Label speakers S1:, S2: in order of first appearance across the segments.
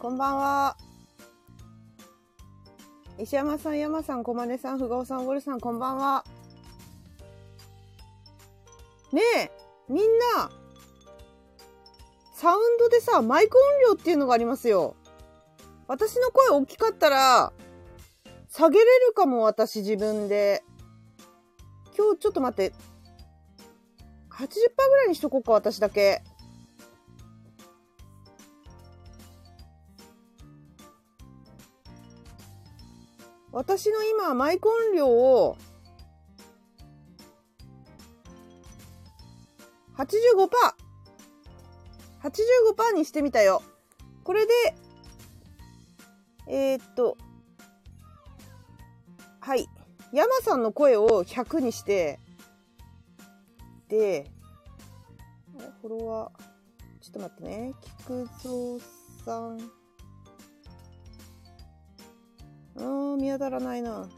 S1: こんばんは。石山さん、山さん、小金さん、ふがおさん、ウォルさん、こんばんは。ねえ、みんな、サウンドでさ、マイク音量っていうのがありますよ。私の声大きかったら、下げれるかも、私自分で。今日ちょっと待って。80%ぐらいにしとこうか、私だけ。私の今、マイク音量を、85%! 85%にしてみたよ。これで、えーっと、はい。山さんの声を100にして、で、あれフォロワー、ちょっと待ってね。菊蔵さん。あー、見当たらないな。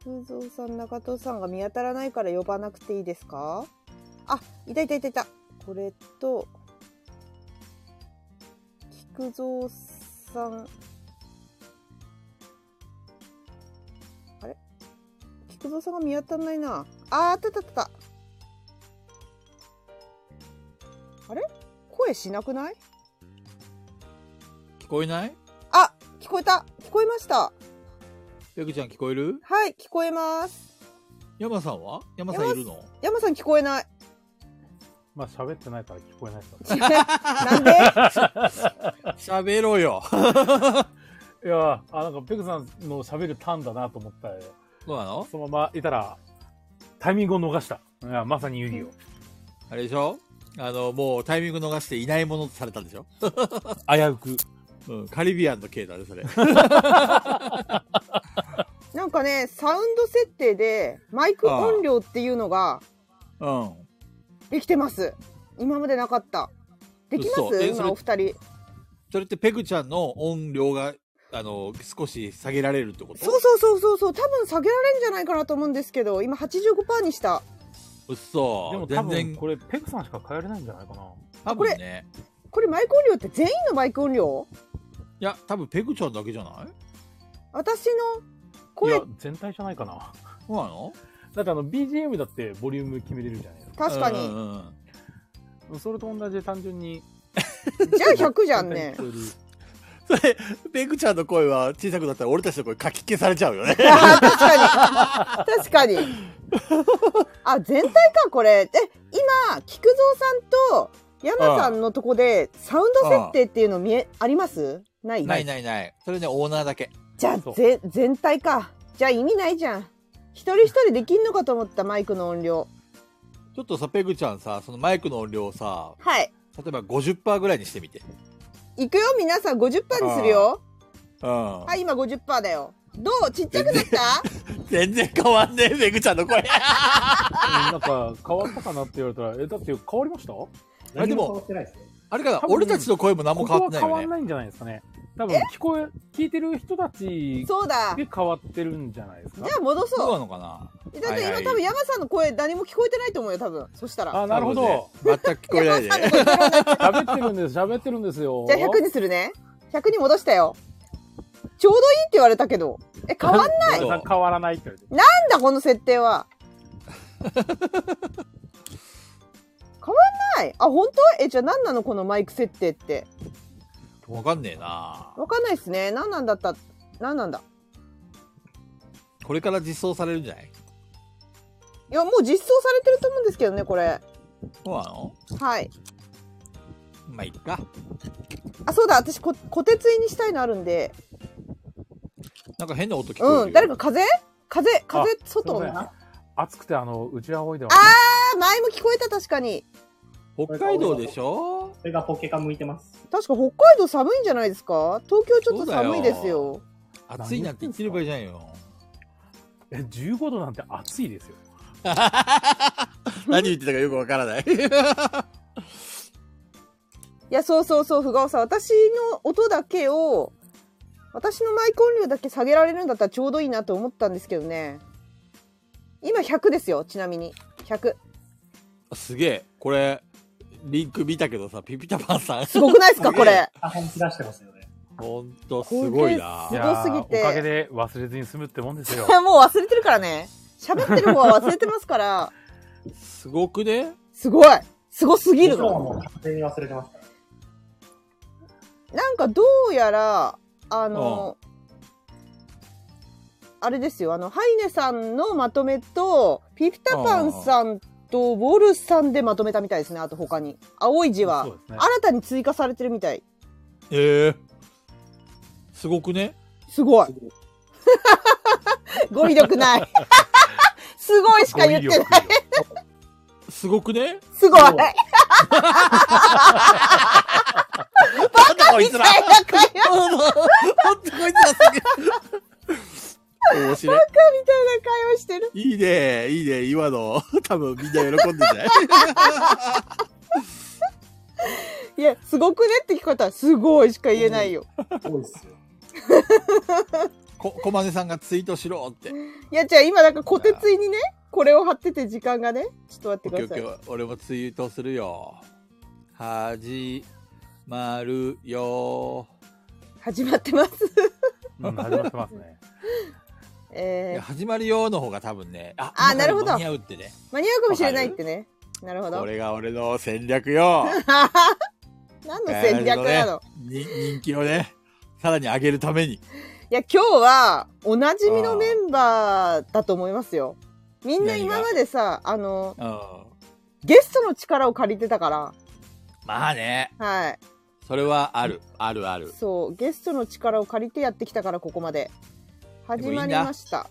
S1: 菊蔵さん、中藤さんが見当たらないから呼ばなくていいですかあ、いたいたいたいた。これと、菊蔵さん。あれ菊蔵さんが見当たらないな。あー、あったあったあった。あれ声しなくない
S2: 聞こえない
S1: あ、聞こえた。聞こえました。
S2: ペグちゃん聞こえる
S1: はい、聞こえます。
S2: 山さんは山さんいるの
S1: 山さん聞こえない。
S3: まあ喋ってないから聞こえないか
S1: なん で
S2: 喋ろうよ。
S3: ら。いやーあなんかペグさんの喋るターンだなと思ったよ
S2: そうなの
S3: そのままいたらタイミングを逃した。いやまさに遊戯を。
S2: あれでしょあの、もうタイミング逃していないものとされたんでしょ
S3: 危うく。
S2: うん、カリビアンの系だね、そ れ。
S1: なんかね、サウンド設定でマイク音量っていうのが
S2: うん。
S1: できてます。今までなかった。できま
S2: 嘘
S1: す
S2: えそ
S1: 今
S2: れ
S1: お二人。
S2: それってペグちゃんの音量が、あの、少し下げられるってこと
S1: そうそうそうそうそう。多分下げられるんじゃないかなと思うんですけど、今85%にした。
S2: うっそ
S3: でも多
S2: 全
S3: 分
S2: 然、
S3: これペグさんしか変えれないんじゃないかな。
S2: 多分ね。
S1: これマイク音量って全員のマイク音量
S2: いや、多分ペグちゃんだけじゃない
S1: 私の
S3: い
S1: 声
S3: や、全体じゃないかな。
S2: そうなの
S3: だってあの BGM だってボリューム決めれるじゃないですか
S1: 確か
S2: うん
S1: に。
S2: うんうん
S3: それと同じで単純 に。
S1: じゃあ100じゃんね。
S2: それ、ペグちゃんの声は小さくなったら俺たちの声かき消されちゃうよね。
S1: あー確かに。確かに。あ、全体か、これ。え、今、菊蔵さんと山さんのとこで、サウンド設定っていうの見え、ありますない
S2: ないないない。それね、オーナーだけ。
S1: じゃあ、ぜ、全体か。じゃあ意味ないじゃん。一人一人できんのかと思った、マイクの音量。
S2: ちょっとさ、ペグちゃんさ、そのマイクの音量をさ、
S1: はい。
S2: 例えば50%ぐらいにしてみて。
S1: いくよ、皆さん、50%にするよ。
S2: うん。
S1: はい、今50%だよ。どうちっちゃくなった
S2: 全然変わんねえ、ペグちゃんの声。
S3: なんか変わったかなって言われたら、え、だって変わりましたこ
S2: あ
S4: 何
S2: で
S4: も
S2: も
S4: 変わってないですね。
S2: あれかな
S3: 多分
S2: 俺たちの声も何も変
S3: こ
S2: わ
S3: は
S2: って
S3: 変
S2: な
S3: わ
S2: い
S3: ん
S2: よね。
S3: ないんじゃないですかね。多分聞こえ、聞いてる人たち
S1: そうだ。じ
S3: で変わってるんじゃないですか
S1: ゃ。あ戻
S2: そう
S1: そ
S2: なのかな
S1: う。だって
S2: はい
S1: 今
S2: はい
S1: 多分山さんの声何も聞こえてないと思うよ、多分。そしたら。
S3: あ、なるほど。。
S2: 多分ね全く聞こえないで。
S3: 喋ってるんです、喋ってるんですよ。
S1: じゃあ100にするね。100に戻したよ。ちょうどいいって言われたけど。え、変わんなん
S2: ない
S3: そう変わらないって言われて。
S1: だ、この設定 は。変わんない。あ、本当え、じゃあ何なのこのマイク設定って。
S2: わかんねえな
S1: わかんないっすね。何なんだった、何なんだ。
S2: これから実装されるんじゃな
S1: い
S2: い
S1: や、もう実装されてると思うんですけどね、これ。
S2: そうなの
S1: はい。
S2: まあ、いっか。
S1: あ、そうだ、私、こ、小手ついにしたいのあるんで。
S2: なんか変な音聞こえるよ。
S1: うん、誰か風風、風、外
S3: すい
S1: な。
S3: ません
S1: あ、
S3: 暑くて、あの、うちはおいでは。
S1: 前も聞こえた、確かに。
S2: 北海道でしょ
S4: それがポケカ向いてます。
S1: 確か北海道寒いんじゃないですか東京ちょっと寒いです
S2: そうだ
S1: よ
S2: よ。暑いなんて言ってればいいじゃんよ。
S3: え、15度なんて暑いですよ。
S2: 何言ってたかよくわからない。
S1: いや、そうそうそう、ふがおさん。私の音だけを、私のマイク音量だけ下げられるんだったらちょうどいいなと思ったんですけどね。今100ですよ、ちなみに。100。
S2: すげえ。これ、リンク見たけどさ、ピピタパンさん。
S1: すごくないですか、これ。
S4: あ、本気出してますよね。
S2: ほんと、すごいな
S1: これ。すごすぎて
S3: いやーおかげで忘れずに済むってもんです よ
S1: もう忘れてるからね。喋ってる方は忘れてますから。
S2: すごくね
S1: すごい。すごすぎる
S4: 僕も
S1: の。
S4: もう完全に忘れてますから。
S1: なんかどうやら、あの、あれですよ、あの、ハイネさんのまとめと、ピピタパンさんと、ウォルさんでまとめたみたいですね、あと他に。青い字は
S3: そう、ですね
S1: 新たに追加されてるみたい。
S2: ええすごくね
S1: すごい。語彙力ない。すごいしか言って
S3: 語彙
S1: ない。
S3: 力よ
S2: すごくね
S1: すごい。み
S4: すごい
S2: なんだこいつら
S1: たいな会話
S2: ほんとこいつらすげえ。面
S1: み
S2: 白い。
S1: たいな会話してる。
S2: いいね、いいね、今の。多分みんな喜んでんじゃない
S1: いや、すごくねって聞かれたら、すごいしか言えないよ。
S4: すごいっすよ。
S2: こ、こまねさんがツイートしろって。
S1: いや、じゃあ今なんか小手ついにね、これを貼ってて時間がね、ちょっと
S2: オッケ
S1: 待っ
S2: ーオ
S1: てく
S2: ッケ
S1: ださい。
S2: ー、俺もツイートするよ。始まるよ。
S1: 始まってます。
S3: うん始まってますね
S2: い
S1: え
S2: や始まるよの方が多分ね。あ
S1: あなるほど
S2: 間に合うってね。
S1: ー、間に合うかもしれないってね。なるほど
S2: こ。れが俺の戦略よ。
S1: 何の戦略なの、
S2: に人気をね、さらに上げるために。
S1: いや、今日は、おなじみのメンバーだと思いますよ。みんな今までさ、あの、
S2: うん。
S1: ゲストの力を借りてたから、
S2: まあね、
S1: はい。
S2: それはある、あるある。
S1: そう、ゲストの力を借りてやってきたから、ここまで。始まりました。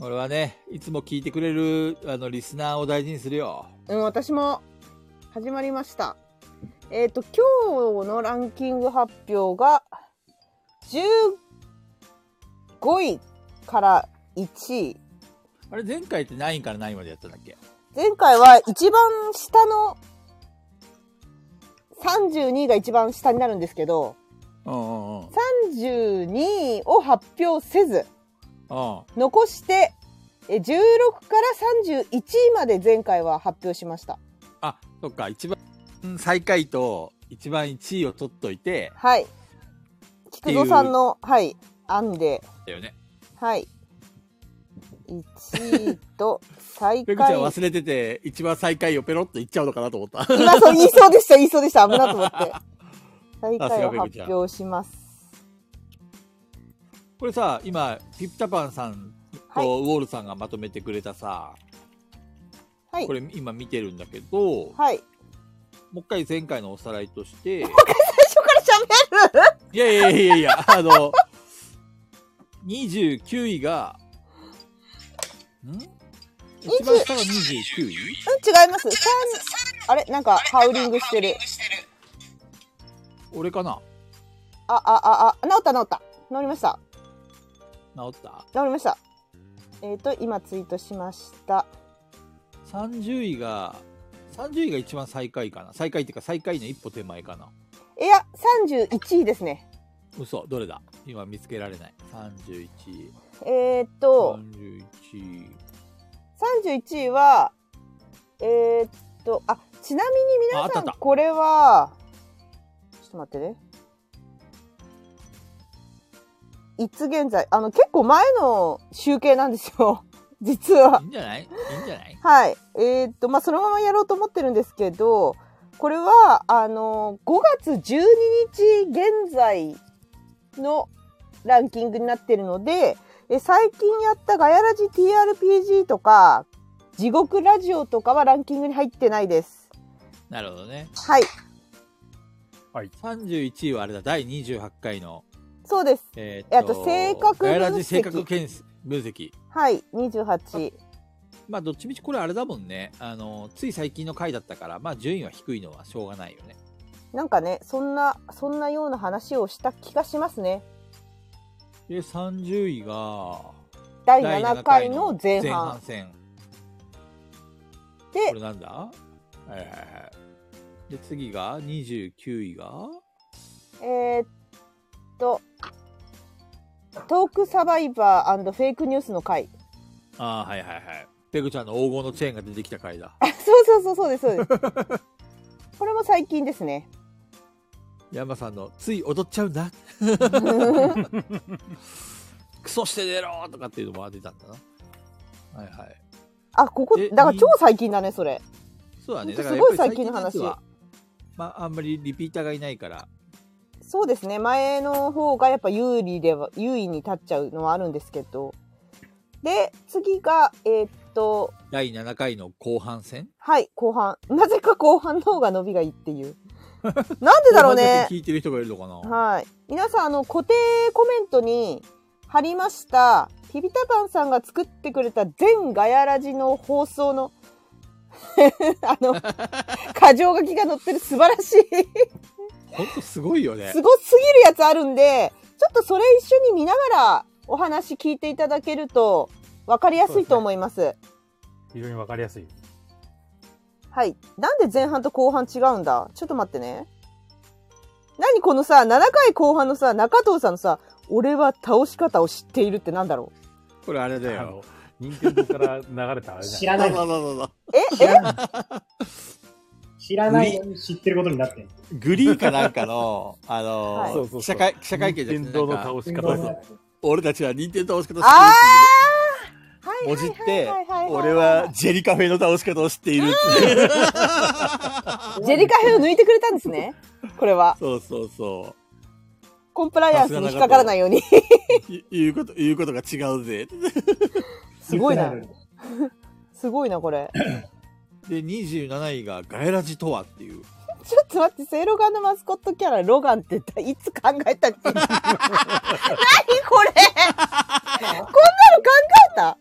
S2: 俺はね、いつも聞いてくれる、あの、リスナーを大事にするよ。
S1: うん、私も始まりました。えっ、と、今日のランキング発表が、15位から1位。
S2: あれ、前回って何位から何位までやったんだっけ
S1: 前回は一番下の32位が一番下になるんですけど、
S2: うんうんうん。うん。
S1: 32位を発表せず、
S2: あ
S1: 残して、え16から31位まで前回は発表しました。、
S2: そっか、一番うん最下位と一番1位を取っといて、
S1: はい。菊蔵さんの、はい、案で、
S2: だよね。
S1: はい。1位 と最下
S2: ペ
S1: 位。
S2: グちゃん忘れてて、一番最下位をペロッといっちゃうのかなと思った。
S1: 今そう、言いそうでした、 言いそうでした。危なと思って。最下位を発表します。
S2: これさ、今、ピピタパンさん
S1: はい
S2: とウォールさんがまとめてくれたさ、
S1: はい
S2: こ。れ今見てるんだけど、
S1: はい。
S2: もう一回前回のおさらいとして、い
S1: 最初から喋る
S2: や いやいやいや、あの、29位が、ん一番下が29位
S1: うん、違います。三あれなんか、ハウリングしてる。
S2: 俺かな
S1: あ、あ、あ、あ、治った治った。治りました。
S2: 治った
S1: 治りました。えっ、ー、と、今ツイートしました。
S2: ?30 位が、30位が一番最下位かな最下位っていうか最下位の一歩手前かない
S1: や、31位ですね。
S2: 嘘、どれだ今見つけられない。31位。
S1: えっ、ー、と、
S2: 31位。
S1: 31位は、えー、っと、あ、ちなみに
S2: あ、あ
S1: 皆
S2: った
S1: さ
S2: あ
S1: ん
S2: った。
S1: これは、ちょっと待ってね。いつ現在、あの、結構前の集計なんですよ。 実はい
S2: い。んじゃないいいんじゃない
S1: はい。えーっと、まあ、そのままやろうと思ってるんですけど、これは、あの、5月12日現在のランキングになってるので、え最近やったガヤラジ TRPG とか、地獄ラジオとかはランキングに入ってないです。
S2: なるほどね。
S1: はい。
S2: 31位はあれだ、第28回の、
S1: そうです。
S2: え
S1: えっと性格分析
S2: ガヤラジ性格検査分析。
S1: はい。28。
S2: まあ、どっちみちこれあれだもんね。あの、つい最近の回だったから、まあ、順位は低いのはしょうがないよね。
S1: なんかね、そんな、そんなような話をした気がしますね。
S2: で、30位が、
S1: 第7回の前
S2: 第七回の前
S1: 半
S2: 半。戦。
S1: で
S2: これなんだえー、で、次が、29位が、
S1: えーっと、トークサバイバーフェイクニュースの回。
S2: ああ、はいはいはい。ペグちゃんの黄金のチェーンが出てきた回だ。
S1: あそうそうそう、そうです、そうです。これも最近ですね。
S2: 山さんの、つい踊っちゃう んだ。 クソして出ろとかっていうのも出たんだな。はいはい。
S1: あ、ここ、
S2: え
S1: だから超最近だね、それ。
S2: そうだね。
S1: ほんと
S2: だからやっぱり
S1: すごい最近の話
S2: 最やつは。まあ、あんまりリピーターがいないから。
S1: そうですね。前の方がやっぱ有利では、優位に立っちゃうのはあるんですけど。で、次が、えーっと、
S2: 第7回の後半戦
S1: はい、後半。なぜか後半の方が伸びがいいっていう。なんでだろう
S2: 後半
S1: ね
S2: け。聞いてる人がいるのかな
S1: はい。皆さん、あの、固定コメントに貼りました、ピピタパンさんが作ってくれた全ガヤラジの放送の、 あの、箇条書きが載ってる素晴らしい。
S2: ほんとすごいよね
S1: す。ごすぎるやつあるんで、ちょっとそれ一緒に見ながらお話聞いていただけると分かりやすいと思います。
S3: 非常にわかりやすい。
S1: はい。なんで前半と後半違うんだちょっと待ってね。何このさ、7回後半のさ、中藤さんのさ、俺は倒し方を知っているってなんだろ
S2: これあれだ
S3: あ
S2: よ
S3: の。、任天堂から流れたあれ
S4: 知
S3: じゃ
S2: あ
S4: らない。
S1: うえ、え、
S4: 知らないのに知ってることになってる。
S2: グリーかなんか の、あの
S1: はい
S3: そうそうそう
S2: 記者会、記者
S3: ない
S2: 会
S3: 任
S2: 見じゃな
S3: 天堂
S2: く
S3: の
S2: て、
S3: 倒し
S4: 運動
S3: 方
S4: の
S3: で
S2: 俺たちは任天堂の倒し方を知っている
S1: あー
S2: もじって
S1: はいはいはいはいいい
S2: 俺はジェリカフェの倒し方を知っているって。
S1: ジェリカフェを抜いてくれたんですね。これは。
S2: そうそうそ
S1: コンプライアンスに引っかからないように。
S2: う。い言うこと、言うことが違うぜ。
S1: すごいな
S4: 言ってい
S1: すごいな、これ。
S2: で、27位がガエラジとはっていう。
S1: ちょっと待って、セイロガンのマスコットキャラ、ロガンっていつ考えたっけ何これこんなの考えた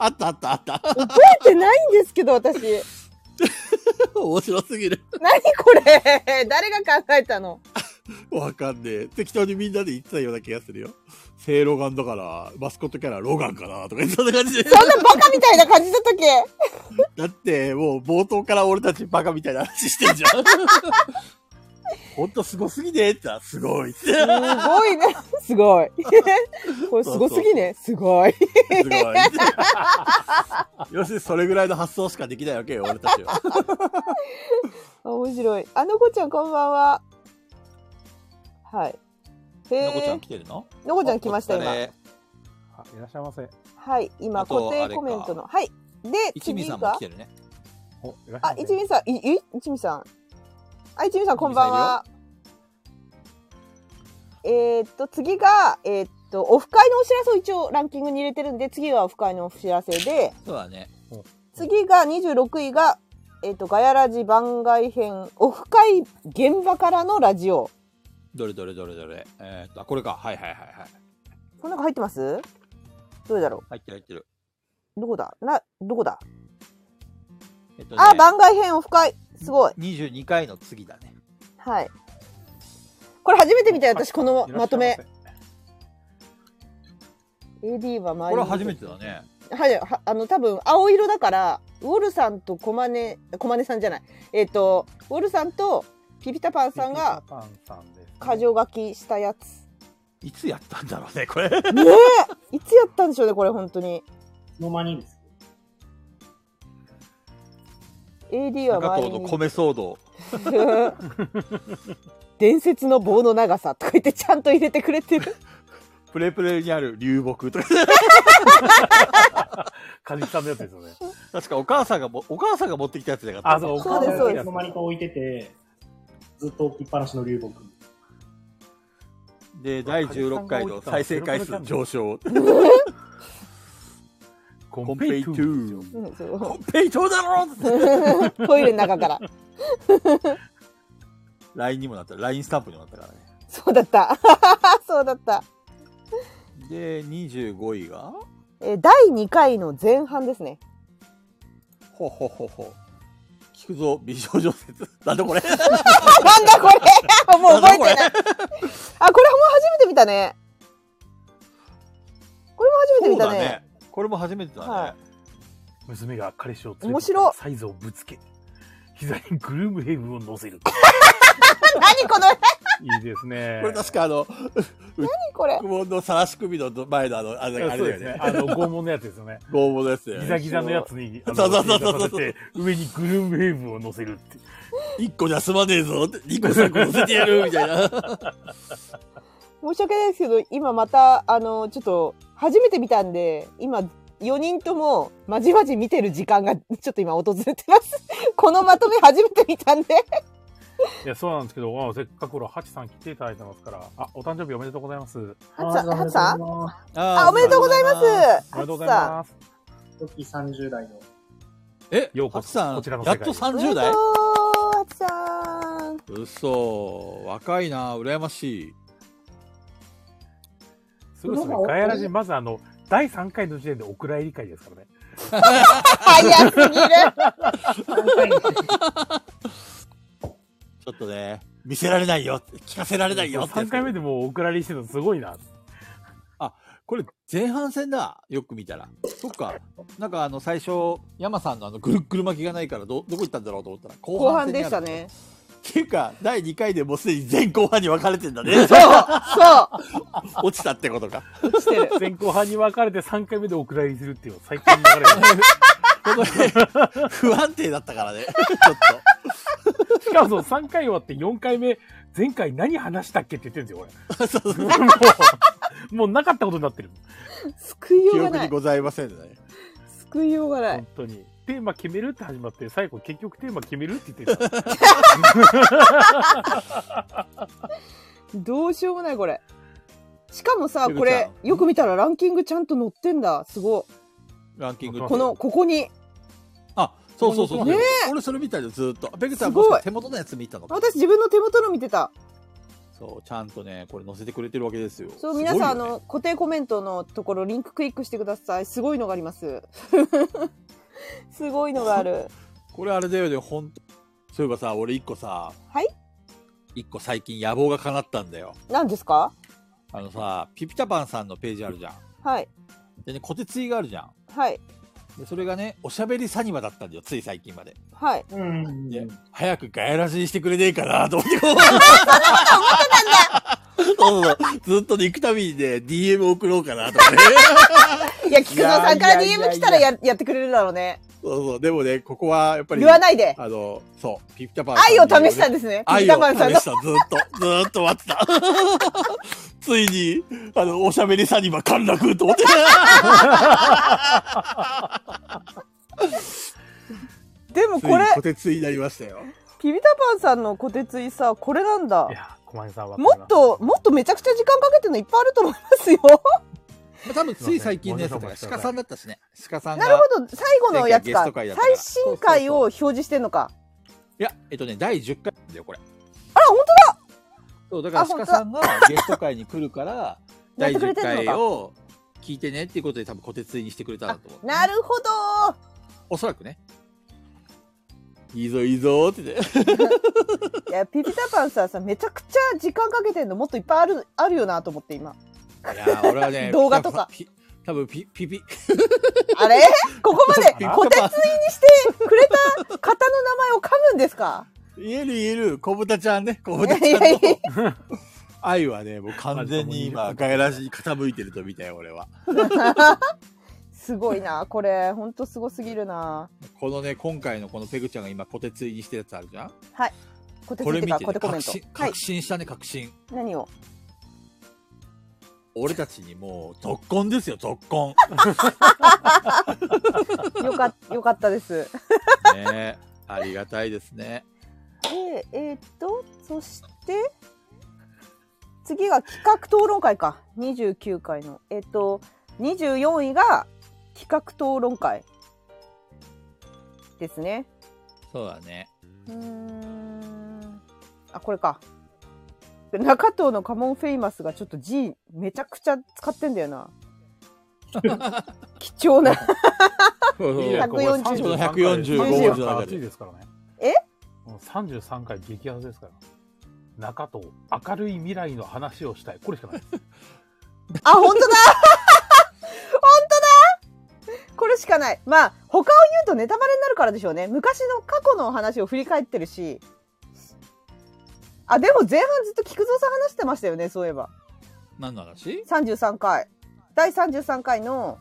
S2: あったあったあった。
S1: 覚えてないんですけど、私。
S2: 面白すぎる。
S1: 何これ 誰が考えたの
S2: わかんねえ。適当にみんなで言ってたような気がするよ。正ロガンだから、マスコットキャラロガンかなとか言ってた感 じで。
S1: そんなバカみたいな感じだったっけ
S2: だって、もう冒頭から俺たちバカみたいな話して んじゃん。ほんとすごすぎねえって言ったらすごいって。す
S1: すごいね。 すごい。これすごすぎね。すごい。
S2: ごい。要するにそれぐらいの発想しかできないわけよ、俺たちは。
S1: あ 面白い。あの子ちゃんこんばんは。はい。へ
S2: なこち ゃ
S1: え
S2: ん。来てるの
S1: のこちゃん来ました、
S2: お疲
S1: 今。
S2: れ
S3: あいらっしゃいませ。
S1: はい。今、
S2: あと
S1: 固定コメントの。はい。で、
S2: 一味
S1: 次
S2: さんも
S1: が
S2: 来。てるね。
S3: おいらっしゃ
S1: あ、
S3: い
S1: 一
S3: ませ。
S1: 味さん、い、い一味さん。あ、一味さんこんばんは。えーっと、次が、えーっと、オフ会のお知らせを一応ランキングに入れてるんで、次はオフ会のお知らせで、
S2: そうだね。
S1: 次が26位が、えーっと、ガヤラジ番外編、オフ会現場からのラジオ。
S2: どれどれどれどれ。えーっと、あこれか。はいはいはいはい。
S1: この中入ってますどれだろ
S2: 入ってる入ってる。
S1: うどこだな、どこだ
S2: えっとね、
S1: あ、番外編オフ会。すごい。
S2: 22回の次だね。
S1: はい。これ初めて見たよ、私、このまと
S3: いら
S1: め
S3: っしゃ。い
S1: AD は
S2: こ
S1: 周り
S2: れ
S1: に
S2: は初めてだね。
S1: はい、はあの、多分、青色だから、ウォルさんとコマネ、コマネさんじゃない。えっ、と、ウォルさんとピピタパン
S3: ませ
S1: さんが、
S3: ピーターパンさんです
S1: 箇条書きしたやつ。
S2: いつやったんだろうね、これ。
S1: ねえいつやったんでしょうね、これ、本当に。
S4: つの間にです。
S1: AD は
S2: 中
S1: 周
S2: 藤
S1: り
S2: の
S1: に。
S2: 米騒動。
S1: 伝説の棒の長さとか言って、ちゃんと入れてくれて る。
S2: プレプレにある流木 とか。
S3: カジキさんのやつですよね。
S2: 確かお母さんがも、お母さんが持ってきたやつじゃなかった。
S3: あ、そう、
S1: そうですそうです
S4: いつの間にか置いてて、ずっと置きっぱなしの流木。
S2: で、第16回の再生回数上昇。コ
S3: コ
S2: ン
S3: ン
S2: ペ
S3: ペ
S2: イ
S3: イト
S2: ト
S3: ゥ
S2: ゥ
S3: ー。
S1: う
S2: ー。
S1: ん、そ
S2: コ
S1: う。
S2: ンペイトゥーだろって
S1: トイレの中から。
S2: !LINE にもなった。LINE スタンプにもなったからね。
S1: そうだった。 そうだった。
S2: で、25位が
S1: えー第2回の前半ですね。
S2: ほほほほ。聞くぞ、美少女説。 なんだこれ
S1: なんだこれ もう覚えてない。あ、これも初めて見たね。これも初めて
S2: そう
S1: 見た
S2: だ
S1: ね。
S2: ね。これも初めてだね。
S1: は
S3: 娘が彼氏を連れ
S1: 面
S3: て
S1: 白い
S3: サイ ズをぶつけ膝にグルームヘイブンを乗せる
S1: 何この、
S3: いいですね。
S2: これ確かあの、
S1: これ。
S2: 僕ものさらし首の前のあの、あれあれ
S3: そ
S2: だ
S3: うで
S2: よ
S3: すね。
S2: ね。
S3: あの、拷問のやつですよね。
S2: 拷問のやつだよ
S3: ギ
S2: ね。
S3: ザギザのやつに、あの
S2: そうそうそうそう
S3: 正座させて上にグルーンウェーブを乗せるっていう。
S2: 一個じゃ済まねえぞって、二個三個乗せてやるみたい な。
S1: 申し訳ないですけど、今また、あの、ちょっと、初めて見たんで、今、4人とも、まじまじ見てる時間が、ちょっと今訪れてます。 このまとめ初めて見たんで。
S3: いや、そうなんですけど、あせっかくほら、ハチさん来ていただいてますから、あ、お誕生日おめでとうございます。おめ
S1: ハツさん、ハツさん
S4: ん
S2: あ
S1: あ、おめでとうございます。
S3: でとうござい
S1: ハ
S3: ます。
S4: 時30代の。
S2: え、
S3: ようこ
S2: ハチさん、
S3: こちらの世
S2: やっ
S3: 界
S2: と
S3: へ
S1: ツさん。おめ
S2: 30
S1: でとう
S2: 代
S1: ハツさん。
S2: うそ若いな羨ましい。
S3: すごいですね。ガヤラジ、まずあの、第3回の時点でお蔵入り会ですからね。
S1: 早すぎる。
S2: ちょっとね、見せられないよ、聞かせられないよってやつ
S3: 3回目でもうお蔵入りしてるのすごいな。
S2: これ前半戦だ、よく見たら。そっか。なんかあの最初、山さんのあのぐるっぐる巻きがないからど、どこ行ったんだろうと思ったら後
S1: 後
S2: 半
S1: 半
S2: 戦に
S1: で
S2: あ
S1: し
S2: る
S1: た。ね。
S2: っていうか、第2回でもうすでに前後半に分かれてんだね。
S1: そう、
S2: 落ちたってことか。
S1: そう、してる。
S3: 前後半に分かれて3回目でお蔵入りするっていうのは最高の流れですね。
S2: この辺不安定だったか らね。ちょっと。
S3: しかもその3回終わって4回目、前回何話したっけって言ってるんですよ、俺。もう、もうなかったことになってる。
S1: 救いよ
S2: 記
S1: うが
S2: 憶
S1: な
S2: に
S1: い。
S2: ございませんね。
S1: 救いようがない
S3: 本。当に。テーマ決めるって始まって、最後結局テーマ決めるって言ってた。
S1: どうしようもない、これ。しかもさ、
S2: ゆう
S1: こ
S2: こちゃん
S1: れ、よく見たらランキングちゃんと載ってんだ。すごい。
S2: ランキング。
S3: あ
S1: この、ここに。
S2: あ、そうそうそうそう。
S1: ね
S2: 俺それ見たよ、ずっと。ペグさ
S1: す
S2: ん
S1: ご
S2: も
S1: い
S2: しかして手元のやつ見たのか。
S1: 私自分の手元の見てた。
S2: そう、ちゃんとね、これ載せてくれてるわけですよ。
S1: そう、
S2: すごい
S1: 皆
S2: よね
S1: さん、あの、固定コメントのところ、リンククリックしてください。すごいのがあります。 すごいのがある。
S2: これあれだよね、ほんと。そういえばさ、俺一個さ、
S1: はい
S2: 一個最近野望が叶ったんだよ。
S1: 何ですか
S2: あのさ、ピピタパンさんのページあるじゃん。
S1: はい。
S2: でね、小手ついがあるじゃん。
S1: はい。
S2: で、それがね、おしゃべりサニバだったんだよ、つい最近まで。
S1: はい。
S4: うん
S2: で、早くガヤラジにしてくれねえかなと思 って。 そうそうそう。ずっとね、行くたびにね、DM 送ろうかなとかね。
S1: いや、菊蔵さんから
S2: いやいやいやい
S1: DM
S2: や
S1: 来たらややってくれるだろうね。
S2: そうそう。でもね、ここはやっぱり、
S1: 言わないで。
S2: あの、そう、ピピタパンさん
S1: 愛
S2: に
S1: を
S2: ね
S1: 試したんですね。ピ
S2: 愛
S1: ピ
S2: を
S1: タパンさん
S2: 試
S1: の
S2: し。た、ずっと。ずーっと待ってた。ついに、あの、おしゃべりサニバ陥落と思って。
S1: でも
S2: つ い
S1: こ
S2: に
S1: れ、
S2: 小鉄になりましたよ。
S1: ピピタパンさんの小鉄いさ、これなんだ
S3: い。や、小林さんは。
S1: もっと、もっとめちゃくちゃ時間かけてるのいっぱいあると思います よ。
S2: まあ、多分つい最近のやつだ
S3: ご
S2: か
S3: め
S2: ら、
S3: んなさい
S2: 鹿さんだったしね。鹿さんが。
S1: なるほど、最後のやつ
S2: 前回ゲス
S1: か
S2: ト会。だか
S1: 最
S2: ら
S1: 新回を表示してんのか。
S2: いや、えっとね、第10回なんだよ、これ。
S1: あら、本
S2: そう、だか
S1: あ
S2: ら
S1: 本当
S2: 鹿
S1: だ
S2: さんがゲスト会に来るから、
S1: 当 やっ
S2: 第
S1: てくれ
S2: 10
S1: てんの
S2: 回
S1: か。
S2: を聞いてねっていうことで多分小鉄にしてくれたんだと思う。
S1: なるほど。
S2: おそらくね。いいぞ、いいぞーってね。
S1: いや、ピピタパンさんさ、めちゃくちゃ時間かけてんのもっといっぱいある、あるよなと思って今。
S2: いやー、俺は ね、
S1: 動画とか
S2: ピ。多分ピ、ピピ、
S1: あ れここまで
S2: ピ
S1: 小鉄にしてくれた方の名前を噛むんですか
S2: 言える言える、小豚ちゃんね、小豚
S1: いや
S2: ちゃん
S1: いやい
S2: の
S1: や
S2: 愛はね、もう完全に今、ガヤラジに傾いてると見たよ、俺は。
S1: すごいな、これ。ほんとすごすぎるな。
S2: このね、今回のこのペグちゃんが今、小鉄にしてるやつあるじゃん
S1: 小鉄
S2: こ
S1: っ
S2: れ
S1: て
S2: 見
S1: か、
S2: て、
S1: 小
S2: ね、
S1: 手コメン
S2: 確
S1: ト
S2: 信。
S1: はい
S2: 確。信したね、確信。
S1: 何を
S2: 俺たちにもう、特婚ですよ、特婚。
S1: よか、よかったです。
S2: ねえありがたいですね。
S1: で、えーっと、そして、次が企画討論会か。29回の。えーっと、24位が企画討論会ですね。
S2: そうだね。
S1: うーん。あ、これか。中藤のカモンフェイマスがちょっと G めちゃくちゃ使ってんだよな。貴重な。
S3: い
S1: や
S3: や、
S1: これ140
S2: 145
S1: 文字
S2: の中で
S3: 暑いですからね。
S1: え
S3: もう ?33 回激アツですから。中と明るい未来の話をしたい。これしかない。
S1: あ、本当だ 本当だこれしかない。まあ、他を言うとネタバレになるからでしょうね。昔の過去の話を振り返ってるし、あ、でも前半ずっと菊蔵さん話してましたよね、そういえば。
S2: 何の話
S1: 33回。第33回の、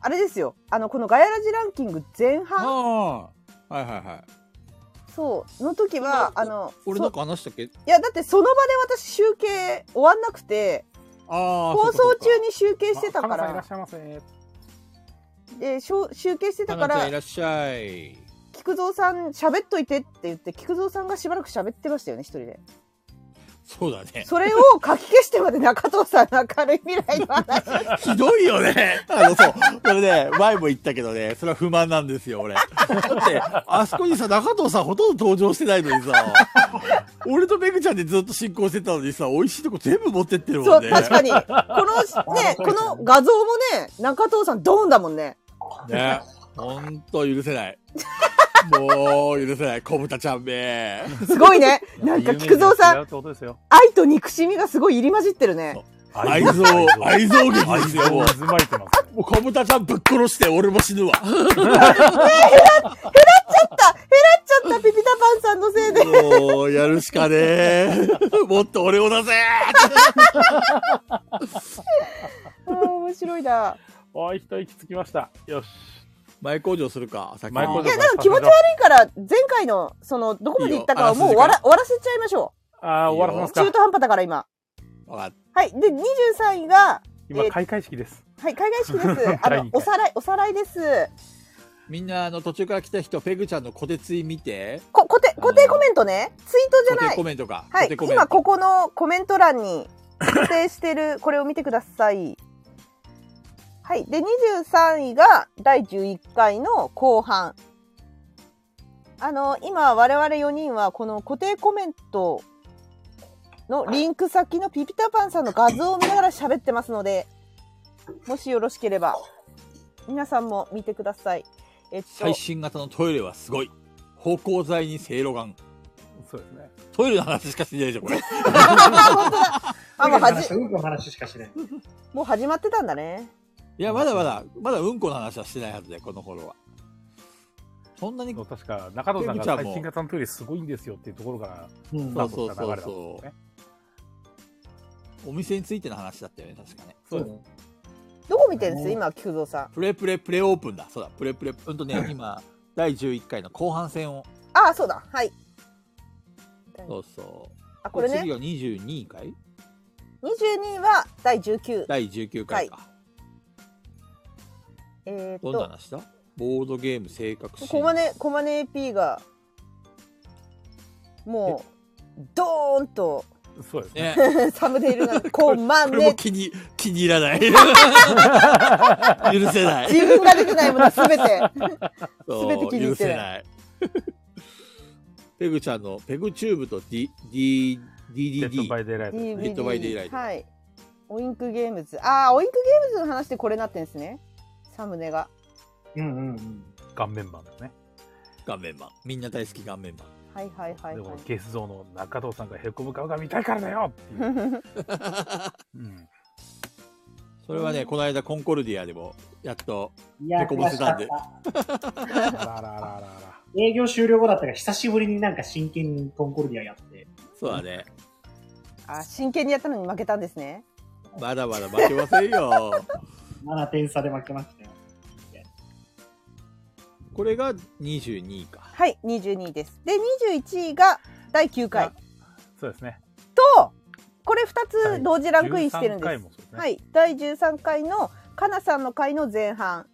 S1: あれですよ。あの、このガヤラジランキング前
S2: あ
S1: 半、
S2: あ。はいはいはい。
S1: そう、の時は、あの、
S2: 俺
S1: そ
S2: な
S1: うん
S2: か話したっけ
S1: いや、だってその場で私集計終わんなくて、
S2: ああ。
S1: 放送中
S2: に。
S1: に集計してたか
S3: あ花
S1: ら
S3: さんいらっ、しゃいませ。
S1: で、しょ集計してた
S2: だ
S1: か
S2: からら。い、らっしゃい。
S1: 菊蔵さん喋っといてって言って、菊蔵さんがしばらく喋ってましたよね、一人で。
S2: そうだね。
S1: それを書き消してまで中藤さんの明るい未来の話を
S2: ひどいよね。 あの、そう。それね、前も言ったけどね、それは不満なんですよ、俺。だって、あそこにさ、中藤さんほとんど登場してないのに さ、俺とめぐちゃんでずっと進行してたのにさ、美味しいとこ全部持ってってる
S1: そ
S2: もん
S1: う、
S2: ね。
S1: 確かに。 この、ね、この画像もね、中藤さんドーンだもんね。
S2: ね。ほんと許せ ない。もう、許せない。小豚ちゃんめ。
S1: す ごいね。なんか菊蔵さ
S3: 違
S1: ん、
S3: うってことですよ。
S1: 愛と憎しみがすごい入り混じってるね。
S2: 愛憎、愛憎劇ですよ、もう。
S3: 渦巻いてますね。
S2: もう小豚ちゃんぶっ殺して俺も死ぬわ。
S1: あった減らっちゃったピピタパンさんのせいで。
S2: もう、やるしかねえ。 もっと俺を出せ
S1: あー 面白いな。
S3: おー、一息つきました。よし。
S2: 前工場するか、先に
S3: 前工
S1: い
S3: 場
S1: や、でも気持ち悪いから、前回の、その、どこまで行ったかはもう終わら終わらせちゃいましょ
S3: ああ、終わらせ
S1: う。
S3: ます
S1: 中
S3: か。
S1: 途半端だから今。
S2: わかっ
S1: はい。で、23位が、
S3: 今、開会式です。
S1: はい、海外式で す。あ
S3: 第
S1: の
S3: 二、回
S1: おさらい、おさらいです。
S2: みんな、あの、途中から来た人、ペグちゃんの小手つい見て、
S1: こ、固定、固定コメントね。ツイートじゃ
S2: 固
S1: な
S2: 定
S1: い
S2: コ。メントか。
S1: は
S2: 固
S1: い
S2: 定、コメント
S1: 今ここのコメント欄に固定してる これを見てください。はい、で23位が第11回の後半。あの今我々4人はこの固定コメントのリンク先のピピタパンさんの画像を見ながら喋ってますので、もしよろしければ皆さんも見てください。えっと
S2: 最、新型のトイレはすごい。芳香剤にせいろがん。
S3: そうですね。
S2: トイレの話しかしてないでしょ、これ。
S1: あもうはじ
S4: うんこの話しかしない。
S1: もう始まってたんだね。
S2: いや、まだまだ、まだうんこの話はしてないはずで、この頃は。そんなに、
S3: 確か、中野
S2: ペ
S3: さん
S2: グ
S3: が
S2: ちゃんも
S3: 最新型のトイレすごいんですよっていうところから、
S4: うん
S2: そうそうそう
S3: 多分流れだと思ん
S2: そ
S3: ですね
S2: う。お店についての話だったよね、確かね。
S4: そうね。
S1: どこ見てるんです今菊蔵さん。
S2: プレプレプレオープンだ。そうだ、プレプレ、うんとね、今、第11回の後半戦を。
S1: ああ、そうだ。はい。
S2: そうそう。
S1: あ、これ
S2: 次
S1: ね。
S2: が22位かい
S1: 22位は第19。
S2: 第19回か。
S1: えー、
S2: ど
S1: っ
S2: んな
S1: と、
S2: 話だボードゲーム性格診
S1: コマネ、コマネ AP が、もう、ドーンと、
S3: そうですね。
S2: ね。
S1: サムネイル が、コマ
S2: これも
S1: ネ、
S2: 気に、気に入 らない。許せない。
S1: 自分が出てないものすべ て。
S2: そう
S1: 全て気に入ってない
S2: 許せない。ペグちゃんのペグチューブと D、D、
S3: デッド
S2: DDD。
S3: バイデイライト。
S2: デッドバイデイライト
S1: はい。オインクゲームズ。ああ、オインクゲームズの話でこれなってんですね。サムネが。
S4: うんうんうん。
S3: 顔面版ですね。
S2: 顔面版。みんな大好き顔面版。
S1: はいはいはい
S3: でも
S1: はい。
S3: ゲス像の中藤さんがへこむ顔が見たいからだよっていう。 うん。
S2: それはね、この間コンコルディアでも、やっと、
S4: いや、
S2: へこませたんで
S4: 悔しかっ
S3: あららららら。
S4: た営業終了後だったから、久しぶりになんか真剣にコンコルディアやって。
S2: そうだね。
S1: あ、真剣にやったのに負けたんですね。
S2: まだまだ負けませんよ。
S4: 7点差で負けましたよ。
S2: これが22位か。
S1: はい、22位です。で、21位が第9回。
S3: そうですね。
S1: とこれ2つ同時ランクインしてるんで
S3: 13回
S1: す。
S3: もそうですね。
S1: はい、第13回のかなさんの回の前半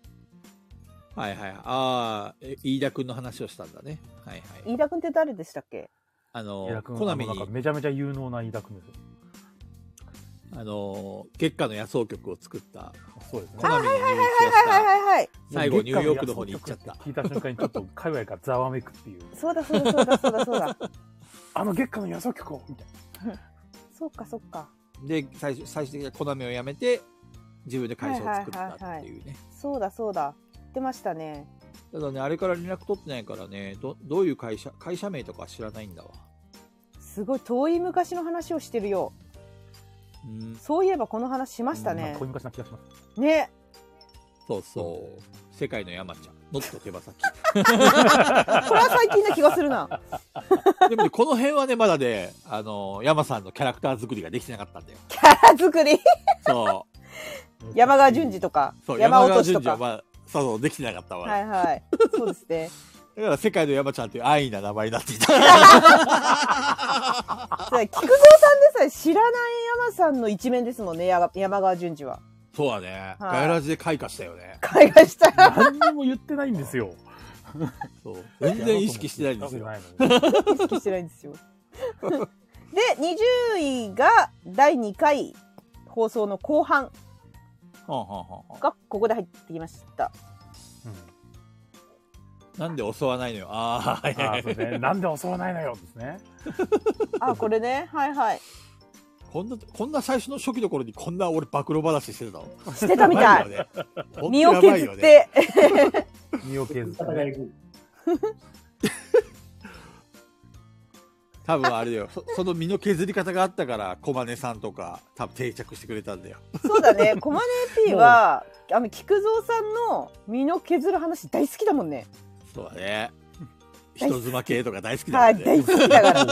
S2: はいはい。ああ、え飯田くんの話をしたんだね。はいはい。
S1: 飯田君って誰でしたっけ
S2: あ
S3: 飯田
S2: の、
S3: 君
S2: コナミ
S3: あのな
S2: に
S3: んか、めちゃめちゃ有能な飯田君ですよ。
S2: あの、月下の野草曲を作った、
S3: そうですね
S2: コ。ナミに入手
S1: は
S2: を
S1: い
S2: した、
S1: はいはいはい
S2: 最後ニューヨークの方に行っちゃった。
S3: 聞いた瞬間にちょっと界隈がざわめくっていう。
S1: そうだそうだそうだそうだそうだ
S3: あの月下の野草曲をみたい
S1: そうかそうか
S2: で最終最終的にはコナミを辞めて自分で会社を作ったっていうね、
S1: はいはいはそうだそうだ言ってましたね
S2: ただねあれから連絡取ってないからねどどういう会社会社名とかは知らないんだわ
S1: すごい遠い昔の話をしてるよ
S2: うん
S1: そういえばこの話しま
S3: な。
S1: した
S3: うんなん
S1: ね
S3: かこういう昔な気がします。
S1: ね
S2: そうそう世界の山ちゃん、ノット手羽先。
S1: これは最近な気がするな。
S2: でもね、この辺はね、まだね、あの、山さんのキャラクター作りができてなかったんだよ。
S1: キャラ作り。
S2: そ
S1: 山川淳二とか
S2: う。そ、う、
S1: 山
S2: 山
S1: 落
S2: 川
S1: としと
S2: 淳二は、
S1: か。
S2: まあ、そうそう、できてなかったわ。
S1: はいはい。そうですね。
S2: だから、世界の山ちゃんという安易な名前になっていた。
S1: それ菊蔵さんでさえ知らない山さんの一面ですもんね、やが山川淳二は。
S2: そうだね。
S1: はい
S2: ガイラジで開花したよね。
S1: 海外したら
S3: 何にも言ってないんですよ。
S2: そう。全然意識してないんですよ。
S3: やろうと思って
S1: 意識してないんですよ。 で、20位が第2回放送の後半
S2: はんはんはんは
S1: がここで入ってきました。
S3: うん
S2: んなんで襲わないのよ。ああ、い
S3: あ
S2: や
S3: あ、
S2: い
S3: そう
S2: や
S3: で すね。なんで襲わないのよ、ですね。
S1: あ、これね。はいはい。
S2: こんな、こんな最初の初期の頃にこんな俺暴露話してたの。
S1: してたみた
S2: やば
S1: い。
S2: よね。ほんと
S1: 身を
S2: やばい
S1: 削
S2: よ
S1: っ
S2: ね。
S1: て。
S3: 身を削って
S4: 方が
S3: ね。
S4: えぐい。
S2: 多分あれだよそ。 その身の削り方があったから、小金さんとか、多分定着してくれたんだよ。
S1: そうだ ね。コマネ P は、あの、菊蔵さんの身の削る話大好きだもんね。
S2: そうだね。
S1: 大好き
S2: 人妻系とか大好きだ
S1: は
S2: よ
S1: い、大
S2: ね。
S1: 好きだから。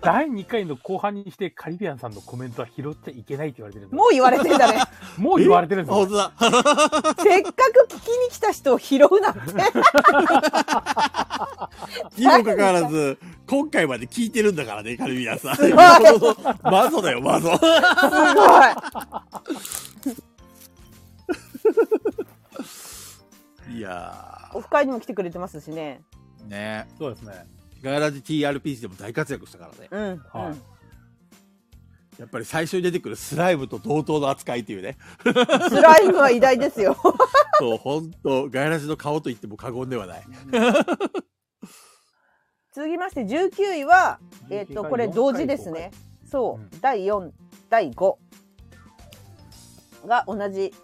S3: 第2回の後半にしてカリビアンさんのコメントは拾っちゃいけないって言われてるんで
S1: もう言われてん だね。
S3: もう言われてるん
S2: あ
S3: ですよ
S2: 本。当だ。
S1: せっかく聞きに来た人を拾うなん て。
S2: にもかかわらず、今回まで聞いてるんだからね、カルビアさん。
S1: すごい
S2: マゾだよ、マゾ。
S1: すごい。
S2: いや
S1: オフ会にも来てくれてますしね。
S2: ー。ね
S3: そうですね。
S2: ガヤラジ TRPG でも大活躍したからね。
S1: うん。
S3: はい
S2: やっぱり最初に出てくるスライムと同等の扱いっていうね。
S1: うん、スライムは偉大ですよ。
S2: そう、ほんと、ガヤラジの顔と言っても過言ではない。
S1: 続きまして19位は、えっ、と、これ同時ですね。。そう、
S3: うん
S1: 第4、第5が同じ。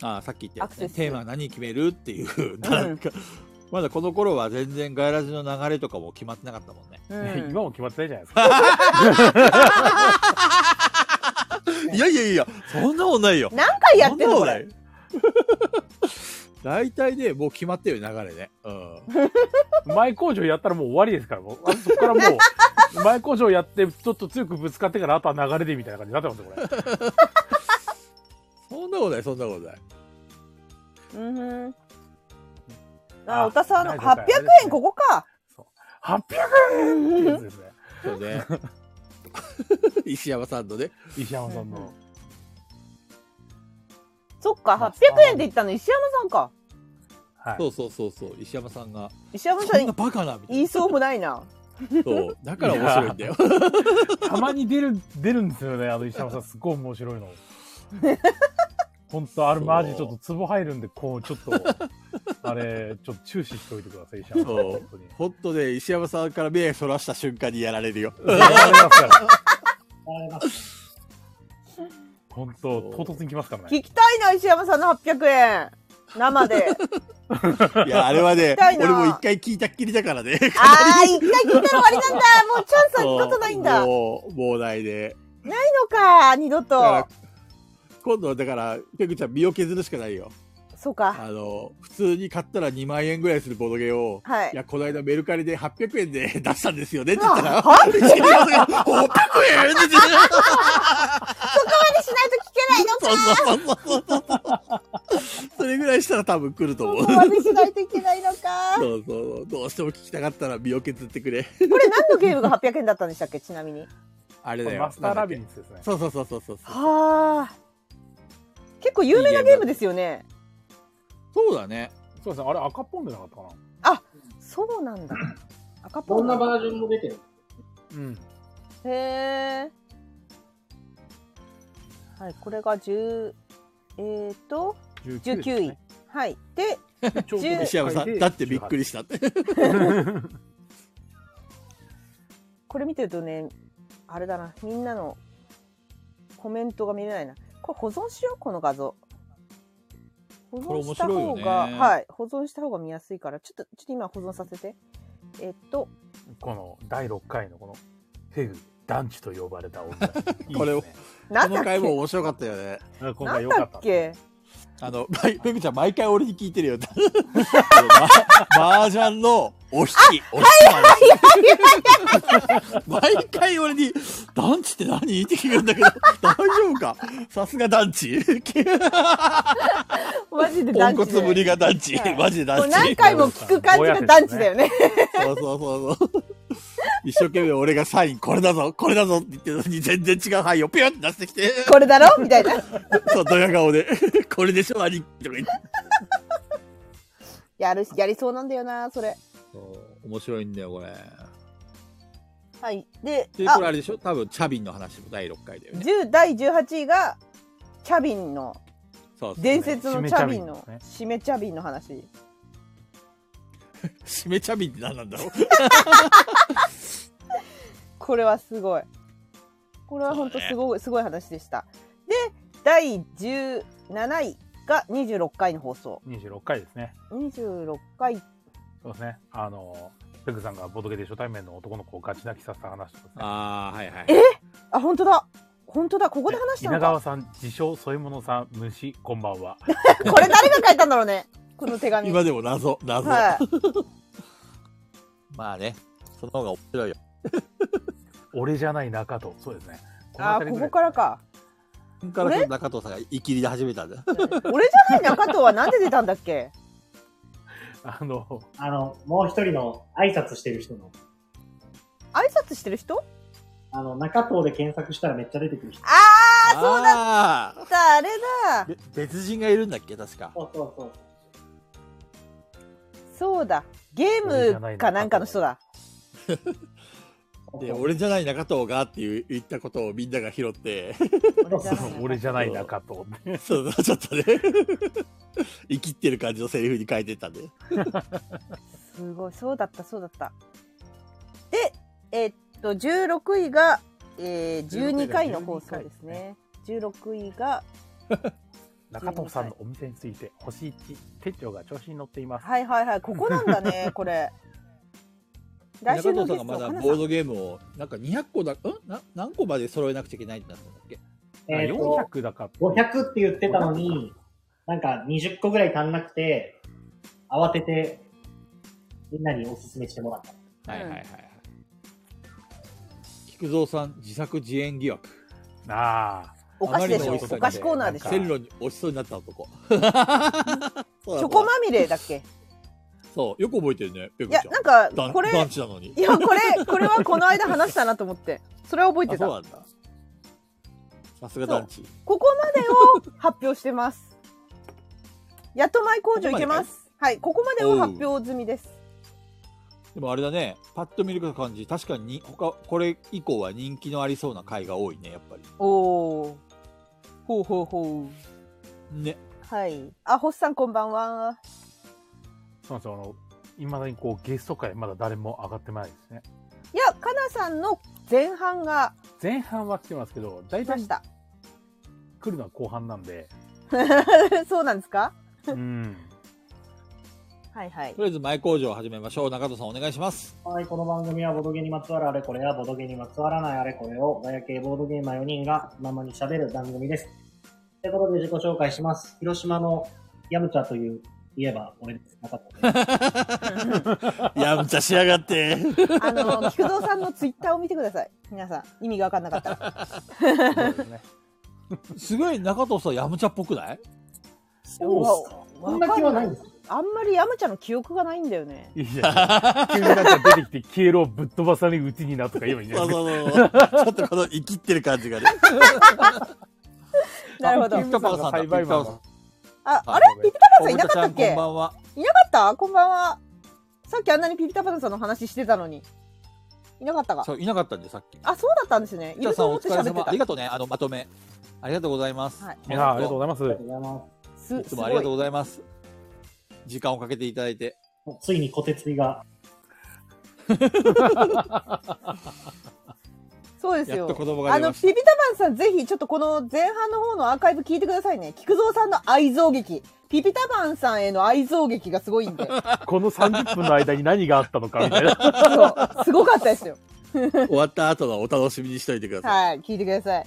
S2: ああ、さっき言ったやつね
S1: アクセス
S2: テーマ何決めるっていう。なんか、まだこの頃は全然ガヤラジの流れとかも決まってなかったもんね。
S1: う
S3: ね
S1: ん、
S3: 今も決まってないじゃないですか。
S2: いやいやいや、そんなもんないよ。
S1: 何回やってるのこれ。
S2: 大体ね、もう決まってるよ、流れね。うん。
S3: 前工場やったらもう終わりですから、もう。あそこからもう、前工場やって、ちょっと強くぶつかってから、あとは流れでみたいな感じになってますよ、これ。
S2: そんなことない、そんなことない。
S1: うんふん。
S3: あ
S1: あ、おたさんの
S3: 大丈夫
S1: 800
S3: 大丈夫
S1: 円、ここか。
S3: 800円ってやつですね。
S2: そうね。 石山さんのね。
S3: 石山さんの。
S1: そっか、
S3: ま
S1: 800
S3: あ
S1: 円って言ったの石山さんか。
S3: はい。
S2: そうそうそうそう、石山さんが。
S1: 石山さ、
S2: そんなんバカなみたい
S1: 言いそうも ないな。
S2: な。そう。だから面白いんだよ。
S3: たまに出る、出るんですよね、あの石山さん。すごい面白 いの。本当あれ
S2: そう
S3: マジちょっとツボ入るんで、こう、ちょっ と、あれ、ちょっと注視しておいてください、石山さん。
S2: そう
S3: 本当に。
S2: ほんとね、石山さんから目そらした瞬間にやられ るよ。
S3: やられますから。
S4: あれます
S3: 本当唐突に来ますからね。
S1: 聞きたいな、石山さんの800円。生で。
S2: いや、あれはね
S1: 痛い、な
S2: 俺も一回聞いたっきりだからね。
S1: ああ、一回 聞いたら終わりなんだ。もうチャンスは二度とないんだ。ない
S2: もう、もうないね。
S1: のか、二度
S2: だから
S1: と。
S2: 今度はだから、ペグちゃん身を削るしかないよ。
S1: そうか。
S2: あの、普通に買ったら2万円ぐらいするボドゲを、
S1: はい
S2: いや、この間メルカリで800円で 出したんですよねって言ったら、
S1: は
S2: 石山さんが、800円って言って
S1: しないと聞けないのか。
S2: そうそうそうそうそう。それぐらいしたら多分来ると思
S1: こ
S2: う
S1: こ。までしないといけないのか。
S2: そうそう。どうしても聞きたかったら身を削ってくれ。
S1: これ何のゲームが800円だったんでしたっけちなみに。
S2: あれ
S3: こ
S2: だ
S3: れ
S2: よ。
S3: マスターラビリンスですね。
S2: そうそうそうそうそう。
S1: はあ。結構有名なゲームですよね。
S2: そうだね。
S3: そうですね。あれ赤ポンでなかったかな
S1: そうなんだ。赤ポ
S4: どん
S1: ン
S4: な
S1: だ。
S4: バージョンも出てる。
S3: うん。
S1: へえ。はい、これが10、えーと、19位。はい。で、10
S2: 石山さん、だってびっくりしたって。
S1: これ見てるとね、あれだな、みんなのコメントが見れないな。これ保存しよう、この画像。保
S2: これ
S1: 存
S2: 面
S1: した
S2: 白いよ
S1: 方
S2: ね
S1: が、はい、保存した方が見やすいから、ちょっと、ちょっと今保存させて。えっと、
S3: この第6回のこのフェグ団地と呼ばれた女
S2: これを
S3: いいですね
S1: な
S2: こ
S1: んだっ
S2: の
S1: け
S2: 回も面白かったよね。
S3: 今
S1: な
S3: 回
S1: ん
S3: 良
S1: だ
S3: か
S1: っ
S3: った
S1: け
S2: あの、まペグちゃん毎回俺に聞いてるよ。 マージャンのお引き、お引きまで。毎回俺に、団地って何って聞くんだけど、大丈夫かさすが団地。
S1: マジで
S2: ポン
S1: 団
S2: コ
S1: 地
S2: ツぶり
S1: で。
S2: が団地
S1: は。い
S2: マジで団
S1: もう
S2: 地。
S1: 何回も聞く感じが団地だよね。
S2: そうそうそうそう。一生懸命俺がサイン、これだぞ、これだぞって言ってるのに全然違う範囲をピュンって出してきて、
S1: これだろみたいな。い
S2: そう、ドヤ顔で、これでしょ、兄貴とか言って。
S1: やるし、やりそうなんだよな、それ。
S2: 面白いんだよ、これ。
S1: はい。で、
S2: で、
S1: あ
S2: これ、あれでしょ多分、チャビンの話も第6回だよね。
S1: 10第18位が、チャビンの、
S2: そうそう
S1: 伝説のチャビンの
S3: 締めチャビ
S1: 締めチャビ
S3: ンのね、
S1: ンの話。
S2: 締めチャビンって何な んだろう。
S1: これはすごい。これは本当す ごい、すごい話でした。で、第17位が26回の放送。
S3: 26回ですね。
S1: 26回。
S3: そうですね。あの、ペグさんがボトゲで初対面の男の子をガチ泣きさせた話とかですね。
S2: ああ、はいはい。
S1: あ、本当だ。本当だ。ここで話した
S3: 稲
S1: のか
S3: 川。さん、自称、添え物さん、虫、こんばんは。
S1: これ誰が書いたんだろうね。この手紙。
S2: 今でも謎、謎。
S1: はい。
S2: まあね、その方が面白いよ。
S3: 俺じゃない中と。そうですね。
S1: あー、ここからか。
S2: そこから中藤さんが生きりで始めたんだ。
S1: 俺じゃない中藤はなんで出たんだっけ
S3: ら。あの、
S4: あの、もう一人の挨拶してる人の、
S1: 挨拶してる人
S4: あの、中藤で検索したらめっちゃ出てくる人。
S1: ああ
S2: あそうだ
S1: ーあれだ
S2: べ別人がいるんだっけ確か。
S4: そうそうそう。
S1: そうだゲームかなんかの人だ
S2: で、俺じゃない中藤がっていう言ったことをみんなが 拾って、
S1: 俺じゃない
S3: 俺じゃない中 と。
S2: そうなっちゃったね。 生きってる感じのセリフに変えてったんで。
S1: すごいそうだったそうだったでえっと16位が、えー、12回の放送ですね16位が
S3: 中藤さんのお店について、星1、店長が調子に乗っています。
S1: はいはいはいここなんだ ねこれ来
S2: 中
S1: 週の
S2: 藤
S1: ゲ
S2: さん
S1: ス
S2: がま
S1: ト
S2: だ
S1: かな
S2: ボ
S1: さ
S2: ー
S1: ん
S2: ドゲームを、なんか200個だ、んな何個まで揃えなくちゃいけないってなったんだっけ
S4: えっ、と、
S3: 400だか。
S4: 500って言ってたのに、なんか20個ぐらい足んなくて、慌てて、みんなにおすすめしてもらった。
S2: はいはいはいはい。菊蔵さん、自作自演疑惑。
S3: ああ。
S1: お菓子でし
S2: あまりの美
S1: ょ
S2: 味し
S1: お
S2: さにね
S1: 菓子コーナーでしょチ
S2: 線路に落ちそうになっ た男。そう
S1: ョコまみれだっけ
S2: そう、よく覚えてるね、ペ
S1: い
S2: コちゃ
S1: や
S2: ん。
S1: なんか
S2: だん
S1: これ
S2: 団地なのに。
S1: いやこれこれはこの間話したなと思ってそれは覚え
S2: あ
S1: て
S2: そう
S1: た
S2: なんだ。さすが団地。
S1: ここまでを発表してます。やっとマイ工場行けます。はい、ここまでを発表済みです。
S2: でもあれだね、パッと見る感じ、確かに他、これ以降は人気のありそうな回が多いね、やっぱり。
S1: おお。ほうほうほう。
S2: ね。
S1: はい。あ、星さんこんばんは。
S3: そうなんですよ。あの、いまだにこう、ゲスト会、まだ誰も上がってないですね。
S1: いや、かなさんの前半が
S3: 前半は来てますけど、大
S1: 来ま
S3: 体
S1: した。
S3: 来るのは後半なんで。
S1: そうなんですか
S3: うん。
S1: はいはい
S2: と。りあえず前工場を始めましょう。中戸さんお願いし ます。
S4: はい、この番組はボドゲにまつわるあれこれやボドゲにまつわらないあれこれをガヤ系ボードゲーマー4人がままに喋る番組です。ということで自己紹介します。広島のヤムチャという言えば俺です。なかったです。
S2: やむちゃしやがって。
S1: あの、菊蔵さんのツイッターを見てください。皆さん、意味がわかんなかったら。
S3: そうですね。
S2: すごい中戸さん、やむちゃっぽくない
S4: そうっすか
S1: わ
S4: そんな気はないんですよ。
S1: あんまりヤムちゃんの記憶がないんだよね。
S3: いいじゃない急になんか出てきて、消えろ、ぶっ飛ばされうちになとか言えばいいんじゃな
S2: そう
S3: いですか。
S2: そうそう。 ちょっとこの生きってる感じがね。
S1: なるほど。
S2: あ
S1: あ
S2: ピクタパンさんだ。
S3: 栽
S2: ピクタ
S3: 培
S2: パ
S3: マン
S2: ン
S3: だ
S2: さん。
S1: あれピピタパンさんいなかったっ
S2: こ
S1: け
S2: んばんは。
S1: いなかったこんばんは。さっきあんなにピピタパンさんの話してたのに。いなかったか。
S2: そう、いなかったんで、さっき。
S1: あ、そうだったんですね。い
S2: 北
S1: る
S2: さ
S1: と
S2: ん
S1: 思
S2: お
S1: って
S2: 疲れ
S1: 喋って
S2: 様。
S1: た
S2: あり。がとうね、あのまとめ。ありがとうございます。
S1: はい
S3: いやありがとうございま
S4: あり
S3: す
S4: がと。うございます
S1: す
S2: いつもありがとうございます。時間をかけていただいて。
S4: もうついに小鉄いが、
S1: そうです
S2: やっと子
S1: よ。
S2: 供が
S1: あ
S2: 出
S1: の、
S2: ま
S1: ピ
S2: し
S1: ピタパンさん、ぜひ、ちょっとこの前半の方のアーカイブ聞いてくださいね。菊蔵さんの愛憎劇。ピピタパンさんへの愛憎劇がすごいんで。
S3: この30分の間に何があったのかみたいな。
S1: そう。すご かったですよ。
S2: た。終わった後はお楽しみにしといてください。
S1: はい。聞いてください。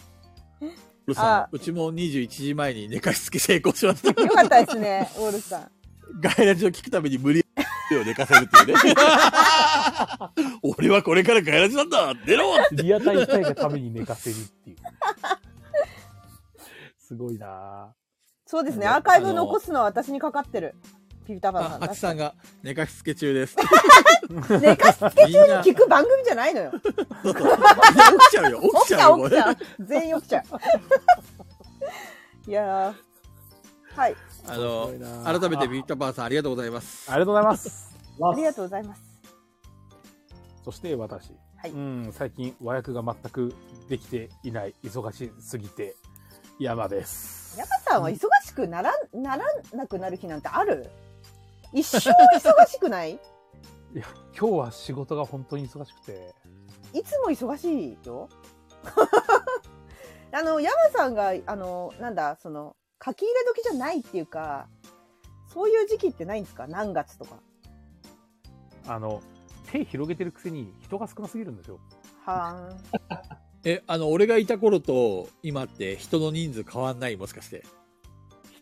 S2: ルさ
S1: あ
S2: ん、うちも21時前に寝かしつけ成功し ました。
S1: よかったですね、ウォルさん。
S2: ガイラジを聞くために無理やりを寝かせるっていうね。 俺はこれからガイラジなんだ出ろって
S3: リアタイしたいがために寝かせるっていう。すごいな
S1: そうですね、
S2: あの
S1: アーカイブ残すのは私にかかってる。ピピタパンさ
S2: あ
S1: ん、だ
S2: ハチさんが寝かしつけ 中です。
S1: 寝かしつけ
S2: みんな、
S1: 聞く番組じゃないのよ。
S2: そうそうみんな起きちゃ うよ。 起
S1: 起
S2: き
S1: き
S2: ち
S1: ちゃ
S2: ゃう
S1: う、起
S2: よ。
S1: きちゃう。全員起きちゃう。い やー。はい、
S2: あ
S3: すごいな
S2: の、改めてビビッタパーさんありがとうございます。
S3: ありがとうございます。
S1: ありがとうございます。
S3: そして私。
S1: はい
S3: うん、最近和訳が全くできていない、忙しすぎて、山です。
S1: 山さんは忙しくならならなくなる日なんてある一生忙しくない
S3: いや、今日は仕事が本当に忙しくて、
S1: いつも忙しいよ。 あの、山さんが、あの、なんだ、その、書き入れ時じゃないっていうか、そういう時期ってないんですか何月とか。
S3: あの、手広げてるくせに人が少なすぎるんですよ。
S1: は
S2: え、あの、俺がいた頃と今って人の人数変わんないもしかして。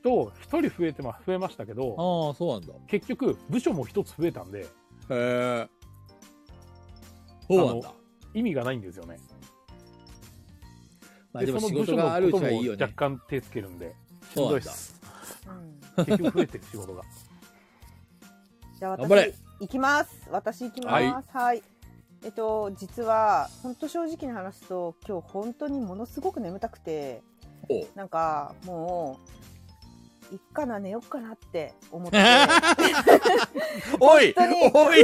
S3: 人、一人増えてま、増えましたけど、
S2: ああ、そうなんだ。
S3: 結局、部署も一つ増えたんで、
S2: へえ。そうなんだ。
S3: 意味がないんですよね。
S2: まあでも
S3: そ
S2: 仕
S3: の部署
S2: 事
S3: の
S2: があるう
S3: こ
S2: ち
S3: と
S2: はいい
S3: も
S2: よ
S3: 若
S2: ね。
S3: 干手つけるんで、しん
S2: そう
S3: ど
S2: ないん
S3: っ
S2: だ。
S3: す。
S1: ーうん
S3: 結局増えてる仕事が。
S1: じゃあ
S2: 頑張れ
S1: 私行きます。私行きます。はい。えっと実は本当正直に話すと今日本当にものすごく眠たくて
S2: おう
S1: なんかもういっかな寝よっかなって思って
S2: おい
S1: 本当に
S2: おい
S1: 9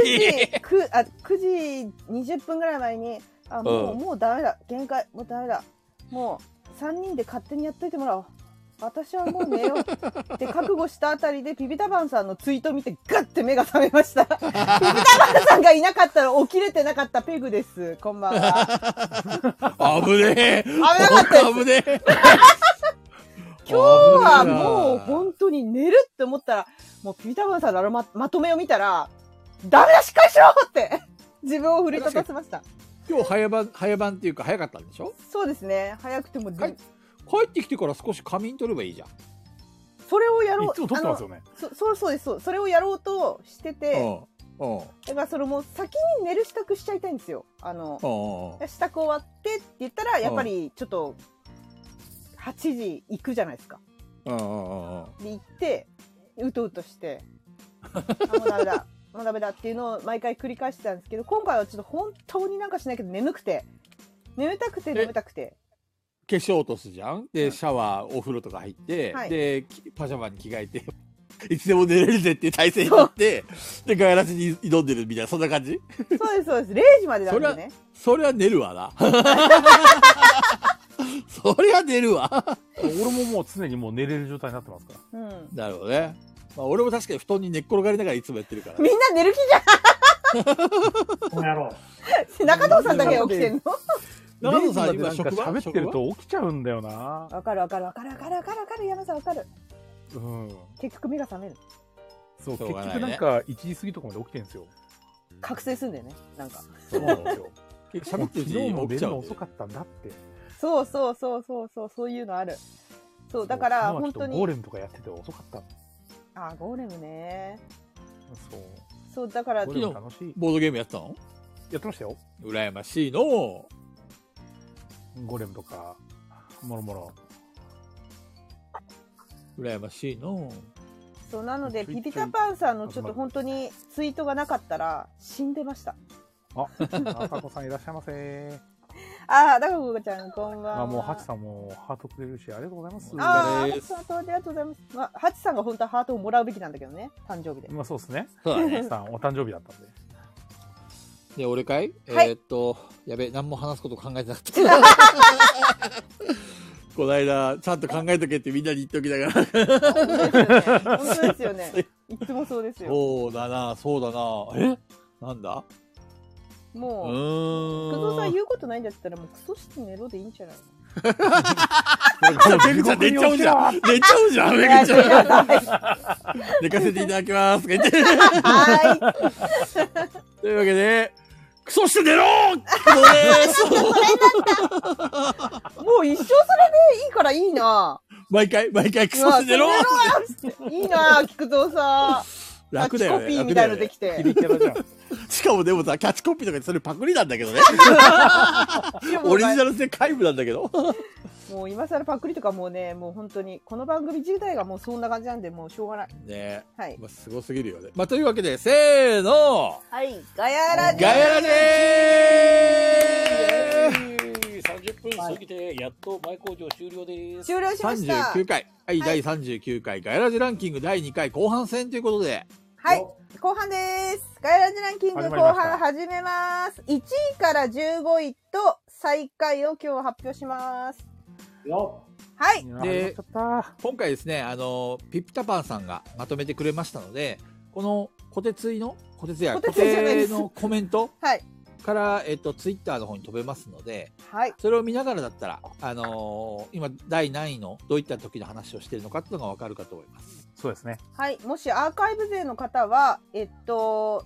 S1: 時くあ9時20分ぐらい前にあもう、
S2: うん
S1: もうダメだ限界もうダメだもう3人で勝手にやっといてもらおう私はもう寝ようって覚悟したあたりでピピタパンさんのツイート見てガッて目が覚めま したピピタパンさんがいなかったら起きれてなかったペグですこんばんはなかったです
S2: 危ねえ危危ねえ
S1: 今日はもう本当に寝るって思ったらもうピピタパンさんのあのままとめを見たらダメだしっかりしろって 自分を奮い立たせました
S2: 今日早番、早番っていうか早かったんでしょ
S1: そうですね早くても
S2: はい帰ってきてから少し仮眠取ればいいじゃん。
S1: それをやろう
S3: いつも撮ってますよね。
S1: あのそそうそうですそうそれをやろうとしてて
S2: うん。うん。うん
S1: だからそれもう先に寝る支度しちゃいたいんですよあの
S2: うんうん。
S1: 支度終わってって言ったらやっぱりちょっと8時行くじゃないですか
S2: うんうんうんうん。
S1: で行ってうとうと してあもうダメだもうダメだっていうのを毎回繰り返してたんですけど今回はちょっと本当になんかしないけど眠くて眠たくて眠たくて
S2: 化粧落とすじゃんで、シャワー、お風呂とか入って、
S1: はい
S2: で、きパジャマに着替えて、いつでも寝れるぜっていう体勢になって、で、ガヤラジに挑んでるみたいな、そんな感じ
S1: そうですそうです0時までなんでね
S2: そりゃ寝るわな。そりゃ寝るわ。
S3: 俺ももう常にもう寝れる状態になってますから。
S1: うん
S2: なるほどね。まあ、俺も確かに布団に寝っ転がりながらいつもやってるから、
S1: みんな寝る気
S4: この野郎。
S1: じゃん中藤さんだけ起きてんの
S2: 長野さん
S3: 0時までなんか
S2: 今職場
S3: 喋ってると起きちゃうんだよな。
S1: わかるわかるわかるわかるわかるわかる山さんわかる
S3: うん。
S1: 結局目が覚める
S3: そう、
S2: しょ
S3: 結
S2: うがない
S3: 局
S2: ね
S3: なんか1時過ぎとかまで起きてるんですよ。
S1: 覚醒すんだよねなんか
S3: そうなんですよ。
S2: 喋 ってるう
S3: 昨
S2: ち
S3: 日も
S2: に起
S3: 寝
S2: きち
S3: る
S2: ゃう
S3: の
S2: んだ
S3: 遅
S2: よ。
S3: かったんだって。
S1: そうそうそうそうそうそういうのあるそうだから
S3: そう
S1: 本
S3: 昨日
S1: 当
S3: はちょっとゴー
S1: に
S3: レムとかやってて遅かったんだ。
S1: あゴーレムね
S3: そう。
S1: そうだから
S3: ゴ
S2: レム
S3: ーレム楽しい。
S2: ボードゲームやってたの
S3: やってましたよ。
S2: 羨ましいの
S3: ゴーレムとか、もろもろ。
S2: 羨ましいの
S1: そうなので
S3: ちょい
S1: ピピ
S3: ちょい
S1: タパンさんのちょっと本当にツイートがなかったら死んでました
S3: あ、赤子さんいらっしゃいませ。
S1: ああだからここちゃんこんばんは
S3: あ、もうハチさんもハートくれるし、ありがとうございます。
S1: あ
S2: お疲
S1: ーハ
S2: れで
S1: チ
S2: す
S1: さんありがとうございます、まあ、ハチさんが本当はハートをもらうべきなんだけどね誕生日で
S3: まあそうですね。
S2: そうだね
S3: ハ。チさんお誕生日だったんで。
S2: で、俺かい、
S1: はい
S2: えーっと、やべ、何も話すこと考えてなかった。 こないだ、ちゃんと考えとけってみんなに言っておきながら。
S1: 本当ですよね
S2: すいません
S1: いつもそうですよ
S2: そうだな、そうだな。えなんだう
S1: もう
S2: ーん。
S1: 工藤さん言うことないんだったらもうクソして寝ろでいいんじゃない
S2: ペグちゃん寝ちゃうじ ゃん。寝ちゃうじゃん、
S1: い
S2: ペ
S1: や
S2: グ
S1: い
S2: ちゃん。
S1: やはい
S2: 寝かせていただきます。とか言って
S1: はい
S2: というわけで、クそして寝ろこれです
S1: もう一生それでいいからいいな。
S2: 毎回、毎回、クソして寝ろ
S1: うわ寝ろいいな、菊蔵さん。
S2: 楽だよね。
S1: キャッチコピー
S2: 楽
S1: みた
S2: だ
S1: いの
S2: よ
S1: で
S2: ね
S1: きて。
S3: 切りキャラじゃん。
S2: しかもでもさ、キャッチコピーとかそれパクリなん だけどね。オリジナルで皆無なんだけど。
S1: もう今更パクリとかもうね、もう本当に、この番組自体がもうそんな感じなんで、もうしょうがない。
S2: ね
S1: はい。
S2: まあ、すごすぎるよね。まあ、というわけで、せーの
S1: はい、ガヤラジ
S2: ガヤラジー
S5: 30分過ぎて、やっと前工場終了です。
S1: 終了しました。
S2: 39回、はい、
S1: はい
S2: 第39回ガヤラジランキング第2回後半戦ということで、
S1: はい、後半です。ガヤラジランキング
S3: 始
S1: 後
S3: まりまし
S1: 半
S3: た
S1: 始めます。1位から15位と最下位を今日発表します。
S4: よ
S1: はい。
S2: で
S3: で、あ
S2: 今回ですね、あの、ピピタパンさんがまとめてくれましたので、この小鉄いの、小鉄や、
S1: 小
S2: 小
S1: 鉄じゃないで
S2: 鉄
S1: す
S2: のコメント
S1: はい。
S2: から、えっと、ツイッターの方に飛べますので、
S1: はい。
S2: それを見ながらだったら、あのー今、第何位の、どういった時の話をしているのかっていうのがわかるかと思います。
S3: そうですね。
S1: はい。もしアーカイブ勢の方は、えっと、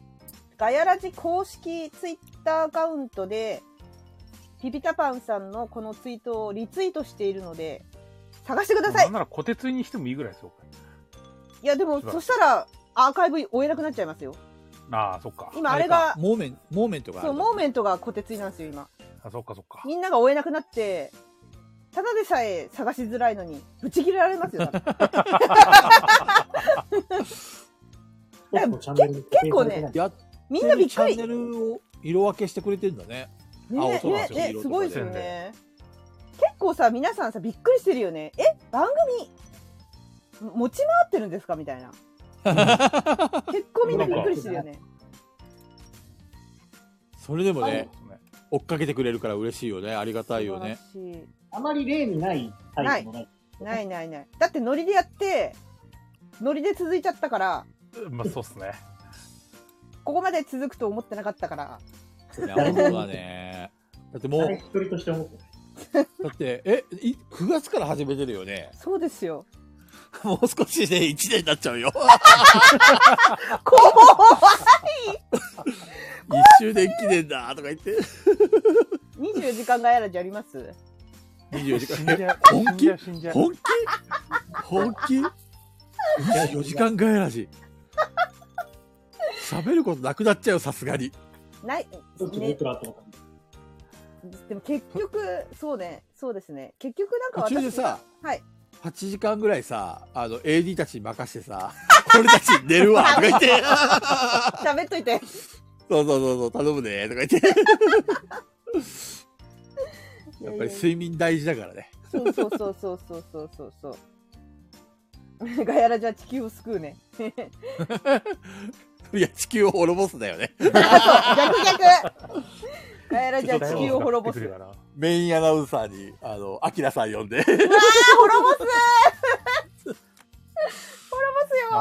S1: ガヤラジ公式ツイッターアカウントで、ピピタパンさんのこのツイートをリツイートしているので、探してくださ
S3: ないん。なら小鉄にしてもいいぐらいですよ。
S1: いや、でも、
S3: 素晴らし
S1: そ
S3: い
S1: したら、アーカイブ追えなくなっちゃいますよ。
S3: ああ、そっか。
S1: 今、あれが
S2: か、モーメン、モーメントがある
S1: そう、モーメントが小鉄になんですよ、今。
S3: あ、そっかそっか。
S1: みんなが追えなくなって、ただでさえ探しづらいのに、ぶち切れられますよ。だから
S4: 一つのチャンネルに固定されてない
S2: やっ
S1: みんなびっくり。
S2: チャ
S1: ね
S2: ンネルを色分けしてくれてるんだ ね。青
S1: ね
S2: そうなんですよ
S1: ね
S2: 色とかです
S1: ごいですよね。結構さ、皆さんさ、びっくりしてるよね。え、番組、持ち回ってるんですかみたいな。結構みんなびっくりしてるよね。
S2: それでもね、
S3: そうですね
S2: 追っかけてくれるから嬉しいよね。ありがたいよね。
S1: 素晴らし
S4: あまり例にないタイプのない。
S1: い。ないないない。だってノリでやって、ノリで続いちゃったから、
S3: まあ、そうですね。
S1: ここまで続くと思ってなかったから。
S2: いや本当だ ね。だっても
S4: 誰
S2: う、
S4: 一人として思ってない。
S2: だって、え、い9月から始めてるよね。
S1: そうですよ。
S2: もう少しで1年になっちゃう よ。
S1: 怖
S2: 1周年記念だとか言って。
S1: い !24 時間がやらじゃあります
S2: 24時
S3: 死ん
S2: 間。
S3: じゃう。
S2: 本気
S3: 死んじゃう死んじゃう
S2: 本気本気 ?4 時間ガヤラジ。喋ることなくなっちゃうよ、さすがに。
S1: ない、
S4: どっちも
S1: ね
S4: いくらってことに
S1: でも結局、そうね、そうですね。結局なんか私
S2: 途中でさ、
S1: はい。
S2: 8時間ぐらいさ、あの、AD たちに任してさ、 俺たち寝るわとか言って、
S1: 喋っといて。
S2: そうそうそうそう、頼むねとか言って。やっぱり睡眠大事だからね。
S1: そうそうそうそうそうそうそうそう。ガヤラじゃ地球を救うね。逆
S2: いや、地球を滅ぼすだよね。
S1: 逆ガヤラじゃ地球を滅ぼす。
S3: ちょ
S1: う
S3: っ
S1: わ
S3: と大
S2: メインアナウンサーに、あの、アキラさん呼んで。
S1: ー滅ぼ
S3: 丈夫だな。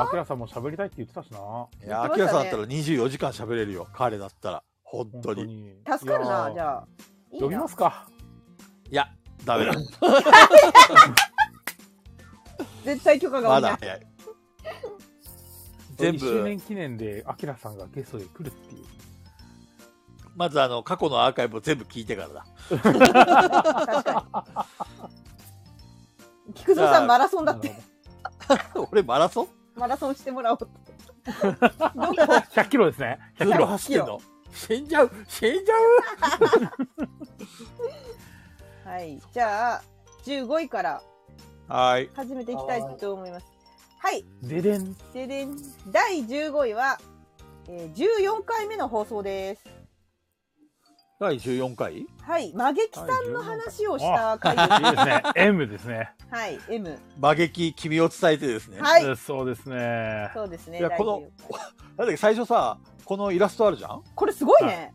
S3: あくらさんも喋りたいって言ってたしな。本
S2: いや、アキラさんだったら24時間喋れるよ。彼だったら。本当に。
S3: に
S1: す助かるな、じ
S3: あ。
S1: ゃあ。い
S3: 呼
S1: い
S3: び
S1: な
S3: ますか。
S2: いや、ダメだ。
S1: 絶対許可が
S2: ま
S1: 下りな
S2: だ
S1: い。
S2: 早い。全
S3: 全部。1周
S2: 部、
S3: 年記念で、あきらさんがゲストで来るっていう。
S2: まずあの、過去のアーカイブを全部聞いてからだ。
S1: 確かに。菊蔵さんマラソンだって。
S2: 俺マラソン
S1: マラソンしてもらおうって。
S3: 100キロですね。
S2: 100キロ走ってんの死んじゃう死んじゃう
S1: はい。じゃあ、15位から
S2: はい。
S1: 始めていきたいと思います。はい。
S3: ででん。
S1: ででん第15位は、えー14回目の放送です。
S2: 第14回
S1: はい。マゲキさんの話をした回です。
S3: いいですね。M ですね。
S1: はい。M。
S2: 魔撃、君を伝えてですね。
S1: はい。
S3: そうですね。
S1: そうですね。
S2: いや
S1: 第
S2: この
S1: 14回
S2: なんだっけ、最初さ、このイラストあるじゃん
S1: これすごいね。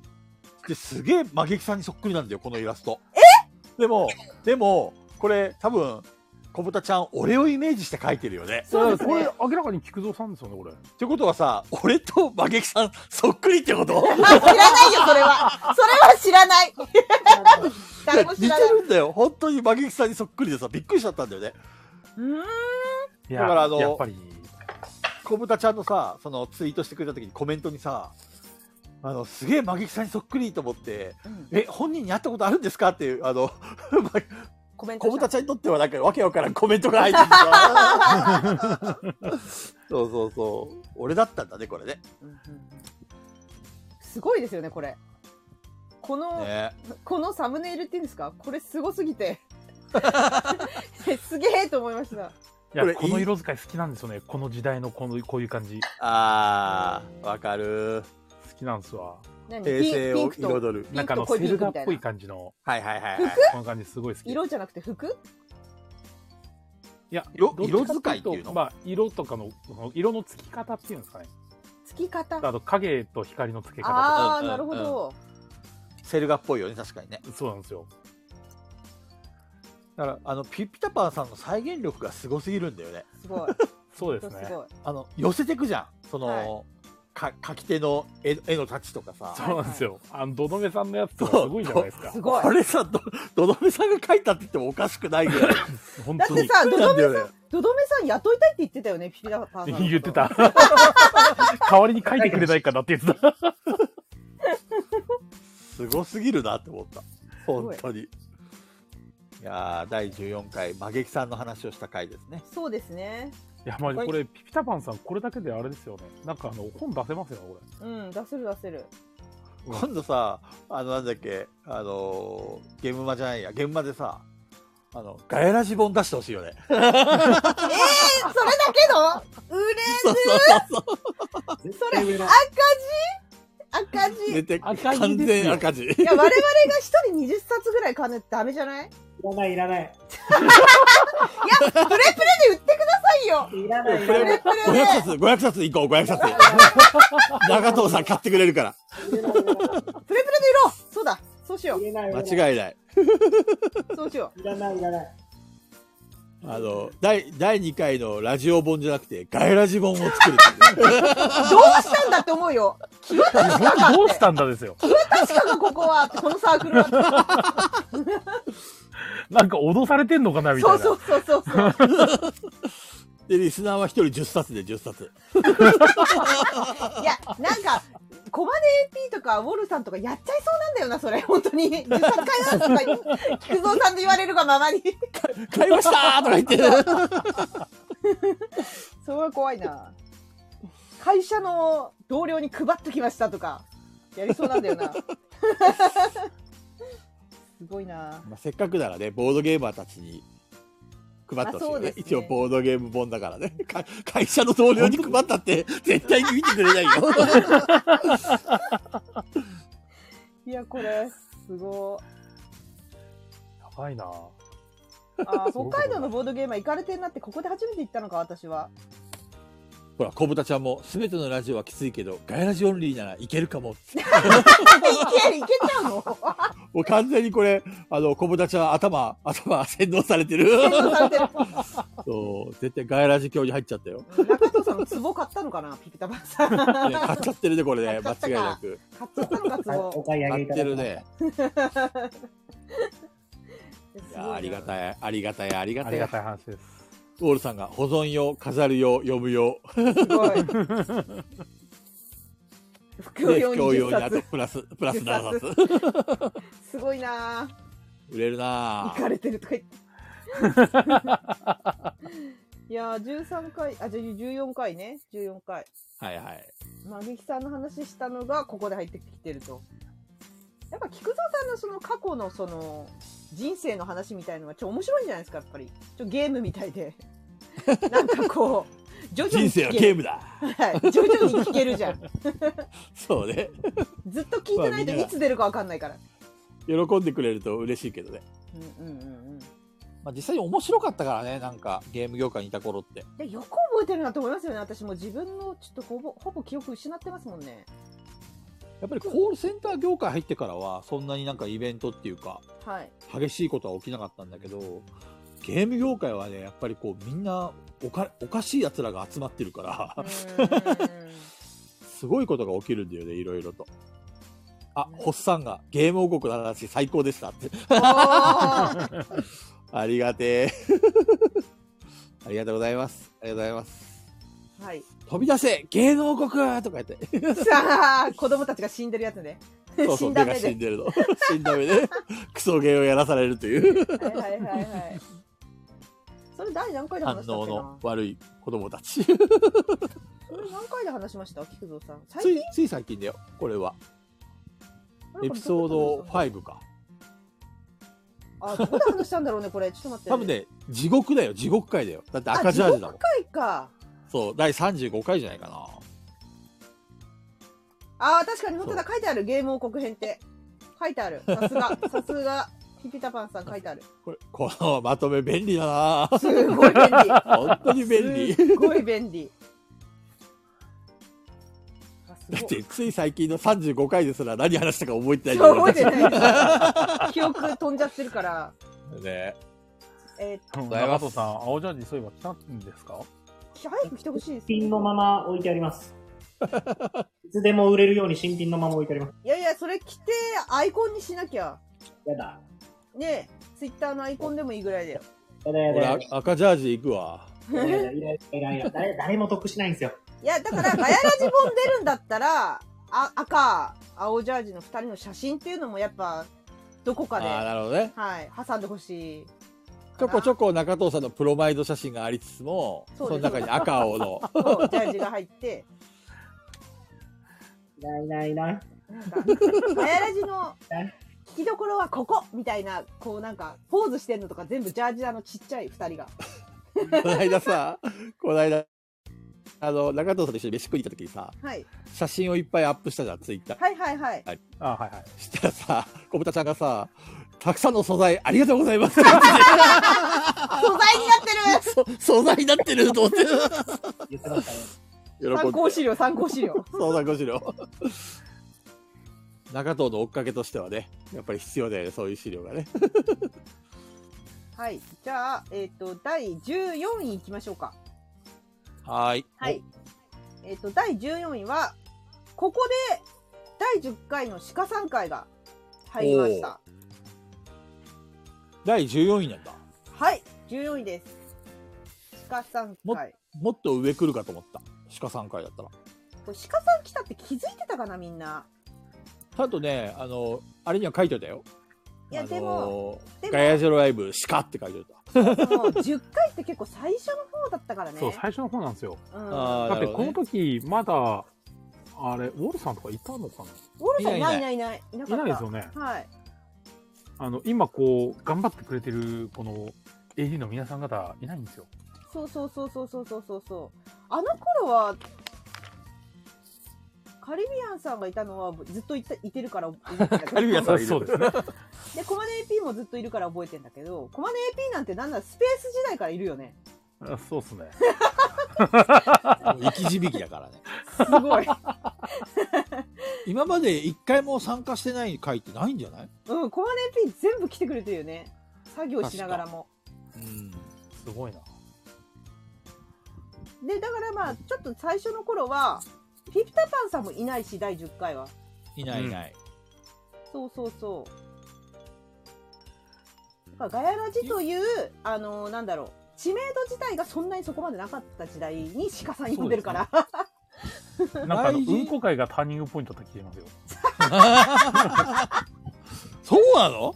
S2: ですげえ魔撃さんにそっくりなんだよ、このイラスト。えでも、でも、これ多分、小豚ちゃん、俺をイメージして描いてるよね。
S1: そうです
S3: これ
S1: ね。
S3: 明らかに菊蔵さんですよね、これ。
S2: ってことはさ、俺と魔撃さん、そっくりってこと
S1: あ知らないよ、それは。それは知らない。誰も
S2: 似
S1: 知
S2: て
S1: らない。
S2: るんだよ。本当に魔撃さんにそっくりでさ、びっくりしちゃったんだよね。
S1: うーん。
S3: い
S2: だからあの
S3: やっぱり。
S2: 小豚ちゃんのさ、そのツイートしてくれた時にコメントにさ、あの、すげえ、マギキさんにそっくりと思って、
S1: うん
S2: え、本人に会ったことあるんですかっていう、あの、
S1: コメント
S2: 小
S1: した
S2: 豚ちゃんにとってはなんかわけわからんコメントが入って きた。そうそうそう。俺だったんだね、これね。
S1: うんうんうんすごいですよねこれこの、
S2: ね
S1: このサムネイルっていうんですかこれすごすぎ てすげえと思いました
S3: いや
S2: これ
S3: この色使い好きなんですよねこの時代のこのこういう感じ
S2: あー、わかる。
S3: 好きなんですわ
S1: 何
S2: 平
S1: ピン
S2: 成
S1: ピ
S2: を
S1: ンクと
S2: 彩る。
S1: ピ
S3: な
S1: ン
S3: ん
S1: ク
S3: かあ
S1: と
S3: の
S1: 濃い
S3: セ
S1: ピ
S3: ル
S1: ンクみ
S3: ガった
S1: い
S3: ぽい
S1: な
S3: 感じの
S2: はいはいはいはい。
S3: この感じすごい好き
S1: 色じゃなくて服
S3: いや
S2: 色
S3: どっちか
S2: 色使いっていうの
S3: ととまあ色とかのこの色のつき方っていうんですかね
S1: つき方
S3: あと影と光のつけ方とか
S1: あ
S2: う
S1: あ
S2: んうん
S1: なるほど、
S2: セルガっぽいよね、確かにね。
S3: そうなんですよ
S2: だから、あの、ピピタパンさんの再現力がすごすぎるんだよね。
S1: すごい
S3: そうです
S1: す
S3: ね
S1: ごい
S2: あの、寄せてくじゃん。その、
S1: は
S2: か書き手の絵絵のタッチとかさ。
S3: そうなんですよあのどどめさんのやつとかすごいじゃないですか
S1: すごい
S2: これさ、ど、 どどめさんが書いたって言ってもおかしくないぐらい。
S3: 本
S1: だっ
S3: 当
S1: て
S3: に
S1: さ
S2: びっくりなんだよね
S1: ドドメさん雇いたいって言ってたよねピピラパーさんのこと
S3: 言っ てた代わりに書いてくれないかなって言ってた
S2: すごすぎるなって思った。
S1: ご
S2: 本
S1: い
S2: 当に。いやー、第14回、マゲキさんの話をした回ですね。
S1: そうですね
S3: いやまあこれピピタパンさんこれだけであれですよねなんかあの本出せますよねこ
S1: うん出せる出せる
S3: うん
S2: 今度さ、あの、なんだっけ、あのーゲームマじゃないや、ゲームマでさ、あの、ガヤラジ本出してほしいよね。
S1: えー、 それだけの売れ
S2: そうそうそう。
S4: 絶対上の
S1: 赤字
S2: 出て
S3: 赤字ですよ
S2: 完全赤字。
S1: いや、我々が一人20冊ぐらい買わないとダメじゃないい
S4: いらない、いらない。
S1: や、プレプレで売ってくださいよ
S4: いらない、い
S2: これ
S4: らな
S2: も
S4: い。
S2: 500冊、500冊行こう、500冊。 長藤さん買ってくれるから。
S1: プレプレで売ろうそうだそうしよ
S4: いらない、いらない。
S2: 間違いない。
S1: うそうしよ
S4: いらない、いらない。
S2: あの、第、第2回のラジオ本じゃなくて、ガヤラジ本を作るっていう。
S1: うどうしたんだって思うよ
S3: れ本当どうしたんだですよ
S1: 確かがここはこのサークルは
S3: なんか脅されてんのかなみたい
S1: そ
S3: な
S1: うそうそうそうそう
S2: で、リスナーは1人10冊で10冊。
S1: いやなんかコマネ AP とかウォルさんとかやっちゃいそうなんだよなそれ本当に10冊買いますとか菊蔵さんと言われるがままに
S2: 買いましたーとか言って。
S1: それは怖いな会社の同僚に配っときましたとかやりそうなんだよなすごいな
S2: まあ、せっかくならね、ボードゲーマーたちに配ってほ
S1: まあ
S2: しい
S1: そ
S2: よ
S1: う
S2: ね。
S1: ですね
S2: 一応、ボードゲーム本だからね。 か会社の同僚に配ったって、絶対に見てくれないよ。
S1: いやこれすご
S3: やばいな
S1: ーあー北海道のボードゲーマー行かれてんなってここで初めて行ったのか私は
S2: ほら、小豚ちゃんも、すべてのラジオはきついけど、ガヤラジオンリーならいけるかも。
S1: いけいけちゃうの
S2: もう完全にこれ、あの、小豚ちゃん頭、頭洗脳されてる。
S1: 天童さんって
S2: そう、絶対ガヤラジ教に入っちゃったよ。ね
S1: 中藤さんの壺買ったのかなピピタパンさん買っ
S2: 買っちゃってるね、これね。間
S1: 買っちゃった
S2: 違いなく。
S1: ちゃったのか
S4: はい、お
S1: 壺
S4: 買い上
S2: 買
S4: げい
S2: ったて
S4: だき
S2: る
S4: ます。
S2: ね。い
S1: すごい
S2: や
S1: な
S2: ありがたい、ありがたい、ありが
S3: あ
S2: た
S3: り
S2: い
S3: が。たい話です
S2: ウォールさんが保存用、飾る用、読む用、
S1: すごい 副業
S2: で
S1: 用に
S2: 教
S1: 10
S2: 用にあと
S1: 冊
S2: プラス、プラス7冊。
S1: すごいなー
S2: 売れるな
S1: 行
S2: ぁ
S1: かれてるとか言って。いやー、13回、あ、じゃあ14回ね。14回。
S2: はいはい。
S1: まぎきさんの話したのが、ここで入ってきてると。やっぱ、菊蔵さんのその過去のその、人生の話みたいのが、ちょ、面白いんじゃないですか、やっぱり。ちょ、ゲームみたい で。なんかこう、徐々に
S2: 人生はゲームだ
S1: ム。はい。徐々に聞けるじゃん。
S2: そうね。
S1: ずっと聞いてないと
S2: まあみんない
S1: つ出るかわかんないから。
S2: 喜んでくれると嬉しいけどね。
S1: うんうんうんうん。
S2: まあ実際に面白かったからね、なんかゲーム業界にいた頃って。
S1: でよく覚えてるなと思いますよね。私もう自分の、ちょっとほぼ、ほぼ記憶失ってますもんね。
S2: やっぱりコールセンター業界入ってからは、そんなになんかイベントっていうか、
S1: はい。
S2: 激しいことは起きなかったんだけど、ゲーム業界はね、やっぱりこうみんなおかおかしい奴らが集まってるから、
S1: うーん
S2: すごいことが起きるんだよね、いろいろと。あ、ホッサンがゲーム王国の話最高でしたって。
S1: おー
S2: ありがてえ。ありがとうございます。ありがとうございます。
S1: はい。
S2: 飛び出せ芸能国と か言って。
S1: さあ、子供たちが死んでるやつね。
S2: そう
S1: 死
S2: そ
S1: ん
S2: う、
S1: だ
S2: 目
S1: 目
S2: が
S1: で
S2: 死ん。でるの。 死んだ目で、 クソ芸をやらされるという、
S1: はいはいはいはい。それ第何回で
S2: 反
S1: 話
S2: 応
S1: したっけな
S2: の。悪い子供たち。
S1: それ何回で話しました菊蔵さん。最
S2: つ
S1: 近
S2: い、つい最近だよ、これは。エピソード。5か。
S1: あ、どこで話したんだろうね、これ。ちょっと待って。
S2: 多分。ね、地獄だよ、地獄回だよ。だって赤ジャージだもん。
S1: 回か。
S2: そう、第35回じゃないかな。
S1: ああ、確かに本当だ。書いてある。ゲーム王国編って。書いてある。さすが。さすが。ピピタパンさん書いてある。
S2: これ、このまとめ便利だ な
S1: すごい便利。
S2: 本当に便利。
S1: すっごい便利。あすご
S2: だっ
S1: い
S2: て、つい最近の35回ですら何話したか覚えてない
S1: そう覚えてない。記憶飛んじゃってるから。
S2: ね。
S1: え
S3: 長藤さん、青ジャージそういえば来たんですか
S1: ー、早く来てほしいです、
S4: 新品のまま置いてあります。いつでも売れるように新品のまま置いてあります。
S1: いやいや、それ着てアイコンにしなきゃ。
S4: やだ。
S1: ねえ、ツイッターのアイコンでもいいぐらいだよ。
S4: やだやだ
S2: 俺
S4: やだ。、
S2: 赤ジャージ行くわ。
S4: いやいやいやいやいや誰誰も得しないんですよ。
S1: いや、だから、ガヤラジ本出るんだったら、あ赤、青ジャージの二人の写真っていうのもやっぱ、どこ
S2: あ
S1: かで、
S2: あ、
S1: は
S2: なるほどね。
S1: い、挟んでほしい。
S2: ちょこち
S1: ょ
S2: ょこ中藤さんのプロマイド写真がありつつも、
S1: そ
S2: そう
S1: で
S2: の
S1: す
S2: 中に赤 青の。
S1: こ。ジャージが入 って、
S4: いないいないいない。
S1: なんか、ガヤラジの聞きどころはここみたいな、こうなんか、ポーズしてんのとか全部ジャージあのちっちゃい二人が。
S2: この間さ、この間、あの、中藤さんと一緒に飯食いに行った時にさ、
S1: はい。
S2: 写真をいっぱいアップしたじゃん、ツイッター。
S1: はいはいはい。
S3: あ、はいはい。
S2: したらさ、小豚ちゃんがさ、たくさんの素材ありがとうございます って言ってて
S1: 素材になってる
S2: そ素材になってると 思って、
S4: 言ってましたね。
S2: 喜 ん
S1: 参考
S2: で。
S1: 資料、参考資料。
S2: そうだ、ご資料。中藤の追っかけとしてはね、やっぱり必要だよね、そういう資料がね。
S1: はい。じゃあ、えっ、と、第14位いきましょうか。
S2: はーい。
S1: はい。えっ、と、第14位は、ここで、第10回の鹿さん会が入りました。
S2: 第14位なんだ。
S1: はい。14位です。鹿さん
S2: も
S1: 会。
S2: もっと上来るかと思った。鹿3回だったら。
S1: これ鹿さん来たって気づいてたかな、みんな。
S2: ちゃんとね、あの、あれには書いといたよ。
S1: いや、
S2: あの
S1: でも、、でも
S2: ガヤジロライブ、鹿って書いといた。
S1: その10回って結構最初の方だったからね。
S3: そう、最初の方なんですよ。
S1: うん、
S2: あー
S3: だって、
S2: なるほど
S3: この
S2: ね
S3: 時、まだ、あれ、ウォルさんとかいたのかな
S1: ウォルさんい
S2: い
S1: な
S2: ない
S1: い
S2: い
S1: な
S2: な
S1: な
S2: い
S1: い。いなかった。
S3: いないですよね。
S1: はい。
S3: あの、今こう、頑張ってくれてる、この、AD の皆さん方、いないんですよ。
S1: そうそうそうそうそうそうそうそう。あの頃は、カリビアンさんがいたのはずっといたいてるから覚えてんだけど
S2: カリビアンさんいる
S3: そうですね。
S1: で、コマネ AP もずっといるから覚えてんだけど、コマネ AP なんてなんならスペース時代からいるよね。
S3: あそうですね。
S2: もう生き字引き だからね。
S1: すごい。
S2: 今まで一回も参加してない回ってないんじゃない
S1: うん、コマネ AP 全部来てくれてるよね。作業しながらも。
S2: うん。
S3: すご いな。
S1: で、だからまあ、ちょっと最初の頃は、ピピタパンさんもいないし、第10回は。
S2: いないいない。
S1: そうそうそう。だからガヤラジという、あのーなんだろう、知名度自体がそんなにそこまでなかった時代に鹿さん呼んでるから。
S3: なんかあの、
S2: 大事
S3: うんこ会がターニングポイントだって聞いてますよ。
S2: そうなの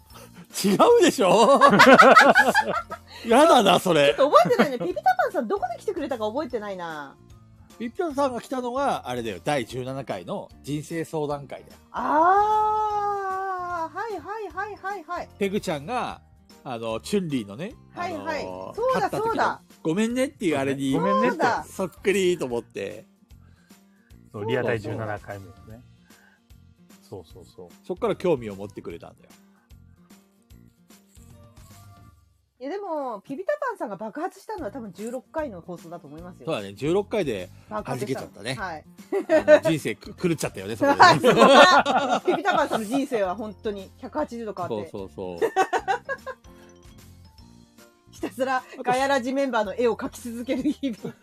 S2: 違うでし ょやだな、それ。
S1: 覚えてないね。ピピタパンさんどこで来てくれたか覚えてないな。
S2: ピッピョンさんが来たのが、あれだよ、第17回の人生相談会だよ。
S1: あー、はいはいはいはいはい。
S2: ペグちゃんが、あの、チュンリーのね、
S1: はいはい
S2: あの
S1: そうだ
S2: 勝った時の
S1: そうだ
S2: ごめんねっていうあれに、
S3: ごめんねっ
S1: そうだ
S3: て。
S2: そっくりと思って、
S3: そうリア第
S2: そうだ
S3: 17回目ですね。そうそうそう。
S2: そっから興味を持ってくれたんだよ。
S1: いやでも、ピピタパンさんが爆発したのは多分16回の放送だと思います
S2: そう
S1: よ。
S2: だね、16回で
S1: 爆発したの
S2: 弾けちゃったね
S1: はい。
S2: あの人生く狂っちゃったよね、そこでね、
S1: ピピタパンさんの人生は本当に180度変わ
S2: そ
S1: っ
S2: う
S1: て、
S2: そうそう。
S1: ひたすらガヤラジメンバーの絵を描き続ける日々。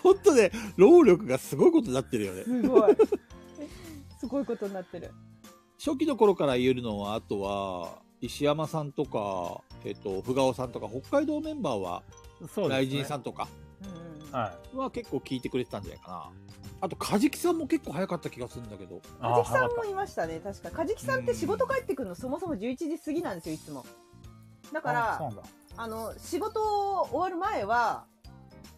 S2: 本当ね、労力がすごいことになってるよね。
S1: すごい。すごいことになってる。
S2: 初期の頃から言えるのは、あとは、石山さんとか、えっと、ふがおさんとか、北海道メンバーは、
S3: そうですね。
S2: 雷神さんとか
S1: うん
S3: はい。
S2: は結構聞いてくれてたんじゃないかな。あと、カジキさんも結構早かった気がするんだけど。
S1: カ
S3: ああ、
S1: ジキさ
S3: 早
S1: ん
S3: か
S1: も
S3: っ
S1: いましたね、確か。カジキさんって仕事帰ってくるのそもそも11時過ぎなんですよ、いつも。だ
S3: た。
S1: か
S3: あそう
S1: ら、
S3: なんだ。
S1: あの、仕事終わる前は、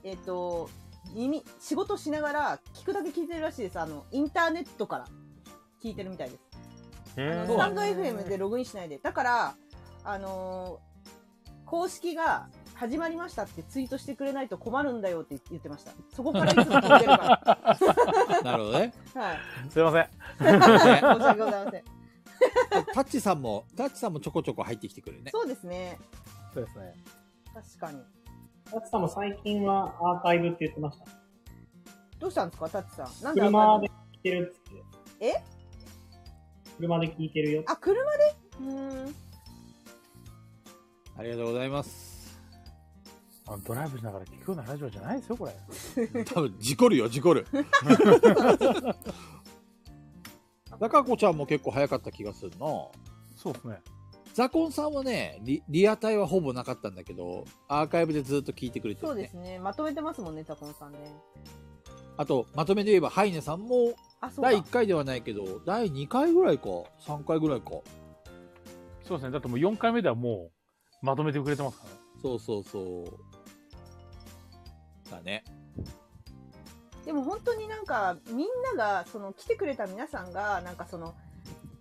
S1: えっ、と、耳、仕事しながら聞くだけ聞いてるらしいです。あの、インターネットから聞いてるみたいです。
S3: へ
S1: ス
S3: え
S1: タンド FM でログインしないで。だから、あのー公式が始まりましたってツイートしてくれないと困るんだよって言ってました。そこからいつも聞いてるか
S2: なるほどね。
S1: ら。はい。
S3: すいません。
S1: 申し訳ござ いません。
S2: タッチさんも、タッチさんもちょこちょこ入ってきてくれるね。
S1: そうですね。
S3: そうですね。
S1: 確かに。
S4: タツさんも最近はアーカイブって言ってました。
S1: どうしたんですか、タッチさん。なんで
S4: 車で聞いてるっつって。
S1: え
S4: 車で聞いてるよって。
S1: あ、車でうーん。
S2: ありがとうございます。
S3: あドライブしながら聞くようなラジオじゃないですよ、これ。
S2: 多分、事故るよ、事故る。中子ちゃんも結構早かった気がするな。
S3: そうですね。
S2: ザコンさんはねリ、リアタイはほぼなかったんだけど、アーカイブでずっと聞いてくれてる、ね。
S1: そうですね。まとめてますもんね、ザコンさんね。
S2: あと、まとめで言えば、ハイネさんも、
S1: あ、そうだ
S2: 第1回ではないけど、第2回ぐらいか、3回ぐらいか。
S3: そうですね。だってもう4回目ではもう、まとめてくれてますからね。
S2: そうそうそう。だね。
S1: でも本当になんか、みんなが、その、来てくれた皆さんが、なんかその、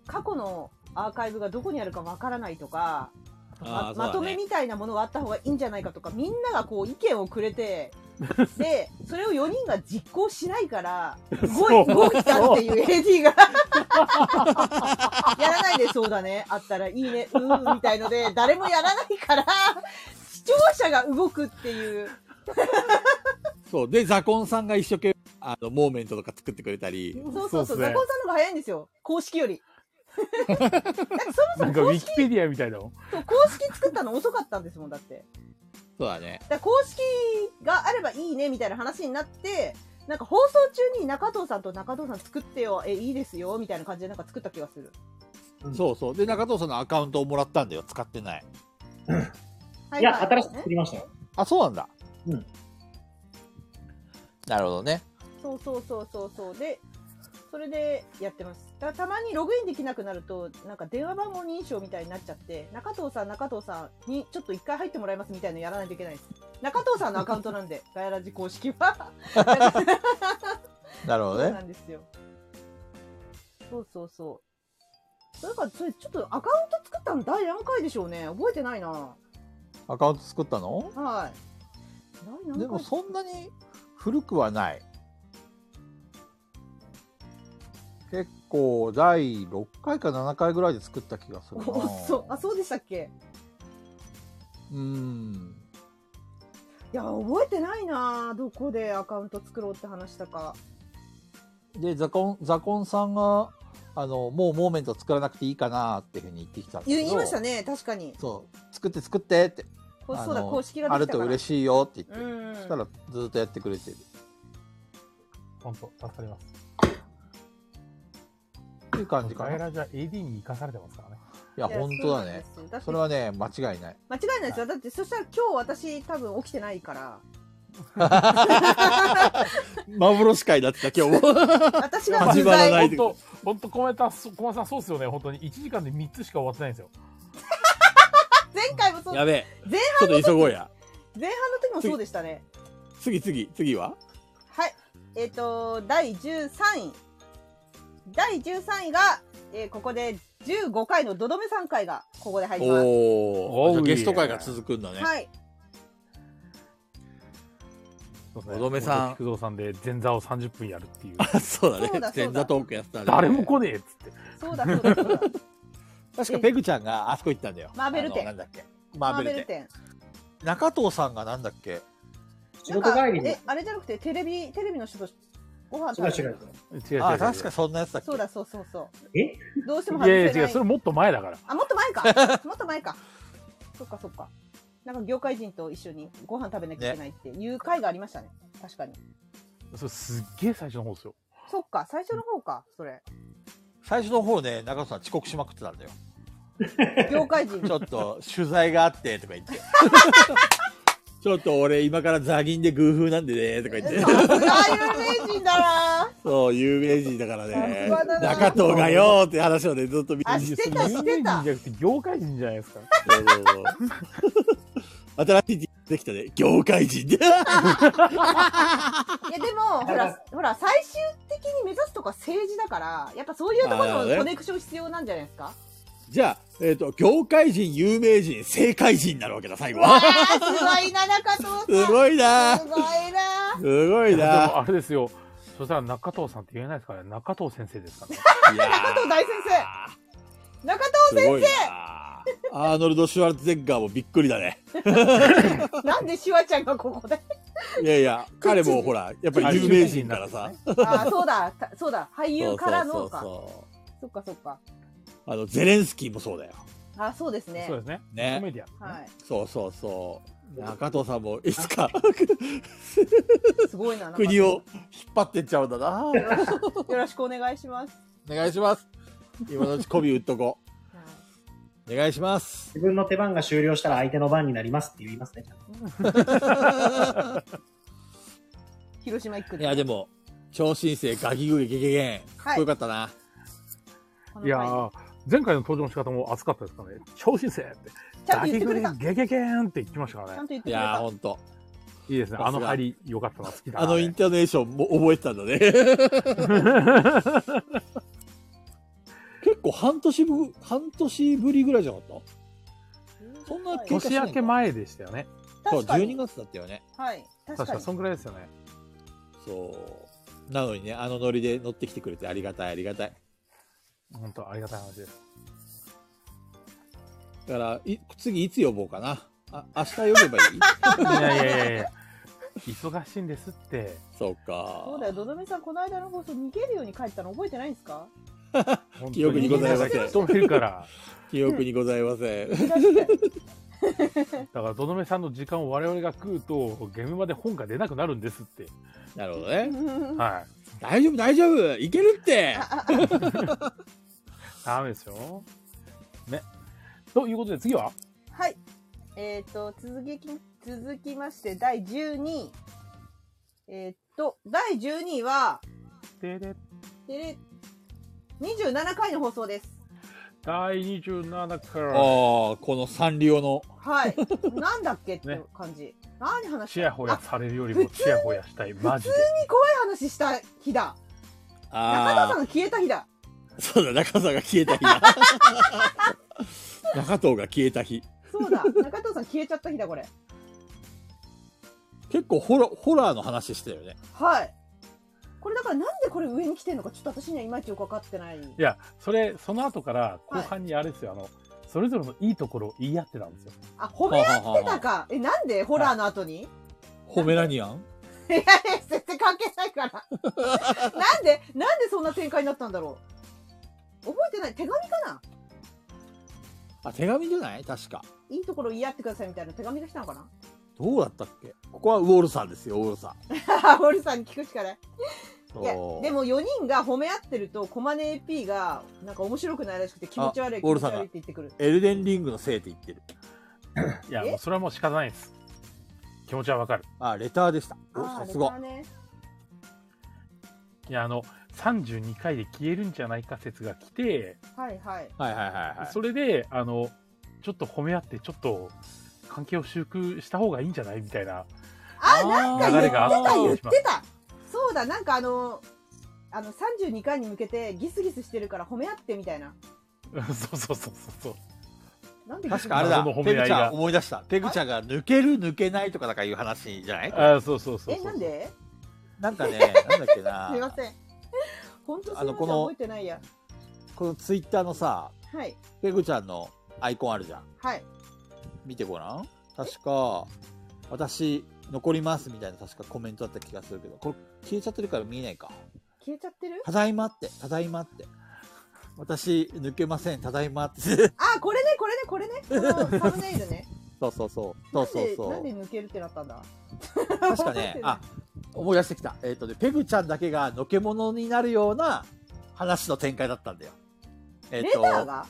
S1: 過去のアーカイブがどこにあるかわからないとか、
S2: あ
S1: ま
S2: ー
S1: まとめ。みたいなものがあった方がいいんじゃないかとか、みんながこう意見をくれ て、で、それを4人が実行しない から、
S3: そ
S1: 動い
S3: う
S1: 動いたっていう AD が、 やらないでそうだね、あったらいいね、うーん、みたいので、誰もやらないから、視聴者が動くっていう、
S2: そうねそう。で、ザコンさんが一生懸命、あの、モーメントとか作ってくれたり。
S1: そうそうそう、
S3: そうっすね
S1: ザコンさんの方が早いんですよ、公式 より。
S3: なんかウィキペディアみたいだもん。
S1: そう公式作ったの遅かったんですもん、だって。
S2: そうだね。
S1: だから公式があればいいねみたいな話になって、なんか放送中に中藤さんと中藤さん作ってよ、え、いいですよ、みたいな感じでなんか作った気がする。
S2: そうそう。で、中藤さんのアカウントをもらったんだよ。使ってない。
S1: はい
S4: や、新しく
S1: ね
S4: 作りましたよ。
S2: あ、そうなんだ。
S4: うん。
S2: なるほどね。
S1: そうそうそうそうそう。で、それでやってます。だからたまにログインできなくなると、なんか電話番号認証みたいになっちゃって、中藤さん、中藤さんにちょっと一回入ってもらいますみたいなのやらないといけないです。中藤さんのアカウントなんで、ガヤラジ公式は。
S2: なるほ
S1: そうな。んですよ。そうそうそう。それから、それちょっとアカウント作ったの第何回でしょうね。覚えてないな。
S2: アカウント作ったの
S1: はい。第何回
S2: でもそんなに古くはない。結構第6回か7回ぐらいで作った気がするな。
S1: おそう、あ、そうでしたっけ
S2: うーん。
S1: いや、覚えてないな。どこでアカウント作ろうって話したか。
S2: で、ザコン、ザコンさんが、あの、もうモーメント作らなくていいかなっていうふうに言ってきたんだけど。
S1: 言いましたね、確かに。
S2: そう。作って作ってって。
S1: こ
S2: あ
S1: そうだ、
S2: の
S1: 公式が
S2: あ
S1: で
S2: る
S1: きた
S2: と
S1: から。
S2: 嬉しいよって言って。
S1: うんうん。
S2: そしたらずっとやってくれてる。
S3: 本当助かります。
S2: っていう感じか
S3: ガイ
S2: な。い
S3: ラジは AD に生かされてますからね。
S2: や、
S1: いや
S2: 本当だね。。
S1: そうなんですよ
S2: それはね、間違いない。
S1: 間違いないですよ。だって、そしたら今日私多分起きてない から、
S2: 幻会だった、今日も。
S1: 私が
S2: 始
S1: 不
S2: まらな
S1: 在。
S2: い
S3: 本当本当小林さん、小林さんそうですよね。本当に1時間で3つしか終わってないんですよ。
S1: 前回もそう、
S2: やべえ。
S1: 前
S2: ちょっと急ごうや。
S1: 前半の時もそうでしたね。
S2: 次、次、次は
S1: はい。えっ、と、第13位。第13位が、えーここで15回のどどめ3回が、ここで入ります。
S2: お
S3: お
S2: お
S3: う
S2: ゲスト会が続くんだね。
S1: はい。
S3: そうです
S2: おどめさん
S3: 菊蔵さんで前座を30分やるっていう。
S2: そうだね
S1: そうだ。そうだ
S2: 前座トークやってたね。
S3: 誰も来ねえっつって。
S1: そうだそうだそうだ。
S2: 確かペグちゃんがあそこ行ったんだよ。
S1: マーベル店
S2: あのなんだっけ。
S1: マ
S2: マー
S1: ーベ
S2: ベル
S1: ル
S2: 店。
S1: 店。
S2: 中藤さんがなんだっけ
S4: 仕事
S1: な
S4: 帰り
S1: んか
S4: に。
S1: え、あれじゃなくて、テレビ、テレビの人とご飯
S4: 違
S1: 食
S4: う
S1: べ
S4: 違
S1: る。
S4: う。
S3: 違う違う違う。
S2: あ、確かそんなやつだっけ
S1: そうだそうそうそ
S4: え
S1: う。どうしても
S3: い
S1: 外
S3: や
S1: せない
S3: いや違う、それもっと前だから。
S1: あ、もっと前か。もっと前か。そっかそっか。なんか業界人と一緒にご飯食べなきゃいけないっていう回がありましたね。確かに。
S3: それすっげえ最初の方ですよ。
S1: そっか、最初の方か、それ。
S2: 最初の方ね、中藤さん遅刻しまくってたんだよ。
S1: 業界人
S2: ち。ょっと取材があってとか言 って。ちょっと俺今からザギンで偶風なんでねとか言って。
S1: さすが有名人だな。
S2: そう、有名人だからね
S1: さすがだ。な
S2: 中藤がよーって話をね、ずっと見
S1: あ
S2: て
S1: してた
S3: 有
S1: 知って
S3: 名人じゃ
S1: た
S3: なくて業界人じゃないですか。
S2: そうそうそう 新しい人できたね。業界人 で。
S1: いやでも、ほら、ほら、最終的に目指すとこは政治だから、やっぱそういうとこ
S2: あ
S1: ろ
S2: ー
S1: の
S2: ね
S1: コネクション必要なんじゃないですか
S2: じゃあ、えっ、と、業界人、有名人、政界人になるわけだ、最後
S1: あ
S2: は。
S1: ーすごいな、中藤さん。
S2: すごいな
S1: すごいな。
S2: すごい
S3: でも
S2: な
S3: あれですよ。そしたら中藤さんって言えないですからね。中藤先生ですからね。
S2: いや
S1: 中藤大先生。中
S2: ーすごいなアーノルド・シュワルツェネッガーもびっくりだ ね。
S1: 藤、なんでシュワちゃんがここ で。
S2: いやいや、彼もほら、やっぱり有名人から
S1: あ
S2: さ。
S1: ー、そうだ、たそうだ、俳
S2: そ
S1: 優
S2: う
S1: からの
S2: そう
S1: か。
S2: そう
S1: そ
S2: そ
S1: っかそっか。
S2: うあの、ゼレンスキーもそうだよ。
S1: あー、そうですね
S3: そう。ですね。
S2: ね
S3: コメディアン。
S1: はい。
S2: そうそうそう。中藤さんもいつか
S1: すごいな。中藤
S2: 国を引っ張ってっちゃうんだ
S1: よ
S2: な。
S1: ろしくよろしくお願いします。
S2: お願いします。今のうちコビ打っとこう。お願いします。
S4: 自分の手番が終了したら相手の番になりますって言いますね。
S1: 広島一区
S2: い
S1: で。
S2: や、でも、超新星ガギグリゲゲゲン。かっこよかったな。
S1: この
S3: いや
S1: 回
S3: ー、前回の登場の仕方も熱かったですからね。超新星って。
S1: ちゃんと言ってくれた。ち
S3: ガキグリゲゲゲーンって言ってましたから
S1: ゃ
S3: ね
S1: んと。言ってくれ
S2: いやー、
S1: た。
S2: ほんと。
S3: いいですね。
S2: さすが
S3: あの張り、良かったな。好きだな。
S2: あのインターネーションも覚えてた んだね。結構半年ぶ、半年ぶりぐらいじゃなかっそんな
S1: はい
S2: 結
S3: 年明け前でしたよね。
S2: たそう、
S1: 確かに
S2: 12月だったよね。
S1: はい。確
S3: 確
S1: か
S3: か、
S1: に。
S3: そんぐらいですよね。
S2: そう。なのにね、あのノリで乗ってきてくれてありがたい、ありがたい。
S3: 本当ありがたい話です。
S2: だから、い次いつ呼ぼうかな。あ、明日呼 べばいい
S3: いやいやいやいや。忙しいんですって。
S2: そうか。
S1: そうだよ、どどめさん、この間の放送逃げるように帰ったの覚えてないんですか
S2: 記憶に
S1: ございません
S3: 本当に人いるから。
S2: 記憶にございません。
S1: 気がして
S3: だから、どどめさんの時間を我々が食うと、ゲームまで本が出なくなるんですって。
S2: なるほどね。
S3: はい。
S2: 大丈夫、大丈夫。いけるって。
S3: ダメですよ。ね。ということで、次は
S1: はい。えっ、と、続き、続きまして、第12位。えっ、と、第12位は、
S3: でで
S1: テレ、27回の放送です。
S3: 第27か
S2: ああ、
S3: ら、
S2: このサンリオの。
S1: はい。なんだっけって
S3: ね
S1: 感じ。何話した
S3: ちやほや
S1: あ
S3: されるよりもちやほやしたい。マジで。
S1: 何怖い話した日だ。中田さんが
S2: あ
S1: 消えた日だ。
S2: あ、そうだ、中藤が消えた 日だ。中藤が消えた日。
S1: そうだ。中藤さん消えちゃった日だ、これ。
S2: 結構ホラホラーの話したよね。
S1: はい。これだからなんでこれ上に来てんのか、ちょっと私にはいまいちよくわかってない。
S3: いや、それ、その後から、後半にあれですよ、あの、それぞれのいいところを言い合ってたんですよ。
S1: あ、褒め合ってたか。え、なんでホラーの後に、
S2: ホメラニアン
S1: いやいや、絶対関係ないから。 なんで、なんでそんな展開になったんだろう。覚えてない。手紙かな
S2: あ、手紙じゃない確か。
S1: いいところ言い合ってくださいみたいな手紙が来たのかな
S2: どうだったっけここはウォールさんですよ、ウォールさ ん。
S1: ホルさんに聞くしかない。いや、
S2: そう
S1: でも4人が褒め合ってると、コマネ AP が、なんか面白くないらしくて気持ち悪い、
S2: あ
S1: 気持ち悪いって言ってくる。
S2: エルデンリングのせいって言ってる。
S3: いや、
S1: え
S3: もうそれはもう仕方ないです。気持ちはわかる。
S2: あ、レターでした。お
S1: あ
S2: さ
S1: ー
S2: す
S1: あれ
S2: が。
S1: だね。
S3: いや、あの、32回で消えるんじゃないか説が来て、
S1: はいはい。
S2: はいはいはいはい。
S3: それで、あの、ちょっと褒め合って、ちょっと、関係を修復した方がいいんじゃないみたいな。
S1: あー、
S2: なん
S1: なんか言って
S3: 流れが
S1: た、言
S3: あ
S1: っ
S3: って
S1: た。そうだ、なんかあの、あの32回に向けてギスギスしてるから褒め合ってみたいな。
S3: そうそうそうそう。
S1: なんでギスギ
S2: 確
S1: ス
S2: かあれだ、
S3: 謎の
S2: ペ
S3: 褒め合
S2: グ
S3: いが
S2: ちゃん思い出した。ペグちゃんが抜ける抜けないとかなんかいう話じ ゃない
S3: あそうそうそうそう。
S1: え、なんで
S2: なんかね、なんだっけ
S1: すいま
S2: な。
S1: せん。 本当す
S2: あ
S1: み
S2: の
S1: ませ
S2: こ
S1: ん、
S2: の
S1: 覚えてないや。
S2: このツイッターのさ、
S1: はい。
S2: ペグちゃんのアイコンあるじゃん。
S1: はい。
S2: 見てごらん。確か、私、残りますみたいな確かコメントだった気がするけど、これ消えちゃってるから見えないか。
S1: 消えちゃってる
S2: ただいまって、ただいまって。私、抜けません、ただいまって。
S1: あ、これね、これね、これね。このサムネイルね。
S2: そうそうそう。そうそ
S1: な
S2: う
S1: んで
S2: そ
S1: なんで抜けるってなったんだ
S2: う。確かね、あ、思い出してきた。えっ、とね、ペグちゃんだけがのけ者になるような話の展開だったんだよ。えっ
S1: レターが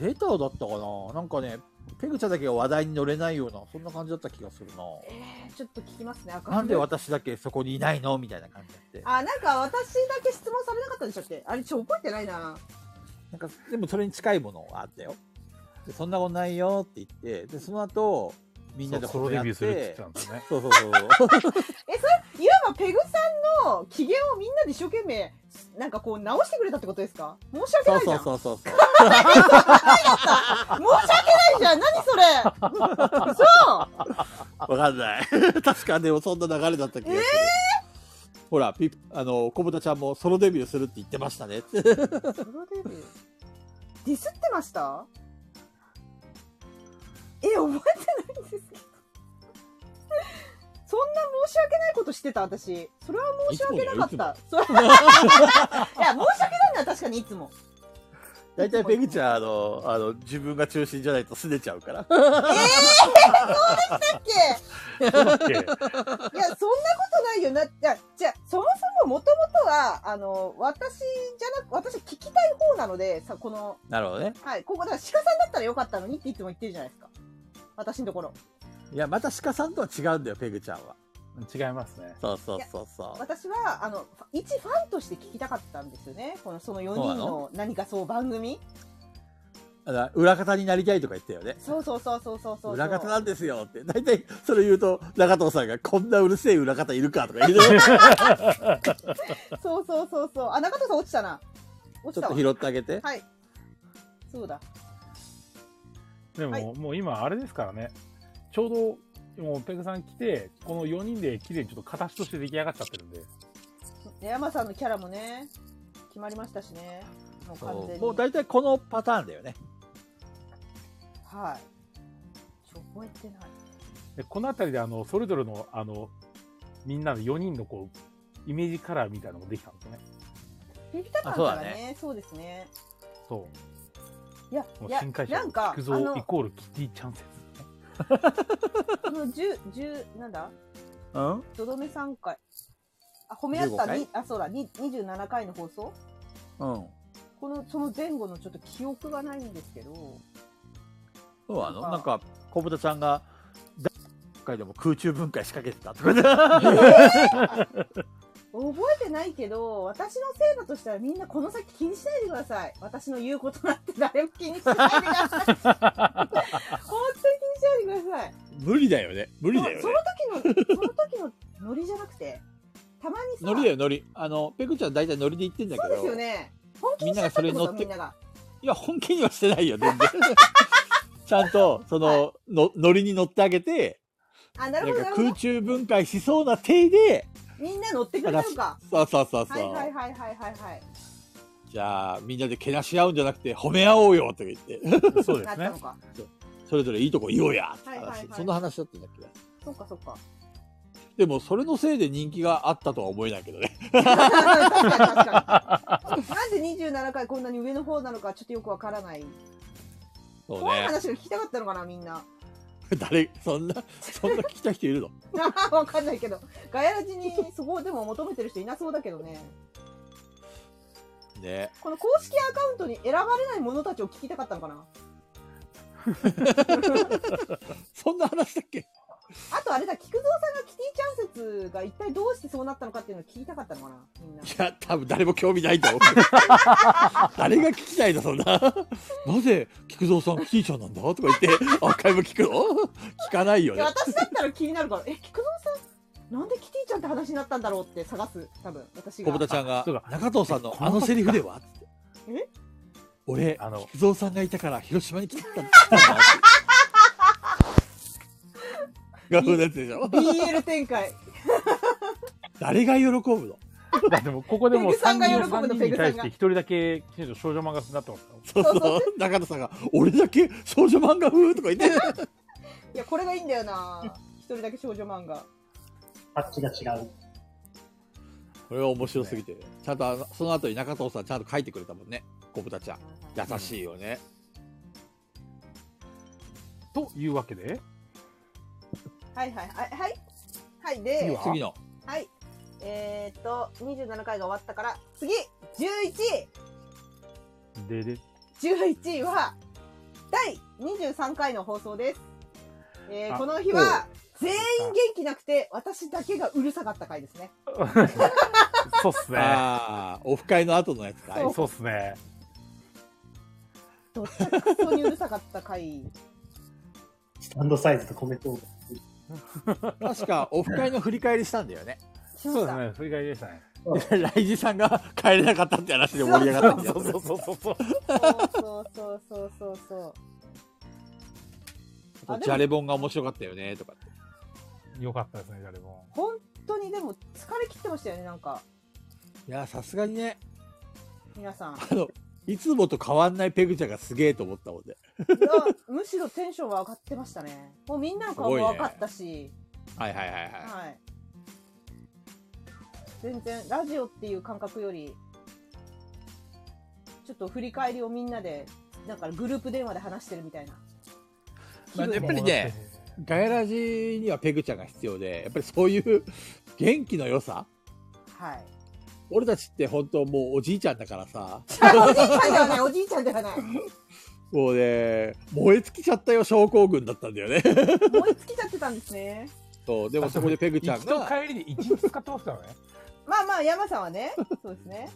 S2: レターだったかななんかね、ペグちゃんだけが話題に乗れないような、そんな感じだった気がするな。
S1: えーちょっと聞きますね。赤
S2: なんで
S1: 羽
S2: 私だけそこにいないのみたいな感じになって。
S1: あ、なんか私だけ質問されなかったでしたっけあれ、ちょ、覚えてないな。
S2: なんか、でもそれに近いものがあったよ。でそんなことないよって言って、で、その後、みんなで
S3: ソロ
S2: 褒め
S3: デ
S2: 合
S3: ビューするって言
S2: そ
S3: ってたんですね。
S2: うそうそう。
S1: いわばペグさんの機嫌をみんなで一生懸命、なんかこう直してくれたってことですか申し訳
S2: そ
S1: な
S2: う
S1: いじ
S2: そ
S1: ゃん。
S2: うそう そうそう。
S1: 申し訳ないじゃん何それ そう
S2: わかんない。 確かでもそんな流れだった気がする。ほら、ピあの、小豚ちゃんもソロデビューするって言ってましたね って。
S1: ソロデビューディスってましたえ覚えてないんですけどそんな申し訳ないことしてた私それは申し訳なかっ
S2: いつもだ
S1: たそれいや申し訳ないのは確かにいつ も
S2: 大体ペグちゃん、あの、あの、自分が中心じゃないと拗ねちゃうから。
S1: だっけ
S3: そうだっけ
S1: いや、そんなことないよな。じゃ、じゃ、そもそももともとは、あの、私じゃなく、私聞きたい方なので、さ、この、
S2: なるほどね。
S1: はい、ここ、だから鹿さんだったらよかったのにっていつも言ってるじゃないですか。私のところ。
S2: いや、また鹿さんとは違うんだよ、ペグちゃんは。
S3: 違いますね。
S2: そうそうそうそう。
S1: 私は、あの、一ファンとして聞きたかったんですよね。この、その4
S2: そうな
S1: 人
S2: の
S1: の何かそう番組。
S2: あの裏方になりたいとか言ったよね。
S1: そうそうそうそうそうそう。
S2: 裏方なんですよって。大体、それ言うと、中藤さんが、こんなうるせえ裏方いるか とか言うてち
S1: そうそうそうそう。あ、中藤さん落ちたな。落ち
S2: ょったと
S1: わ。
S2: 拾ってあげて。
S1: はい。そうだ。
S3: でも、
S1: はい
S3: もう今あれですからね。ちょうど、もうペグさん来て、この4人で綺麗にちょっと形として出来上がっちゃってるんで。
S1: ね山さんのキャラもね、決まりましたしね。もう完
S2: そ
S1: 全
S2: う
S1: に。
S2: もう大体このパターンだよね。
S1: はい。ちょ、覚えてない。
S3: でこの辺りで、あの、それぞれの、あの、みんなの4人のこう、イメージカラーみたいなのもできたんですよね。
S1: できたか
S2: あ
S1: ら
S2: そうだ
S1: ね
S2: ね
S1: そうですね。
S3: そ
S1: いや
S3: う。も、う
S1: いや
S3: 新会社
S1: なんか、
S3: 菊
S1: あ
S3: 蔵イ
S1: の、
S3: コールキティちゃん説。
S1: この十十なんだ
S2: うん
S1: どどめ3回。あ、褒め合った、
S2: 15回
S1: にあ、そうだ、に27回の放送
S2: うん。
S1: この、その前後のちょっと記憶がないんですけど、
S2: そうあの、な
S1: なんん
S2: か、小豚ちゃんが、第1回でも空中分解仕掛けてたとかね
S1: 覚えてないけど、私のせいだとしたらみんなこの先気にしないでください。私の言うことなんて誰も気にしないでく ださい。本当に気にしないでください。
S2: 無理だよね。無理だよね
S1: そ。の時の、その時のノリじゃなくて、たまにさ、
S2: ノリだよ、ノリ。あの、ペグちゃん大体ノリで言ってんだけ
S1: そう
S2: ど。
S1: ですよね。本気にしちゃったってことだみんなが。
S2: いや、本気にはしてない よ、全然。ちゃんと、その、の、ノリに乗ってあげて、
S1: あ、な
S2: なん
S1: るほど、な
S2: か
S1: るほ
S2: 空
S1: ど。
S2: 中分解しそうな体で、
S1: みんな乗ってくれたのか。
S2: そうそうそうそう。
S1: はいはいはいはいはいはい。
S2: じゃあ、みんなでけなし合うんじゃなくて、褒め合おうよ、とか言って、
S3: そうで
S1: なった
S3: すね
S1: の。か。
S2: それぞれいいとこ言おうや、って
S1: は
S2: 話。
S1: いはいはい
S2: そんな話だったんだっけど。
S1: そっかそっか。
S2: でも、それのせいで人気があったとは思えないけど ね。
S1: 確かに確かに。なんで27回こんなに上の方なのかちょっとよくわからない。
S2: そう
S1: 怖い
S2: ね。
S1: 話が聞きたかったのかな、みんな。
S2: 誰、そんな、そんな聞きたい人いるの
S1: わかんないけど。ガヤラジにそこでも求めてる人いなそうだけどね。
S2: ね。
S1: この公式アカウントに選ばれない者たちを聞きたかったのかな。
S2: そんな話だっけ
S1: あとあれだ、菊蔵さんがキティちゃん説が一体どうしてそうなったのかっていうのを聞きたかったのかな、みんな。
S2: いや、多分誰も興 味ないと思う。誰が聞きたいの、そんな。 なぜ、菊蔵さん、キーちゃんなんだと か言って、アーカイブ聞くの 聞かないよ
S1: い
S2: ね
S1: や。私だったら気になるから、え、菊蔵さん、なんでキティちゃんって話になったんだろうって探す、多分私
S2: 小
S1: が。
S2: 豚ちゃんが
S3: そうか、
S2: 中藤さんのあのセリフでは
S1: え
S2: 俺、
S3: あの
S2: 菊蔵さんがいたから広島に来たんだって。が、そうなやつでしょ
S1: BL 展開。
S2: 誰が喜ぶの
S3: だってもうここでもう
S1: ペグさんが喜ぶの
S3: 3人
S1: ペ
S3: に
S1: グさんが
S3: 対して1人だけきちんと少女漫画になってますから。
S2: そうそう。中藤さんが、俺だけ少女漫画風とか言って。
S1: いや、これがいいんだよな。一人だけ少女漫画。
S4: タッチが違う。
S2: これは面白すぎて、ちゃんとあのその後に中藤さんちゃんと書いてくれたもんね小豚ちゃん優しいよね、
S3: というわけで、
S1: はいはいはい。はい。はい、で、
S2: 次の
S1: はい。えー、っと、27回が終わったから、次 !11
S3: でで、
S1: 11位は、第23回の放送です。えー
S3: あ
S1: この日は、全員元気なくて、私だけがうるさかった回ですね。
S3: そうっすね。
S2: ああ、オフ会の後のやつかい。
S3: そうっすね。
S1: どっちかくそにうるさかった回。
S4: スタンドサイズと米糖分。
S2: 確か、オフ会の振り返りしたんだよね。
S1: しま
S3: そう
S1: し
S3: で
S1: た。
S3: すね。振り返りでしたね。
S2: ライジさんが帰れなかったって話で盛り上がったんだ
S3: そうそうそうそうそ
S1: そう
S3: う。
S1: そうそうそうそうそう。あ
S2: ジ
S1: で
S2: ャ
S1: も
S2: レボンが面白かったよね、とかって。
S3: よかったですね、誰も。
S1: 本当にでも疲れ切ってましたよね、なんか。
S2: いや、さすがにね、
S1: 皆さん。い
S2: あの、いつもと変わんないペグちゃんがすげえと思ったもんで。
S1: や、むしろテンションは上がってましたね。もうみんなの顔も分かったし。
S2: はいはいはいはい。
S1: はい。全然、ラジオっていう感覚より、ちょっと振り返りをみんなで、なんかグループ電話で話してるみたいな。
S2: まあ
S1: 気分
S2: やっぱりね、ガヤラジにはペグちゃんが必要で、やっぱりそういう元気の良さ
S1: はい。
S2: 俺たちって本当もうおじいちゃんだからさ、
S1: おじいちゃんではない、おじいちゃんではない。
S2: もうね、燃え尽きちゃったよ症候群だったんだよ ね。
S1: 燃え尽きちゃってたんですね。
S2: そう、でもそこでペグちゃん
S3: 行き
S2: が、
S3: と帰りで一日使ってますからね。
S1: まあまあ、山さんはね、そうですね。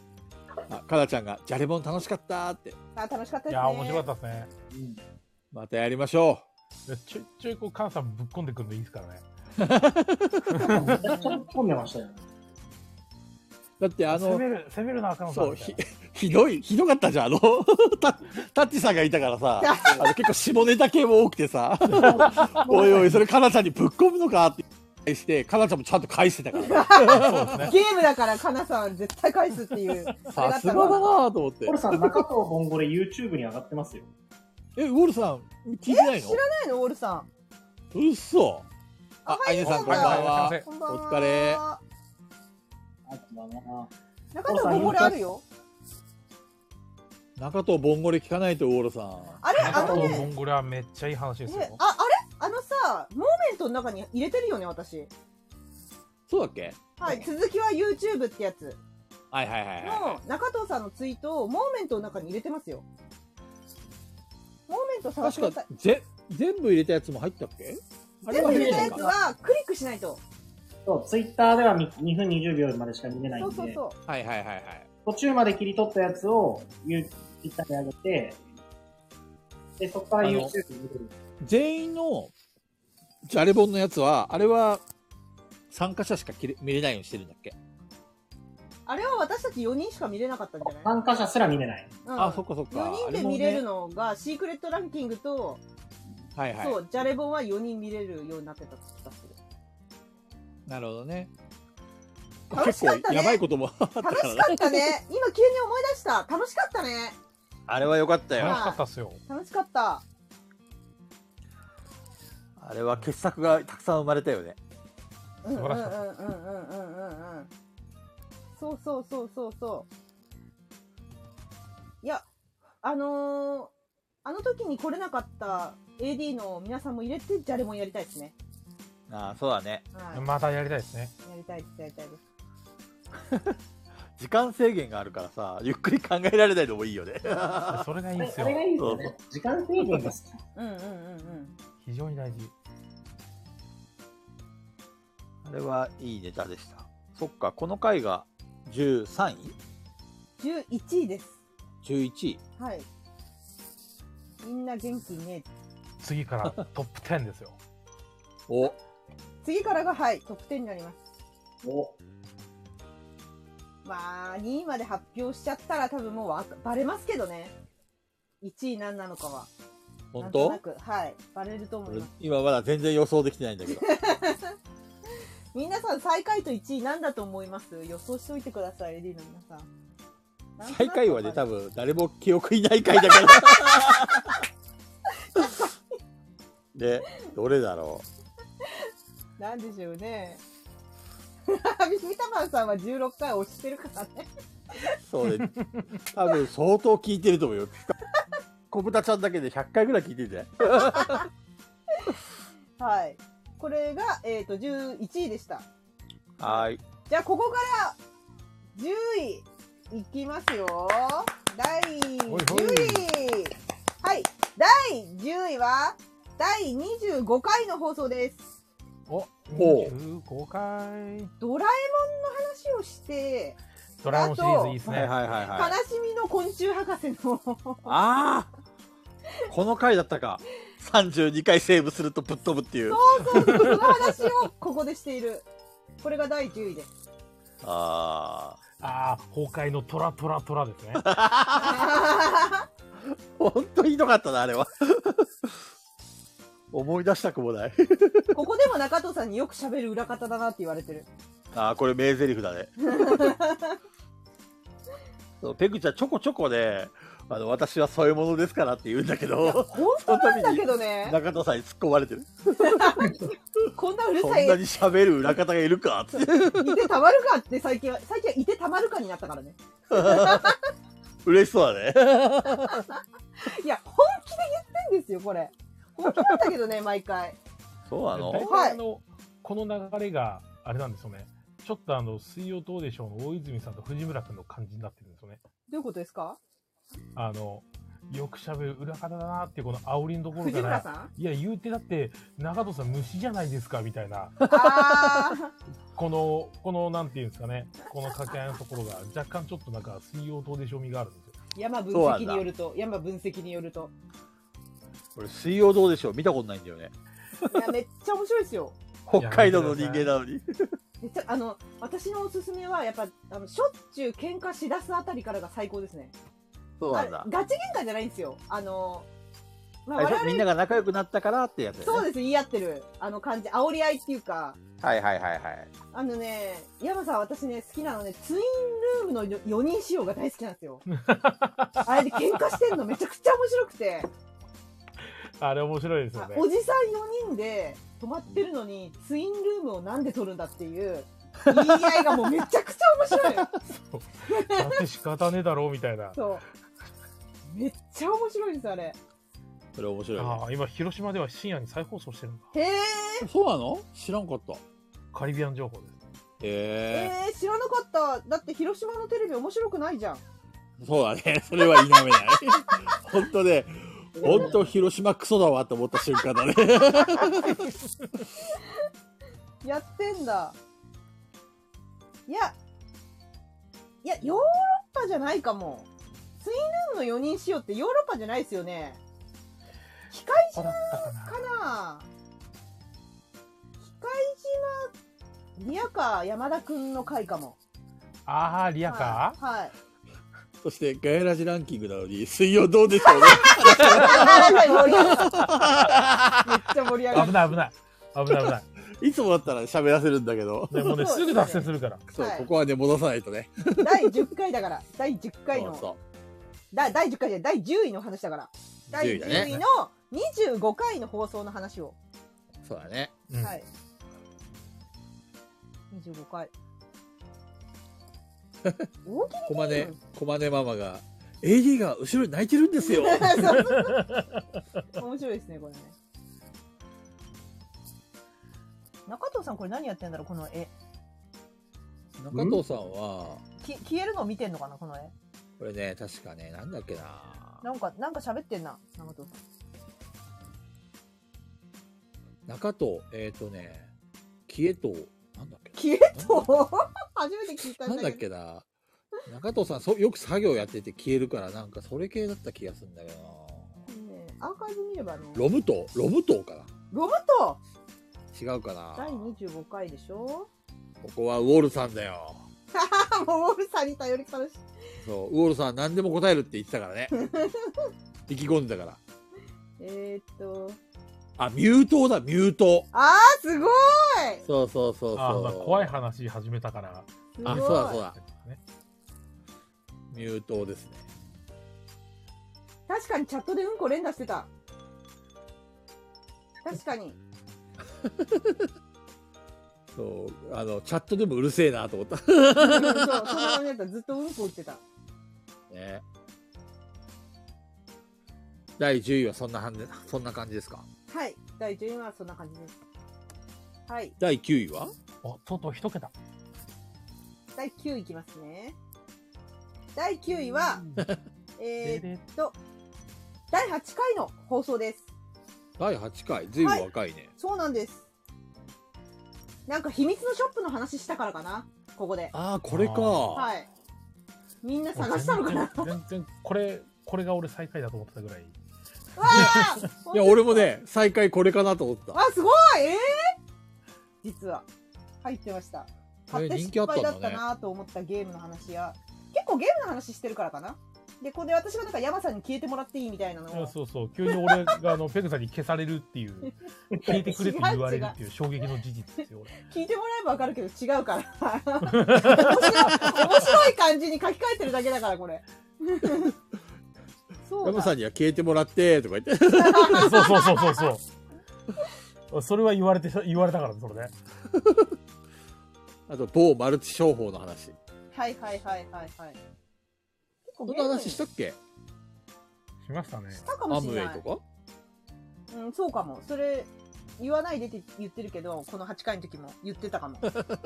S2: あかなちゃんが、ジャレボン楽しかったって、
S1: あ楽しかったですね。
S3: いやー、面白かったで
S4: うん。
S2: またやりましょ
S3: すね。ちょいちょいこう、菅さんぶっ込んでくるのいいですからね。
S4: めちゃくちゃ混んでましたよね。
S2: う。だってあ
S3: 攻
S2: の
S3: め、る、攻めるな、菅さん。
S2: そう、ひ、 ひどい、ひどかったじゃん、あの、 タタッチさんがいたからさ、あの結構下ネタ系も多くて さ、おいおい、それかなちゃんにぶっ込むのかって返して、かなちゃんもちゃんと返してたから、
S1: ゲームだから、かなさん絶対返すっていう。それがあ
S2: さ
S1: っ
S2: す
S1: た
S2: が
S1: の
S2: だ
S1: は
S2: なぁと思って
S4: ポ。ルさん、中藤ボンゴレ YouTube に上がってますよ。
S2: え、ウォルさん、聞いてないの
S1: 知らないの、オールさん。
S2: うっそ。あ
S1: お、は
S2: あ
S1: よ
S2: ゆ
S1: う
S2: ねさん、こん
S1: ござ
S2: ば
S1: い
S2: ん
S1: ます
S2: は。
S1: こんばんは。
S2: お疲れ
S4: あとはな。
S1: 中田ここれあるよ。
S2: 中藤ボンゴレ聞かないと、ウォルさん。
S1: あれ、あ
S3: あ
S1: の
S3: と、
S1: ね
S3: モ。ンゴルはめっちゃいい話です
S1: ね
S3: よ。
S1: あ、あれあのさ、モーメントの中に入れてるよね、私。
S2: そうだっけ
S1: はい、続きは YouTube ってやつ
S2: はいはいはいは
S1: の中藤さんのツイートをモーメントの中に入れてますよ。モーメント
S2: い。
S1: 探してく
S2: 確
S1: ださ
S2: か
S1: い。、
S2: ぜ、全部入れたやつも入ったっけあれ
S1: 全
S2: は
S1: 部入
S2: 入
S1: れ
S2: れ
S1: たや
S2: たの
S1: つ
S2: かな
S1: はクリックしないと。
S4: そう、ツイッターではみ2分20秒までしか見れないん
S1: そ
S4: で、
S1: うそうそう。
S2: はいはいはいはい。
S4: 途中まで切り取ったやつを YouTube に上げて、で、そこから
S2: あの
S4: YouTube に見てる。
S2: 全員の、じゃれ本のやつは、あれは、参加者しか切れ見れないようにしてるんだっけ、
S1: あれは私たち4人しか見れなかったんじゃない
S4: 参加者すら見れない。
S1: うん
S2: あ、そっかそっか。
S1: 4人で見れるのが、シークレットランキングと、
S2: あれもね。はい
S1: そ
S2: は
S1: う、ジャレボンは4人見れるようになってた気がする。
S2: い。なるほどね。
S1: 楽し
S2: 結
S1: かったね
S2: 構やばいこともあったか
S1: 楽
S2: ら
S1: し
S2: ね
S1: か。ったね。今急に思い出した。楽しかったね。
S2: あれは良かった
S1: よ
S3: 楽しかったっすよ。
S1: 楽しかった。
S2: あれは傑作がたくさん生まれたよね。
S1: うんうんうんう
S3: 晴
S1: ん
S3: ら
S1: う
S3: し
S1: ん
S3: か
S1: うんうんうんうん。そうそうそうそうそう。いや、あのー、あの時に来れなかった AD の皆さんも入れて、ジャレもやりたいですね。
S2: ああ、そうだね。
S1: はい。
S3: またやりたいですね。
S1: やりたいです、やりたいです。
S2: 時間制限があるからさ、ゆっくり考えられないのもいい よね。
S3: それがいい
S4: あ
S3: ん
S4: れ
S3: ですよ
S4: あれ。がいいですよね。時間制限が好
S1: うんうんうんうん。
S3: 非常に大事。
S2: あれはいいネタでした。そっか、この回が13位
S1: 11位です。
S2: ?11 位
S1: はい。みんな元気ね。
S3: 次から トップ10ですよ。
S2: お、
S1: 次からが、はい、トップ10になります。
S4: き。お、
S1: まあ、2位まで発表しちゃったら多分もうわバレますけどね。1位何なのかは。
S2: 本
S1: なん
S2: 当
S1: となく、はい、バレると思い
S2: 俺
S1: ます。
S2: 今まだ全然予想できてないんだけど。
S1: 皆さん、最下位と1位なんだと思います予想しておいてください、AD の皆さん。なんとなく
S2: 最下位はね、多
S1: 分。
S2: 分誰も記憶いない回だから。で、どれだろ
S1: なんでしょうね。 三田丸さんは16回押してるからね。
S2: うそうね。多分相当聞いてると思うよ。小豚ちゃんだけで100回ぐらい聞いてるんじゃない
S1: はい。これが、えっ、と、11位でした。
S2: はーい。
S1: じゃあ、ここから、10位、いきますよ。第10
S3: ほいほい
S1: 位。はい。第10位は、第25回の放送です。
S3: お、
S2: ほ
S3: 25
S1: ド
S3: 回。
S1: ラえもんの話をして、
S3: ドラえもんシリーズいいです
S2: はい
S3: ね。
S2: はいはいはい。、
S1: 悲しみの昆虫博士の
S2: ああこの回だったか。32回セーブするとぶっ飛ぶっていう。
S1: そうそう、その話をここでしている。これが第10位です。
S2: ああ。
S3: ああ、崩壊のトラトラトラですね。
S2: 本当にひどかったな、あれは。思い出したくもない。
S1: ここでも中藤さんによく喋る裏方だなって言われてる。
S2: ああ、これ名台 詞だね。そうペグちゃんちょこちょこね、あの、私はそういうものですからって言うんだけど、
S1: 本当なんだけどね、
S2: 中田さんに突っ込まれてる。
S1: こんなうる
S2: そん
S1: さい
S2: なに喋る裏方がいるかって。
S1: いてたまるかって最近は、最近はいてたまるかになったからね。
S2: 嬉しそうだね。
S1: いや、本気で言ってんですよ、これ。本気なんだけどね、毎回。
S2: そうな
S3: 大
S2: の
S3: 体あの、この流れが、あれなんですよね。ちょっとあの、水曜どうでしょうの大泉さんと藤村君の感じになってるんですよね。
S1: どういうことですか
S3: あの、よく喋る裏方だなっていうこの煽りのところ
S1: 藤
S3: か
S1: 村
S3: ら、
S1: さん
S3: いや、言うてだって、長藤さん虫じゃないですか、みた いな。
S1: あ
S3: この、この、なんていうんですかね。この掛け合いのところが、若干ちょっとなんか、水曜どうでしょう味があるんですよ。
S1: ー山分析によると、山分析によると。
S2: 俺、水曜どうでしょう見たことないんだよね。
S1: いや、めっちゃ面白いですよ。
S2: 北海道の人間なのに。
S1: めっちゃ、あの、私のおすすめは、やっぱ、あの、しょっちゅう喧嘩しだすあたりからが最高ですね。
S2: そうなんだ
S1: あ。ガチ喧嘩じゃないんですよ。あの、まあ、
S2: あれ
S1: 我
S2: でしょ
S1: 々、
S2: みんなが仲良くなったからってやつだよ
S1: そう
S2: ね。
S1: です、言い合ってる。あの感じ、煽り合いっていうか、
S2: はいはいはいはい。
S1: あのね、山さん、私ね、好きなのね、ツインルームの4人仕様が大好きなん ですよ。あれで喧嘩してんのめちゃくちゃ面白くて、
S3: あれ面白いですよね。
S1: おじさん4人で泊まってるのに、ツインルームをなんで撮るんだっていう、言い合いがもうめちゃくちゃ面白いの。
S3: だって仕方ねえだろう、みたいな。
S1: そう。めっちゃ面白いんです、あれ。
S2: それ面白いね。
S3: ああ、今、広島では深夜に再放送してるんだ。
S1: へえ、
S2: そうなの知らんかった。
S3: カリビアン情報です。
S2: へえ
S1: えー、知らなかった。だって広島のテレビ面白くないじゃん。
S2: そうだね。それは否めない。 本当ね、本当広島クソだわと思った瞬間だね。
S1: やってんだ。いや、いや、ヨーロッパじゃないかも。ツイヌーンの4人仕様ってヨーロッパじゃないですよね。機械
S3: ここだったかな
S1: かな機械島、リアか山田くんの回かも。
S3: ああ、リアカ
S1: はい。はい
S2: そして、ガヤラジランキングなのに、 水曜どうでしょうね。
S1: 盛り上がるめっちゃ盛り上が
S3: 危
S1: る。
S3: ない危ない。危ない 危ない。
S2: いつもだったら喋らせるんだけど、
S3: でも
S1: そう
S3: ね、
S1: です
S3: す
S1: ね
S3: ぐ達成するから。
S2: そう、
S1: はい
S2: ここはね、戻さないとね。
S1: 第10回だから、第10回の。
S2: そ
S1: だ第10回じゃない第10位の話だから。
S2: うそう。
S1: 第10
S2: 10位だ
S1: 位
S2: ね。
S1: の25回の放送の話を。
S2: そうだね。
S3: うん
S1: はい。25回。大き
S2: コマネ、コマネママが、AD が後ろに泣いてるんですよ。
S1: いそうそう。面白いですね、これね。中藤さん、これ何やってんだろう、この絵。
S2: 中藤さんは、
S1: き消えるのを見てんのかな、この絵。
S2: これね、確かね、なんだっけな。
S1: なんか、なんか喋ってんな、中藤さん。
S2: 中藤、えっ、ー、とね、キエトなんだっけ
S1: 消えと 初めて聞いたん
S2: な
S1: だ
S2: ん
S1: けど。
S2: だっけな。中藤さんそう、よく作業やってて消えるから、なんかそれ系だった気がするんだけどな。
S1: ねアーカイブ見ればね。
S2: ロムトロムトかな
S1: ロムト
S2: 違うかな
S1: 第25回でし ょ
S2: ここはウォールさんだよ。
S1: あ、もうウォルさんに頼りっぱなし。
S2: そう、ウォールさん何でも答えるって言ってたからね。 意気込んでたから。
S1: えー、っと。
S2: あ、ミュートだ、ミュート。
S1: あー、すごい
S2: そうそうそうそう。
S3: あーまあ怖い話始めたから。
S1: すごい
S2: あ、そうだそうだ。
S3: ね
S2: ミュートですね。
S1: 確かにチャットでうんこ連打してた。確かに。
S2: そう、あの、チャットでもうるせえなと思った。
S1: そう、そのままやったらずっとうんこ打ってた。
S2: ね。第10位はそんな感じ、そんな感じですか
S1: はい。第10位はそんな感じです。はい。
S2: 第9位は
S3: お、とうとう一桁。
S1: 第9位いきますね。第9位は、えーっと、第8回の放送です。
S2: 第8回、ずいぶん若いね。
S1: そうなんです。なんか秘密のショップの話したからかな、ここで。
S2: ああ、これか。
S1: はい。みんな探したのかな。わ
S3: 全然全然これこれが俺最下位だと思ってたぐらい
S1: あ。
S2: いや、俺も。ね、再開これかなと思った。
S1: あ、すごいええ実は、入ってました。買って
S2: え人気
S1: 失
S2: あった
S1: 敗
S2: ん
S1: だ
S2: だね
S1: ったなと思ったゲームの話や、結構ゲームの話してるからかな。で、ここで私はなんか山さんに消えてもらっていいみたいなの
S3: いや
S1: を。
S3: そうそう急に俺があのペグさんに消されるっていう 消えてくれって言われるっていう衝撃の事実ですよ俺
S1: 聞いてもらえばわかるけど違う から。面白い、面白い感じに書き換えてるだけだから、こ れ。そうだ
S2: 山さんには消えてもらって、とか言って。
S3: そうそうそうそう そうそれは言われて言われたからねそれね
S2: あと、某マルチ商法の話。
S1: はいはいはいはいはい。結構
S2: そん
S1: ゲ
S2: な
S1: ーム
S2: 話し
S1: した
S2: っけ
S3: しましたね
S1: たか
S2: ア
S1: も
S2: ム
S1: し
S2: ウ
S1: れない
S2: ェイ。とか
S1: うん、そうかも。それ、言わないでって言ってるけど、この8回の時も言ってた かも。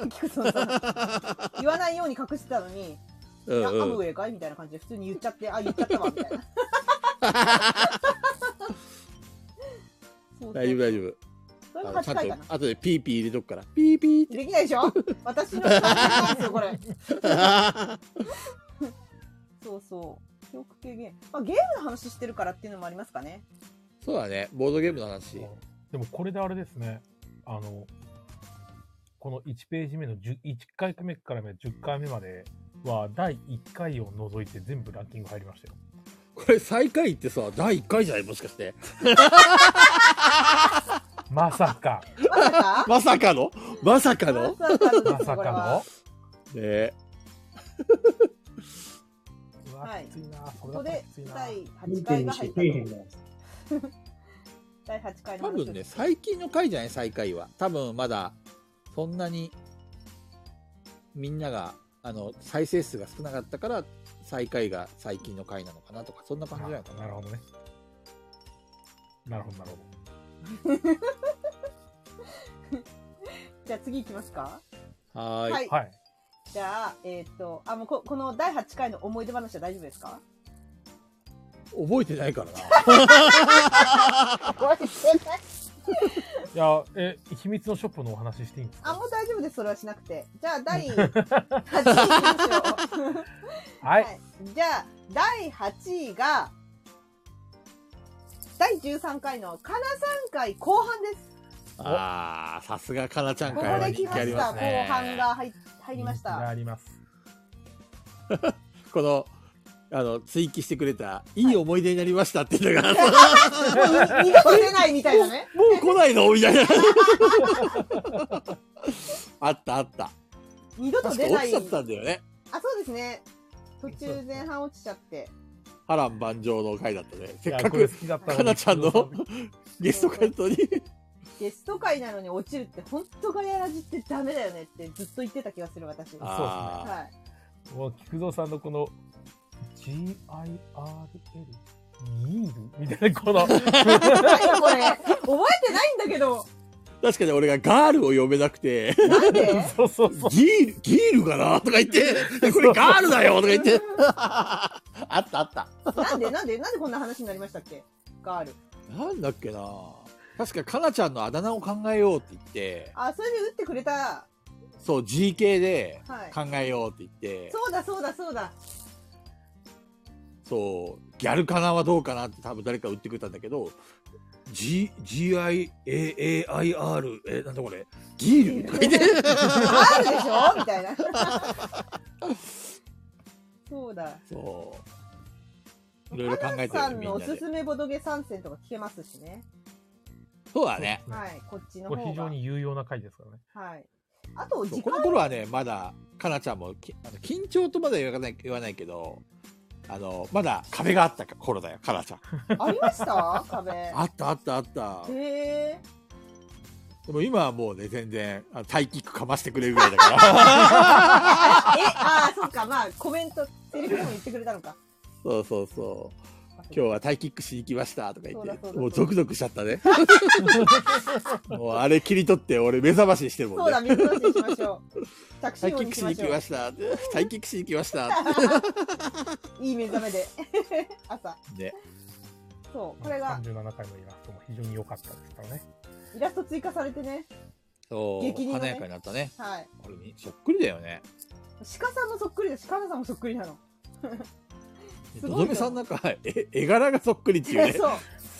S1: 菊蔵さん言わないように隠してたのに、
S2: う
S1: いや、アムウ
S2: んうん。
S1: ェイかいみたいな感じで普通に言っちゃって、あ、言っちゃったわ、 みたいな。そう
S2: 大丈夫大丈夫。
S1: それ
S2: あ
S1: も
S2: のち
S1: 8
S2: ゃ
S1: 回
S2: ん
S1: か
S2: と
S1: な。、
S2: 後でピーピー入れとくから。ピ ーピーって。
S1: できないでしょ私の感覚なんですよ、これ。そうそう。記憶系ゲーム。まあ、ゲームの話してるからっていうのもありますかね。
S2: そうだね。ボードゲームの話。
S3: でもこれであれですねあのこの1ページ目の10 1回目から10回目までは第1回を除いて全部ランキング入り ましたよ
S2: これ最下位ってさ、第1回じゃないもしかして。
S3: まさか
S1: まさか
S2: まさかのまさか
S1: ま
S2: の
S1: さかのでよ、これ
S3: ますさか
S1: は。
S2: ねえ。
S3: のうわ
S1: はい
S3: きついなそ
S1: こ
S3: れ
S1: こ
S3: だったら
S1: で
S3: きついな
S1: 第
S4: 見
S1: 8
S4: て
S1: 回
S4: に
S1: が
S4: し
S1: 入
S4: て
S1: った
S4: 底
S1: と
S4: 辺だよ。
S1: 第8回の
S2: 多
S1: 話
S2: 分ね、最近の回じゃない最下位は。多分まだ、そんなに、みんなが、あの、再生数が少なかったから、最下位が最近の回なのかなとか、そんな感じじゃないか
S3: あなるほどねなるほどなるほ
S1: じゃあ次行きますか
S2: な。はーい,、
S1: は
S3: どはい
S1: じゃあえーっとあもうここの第8回の思い出話は大丈夫ですか
S2: 覚えてないからな。
S3: いやえ秘密のショップのお話していいんです
S1: あ
S3: か
S1: もう大丈夫ですそれはしなく てじゃあ第8位いきましょう
S3: はい、
S1: はい、じゃあ第8位が第13回のかな3回後半です
S2: あー、さすがかなちゃん
S1: ここ
S2: 会は
S1: で
S2: 人
S1: 来
S2: 気
S1: ま
S2: あり
S1: し
S2: ま
S1: た
S2: す
S1: 後
S2: ね。
S1: 半が入入りまし
S3: 人気があ
S1: た
S3: ります
S2: この、あの、追記してくれた、いい思い出になりましたっていうのが、
S1: もう二度と出ないみたいなね
S2: もう来ないのみたいな。あったあった。
S1: 二度と
S2: 確か
S1: 出
S2: 落
S1: な
S2: ち
S1: い
S2: ちゃったんだよね。
S1: あそうですね途中前半落ちちゃって
S2: 波乱万丈の回だったね。せ
S3: い
S2: っ
S3: や
S2: か
S3: これ
S2: く
S3: 好きだった
S2: かなちゃんのゲスト回答に。
S1: ゲスト会なのに落ちるって本当ガヤラジってダメだよねってずっと言ってた気がする私は
S2: あ
S1: い
S3: もう菊蔵さんのこの GIRL ニールみたいなこの
S1: 何これ覚えてないんだけど
S2: ー確かに俺がガールを読めなくて、
S1: なんで
S3: そうそうそう
S2: ギール、ギールかなとか言って、これガールだよとか言 って。あったあった。
S1: なんでなんでなんでこんな話になりましたっけガール
S2: なんだっけな確かかなちゃんのあだ名を考えようって言って、
S1: あそれで打ってくれた
S2: そう GK で
S1: はい
S2: 考えようって言って、
S1: そうだそうだそうだ
S2: そう、ギャルかなはどうかなって多分誰か打ってくれたんだけど、G、G-I-A-A-I-R、え、なんだこれギールとか言って。
S1: ガールでしょみたいな そうだ
S2: そう。いろいろ考えて
S1: カナさ
S2: る
S1: ん
S2: ねみ
S1: の
S2: ん
S1: お
S2: な
S1: す。
S2: です
S1: めボドゲ参戦とか聞けますしね
S2: そうだね。
S1: はいこっちの
S3: これ
S1: 方
S3: 非
S1: が
S3: 常に有用な回ですからね
S1: はいあと
S2: そ
S1: 時
S2: うこ
S1: 間
S2: の頃はね、まだ、かなちゃんもきあの緊張とまだ言わない言わないけど、あの、まだ壁があった頃だよ、かなちゃん。
S1: ありました壁へ
S2: あったあったあった。
S1: え
S2: でも今はもうね、全然、あのタイキックかましてくれるぐらいだから。
S1: えああそっかまあコメントセリフでも言ってくれたのか
S2: そうそうそう。今日はタイキックしに来ましたとか言
S1: そうだそうだそう
S2: って、
S1: だ
S2: もうゾクゾクしちゃった ね。もうあれ切り取って、俺目覚ましにしてるも
S1: そうんだ
S2: ね。
S1: 水出しにしましょうタクシ
S2: タイ
S1: ー音
S2: キッ
S1: に
S2: ク
S1: し
S2: し
S1: ま
S2: に
S1: し
S2: 来
S1: ょ
S2: ま
S1: う
S2: した。タイキックしに来ました。
S1: いい目覚めで 朝
S2: ね。
S1: そう、これが
S3: 37回のイラストも非常に良かったですからね。
S1: イラスト追加されてね。
S2: そう、
S1: 激似のね
S2: 華やかになったね。
S1: はい。
S2: これみそっくりだよね。
S1: 鹿さんもそっくりだし、カナさんもそっくりなの。す
S2: ド
S1: ごいよ
S2: ドメさんなんか、え、絵柄がそっくりっていうね。
S1: そう。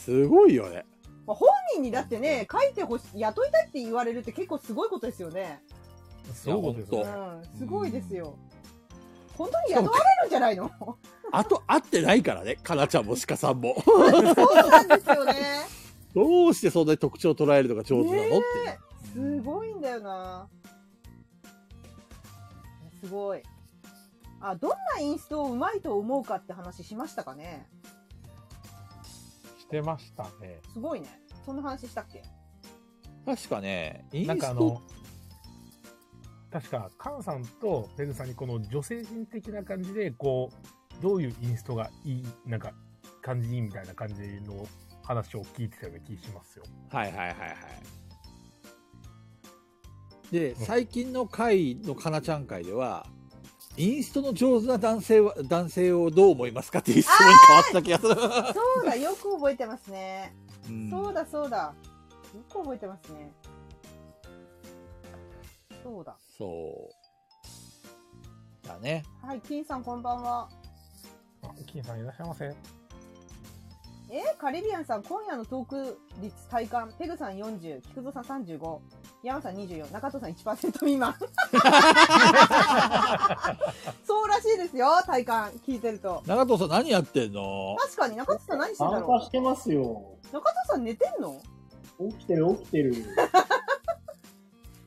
S2: すごいよね。
S1: まあ本人にだってね、書いてほしい、雇いたいって言われるって結構すごいことですよね。
S3: そういうことですよ
S1: う
S3: ね。
S1: ん、すごいですよ。本当に雇われるんじゃない の
S2: あと、会ってないからね。かなちゃんも鹿さん も。
S1: そうなんですよね。
S2: どうしてそんなに特徴を捉えるのが上手なのっていう。
S1: ねえすごいんだよな。すごい。あ、どんなインストをうまいと思うかって話しましたかね
S3: してましたね。
S1: すごいね。そんな話したっけ
S2: 確かね、イン
S3: なん
S2: ス
S3: かあ
S2: ト
S3: の、確か、カンさんとペグさんにこの女性人的な感じで、こう、どういうインストがいい、なんか、感じいいみたいな感じの話を聞いてたような気しますよ。
S2: はいはいはいはい。で、最近の回のかなちゃん会では、インストの上手な男性は、男性をどう思いますかっていう質問に変わった気がす
S1: そうだ、よく覚えてますね。
S2: る。うん
S1: そうだそうだ。よく覚えてますね。そうだ。
S2: そう。だね。
S1: はい、金さんこんばんは。
S3: あ金さんいらっしゃいませ。
S1: えーカリビアンさん、今夜のトーク率体感、ペグさん40、菊蔵さん35、ヤマさん24、中藤さん1%未満。そうらしいですよ、体感、聞いてると。
S2: 長藤さん何やってんの
S1: 確かに中藤さん何してんだ
S4: 参
S1: ろ
S4: 加してますよ。
S1: う中藤さん寝てんの
S4: 起きてる起きてる。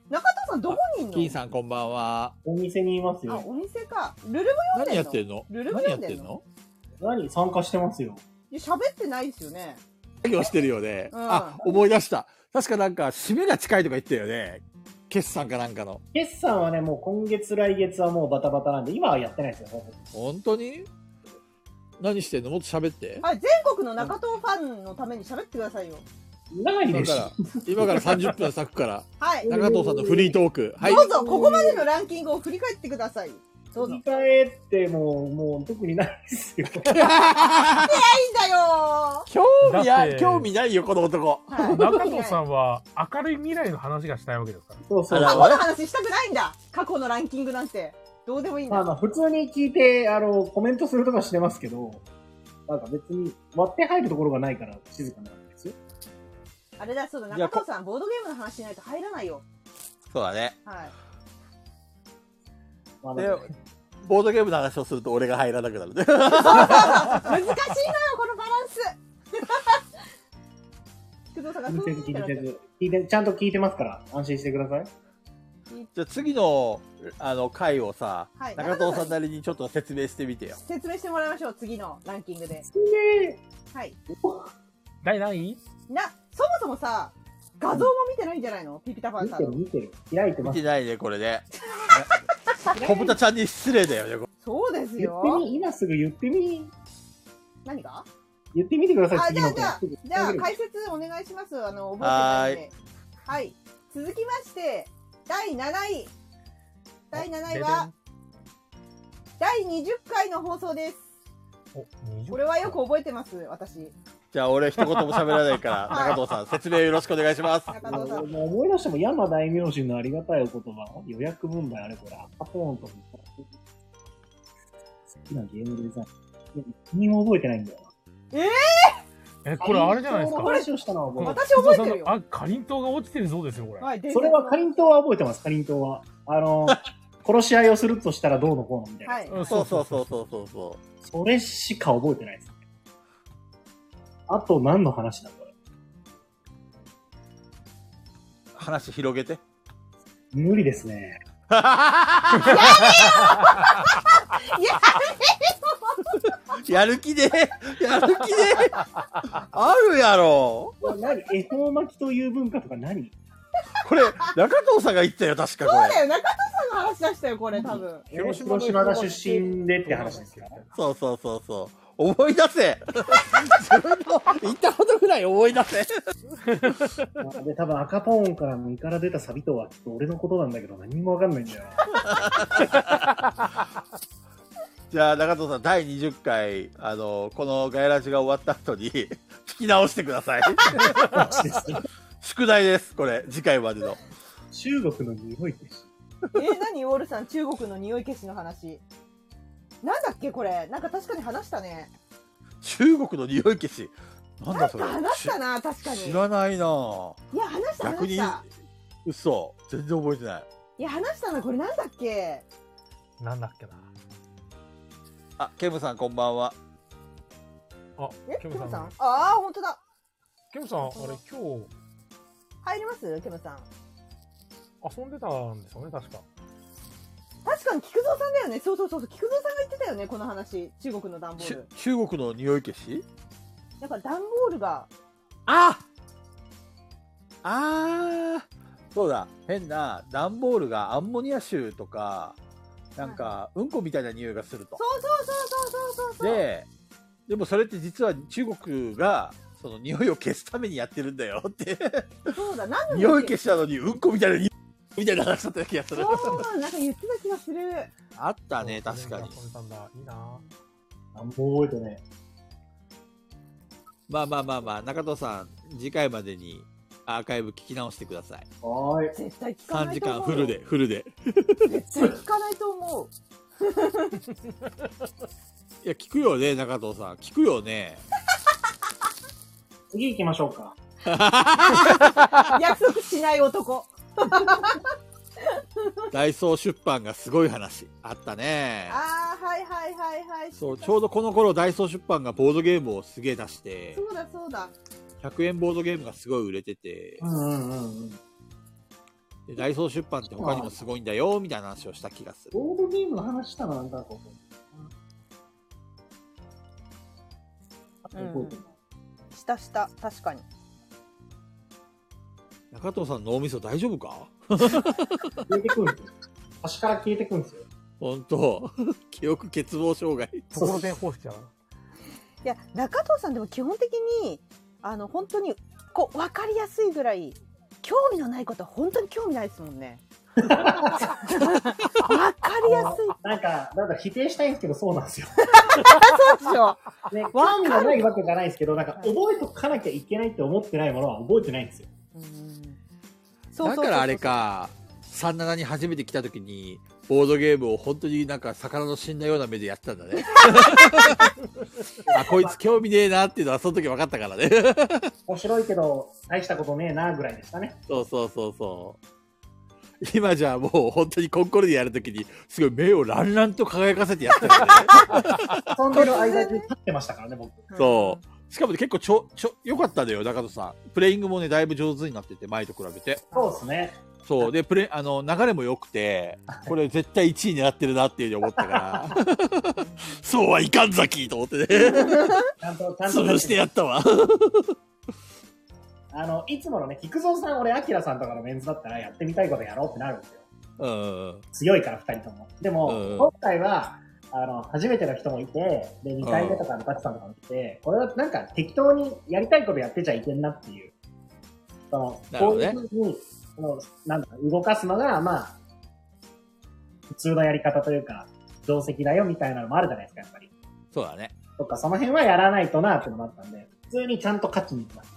S1: 中藤さんどこにいんの
S2: 金さんこんばんは。
S4: お店にいます
S1: あ
S4: よ、。
S1: お店か。ルルも読んで
S2: 何
S1: んの
S2: やってんの
S1: ルルブ
S2: 何や
S1: 読
S2: っ
S1: んで
S2: て
S1: ん
S2: ん
S1: の
S2: の
S4: 何参加してますよ。
S1: いや喋ってないですよね。
S2: 作業してるよね。
S1: うん
S2: あ、思い出した。確かなんか、締めが近いとか言ってたよね。決算かなんかの。
S4: 決算はね、もう今月来月はもうバタバタなんで、今はやってないですよ。
S2: 本当に何してんのもっと喋って。
S1: あ、全国の中藤ファンのために喋ってくださいよ。
S4: ない
S2: 今
S4: でし
S2: か
S4: ょ。
S2: ら、今から30分咲くから、
S1: はい。
S2: 中藤さんのフリートーク。はい
S1: ど。うぞ、ここまでのランキングを振り返ってください。どうぞ。いいん
S4: 振り返っても、もう特にないで すよ。
S1: だよ
S2: 興味
S3: だって
S2: や、興味ないよ、この男。
S1: ーはい
S3: 中藤さんは明るい未来の話がしたいわけですから。
S4: そうそう。
S2: あら
S1: 過去の話したくないんだ過去のランキングなんて。どうでもいいん
S4: まあま
S1: だ。
S4: あ、普通に聞いて、あの、コメントするとかしてますけど、なんか別に割って入るところがないから静かなんですよ。
S1: あれだ、そうだ、
S2: いや
S1: 中藤さん、ボードゲームの話しないと入らないよ。
S2: そうだね。
S1: はい。
S4: まあま
S2: で
S4: あ、
S2: ボードゲームの話をすると俺が入らなくなる
S1: 難
S2: ね。
S1: しいのよ、このバランス。 菊蔵さんが
S4: 気
S1: そ
S4: に
S1: うい
S4: せ
S1: うふう
S4: ず気
S1: にな
S4: に
S1: っ
S4: せ
S1: てる
S4: ず。聞いて、ちゃんと聞いてますから、安心してください。
S2: じゃあ次の、あの、回をさ、
S1: はい
S2: 中藤さんなりにちょっと説明してみてよ。
S1: 説明してもらいましょう、次のランキングで。
S4: すげえ
S1: はい。
S3: 第何位
S1: な、そもそもさ、画像も見てないんじゃないのピピタパン
S4: 見
S1: さ
S4: て
S1: ん
S4: る
S1: の。
S4: 見てる。開いて
S2: 見
S4: ます
S2: て。ないね、これね。小豚ちゃんに失礼だよね、こ
S1: そうです
S4: 言
S1: よ
S4: って。み、今すぐ言ってみ、
S1: 何が
S4: 言ってみてください、
S1: あ、じ
S4: 次
S1: ゃあ、
S4: の
S1: じゃあ
S4: 子、
S1: じゃあ、解説お願いします。あの、覚えてないんで。はい。続きまして、第7位。第7位は、第20回の放送です。
S3: お、20
S1: これはよく覚えてます、私。
S2: じゃあ俺一言も喋らないから、
S1: はい
S2: 中藤さん、説明よろしくお願いします。
S1: 中
S4: も
S1: 藤さ。
S4: うんもう思い出しても山大名人のありがたいお言葉予約問題あれこれアッポーンと好きなゲームデザイン何も覚えてないんだよ
S3: え、これあれじゃないですか
S4: こ。れ話をしたのは覚えて
S1: 私覚えてるよ
S3: あ、かりんとうが落ちてるそうですよ、これ。
S1: はい、伝
S4: そ
S1: 説
S4: れ
S1: の
S4: はかりんとうは覚えてますかりんとうはあの殺し合いをするとしたらどうのこうのみたいな、
S1: はい。
S3: うん
S2: そうそうそうそうそうそ
S4: それしか覚えてないですあと何の話だこれ
S2: う。話広げて。
S4: 無理ですね
S2: やる気で、やる気で、あるやろ。
S4: これ何 恵方巻きという文化とか何
S2: これ、中藤さんが言ったよ、確かこ
S1: そうだ
S2: れ。
S1: よ、中藤さんの話出したよ、これ、多分。
S4: 広島が出身でって話ですよ
S2: そうそうそうそう。思い出せ自分の言ったことぐらい思い出せ
S4: で、多分赤ポーンから身から出たサビとは、ちょっと俺のことなんだけど、何もわかんないんだよな。
S2: じゃあ、中藤さん、第20回、あの、このガイラジが終わった後に、聞き直してください。 宿題です、これ、次回までの。
S4: 中国の匂いです。
S1: え、何ウォルさん、中国の匂い消しの話。なんだっけこれ。なんか確かに話したね。
S2: 中国の匂い消し。なんだそれ。
S1: 話し
S2: した
S1: な、確かに。
S2: 知
S1: いや、
S2: らないなぁ
S1: 話した、
S2: 逆
S1: 話し
S2: に
S1: た。、
S2: 嘘。全然覚えてない。
S1: いや、話したな、これなんだっけ
S3: なんだっけな。
S2: あ、ケムさん、こんばんは。
S3: あ
S1: え、、
S3: ケ
S1: ケ
S3: ム
S1: ム
S3: さ
S1: さん
S3: ん。
S1: ああ、本当だ。
S3: ケムさん、あれ、今
S1: 入りますケムさん。
S3: 日、遊んでたんですよね、確か。
S1: 確かに菊蔵さんだよね。そうそうそうそう。菊蔵さんが言ってたよね、この話。中国の段ボー
S2: ち
S1: ル。
S2: 中国の匂い消し
S1: なんか段ボールが、
S2: ああーそうだ変な段ボールがアンモニア臭とかなんかうんこみたいな匂いがすると
S1: そ。うそうそうそうそうそうそう。
S2: ででもそれって実は中国がその匂いを消すためにやってるん だよって
S1: そうだ、何の
S2: 匂い
S1: だっけ
S2: 消したのにうんこみたいな匂いみたいな話だった気がする。
S1: そう、なんか言ってた気がする。
S2: あったね確かに。
S3: 遊んでたんだ。いいな
S4: あんも覚えてね。
S2: まあまあまあまあ中藤さん次回までにアーカイブ聞き直してください。
S4: はーい。
S1: 絶対聞か
S2: 3
S1: ない
S2: 時
S1: と思う。
S2: 間フル。でフルで。
S1: 絶対聞かないと 思う。
S2: いや聞くよね中藤さん聞くよね。
S4: 次行きましょうか。
S1: 約束しない男。
S2: ダイソー出版がすごい話あったね
S1: ああ、はいはいはいはい。
S2: そうちょうどこの頃ダイソー出版がボードゲームをすげえ出して
S1: そうだそうだ。
S2: 100円ボードゲームがすごい売れてて
S4: うんうんうんうん。
S2: でダイソー出版って他にもすごいんだよみたいな話をした気がする
S4: ボードゲームの話したのなんだここ。
S1: うんしたした、確かに。
S2: 中藤さんの脳みそ大丈夫か
S4: 消えてくるんですよ。端から消えてくるんですよ。
S2: 本当 記憶欠乏障害
S3: ところでん方式だな。
S1: いや、中藤さんでも基本的に、あの、本当に、こう、わかりやすいぐらい、興味のないことは本当に興味ないですもんね。わかりやすい。
S4: なんか、なんか否定したいんですけど、そうなん ですよ。
S1: そうでしょ。
S4: ね、興味がないわけじゃないんですけど、なんか覚えとかなきゃいけないって思ってないものは覚えてないんですよ。
S1: うんそうそ
S2: だ
S1: うそうそう
S2: からあれ。か37に初めて来た時にボードゲームを本当になんか魚の死んだような目でやってたん だねあこいつ興味ねえなっていうのはその時分かったからね
S4: 面白いけど、大したことねえな、ぐらいでしたね。
S2: そうそうそうそう。今じゃもう本当にコンコルでやるときに、すごい目をランランと輝かせてやってるよね。
S4: 遊んでる間中立ってましたからね、僕。
S1: うん
S2: そしかもね結構ちょ、ちょ、良かったんだよ、中野さん。プレイングもね、だいぶ上手になってて、前と比べて。
S4: そうですね。
S2: そう。で、プレイ、あの、流れも良くて、これ絶対1位狙ってるなっていうふうに思ったから、 そうはいかんざきと思ってね、
S4: ちゃんと、ちゃんと。
S2: 潰してやったわ。
S4: あの、いつものね、菊蔵さん、俺、アキラさんとかのメンズだったら、やってみたいことやろうってなるんですよ。
S2: うん。
S4: 強いから、二人とも。でも、
S2: うん
S4: 今回は、あの、初めての人もいて、で、二回目とかのタチさんとかもいて、これはなんか適当にやりたいことやってちゃいけんなっていう。その、
S2: なる
S4: こ
S2: ほど
S4: うい
S2: ね
S4: うふうに、その、なんだ、動かすのが、まあ、普通のやり方というか、定石だよみたいなのもあるじゃないですか、やっぱり。
S2: そうだね。
S4: とか、その辺はやらないとなってのもあったんで、普通にちゃんと勝ちに行きまし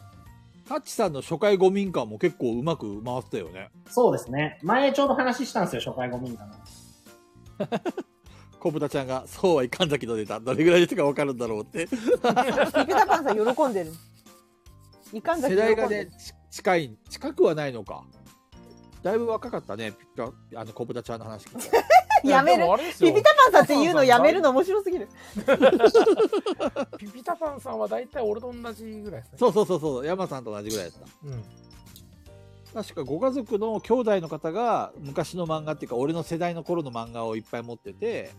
S2: タッチさんの初回ゴミンカーも結構うまく回ってたよね。
S4: た。そうですね。前ちょうど話したんですよ、初回ゴミかな。
S2: コブタちゃんが、そうはいかんざきのネタ、どれぐらいの人がわかるんだろうって。
S1: 池田パンさん喜んでる。いかんだ
S2: 世
S1: け
S2: 代
S1: 喜
S2: が
S1: んで
S2: ね
S1: る。、
S2: ち近い、近くはないのか。だいぶ若かったね、ピッカ、あの、コブタちゃんの話聞いて。
S1: やめ
S3: いで
S1: る
S3: も。あれです
S1: ピ
S3: よ
S1: ピタパンさんって言うのやめるの面白すぎる。
S3: ピピタパンさんは大体俺と同じぐらいです ね。
S2: そうそうそうそう、山さんと同じぐらいだっ
S3: うん。
S2: た。確かご家族の兄弟の方が昔の漫画っていうか俺の世代の頃の漫画をいっぱい持ってて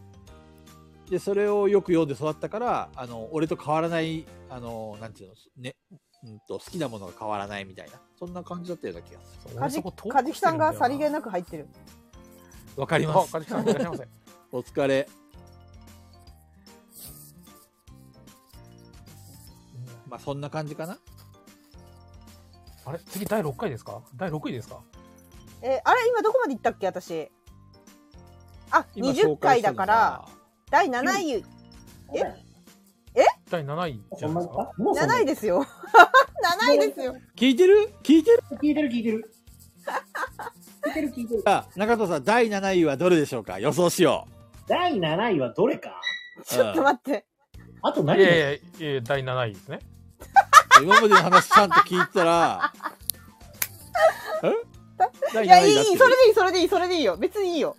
S2: でそれをよく読んで育ったからあの俺と変わらないあのなんていうの、ねうん、と好きなものが変わらないみたいなそんな感じだったような気がする
S3: そう
S1: カ
S3: 俺
S1: ジ
S3: そこ遠
S1: カジキさんがさりげ
S3: く
S1: なく入ってる。
S2: わか
S3: あ
S2: ります
S3: カジキさんいらっしゃい ませ。
S2: お疲れまあそんな感じかな
S3: あれ次第6回ですか第6位ですか
S1: えーあれ今どこまで行ったっけ私あ
S2: 今
S1: 20回だから
S2: 紹介したのが
S1: 第7位、え
S3: 第7位じ
S4: そ
S3: ゃ
S4: ん
S3: な
S4: な
S3: です
S4: いにか
S3: か。
S4: もうそんな
S1: 7位
S4: に
S1: ですよ。7位ですよ。
S2: 聞いてる聞いてる
S4: 聞いてる聞いてる。聞いてる聞いてる。
S2: あ中藤さん、第7位はどれでしょうか予想しよ
S4: 第7位はどれか
S2: う。
S1: ちょっと待って。
S4: あと
S3: い
S4: 何
S3: やいやいやいや、第7位ですね。
S2: うん今までの話ちゃんと聞いたら、え第
S1: いや、いい、い
S2: 合って
S1: い、
S2: る
S1: それでいい、それでいい、それでいいよ。別にいいよ。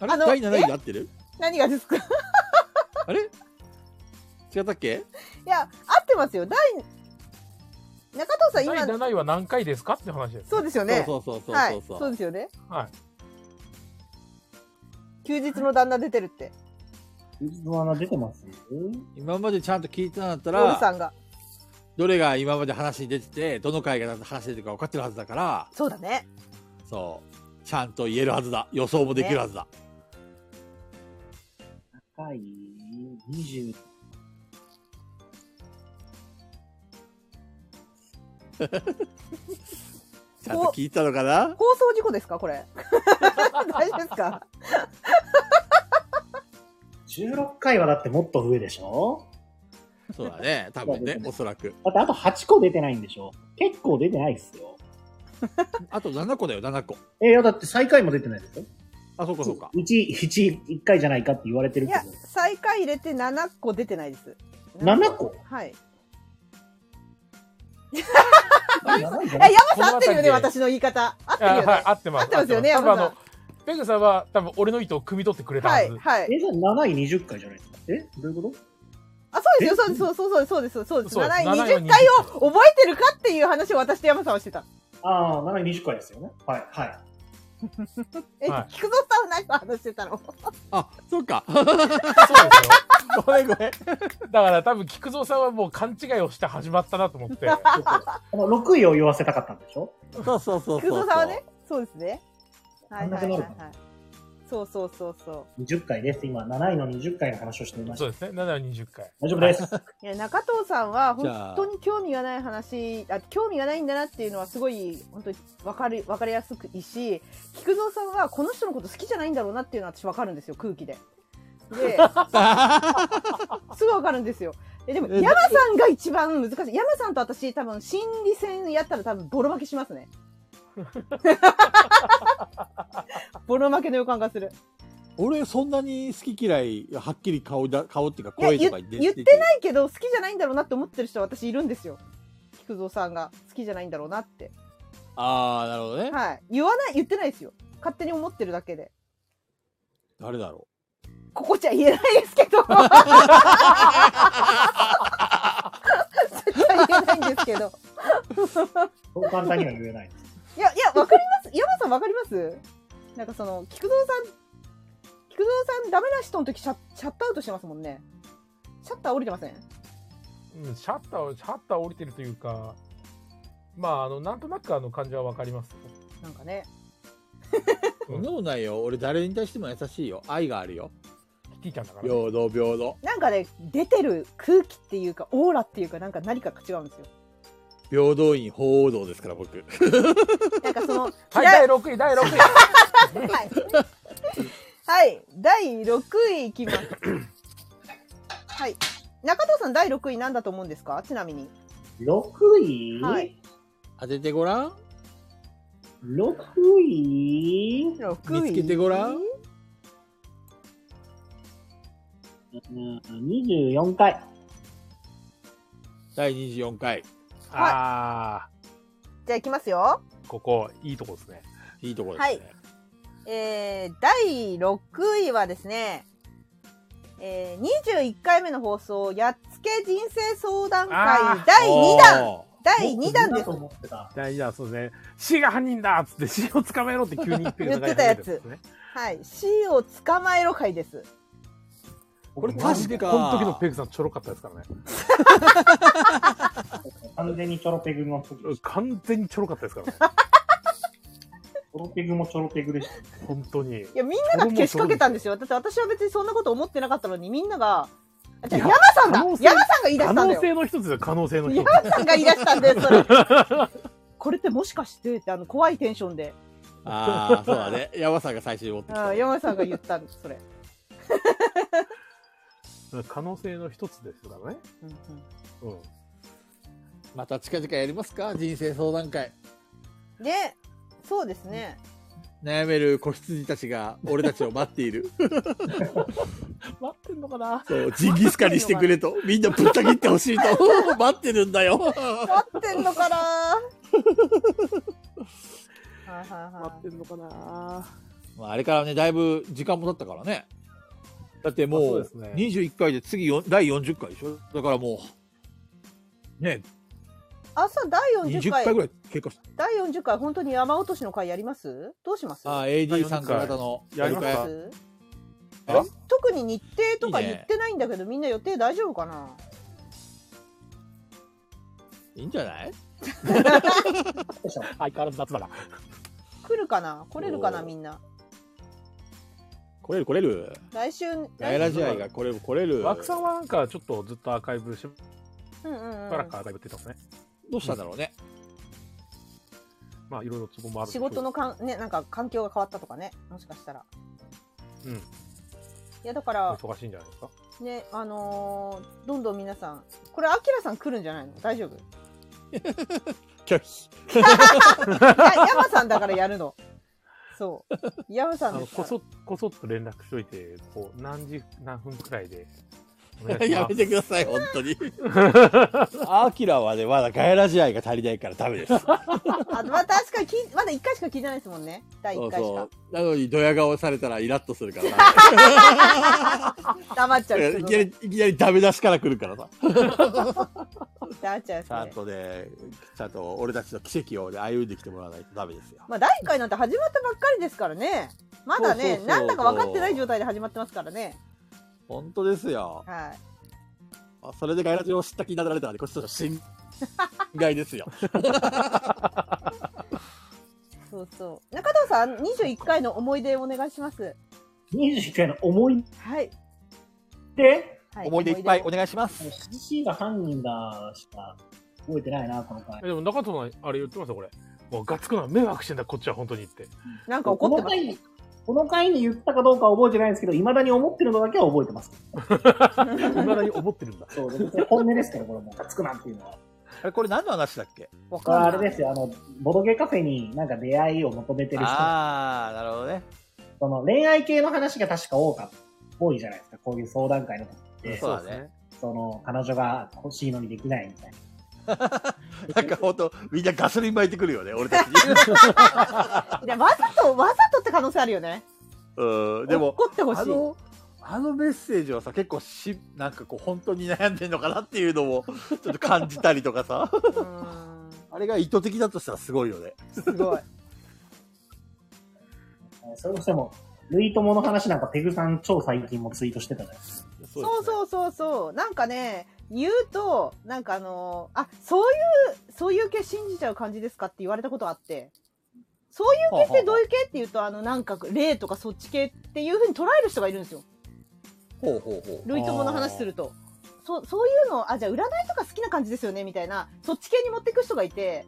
S2: あれ
S1: あの
S2: 第7位で合ってる
S1: 何がですか い
S2: あれ違ったっけ
S1: や、合ってますよ。第、中藤さん、
S3: 第
S1: 今、
S3: 7位は何回ですかって話です。
S1: そうですよね。
S2: そうそうそう
S1: は
S2: そう
S1: い、
S2: そう。
S1: そうですよね。
S3: はい。
S1: 休日の旦那出てるって、
S4: 穴出てます
S2: 今までちゃんと聞いてなかった
S1: ロールさ
S2: ら、
S1: んが。
S2: どれが今まで話に出てて、どの回が話出てるか分かってるはずだから、
S1: そうだね。
S2: そう。ちゃんと言えるはずだ。予想もできるはずだ。
S4: 高い20。
S2: ちゃんと聞いたのかな
S1: 放送事故ですかこれ。 大丈夫ですか
S4: 16回はだってもっと上でしょ
S2: そうだね。多分ね、おそらく。
S4: だってあと8個出てないんでしょ結構出てないっすよ。
S2: あと7個だよ、7個。
S4: え、いやだって最下位も出てないですよ。
S2: あ、そうかそうか。
S4: うち、1、1回じゃないかって言われてる
S1: い
S4: け
S1: や
S4: ど。、
S1: 最下位入れて7個出てないです。
S4: 7個
S1: はい。
S4: あやばいじゃ
S1: え、
S4: ない
S1: 山さん合ってるよね、
S3: この辺りで
S1: 私の言い方。合ってる
S3: あ
S1: よね。
S3: はい、合ってます。
S1: 合ってますよね
S3: 合ってま
S1: 山田
S3: す多分あの、ペグさんは多分俺の意図を汲み取ってくれたは
S1: は
S3: ず。
S1: い、はい。
S4: え、じゃあ7位20回じゃないですか。えどういうこと
S1: あ、そうですよ、そうです、そうです、そうです、そうです。
S3: そう
S1: 7
S3: です
S1: 位
S3: 7位
S1: 20回を覚えてるかっていう話を私と山さんはしてた。
S4: ああ、7位20回ですよね。はい、はい。
S1: え、
S3: はい
S1: 菊蔵さんは何の話してたの
S2: あ、そうか。
S3: そうですよ。
S2: ごめんごめん。
S3: だから多分、菊蔵さんはもう勘違いをして始まったなと思って。
S4: あの6位を言わせたかったんでしょ
S2: そうそうそうそう。
S1: 菊蔵さんはね、そうですね。はいはいはい、
S4: あん
S1: は
S4: なく
S1: い。そうそうそうそ
S4: ?20 回です。今、7位の20回の話をしていまし
S3: そ
S4: た
S3: う。ですね。7は20回。
S4: 大丈夫です。
S1: う。いや、中藤さんは
S2: じゃあ
S1: 本当に興味がない話、あ興味がないんだなっていうのはすごい、本当にわかる、わかりやすくいいし、菊蔵さんはこの人のこと好きじゃないんだろうなっていうのは私わかるんですよ、空気で。で、すぐわかるんですよ。えでも、
S2: え
S1: 山さんが一番難しい。山さんと私、多分、心理戦やったら多分、ボロ負けしますね。ボロ負けの予感がする。
S2: 俺そんなに好き嫌いはっきり顔だ顔っていうか
S1: いや
S2: 声とか
S1: 言っ
S2: 出
S1: てないけど、好きじゃないんだろうなって思ってる人は私いるんですよ。菊蔵さんが好きじゃないんだろうなって。
S2: ああなるほどね、
S1: はい。言わない、言ってないですよ。勝手に思ってるだけで。
S2: 誰だろ
S1: ここじゃ言えないですけど。絶対言えないんですけど。
S4: そう簡単には言えないです。
S1: いや、いや、わかります。山さんわかりますなんかその、菊蔵さん、菊蔵さんダメな人の時シャシャットアウトしてますもんね。シャッター降りてません
S3: うん、シャッター、シャッター降りてるというか、まあ、あの、なんとなくあの感じはわかります。
S1: なんかね。
S2: うそんなことないよ俺誰に対しても優しいよ愛があるよ
S3: キティちゃんだから、ね。
S2: 平等平等
S1: なんかね、出てる空気っていうか、オーラっていうか、なんか何かが違うんですよ。
S2: 平等院鳳凰堂ですから僕
S1: なんかその、
S3: はい、
S1: 嫌
S3: 第
S1: い
S3: 6位、第6位。
S1: はい。はい、第6位いきます。はい。中藤さん第6位なんだと思うんですかちなみに。
S4: 6位、
S1: はい
S2: 当ててごらん
S4: ?6 位
S1: 6位。
S2: 見つけてごらん
S4: うん24回。
S2: 第24回
S3: あ
S1: じゃあいきますよ。
S3: ー、ここ、いいとこですね。
S2: いいところですね、
S1: えー第6位はですね、えー、21回目の放送、やっつけ人生相談
S3: あ
S1: 会
S3: ー
S1: 第2弾
S2: おー
S1: 第2弾で
S4: 僕二だ
S1: す
S4: と。思ってた。
S3: 大事だ、そうですね。死が犯人だっつって死を捕まえろって急に言ってる
S1: 言ってたやつ
S3: 流れてるんですね
S1: はい。死を捕まえろ会です。
S2: これ
S4: 僕
S2: 確か
S3: この時のペグさんちょろかったですからね。
S4: 完全にチョロペグの時でし
S3: 完全にちょろかったですからね。
S4: たチョロペグもチョロペグでし
S3: 本当に。
S1: いや、みんながけしかけたんですよ。だって私は別にそんなこと思ってなかったのに、みんなが、あじゃあ
S3: いや
S1: 山さんだ
S3: 可能性
S1: 山さんが言い出
S3: 可
S1: したんだ
S3: 能
S1: よ。
S3: 性の一つで可能性の一つ。
S1: 山さんが言い出したんだよ、それ。 これってもしかしてって、あの、怖いテンションで。
S2: ああそうだね山さんが最初に持ってきた
S1: うん、山さんが言ったんです、それ。
S3: 可能性の一つですからね。
S1: うんうん
S3: うん。
S2: また近々やりますか人生相談会。
S1: ね、そうですね。
S2: 悩める子羊たちが俺たちを待っている。
S3: 待ってんのかな
S2: そう、ジンギスカンにしてくれ と。みんなぶった切ってほ しいと。待ってるんだよ。
S1: 待ってんの かなはいはい
S3: 待
S1: は
S3: ってんのかな
S2: まあ、あれからね、だいぶ時間も経ったからね。だって
S3: あ
S2: も
S3: そう
S2: う
S3: ですね
S2: 21回で次よん第40回でしょだからもう、ね、
S1: い。朝第40
S2: 20
S1: 回、
S2: 回ぐらい経過した。
S1: 第40回、本当に山落としの回やりますどうします
S2: ああ、AD さんから方の
S3: やりま
S1: どうし
S3: すか
S1: ま
S2: や
S1: す
S2: あ
S1: 特に日程とか
S2: いいね
S1: 言ってないんだけど、みんな予定大丈夫かない
S2: いんじゃない
S4: でしょ
S3: 相変わらず夏だな。
S1: 来るかな来れるかな
S2: おー
S1: みんな。
S2: 来れる来れる。
S1: 来週、
S2: ガイラジ愛が来れる来れる。
S3: 枠さんはなんかちょっとずっとアーカイブし
S1: うんうん
S3: ば
S1: う
S3: ら
S1: ん
S3: く。アーカイブって言ってますね。
S2: どうしたんだろうね。
S3: まあいろいろツボもある
S1: 仕
S3: んでしょう
S1: 事のかん、ね、なんか環境が変わったとかね。もしかしたら。
S3: うん。
S1: いや、だから、
S3: 忙しいんじゃないですか
S1: ね、あのーどんどん皆さん、これ、アキラさん来るんじゃないの大丈夫
S2: 拒
S1: い
S2: 否。
S1: や、山さんだからやるの。そう。山さ
S3: あ
S1: ん
S3: の
S1: ですか
S3: こ
S1: ら
S3: そこそっと連絡しといてこう何時何分くらいでお願い し
S2: や
S3: ま
S2: め
S3: す
S2: てください、本当 に。アキラはね、まだガイラジ愛が足りないからダメです。
S1: あまあ、確かに聞い、まだ1回しか聞いてないですもんね。第
S2: そ
S1: 1
S2: う
S1: 回し
S2: そ
S1: か。
S2: う。なのに、ドヤ顔されたらイラッとする から
S1: 黙っちゃう
S2: な
S1: 人
S2: い
S1: の
S2: きなり、いきなりダメ出しから来るからさ。
S1: 黙っちゃう
S2: ちゃ
S1: 人
S2: ん
S1: で。
S2: とね、ちゃんと俺たちの奇跡をね、歩んできてもらわないとダメですよ。
S1: まあ、第1回なんて始まったばっかりですからね。まだ
S2: そう
S1: ね
S2: そう、そう
S1: なんだか分かってない状態で始まってますからね。
S2: 本当ですよ。
S1: はい。
S2: あそれでガイラジを知った気になられたらね、こっちとしては心外ですよ。
S1: そうそう。中藤さん、21回の思い出をお願いします。
S4: 21回の思い
S1: はい。
S4: 出
S1: は
S2: 思い出いっぱい
S1: 思
S2: お願いします。
S4: CC が犯人だしか覚えてないな、この回
S3: え。でも中藤さんあれ言ってましたこれもうガッツくな迷惑してんだこっちは本当にって
S1: 出なんか怒ってます。
S4: この回この回に言ったかどうかは覚えてないんですけど、いまだに思ってるのだけは覚えてます。
S3: いまだに思ってる んだ
S4: そう、別に本音ですから、これも。つくなっていうのは。
S2: あれ、これ何の話だっけ
S1: わ
S4: これはあ
S1: かん
S4: れ
S1: ない
S4: ですよ、あの、ボドゲカフェになんか出会いを求めてる人、
S2: ああ、なるほどね。
S4: その恋愛系の話が確か多か多いじゃないですか、こういう相談会の時って。
S2: そうだね
S3: です
S4: その、彼女が欲しいのにできないみたいな。
S2: なんかほんと、みんなガソリン巻いてくるよね、俺 たちに。
S1: いやわざと、わざとって可能性あるよね。
S2: うん、でも、
S1: 怒ってほし
S2: あ
S1: い。
S2: の、あのメッセージはさ、結構し、なんかこう、本当に悩んでんのかなっていうの も、ちょっと感じたりとかさ、
S1: うーん
S2: あれが意図的だとしたらすごいよね。
S1: すごい。
S4: それとしても、ルイ友の話なんかペグさん超最近もツイートしてたじゃないですか。
S1: そう
S2: う。
S1: そうそうそう。なんかね、言うと、なんかあのーあ、そういう、そういう系信じちゃう感じですかって言われたことあって、そういう系ってどういう系って言うと、あの、なんか、霊とかそっち系っていうふうに捉える人がいるんですよ。
S2: ほうほうほう。
S1: 類友の話すると。そう、そういうの、あ、じゃあ占いとか好きな感じですよね、みたいな、そっち系に持っていく人がいて、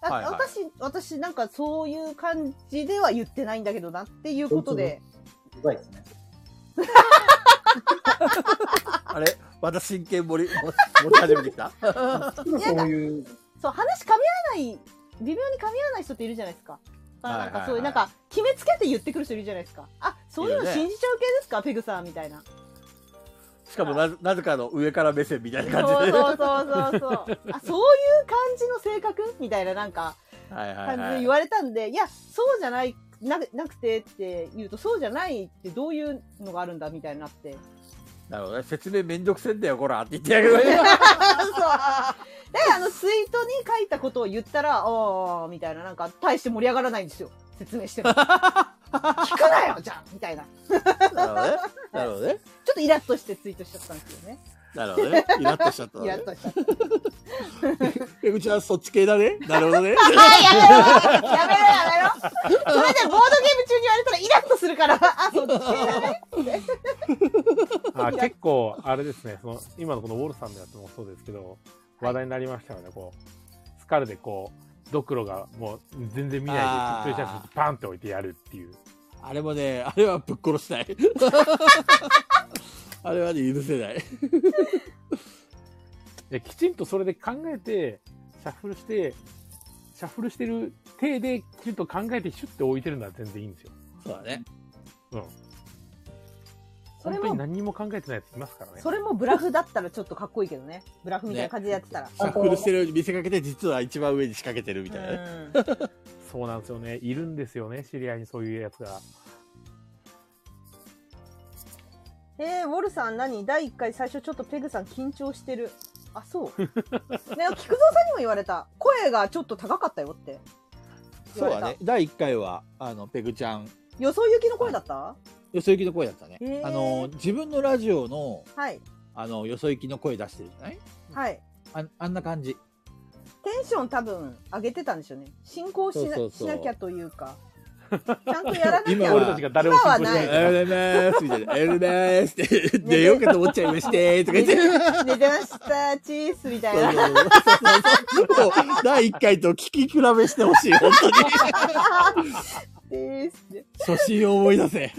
S1: あ
S2: はいはい
S1: 私、私なんかそういう感じでは言ってないんだけどなっていうことで、
S4: すごいですね。
S2: あれまた真剣盛り、も持ち始めてきた
S4: そういう、
S1: そう、話噛み合わない、微妙に噛み合わない人っているじゃないですか。だからなんかそういう、
S2: は
S1: ない
S2: はいはい
S1: んか、決めつけて言ってくる人いるじゃないですか。あ、そういう
S2: い
S1: の
S2: るね
S1: 信じちゃう系ですか、ペグさんみたいな。
S2: しかもな、なぜかの上から目線みたいな
S1: そう
S2: 感じで。
S1: そうそうそうそう。あ、そういう感じの性格みたいななんか、
S2: はいはい
S1: 感じ
S2: は
S1: で
S2: い。
S1: 言われたんで、いや、そうじゃない、ななくてって言うと、そうじゃないってどういうのがあるんだみたいになって。
S2: なるほどね。説明めんどくせえんだよ、こらって言ってやる ね。
S1: そう。で、あの、ツイートに書いたことを言ったら、ああ、みたいな、なんか、大して盛り上がらないんですよ。説明して も。聞くなよ、じゃあみたいな。ち
S2: なるほどね。なるほどね。
S1: ょっとイラッとしてツイートしちゃったんですよね。
S2: なるほどね。イラッとしちゃったの
S1: イラ
S2: ね
S1: ッ。としちゃった。
S2: え、うちはそっち系だね。なるほどね。
S1: あやめろやめろやめろそれでボードゲーム中に言われたらイラッとする から、あ、そっち系だね。
S3: あ結構あれですねその今のこのウォルさんのやつもそうですけど話題になりましたよねこうスカルでこうドクロがもう全然見
S2: あー
S3: ないで写真パン って置いてやるっていう
S2: あれもね、あれはぶっ殺したい。 あれはね、許せない。
S3: できちんとそれで考えて、シャッフルして、シャッフルしてる手で、きちんと考えてシュッて置いてるのは全然いいんですよ。
S2: そうだね。
S3: うん。
S1: そ
S3: 本
S1: れ
S3: 当に
S1: も、
S3: 何にも考えてないやついますからね。
S1: それもブラフだったらちょっとかっこいいけどね。ブラフみたいな感じでやってたら。
S2: シャッフルしてるように見せかけて、実は一番上に仕掛けてるみたいなね。
S1: うん
S3: そうなんですよね。いるんですよね。知り合いにそういうやつが。
S1: えー、ウォルさん何第1回最初ちょっとペグさん緊張してる。あ、 そう。ね、菊蔵さんにも言われた。声がちょっと高かったよって。
S2: そうだね。第1回は、あの、ペグちゃん、
S1: よそ行きの声だった
S2: よそ行きの声だったね
S1: へー。
S2: あの、自分のラジオの、
S1: はい。
S2: あの、よそ行きの声出してるじゃない
S1: はい。
S2: ああんな感じ。
S1: テンション多分上げてたんでしょうね。進行しな
S2: そうそうそう
S1: しなきゃという か。ちゃんとやらなき
S2: 今
S1: ゃ。
S2: は
S3: 俺 たちが誰も信仰し
S1: は
S3: ないい
S2: ありがとうございますみたいな。ありがとうございますって、出ようかと思っちゃいまして、とか 言って。
S1: 寝てました、チースみたい
S2: そ
S1: な。
S2: うそうそうそうもう第1回と聞き比べしてほしい、本当に。
S1: でーすって
S2: 初心を思い出せ。
S1: 慣れ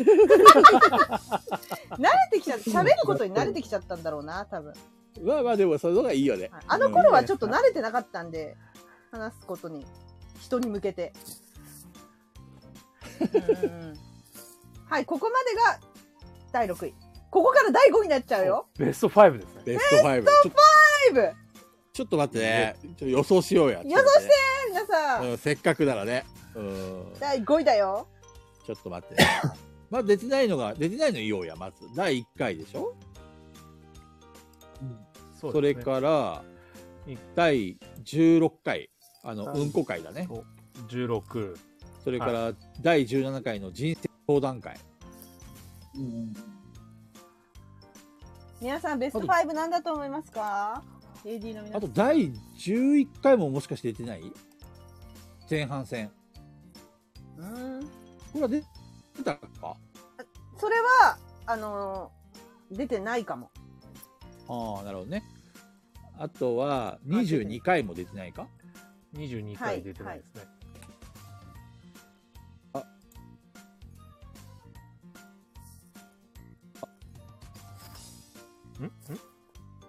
S1: てきちゃった。喋ることに慣れてきちゃったんだろうな、多分。
S2: まあまあ、でも、その方がいいよね。
S1: あの頃はちょっと慣れてなかったんで、話すことに、人に向けて。うんうんうんはい、ここまでが第6位。ここから第5位になっちゃうよ。
S3: ベスト5ですね。
S2: ベスト5。ちょ
S1: 5イ
S2: ちょっと待ってね。ちょ予想しようや。
S1: 予想して皆さん、
S2: うんせっかくならね。うん。
S1: 第5位だよ。
S2: ちょっと待 ってね。まあ、出てないのが、出てないの言おうや、まず。第1回でしょ
S3: そ
S2: それ
S3: ら。
S2: から
S3: い、
S2: 第16回、あの、
S3: はい
S2: うんこ会だね。
S3: 16。
S2: それから、第17回の人生相談会。
S4: うん
S1: 皆さん、ベスト5なんだと思いますか ?AD の皆さん。
S2: あと、第11回ももしかして出てない前半戦。
S1: うん
S2: これは出出たか
S1: それは、あのー出てないかも。
S2: ああ、なるほどね。あとは、22回も出てないか
S3: 22回出てないですね。んん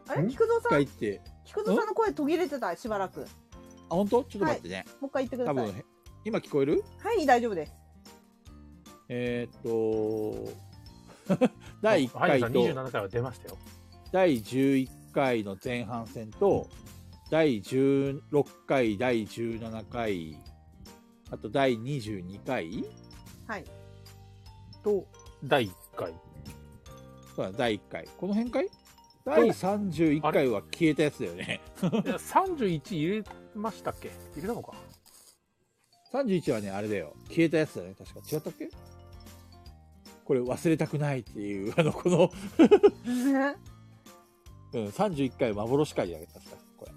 S1: あれ
S3: ん
S1: 菊蔵さ
S2: 回
S1: ん、
S2: って。
S1: 菊蔵さんの声途切れてた、しばらく。も
S2: あ、本当？ちょっと待ってね。
S1: う一回言ってくだ
S2: 多
S1: さ
S2: 分
S1: い。
S2: へ今聞こえる
S1: はい、大丈夫 です。
S2: えー、っと、第1回
S3: はいさん
S2: と
S3: 27回は出ましたよ。
S2: 第11回の前半戦と、第16回、第17回、あと第22回
S1: はい。
S2: と、
S3: 第1回。
S2: そうだ第1回。この辺かい第31回は消えたやつだよね。
S3: いや31入れましたっけ入れたのか
S2: 31はね、あれだよ。消えたやつだね。確か。違ったっけこれ忘れたくないっていう、 あの、この、うん、31回幻会やげた確か、これ。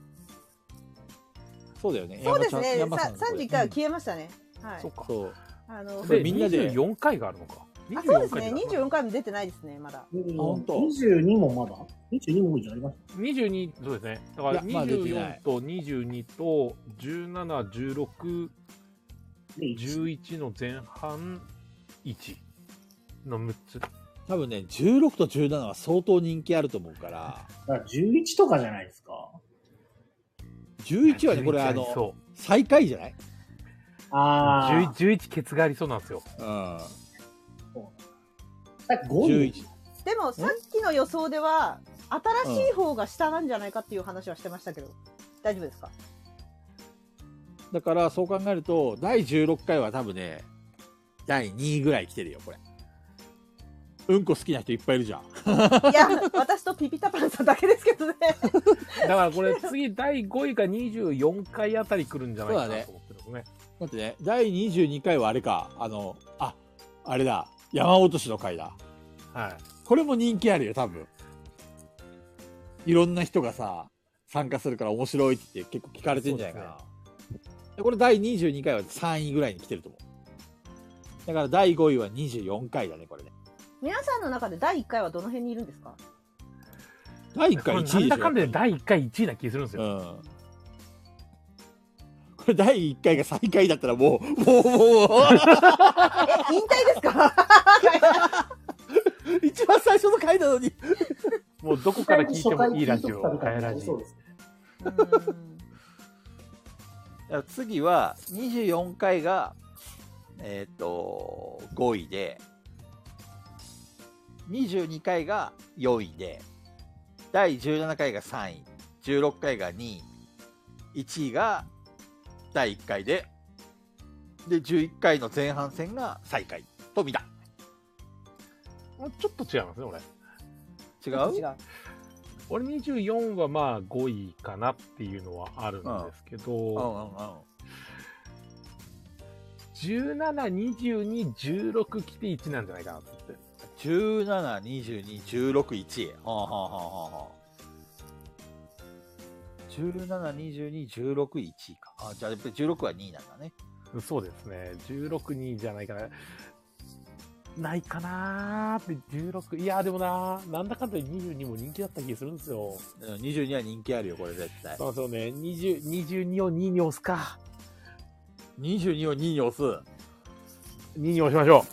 S2: そうだよね。
S1: そうですね。
S2: 山ちゃ
S1: さ
S2: ん山さんこれ
S1: 31回は消えましたね。は
S3: そ
S1: い。
S3: っか。
S2: そう。
S1: あの、
S2: れみ
S3: で、み
S2: ん
S3: ん
S2: な
S3: な
S2: で
S3: で4回があるのか。
S1: あそうですね。
S3: 24回
S1: 24回も出てないですね、まだ。
S4: うん
S2: 本当
S4: 22もまだ ?22 もじゃありまし
S3: 22、そうですね。だか
S2: いや
S3: ら
S2: まあ出てない
S3: 24と22と17、16、
S4: た。で、1
S3: 11の前半1の6つ。
S2: 多分ね、16と17は相当人気あると思うから、
S4: だから11とかじゃないですか。
S2: 11はね、これあの、
S3: そう。
S2: 最下位じゃない
S4: ああ。
S3: 11 11ケツがありそうなんですよ。
S2: うん。
S4: さっき5
S2: 11
S4: 位。。
S1: でも、さっきの予想では、新しい方が下なんじゃないかっていう話はしてましたけど、大丈夫です か
S2: だから、そう考えると、第16回は多分ね、第2位ぐらい来てるよ、これ。うんこ好きな人いっぱいいるじゃん。
S1: いや、私とピピタパンさんだけですけどね。
S3: だからこれ次第5位が24回あたり来るんじゃないかなと思ってるんですね。
S2: 待ってね、第22回はあれか、あの、あ、あれだ、山落としの回だ。
S3: はい。
S2: これも人気あるよ、多分。いろんな人がさ、参加するから面白いって結構聞かれてんじゃないかな。これ第22回は3位ぐらいに来てると思う。だから第5位は24回だね、これね。
S1: 皆さんの中で第1回はどの辺にいるんですか
S2: 第1回1位でし
S3: こ
S2: ょ
S3: れなんだかんだ
S2: や
S3: で
S2: っぱ
S3: 第1回1位な気するんです
S2: りう
S3: よ。
S2: ん。これ第1回が最下位だったらもう、もう、もう、も
S1: え、引退ですか
S2: う、一番最初の回なのに、
S3: どこから聞いてもいいラジオ、カヤラジ
S4: そう。です。
S1: うん
S6: ら次は24回が、えっ、と、5位で、22回が4位で、第17回が3位、16回が2位、1位が第1回で、で、11回の前半戦が最下位と見た。
S3: もうちょっと違いますね、俺。
S6: 違う
S1: 違う。
S3: 俺24はまあ5位かなっていうのはあるんですけ
S6: うんうん
S3: ど、
S6: うん。
S3: 17、22、16来て1なんじゃないかなっつって。
S6: 17、22、16、1。はあ、はあはあはあはあ、17、22、16、1か。あ、じゃあ、やっぱり16は2なんだね。
S3: そうですね。16、にじゃないかな。ないかなーって、16。いやーでもなー、なんだかんだ22も人気だった気がするんですよ。
S6: うん22は人気あるよ、これ絶対。
S3: そうそうね。20、22を2に押すか。
S6: 22を2に押す。
S3: 2に押しましょ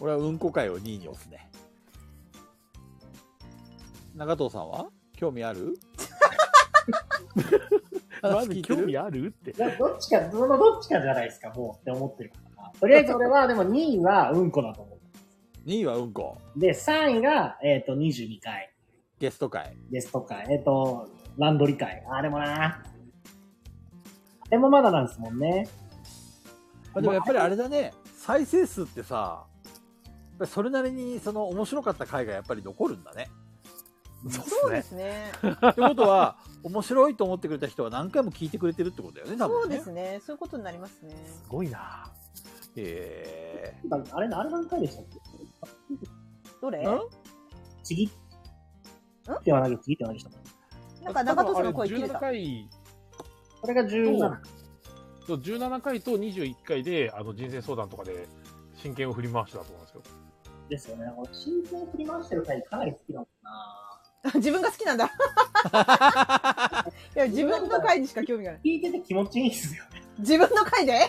S6: 俺はうんこ会を2に押すね。中藤さんは興味ある
S3: う。ま
S6: 話聞
S3: ず
S6: いて
S3: 興
S6: る
S3: 味あるって。
S4: だどっちか、そのどっちかじゃないですか、もうって思ってるから。とりあえず俺は、でも2位はうんこだと思
S6: ?2 位はうんこ。
S4: う。で、3位が、えっ、と、22回
S6: ゲスト会。
S4: ですとか、えっ、と、ランドリー会。あれもなあれもまだなんですもんね。
S6: まあでもやっぱりあれだね、再生数ってさ、やっぱりそれなりにその面白かった回がやっぱり残るんだね。
S1: そうですね。
S6: ってことは、面白いと思ってくれた人は何回も聞いてくれてるってことだよね、
S1: そ
S6: 多
S1: う
S6: 分ね。
S1: ですね。そういうことになりますね。
S3: すごいな
S6: へ
S4: あれ、あれ何回でしたっけ
S1: どれ
S6: え。ん
S4: ちぎっては投げ、ちぎっては投げした。
S1: なんか中藤さんの声切れ
S3: 17
S1: た。
S3: 回
S4: これが17。
S3: そう17回と21回であの人生相談とかで真剣を振り回してたと思うんですよ。
S4: ですよね。俺、新鮮振り回してる回かなり好きだもんな
S1: 自分が好きなんだ。 いや、自分の回にしか興味がない。
S4: 聞いてて気持ちいいですよね。
S1: 自分の回で
S2: や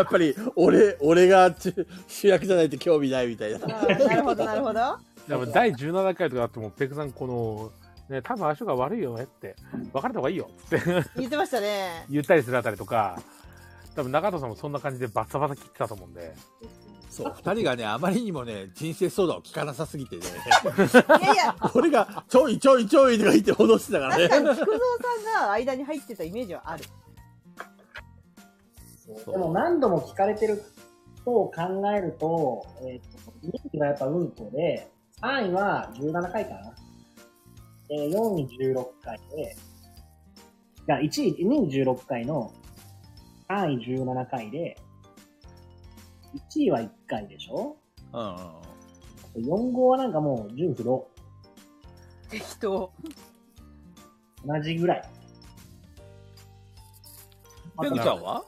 S2: っぱり、俺、俺が主主役じゃないと興味ないみたいな。
S1: あーなるほど、なるほど。
S3: だから第17回とかだってもうペグさんこの、ね、多分相性が悪いよねって、別れた方がいいよって
S1: 言ってましたね。
S3: 言ったりするあたりとか、多分中藤さんもそんな感じでバサバサ切ってたと思うんで、
S6: そう、二人がね、あまりにもね、人生相談を聞かなさすぎてね、
S1: いやい や、
S2: 俺が、ちょいちょいちょいとか言って戻してたから
S1: 確
S2: ね。
S1: かに菊蔵さんが間に入ってたイメージはある。
S4: でも何度も聞かれてることを考えると、えっ、と、2位がやっぱうんこで、3位は17回かな。で、4位16回で、じゃあ1位、2位16回の、3位17回で、1位は1回でしょ
S6: うんうんうん。
S4: ?4 号はなんかもう純不動。
S1: 適当。
S4: 同じぐらい。
S6: ペグちゃんは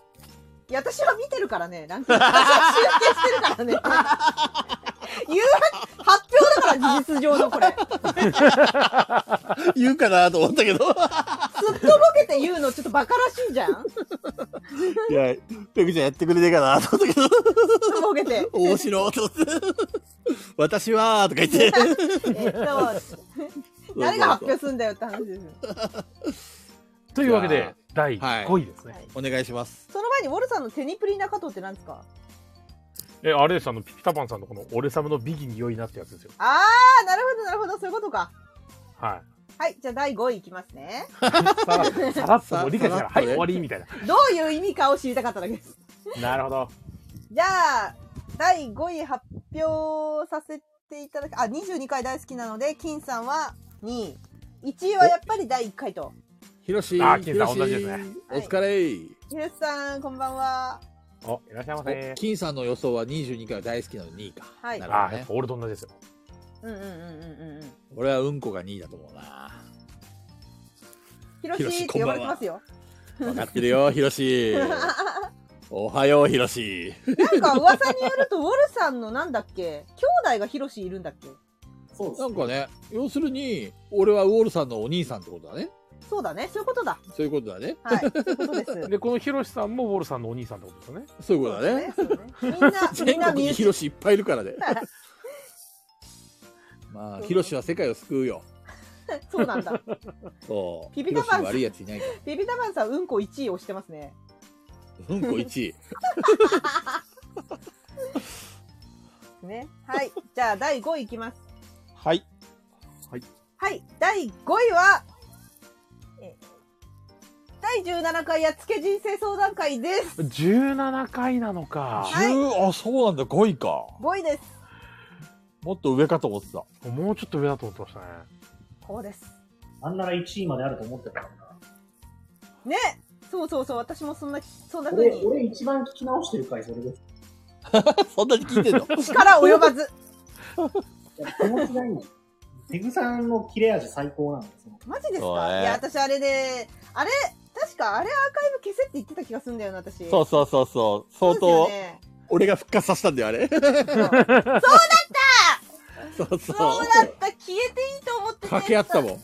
S6: い
S1: や、私は見てるからね。ランキング。私は集計してるからね。 言うは、発表だから、事実上のこれ。
S2: 言うかなと思ったけど。
S1: すっとぼけて言うの、ちょっとバカらしいじゃん。す
S2: いや、ペグちゃんやってくれねえかなと思ったけど、
S1: っとぼけ て。
S2: 面白いと思って。私は、とか言って。
S1: えっと、誰が発表するんだよって話です。
S3: というわけ
S2: い
S3: で
S2: や
S3: 第
S2: はい
S3: 5位ですね。
S1: はい
S2: お願いします。
S1: その前に、ウォルさんのテニプリ中藤って何ですか
S3: え、あれです、あの、ピピタパンさんのこの俺様の美義に良いなってやつですよ。
S1: あー、なるほど、なるほど、そういうことか。
S3: は
S1: はい、じゃあ第5位いきますね。
S3: い。さらさらっともう理解したか
S2: さらっ
S3: ら、は
S2: と
S3: い、
S2: ね
S3: 終わりみたいな。
S1: どういう意味かを知りたかっただけです。
S3: なるほど。
S1: じゃあ、第5位発表させていただき、あ、22回大好きなので、金さんは2位。1位はやっぱり第1回と。
S2: ヒロシ
S3: あ金さん同じですね。
S2: お疲れ。
S1: ヒルスさん、こんばんは。
S3: お、いらっしゃいませ
S6: お。金さんの予想は22回は大好きなの2位か。
S1: はい
S6: なる
S3: あ
S6: ほ、ど
S3: やっ
S6: ね
S3: ぱ。俺と同じですよ。
S1: うんうんうんうんうんうん。
S6: 俺はうんこが2位だと思うな。
S1: ヒロシ
S2: ヒロシ
S1: ーって呼ばれて
S2: こんばんは
S1: ますよ。
S2: わかってるよ、ヒロシ。おはよう、ヒロシ。
S1: なんか噂によると、ウォルさんのなんだっけ、兄弟がヒロシいるんだっけ
S4: そうです
S2: なんかね、要するに、俺はウォールさんのお兄さんってことだね。
S1: そうだね、そういうことだ。
S2: そういうことだね。
S1: はい、そういうこと です。
S3: で、このヒロシさんもウォルさんのお兄さんってことですよね。
S2: そういうことだね。
S1: そうねそうねみんな、みん
S2: 全
S1: な
S2: 国
S1: 身
S2: に
S1: 内
S2: ヒロシいっぱいいるからね。
S6: ま
S2: ああ、ヒロシは世界を救うよ。
S1: そうなんだ。
S2: そう。
S1: ピピタ
S2: ヒロ
S1: パン
S2: シに悪いやついないから。
S1: ビビタマンさん、うんこ1位をしてますね。
S2: うんこ1位。
S1: ね。はい。じゃあ、第5位いきます。
S6: はい。
S1: はい。第5位は、えー第17回やつけ人生相談会です。
S3: 17回なのか。
S1: はい
S2: 10あ、そうなんだ、5位か。
S1: 5位です。
S2: もっと上かと思ってた。
S3: もうちょっと上だと思ってましたね。
S1: こうです。
S4: あんなら1位まであると思ってたからな。
S1: ね。そうそうそう。私もそんな、そんな風
S4: 俺、
S1: に
S4: 俺一番聞き直してる回、それです。
S2: そんなに聞いてんの
S1: 力及ばず。
S4: いや気持ちがいい。ペグさんの切れ味最高なんですよ。
S1: マジです
S2: そう
S1: か、
S2: ね
S1: いや、私あれで、あれ、確かあれアーカイブ消せって言ってた気がするんだよな、私。
S2: そうそうそうそう。
S1: そう
S2: 相
S1: ですよ
S2: 当、
S1: ね。
S2: 俺が復活させたんだよ、あれ。そう
S1: そだった。消え
S2: そうう。
S1: ていいと思ってて
S2: 掛け合ったもん。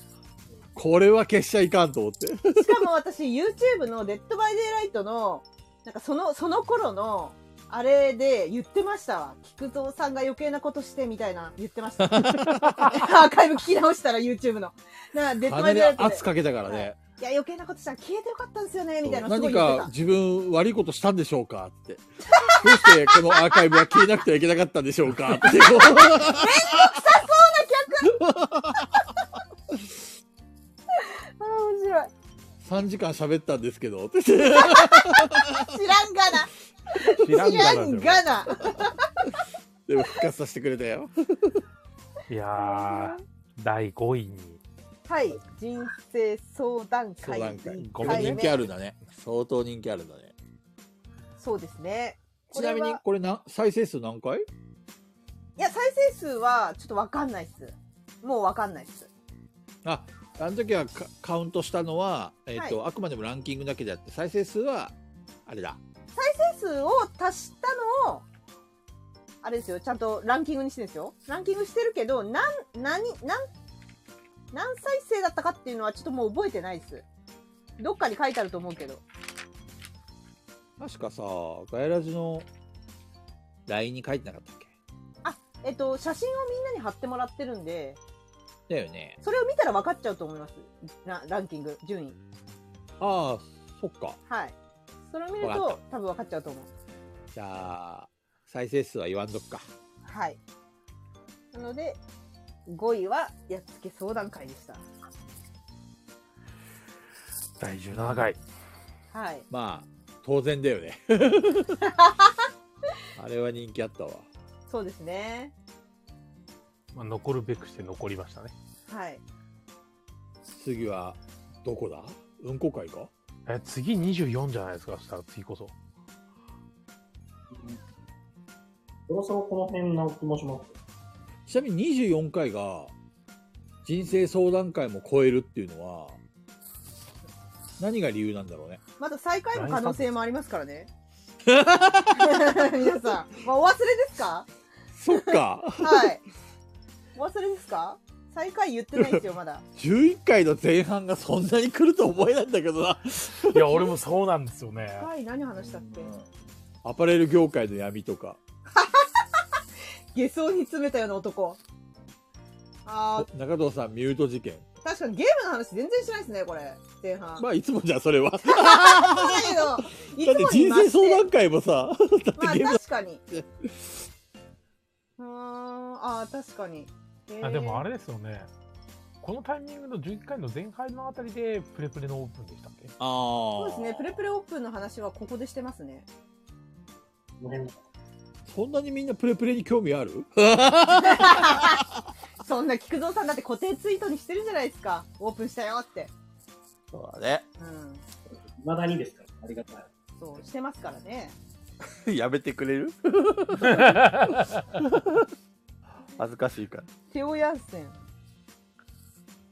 S2: これは消しちゃいかんと思って。
S1: しかも私 YouTube の「デッド・バイ・デイ・ライトの」なんかそのその頃のあれで言ってましたわ菊蔵さんが余計なことしてみたいな言ってま したアーカイブ聞き直したら YouTube のなデッド・
S2: か
S1: バ
S2: な
S1: イ・デイ・
S2: り
S1: ライトで
S2: 圧かけたからね。
S1: いや余計なことしたら消えてよかったんですよねみたいなすご
S2: 何
S1: い言って
S2: か
S1: た
S2: 自分悪いことしたんでしょうかって。どうしてこのアーカイブは消えなくてはいけなかったんでしょうかって。
S1: あー面白い
S2: 3時間喋ったんですけど。
S1: 知らんがな
S3: 知らん
S1: 知
S3: が
S1: ら
S3: なでも
S1: んがな
S2: でも復活させてくれたよ。
S3: いやー、第5位に。
S1: はい人生相談
S2: 相
S1: 会
S2: 談会。
S3: ご
S2: こ
S3: めん
S2: れ
S3: ね
S2: 人気あるんだね。相当人気あるんだね。
S1: そうですね
S2: ちなみ
S1: これ
S2: に
S1: は
S2: これな再生数何回
S1: いや再生数はちょっとわかんないっすもうわかんないっす
S2: あ、あの時はカカウントしたのは、えっ、と、あくまでもランキングだけであって、再生数は、あれだ。
S1: 数を足したのを、あれですよ、ちゃんとランキングにしてるんですよ。ランキングしてるけど、何、何、何、何再生だったかっていうのはちょっともう覚えてないです。どっかに書いてあると思うけど。
S2: 確かさ、ガヤラジの LINE に書いてなかったっ
S1: えっと、写真をみんなに貼ってもらってるんで、
S2: けだよね。
S1: それを見たら分かっちゃうと思います。ラランキング、順位。
S2: ああ、そっか。
S1: はい。それを見る
S2: わか
S1: と、多分分かっちゃうと思う。
S2: じゃあ、再生数は言わんどっか。
S1: はい。なので、5位は、やっつけ相談会でした。
S3: 第17回。
S1: はい。
S2: まあ、当然だよ ね。あれは人気あったわ。
S1: そうですね。
S3: まあ、残るべくして残りましたね。
S1: はい。
S2: 次は、どこだうんこ会か
S3: え、次24じゃないですか、したら次こそ。
S4: そろそろこの辺の気もします。
S2: ちなみに24回が、人生相談会も超えるっていうのは、何が理由なんだろうね。
S1: まだ再開の可能性もありますからね。皆さん、まあ、お忘れですか
S2: そっか。
S1: はい。お忘れですか再開言ってないですよ、まだ。
S2: 11回の前半がそんなに来ると思えないんだけどな。
S3: いや、俺もそうなんですよね。
S1: はい、何話したっけ
S2: アパレル業界の闇とか。
S1: 下層に詰めたような男。あ
S2: お中藤さんミュート事件。
S1: あ、確かにゲームの話全然しないですね、これ。前半。
S2: まあいつもじゃんそれは。だ
S1: だけど、
S2: っ
S1: いつ
S2: て
S1: もに
S2: 人
S1: 増
S2: 生
S1: し
S2: 相
S1: て。
S2: 談会もさ、
S1: まあ、
S2: ゲーム
S1: 確か に。うーん、ああ、確かに。えー
S3: あでもあれですよね。このタイミングの11回の前回のあたりで、プレプレのオープンでしたっけ
S2: ああ。
S1: そうですね、プレプレオープンの話はここでしてますね。
S4: この辺
S2: そんなにみんなプレプレに興味ある
S1: そんな菊蔵さんだって固定ツイートにしてるじゃないですか。オープンしたよって。
S6: そうだ
S1: うん。
S4: 未だにですから、ありがたい。
S1: そう、してますからね。
S6: ね。 やめてく れる恥ずかしいから。
S1: テオヤンセン。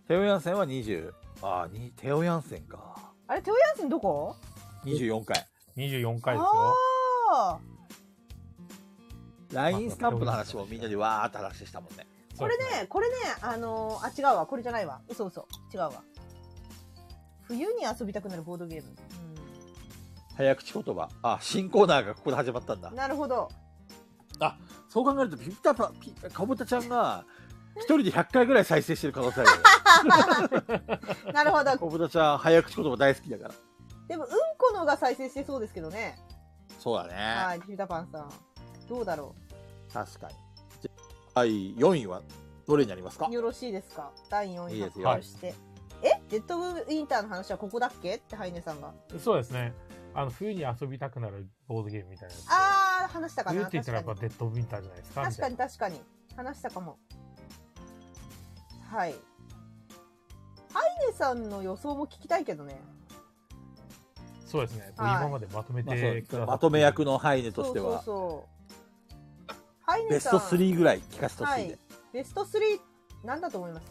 S6: テオヤンセンは20。ああ、にテオヤンセンか。
S1: あれ、テオヤンセンどこ
S6: 24回。
S3: ?24 回ですよ。
S1: ああ
S6: LINE スタンプの話もみんなでわーって話したもんね。
S1: これね、これね、あのー、あ、違うわ。これじゃないわ。嘘嘘。違うわ。冬に遊びたくなるボードゲーム。
S6: 早口言葉。あ、新コーナーがここで始まったんだ
S1: うん、。なるほど。
S6: そう考えると、ピピタパ、ピ、かぼたちゃんが、
S2: 一人で100回ぐらい再生してる可能性ある よね。
S1: なるほ ど。
S2: 小豚ちゃん、早口言葉大好きだから。
S1: でも、うんこのが再生してそうですけどね。
S2: そうだね。
S1: はい、ジュタパンさん。どうだろ
S2: 確かに。じゃ第4位はどれになりますか
S1: うよろしいですか第4
S2: いい
S1: 位
S2: です
S1: 発
S2: よ
S1: 表して。えデッドウィンターの話はここだっけってハイネさんが。
S3: そうですね。あの、冬に遊びたくなるボードゲームみたいなやつで。
S1: あー、話したか
S3: 冬っ
S1: な
S3: て言
S1: 確
S3: ったら
S1: か
S3: やっ
S1: に
S3: ぱ。デッドウィンターじゃないですか。
S1: 確かに
S3: みたい
S1: 確かに。話したかも。はい。ハイネさんの予想も聞きたいけどね。
S3: なそうですね。こう
S1: はい
S3: 今までまとめ
S2: まあそう
S3: てくださってる
S2: まとめ役のハイネと
S1: そ
S2: し
S1: う
S2: て
S1: そう
S2: は、
S1: そう。ハイ
S2: ベ
S1: ネ
S2: ス
S1: さん。
S2: ト3ぐらい聞かせてほしいんで。
S1: ベスト3、なんだと思います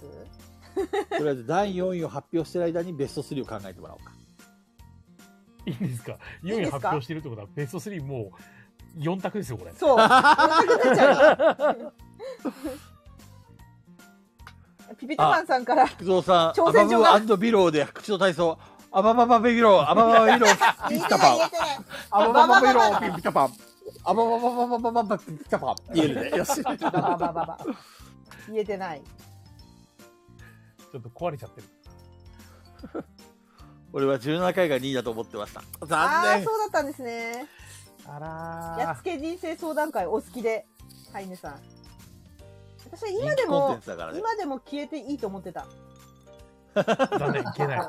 S2: とりあえず第4位を発表してる間にベスト3を考えてもらおうか。
S3: いいんですか
S1: いですか
S3: ?4 位発表してるってことは、ベスト3もう4択ですよ、これ。
S1: そう。やりたくなっちゃうから。 ピピタパンさんから。
S2: 菊蔵さん、
S1: 挑戦状が
S2: アバブビローで口の体操、アバババビロー、アバババビロー、
S1: 入
S2: ピピ
S1: れ
S2: タ
S1: て
S2: パ
S1: な
S2: ン
S1: い、入、れてない。
S2: アバババビロー、ピピタパン、アババババババババピピタパン、言えるね。よし。
S1: ババババババ。言えてない。
S3: ちょっと壊れちゃってる。
S2: 俺は17回が2位だと思ってました。
S1: ああ
S2: 残
S1: ー、
S2: 念
S1: そ。うだったんですね。
S3: あ
S1: やっ
S3: ら
S1: つけ人生相談会お好きで、ハイネさん。私は今
S2: 人
S1: で
S2: 気コンテ
S1: も
S2: ン、ツだからね。
S1: 今でも消えていいと思ってた。
S3: ー。残念、いけない。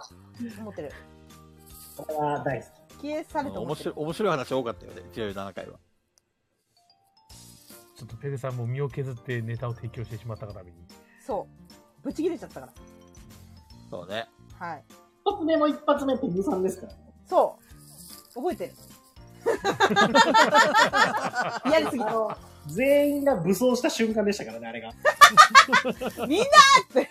S1: 思ってる。
S4: これは大好
S1: 消えされて思
S2: 面
S1: って
S2: 白い
S1: る。
S2: 面白い話多かったよね、17回は。
S3: ちょっとペグさんも身を削ってネタを提供してしまったがために。
S1: そう。ぶち切れちゃったか
S2: そうね。
S1: ら。はい。
S4: き。一つ目も一発目ペグさんですからね。
S1: そう。覚え てる。やりすぎ
S4: あ
S1: た。
S4: の、全員が武装した瞬間でしたからね、あれが。
S1: みんなって、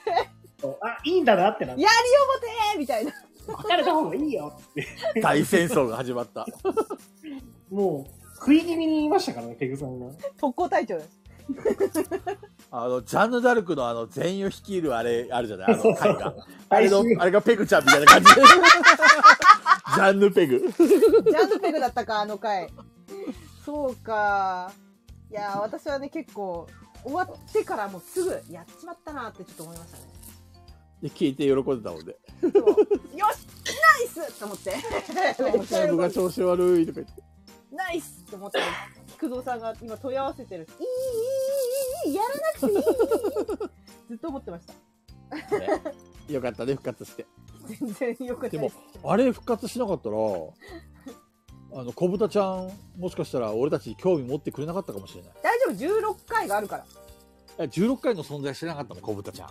S4: そうあ、いいんだなってなっ
S1: やり
S4: て
S1: を持てみたいな。
S4: 別れた方がいいよって。
S2: 大戦争が始まった。
S4: もう、食い気味に言いましたからね、ペグさんが。
S1: 特攻隊長です。
S2: あの、ジャンヌ・ダルクのあの、全員を率いるあれ、あるじゃないあ
S4: そう
S2: の、
S4: そ
S2: 回
S4: う
S2: が。あれの
S4: 最、終
S2: あれがペグちゃんみたいな感じ。ジャンヌ・ペグ。
S1: ジャンヌペグだったか、あの回。そうか。いやー、私はね、結構、終わってからもうすぐ、やっちまったなってちょっと思いましたね。
S2: で聞いて喜んでたもんで。
S1: そうよしナイスと思って。めっちゃ
S2: 僕
S1: 喜ん
S2: が
S1: で
S2: 調子悪いとか言って。
S1: ナイスと思って。菊蔵さんが今問い合わせてる。いい、いい、いい、いい、やらなくていい。ずっと思ってました。
S2: よかったね、復 活して。
S1: 全然よくない
S2: で
S1: で
S2: も
S1: す。、
S2: あれ復活しなかったら、あの、小豚ちゃん、もしかしたら俺たちに興味持ってくれなかったかもしれない。
S1: 大丈夫、16回があるから。
S2: いや16回の存在してなかったもん、小豚ちゃん。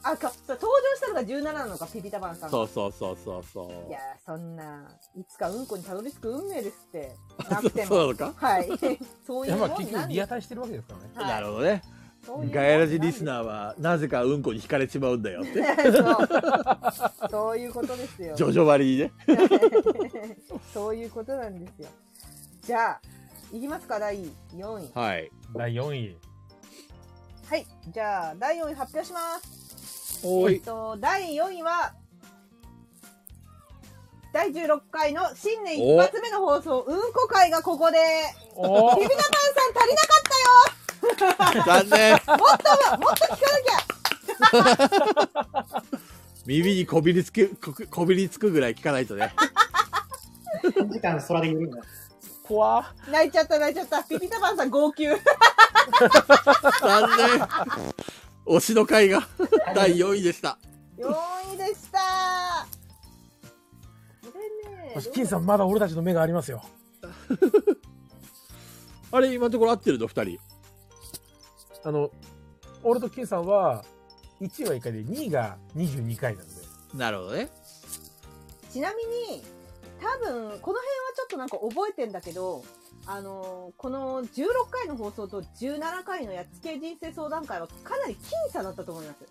S1: あ、か、登場したのが17なのか、ピピタバンさんが。
S2: そうそうそうそうそう。
S1: いやーそんないつかうんこにたどり着く運命ですってなくても
S2: そうなのか
S1: はい そう
S3: い
S1: いう
S3: や、
S1: もんな
S3: まあ
S1: ん
S3: 結
S1: です
S3: 局リアタイしてるわけですからね。
S1: はい
S2: なるほどね。
S1: そういう
S2: ガヤラジリス
S1: ー
S2: ナーは、なぜかうんこに惹かれちまうんだ よって。
S1: そうそういうことですよ
S2: ジョジョ割りにね。
S1: そういうことなんですよじゃあいきますか第4位
S2: はい。
S3: 第4位。
S1: はいじゃあ第4位発表します
S2: お
S1: え っ。と第4位は第16回の新年一発目の放送うんこ会がここで
S3: お
S1: ビビタパンさん足りなかったよ
S2: 残念。
S1: もっと、もっと聞かなきゃ
S2: 耳にこびりつく、ここびりつくぐらい聞かないとね。
S4: 3時間空で揺れるの。
S3: 怖っ
S1: 泣いちゃった泣いちゃった。ピピタパンさん号泣。
S2: 残念。推しの回 が第4位でした。
S1: 4位でした。これね。
S3: よし、金さんまだ俺たちの目がありますよ。
S2: あれ、今のところ合ってるの ?2 人。
S3: あの、俺と金さんは、1位は1回で、2位が22回なので。
S2: なるほどね。
S1: ちなみに、多分、この辺はちょっとなんか覚えてんだけど、あのーこの16回の放送と17回のやっつけ人生相談会はかなり僅差だったと思います。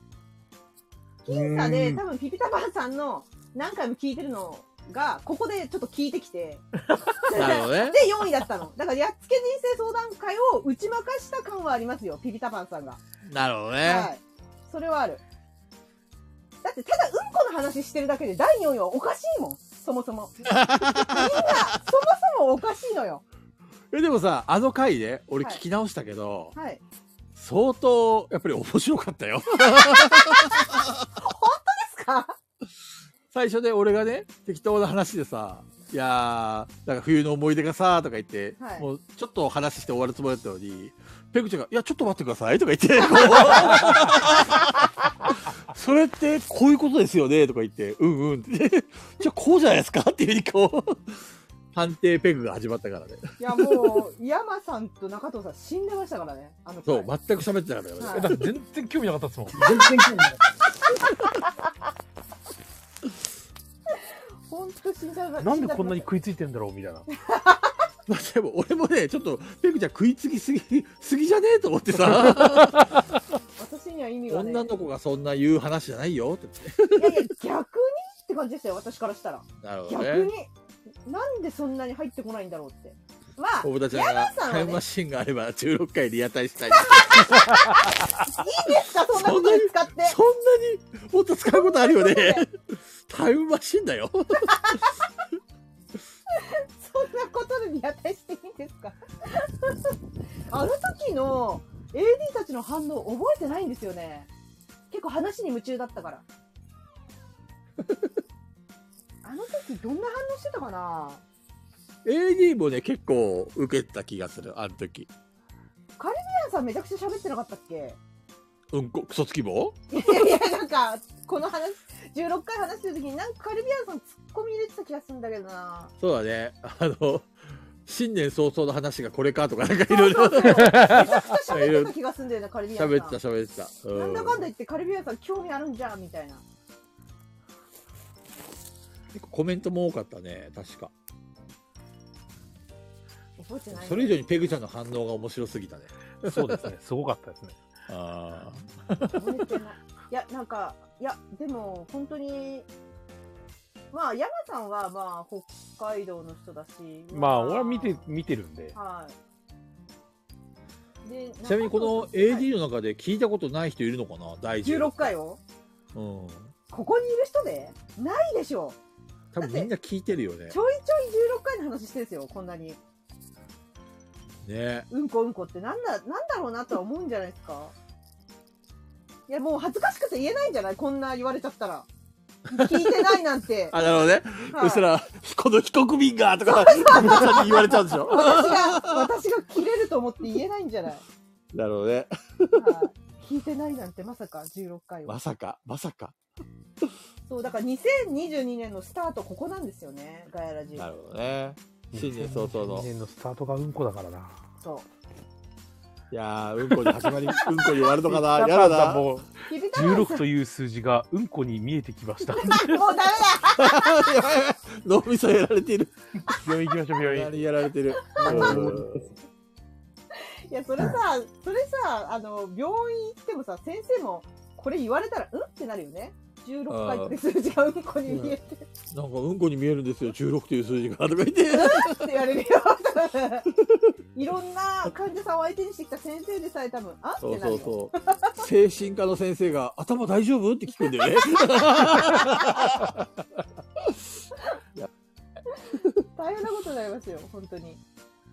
S1: 僅差で、
S3: うーん
S1: 多分ピピタパンさんの何回も聞いてるのが、ここでちょっと聞いてき て、
S2: なるほどね。
S1: で、4位だったの。だから、やっつけ人生相談会を打ち負かした感はありますよ、ピピタパンさんが。
S2: なるほど
S1: は
S2: ね。
S1: い。それはある。だって、ただ、うんこの話してるだけで、第4位はおかしいもん。そもそ も。みんな、そもそもおかしいのよ。
S2: えでもさ、あの回ね、俺
S1: はい
S2: 聞き直したけど、
S1: はい。
S2: 相当、やっぱり面白かったよ。
S1: すか
S2: 最初で俺がね、適当な話でさ、いやー、なんか冬の思い出がさ、とか言って、
S1: はい
S2: もうちょっと話して終わるつもりだったのに、ペグちゃんが、いや、ちょっと待ってください、とか 言って、こうそれってこういうことですよね、とか言って、うんうんって、 じゃあこうじゃないですかっていうふうにこう、判定ペグが始まったからね。
S1: いや、もう、山さんと中藤さん死んでましたからね。あの
S2: そう、
S1: 回
S2: 全く喋ってなかったから
S1: は
S2: ね。
S1: い
S3: えだって全然興味なかったですもん。
S4: 全然興味ない。
S1: 本当死んじゃう
S3: なんでこんなに食いついてんだろうみたいな。
S2: まあでも俺もね、ちょっと、ペグちゃん食いつきすぎ、すぎじゃねえと思ってさ、
S1: 私には意味がね。いや
S2: 女の子がそんな言う話じゃないよって
S1: いや、逆にって感じでしたよ、私からしたら。
S2: なるほど
S1: 逆
S2: ね
S1: に。。なんでそんなに入ってこないんだろうって。まあ、
S2: 小
S1: いい
S2: 豚ちゃんが
S1: 山さんはね
S2: タイムマシンがあれば16回リアタイしたい。
S1: ですか、 そんなことに使って。
S2: そんなにもっと使うことあるよね。タイムマシンだよ。
S1: そんなことでリアタイしていいんですか あの時の AD たちの反応覚えてないんですよね。結構話に夢中だった から。あの時どんな反応してたかな
S2: AD もね、結構受けた気がする、あの時。
S1: ミヤンさんめちゃくちゃ喋ってなかったっけ
S2: うんこ、クソつき棒
S1: いやいや、なんか、この話、16回話してる時になんかカリビアンさんツッコミ入れてた気がするんだけどな。
S2: そうだね。あの、新年早々の話がこれかとか、なんかいろいろ
S1: めちゃくちゃ喋ってた気がするんだよね、カリビアンさん。
S2: 喋ってた、喋ってた。う
S1: なんだかんだ言ってカリビアンさん興味あるんじゃん、みたいな。
S2: 結構コメントも多かったね、確か。
S1: 覚えてないね
S2: それ以上にペグちゃんの反応が面白すぎたね。
S3: そうですね。すごかったですね。
S2: あ
S1: 覚えてないいやなんかいやでも本当にまあ山さんはまあ北海道の人だし
S3: まあ、俺は見て、見てるんで。
S1: はいで
S2: ちなみにこの
S1: 中藤
S2: AD の中で聞いたことない人いるのかな第
S1: さんはい16
S2: 16
S1: 回を
S2: うん。
S1: ここにいる人でないでしょ
S2: 多分みんな聞いてるよね
S1: ち。ょいちょい16回の話してるんですよこんなに
S2: ね。、
S1: うんこうんこってなんだなんだろうなとは思うんじゃないですかいやもう恥ずかしくて言えないんじゃないこんな言われちゃったら聞いてないなんて
S2: あ、なるほどね。
S1: はい
S2: そしたら、この被告人がとか、皆さんに言われちゃうんでしょ
S1: 私が、私が切れると思って言えないんじゃない、
S2: なるほどね。
S1: はい聞いてないなんてまさか16回
S2: ま
S1: は。
S2: さか、まさか。
S1: そう、だから2022年のスタートここなんですよね、ガヤラジ。
S2: なるほどね。新年早々
S3: 2022
S2: の。
S3: 年のスタートがうんこだからな。
S1: そ
S2: いやー、うんこに始 まり、うんこに終わるのかな。や
S3: だ
S2: だ
S3: だ
S2: な。
S3: もう
S1: う。ひびたらんさ
S3: 16という数字がうんこに見えてき ました。
S1: んもうダメだ
S2: やばいやばい 脳みそやられてる。
S3: 病院行きましょう、病院。
S2: 何やられてる。うん
S1: いや、それさ、それさ、あの、病院行ってもさ、先生もこれ言われたら、うんってなるよね。16回って数字がうんこに見えてる
S2: なんかうんこに見えるんですよ、16という数字が。とか言って。
S1: って言われるよ。いろんな患者さんを相手にしてきた先生でさえ多分、あんって
S2: そ
S1: な
S2: う
S1: るよ。
S2: そうそう。精神科の先生が頭大丈夫って聞くんだよね。
S1: 大変なことになりますよ、本当に。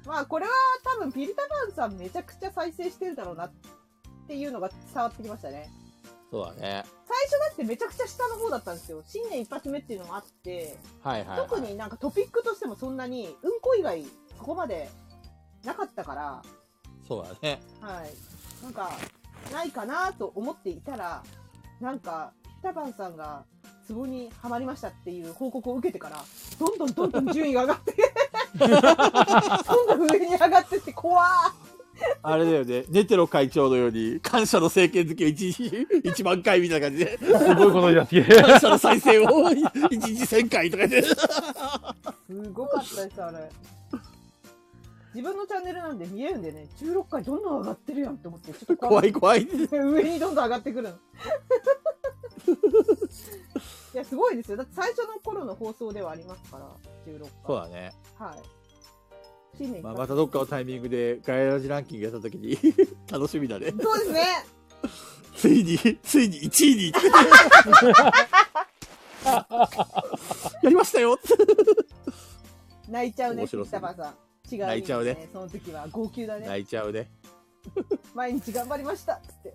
S1: まあ、これは多分、ピリタパンさんめちゃくちゃ再生してるだろうなっていうのが伝わってきましたね。
S2: そうだね。
S1: 最初だってめちゃくちゃ下の方だったんですよ。新年一発目っていうのもあって、
S2: はいはい、
S1: 特になんかトピックとしてもそんなに、うんこ以外そこまでなかったから、
S2: そうだね。
S1: はい。なんか、ないかなと思っていたら、なんか、ピピタパンさんがツボにはまりましたっていう報告を受けてから、どんどんどんどん順位が上がって、どんどん上に上がってって怖ー
S2: あれだよね。ネテロ会長のように、感謝の政権づけを一日、 一万回みたいな感じで、
S3: すごいことになってきて。
S2: 感謝の再生を一日千回とか言って。
S1: すごかったです、あれ。自分のチャンネルなんで見えるんでね、16回どんどん上がってるやんって思って、ちょっと
S2: 怖
S1: い。
S2: い怖い。
S1: 上にどんどん上がってくるの。いや、すごいですよ。だって最初の頃の放送ではありますから、16回。
S2: そうだね。
S1: はい。新年一
S2: まあ、
S1: 発
S2: またどっかのタイミングで、ガヤラジランキングやった時に、 楽しみだね。
S1: そうですね。
S2: ついに、ついに1位に。やりましたよ
S1: 泣いちゃうね、
S2: 面白
S1: 北
S2: そう
S1: 川さん。違う、
S2: 泣いちゃうね。
S1: その時は号泣だね。
S2: 泣いちゃうね。
S1: 毎日頑張りましたっつって。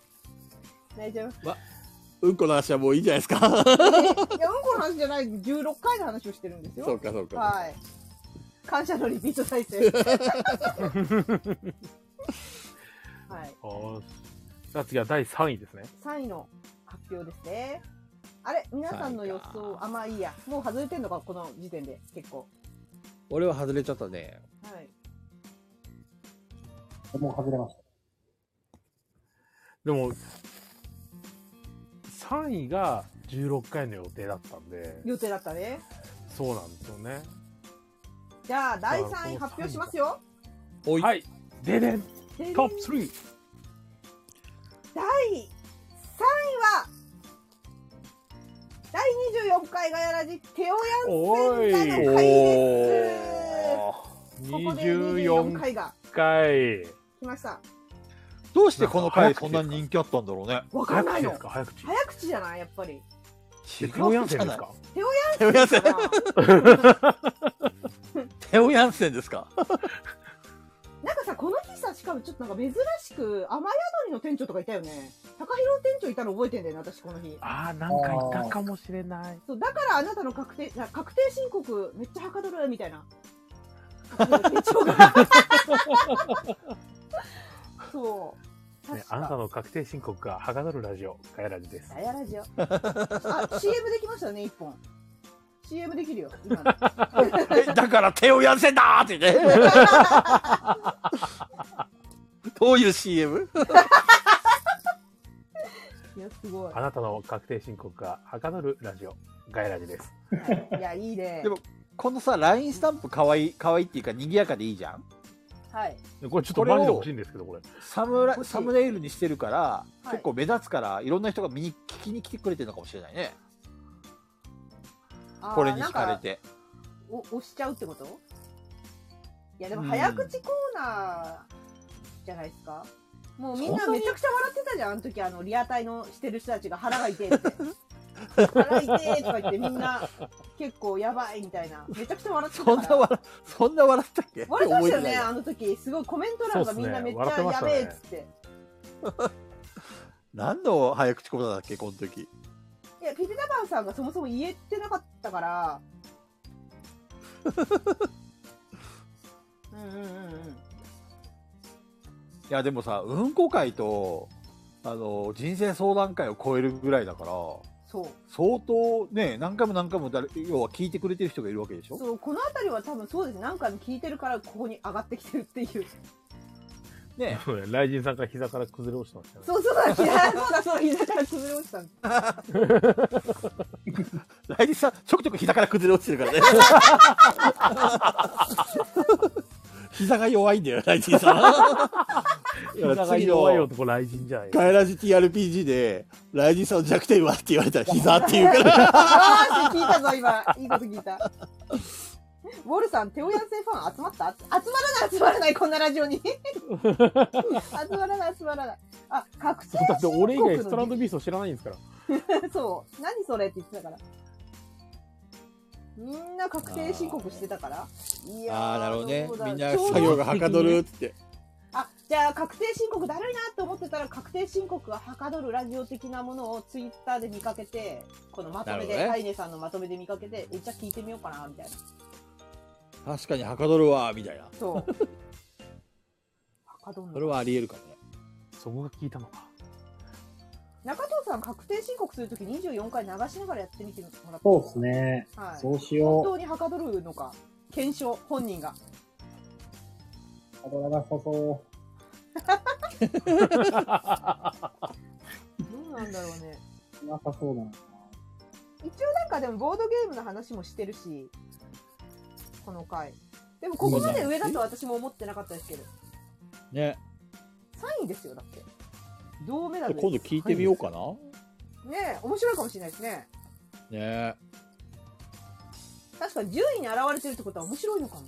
S1: 泣いちゃいます。
S2: うんこの話はもういいんじゃないですか。
S1: いや、うんこの話じゃない、16回の話をしてるんですよ。
S2: そうか、そうか。
S1: はい。感謝のリピート再 生。はい。
S3: おーじゃあ次は第3位ですね。
S1: 3位の発表ですね。あれ皆さんの予
S6: 三位
S1: 想、
S6: か
S1: あ、まあいいや。もう外れてんのか、この時点で、結構。
S6: 俺は外れちゃったね。
S1: はい。
S4: もう外れました。
S3: でも、3位が16回の予定だったんで、
S1: 予定だったね。
S3: そうなんですよね。
S1: じゃあ、第3位発表しますよ。
S6: おい
S3: はい。ででん
S1: で
S3: トップ 3!
S1: 第3位は、第24回ガヤラジ、テオヤンセンタの回です。ここで24
S3: 24
S1: 回が
S3: 回。
S1: 来ました。
S6: どうしてこの回そんなに人気あったんだろうね。
S1: わか
S3: 早
S1: んない
S3: 口で
S1: の
S3: す。か早口。
S1: 早口じゃないやっぱ り。
S6: 違
S3: テオヤン
S6: う
S3: セ
S6: じ
S3: ン
S6: ゃ
S3: です
S6: ない
S3: か。
S1: テオ
S2: テオヤンセ
S1: ヤン、
S2: ン
S1: かな
S2: テオヤンセンですか。
S1: なんかさ、この日さ、しかもちょっとなんか珍しく、雨宿りの店長とかいたよね。高広店長いたの覚えてんだよね、私この日。
S3: ああ、なんかいたかもしれない。
S1: そう、だからあなたの確定、あ確定申告、めっちゃはかどる、みたい な。店長が。そう。
S3: ね
S1: 確、
S3: あ
S1: か。
S3: なたの確定申告がはがどるラジオ、ガヤラジです。
S1: ダイヤラ ジオ。あ、CM できましたね、一本。CM できるよ、今の。
S2: えだから手をやせんだーってね。どういう CM?
S1: いや、すごい
S3: あ。なたの確定申告がはかどるラジオ、ガヤラジです。
S1: いや、いいね。
S6: でもこのさ、LINE スタンプかわいい、かわいいっていうか賑やかでいいじゃん
S1: はい。
S3: これちょっとマジで欲しいんですけど、これ。
S6: サムラ
S1: 欲しい
S6: サムネイルにしてるから、
S1: い
S6: 結構目立つから、いろんな人が見に、聞きに来てくれてるのかもしれないね。
S1: あー
S6: これに惹かれ。て。
S1: お押しちゃうってこといやでも
S6: うん
S1: 早口コーナーじゃないですか、もうみんなめちゃくちゃ笑ってたじゃんあの時あのリアタイのしてる人たちが腹が痛いって腹痛いとか言ってみんな結構やばいみたいなめちゃくちゃ笑ってた
S6: そんな
S1: から
S6: 笑、そんな笑ったっけ
S1: 笑ってましたよ
S6: 覚え
S1: ね
S6: てない
S1: あの時すごいコメント欄がみんなめっちゃ
S3: そうっ
S1: や
S3: すね
S1: べえ
S3: 笑
S1: っ
S3: ってま
S1: つって
S6: 何の早口言葉だっけ、この時。
S1: いやピピタパンさんがそもそも言えてなかったから うんうんうんうん
S6: いや、でもさ、うんこ会と、あの、人生相談会を超えるぐらいだから、
S1: そう
S6: 相当ね、何回も何回も誰、要は聞いてくれてる人がいるわけでしょ
S1: そうこの辺りは多分そうですね何回も聞いてるからここに上がってきてるっていう
S6: ね。
S3: そうね、雷神さんが膝から崩れ落ちてましたね。
S1: そうそうだ膝そうだそうだ膝から崩れ落ちたんです
S6: 来日さん、ちょくちょく膝から崩れ落ちてるからね。
S2: 膝が弱いんだよ、ライティ さん。
S3: 膝が
S2: 次
S3: 弱い
S2: の
S3: 男雷神じゃない。
S2: ガイラジ TRPG で、ライジンさんの弱点はって言われたら膝って言う から。
S1: あー聞いたぞ今いいこと聞いたウォルさんテオヤンセンファン集まった集まらない集まらないこんなラジオに集まらない集まらないあ確定
S3: だって
S1: 申告
S3: 俺以外ストラ
S1: の
S3: ンドビースト知らないんですから。
S1: そう何それって言ってたからみんな確定申告してたからいやー
S2: あー、なるほどね
S1: そう。だ
S2: みんな
S1: ちょうど
S2: 作業がはかどるって。
S1: あ、じゃあ確定申告だるいなって思ってたら確定申告がはかどるラジオ的なものをツイッターで見かけて、このまとめ
S2: なるほど
S1: で、
S2: ね
S1: タイネさんのまとめで見かけて、え、じゃあ聞いてみようかな、みたいな。
S2: 確かにはかどるわ、みたいな。
S1: そう。はかどん
S2: それ
S1: の
S2: はあり得るかもね。
S3: そこが聞いたのか。
S1: 中藤さん確定申告するとき24回流しながらやってみてもらって
S4: そうです。ね。
S1: はい。
S4: そうし
S1: 本
S4: よ
S1: 当にはかどるのか、検証、本人が。
S4: う。体がさそ
S1: どうなんだろうね。
S4: う。なさそうだな。
S1: 一応なんかでもボードゲームの話もしてるし、この回。でもここまで上だと私も思ってなかったですけど。
S2: ね。
S1: 3位ですよだって銅メダ
S2: 今
S1: ル
S2: 度聞いてみようか
S1: ねえ面白いかもしれないですね
S2: な。ね
S1: 確かに10位に現れてるってことは面白いのかも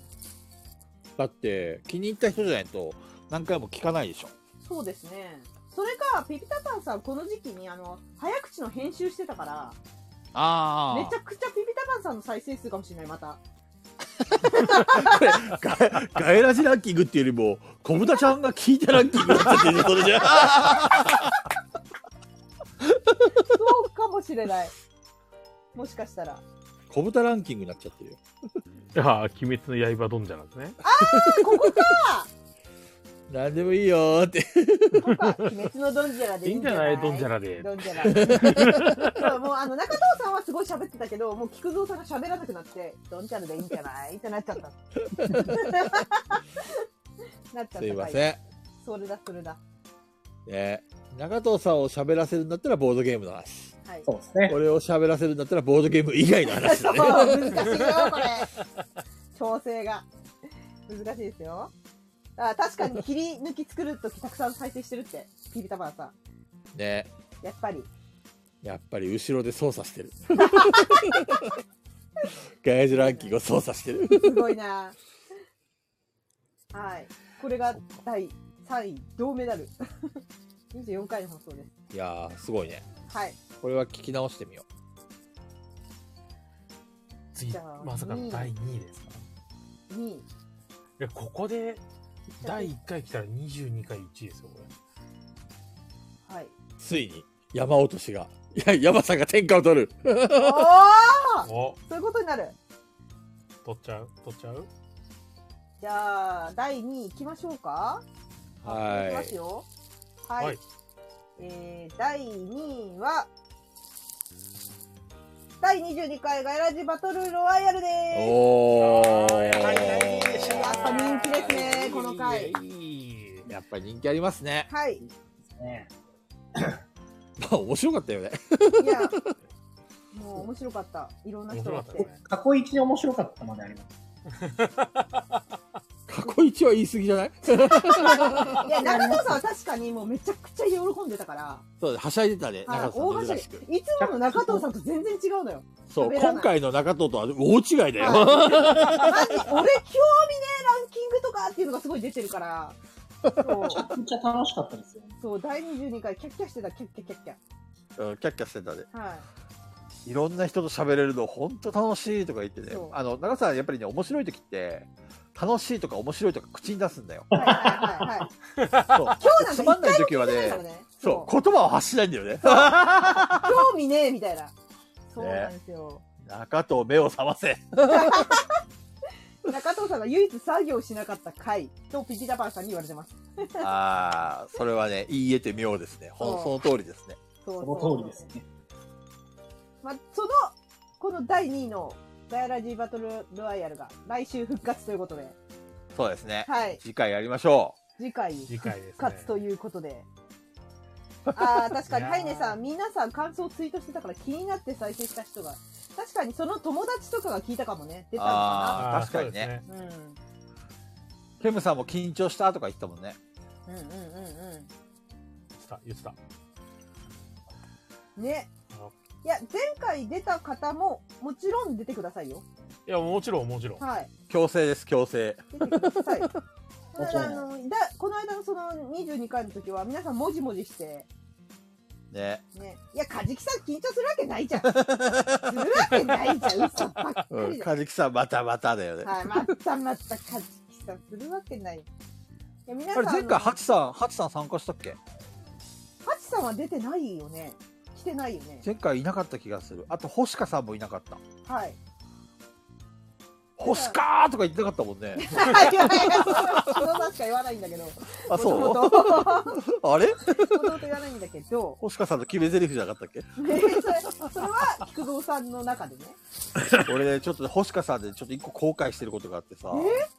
S6: だって、気に入った人じゃないと、何回も聞かないでしょ。
S1: そうですねそれかピピタパンさんこの時期にあの早口の編集してたから
S6: あ
S1: めちゃくちゃピピタパンさんの再生数かもしれないまた
S2: これガガエラジランキングっていうよりも小豚ちゃんが聞いたランキングになっちゃってるそれじゃ
S1: そうかもしれない。もしかしたら。あ
S2: 小豚ランキングになっちゃってるよ
S3: ああ、鬼滅の刃ドンジャなんですね。
S1: ーここか
S2: 何でもいいよーって
S1: パパ、鬼滅のドンジャラで
S3: い
S1: い
S3: い
S1: い
S3: ん
S1: ん
S3: じ
S1: じゃ
S3: ゃな
S1: ないい
S3: ドンジャラで。
S1: ドンジャラ。そうもうあの、中藤さんはすごい喋ってたけど、もう菊蔵さんが喋らなくなって、ドンジャラでいいんじゃないってなっちゃった。なっちゃった。
S2: すいません
S1: それだ、それだ。
S2: ね中藤さんを喋らせるんだったらボードゲームの話
S1: はい。
S4: そうですね。
S2: 俺を喋らせるんだったらボードゲーム以外の話
S1: そ
S2: だ
S1: う、
S2: ね
S1: 難しいよ、これ。調整が。難しいですよ。あ確かに切り抜き作るときたくさん再生してるって、ピピタバーさん。
S2: ね
S1: やっぱり。
S2: やっぱり後ろで操作して るガエラジランキングを操作してる
S1: すごいな。はい。これが第3位、銅メダル。24回の放送で
S2: いやーすごいね
S1: す。はい。
S2: これは聞き直してみよ
S3: 次
S1: じゃあ、
S3: まさかの第2位ですか。
S1: 2位。
S3: いや、ここで第1回来たら22回1位ですよ、こ
S1: はい。
S2: うついに山落としがいや山さんが天下を取る
S1: おー
S3: れ。お
S1: そういうことになる。
S3: 取っちゃう取っちゃう
S1: じゃあ、第2位行きましょうか。行きま
S2: は
S1: すよ。はい。
S3: はい
S1: えー、第2位は、第22回ガイラジバトルロワイヤルで
S2: い
S1: ーす。
S2: おお
S1: やっぱ人気ですねこの回
S2: やっぱ人気ありますね
S1: はい。
S4: ね
S2: まあ面白かったよね
S1: いや、もう面白かった。いろんな
S3: 面
S1: 人
S3: 白
S1: が
S3: かっ
S1: 来
S3: た
S1: て
S3: で。すね。
S4: 過去一に面白かったまであります。
S2: 過去一は言い過ぎじゃない
S1: いや、中藤さんは確かにもうめちゃくちゃ喜んでたから、
S2: そうだはしゃいでたね
S1: はい
S2: 中
S1: 大
S2: 藤さ
S1: は
S2: ん珍
S1: し
S2: しく
S1: ゃぎ。いつもの中藤さんと全然違うのよ。
S2: そう
S1: 喋らない
S2: 今回の中藤とは大違いだ
S1: はい
S2: よ、
S1: マジ、俺興味ねえランキングとかっていうのがすごい出てるから。そう、
S4: めっちゃ楽しかったですよ、ね。
S1: そう第22回キャッキャしてた、キャッキャキャッキャ。
S6: うんキャッキャしてたで
S1: はい。
S6: いろんな人と喋れるの本当楽しいとか言ってね
S1: そう
S6: あの長さんやっぱりね面白い時って楽しいとか面白いとか口に出すんだよ
S1: はいはいはいはい。
S6: そう
S1: 今日
S6: つ
S1: な
S6: ま
S1: ん
S6: ん
S1: か
S6: ない
S1: 一
S6: 時は
S1: 回も聞いてないから
S6: ね
S1: ね。
S6: そう言葉を発しないんだよね
S1: 興味ねえみたいな。そうなんですよ。
S6: 中藤目を覚ませ
S1: 中藤さんが唯一作業しなかった回とピピタパンさんに言われてます。
S6: ああそれはね言い得て妙ですねほんそ
S1: そ
S6: の通りですね
S1: そ
S4: そうの通りですね。
S1: まあ、その、この第2位のガヤラジーバトルロワイヤルが来週復活ということで、
S6: そうですね
S1: はい、
S6: 次回やりましょ
S1: 次回
S3: 次
S1: 復
S3: 回ですね。
S1: 活ということ で。ああ、確かに、
S3: いやー
S1: ハイネさん、皆さん感想をツイートしてたから気になって再生した人が、確かにその友達とかが聞いたかもね、出たのか
S6: あー
S3: ー
S6: 確かにね
S3: そうです
S1: な。うん。うん
S6: うケムさんも緊張したとか言ってたもんね
S1: うんうん
S3: 言ってた、言ってた。
S1: うん。ね。いや、前回出た方も、もちろん出てくださいよ。
S3: いや、もちろん、もちろん。
S1: はい。
S6: 強制です強制
S1: 出てくだ さい。た
S4: もち
S1: だ
S4: ろん
S1: あのだこの間のその22回の時は皆さんもじもじして、
S6: ね
S1: ね、いや、カジキさん緊張するわけないじゃん。するわけないじゃ ん。嘘ばっか
S6: う
S1: り
S6: ん
S1: じゃ
S6: カジキさんまたまただよね、
S1: ん。はい、またまたカジキさんするわけない。いや、皆
S6: あ
S1: さん
S6: れ
S1: の、
S6: 前回ハチさんハチさん参加したっけ
S1: ハチさんは出てないよね。来てないよね。
S6: 前回いなかった気がするあと星香さんもいなかった
S1: はい。
S6: 星香ーとか言ってなかったもんね
S1: はい、いやいや、そのしか言わないんだけど。も
S6: あ
S1: と
S6: そ
S1: もと、も
S6: うあれ
S1: ともと言わないんだけど、
S6: 星香さんの決め台詞じゃなかったっけ
S1: ねそれそれは菊蔵さんの中でね。
S6: 俺ねちょっとね星香さんでちょっと一個後悔してることがあってさ
S1: え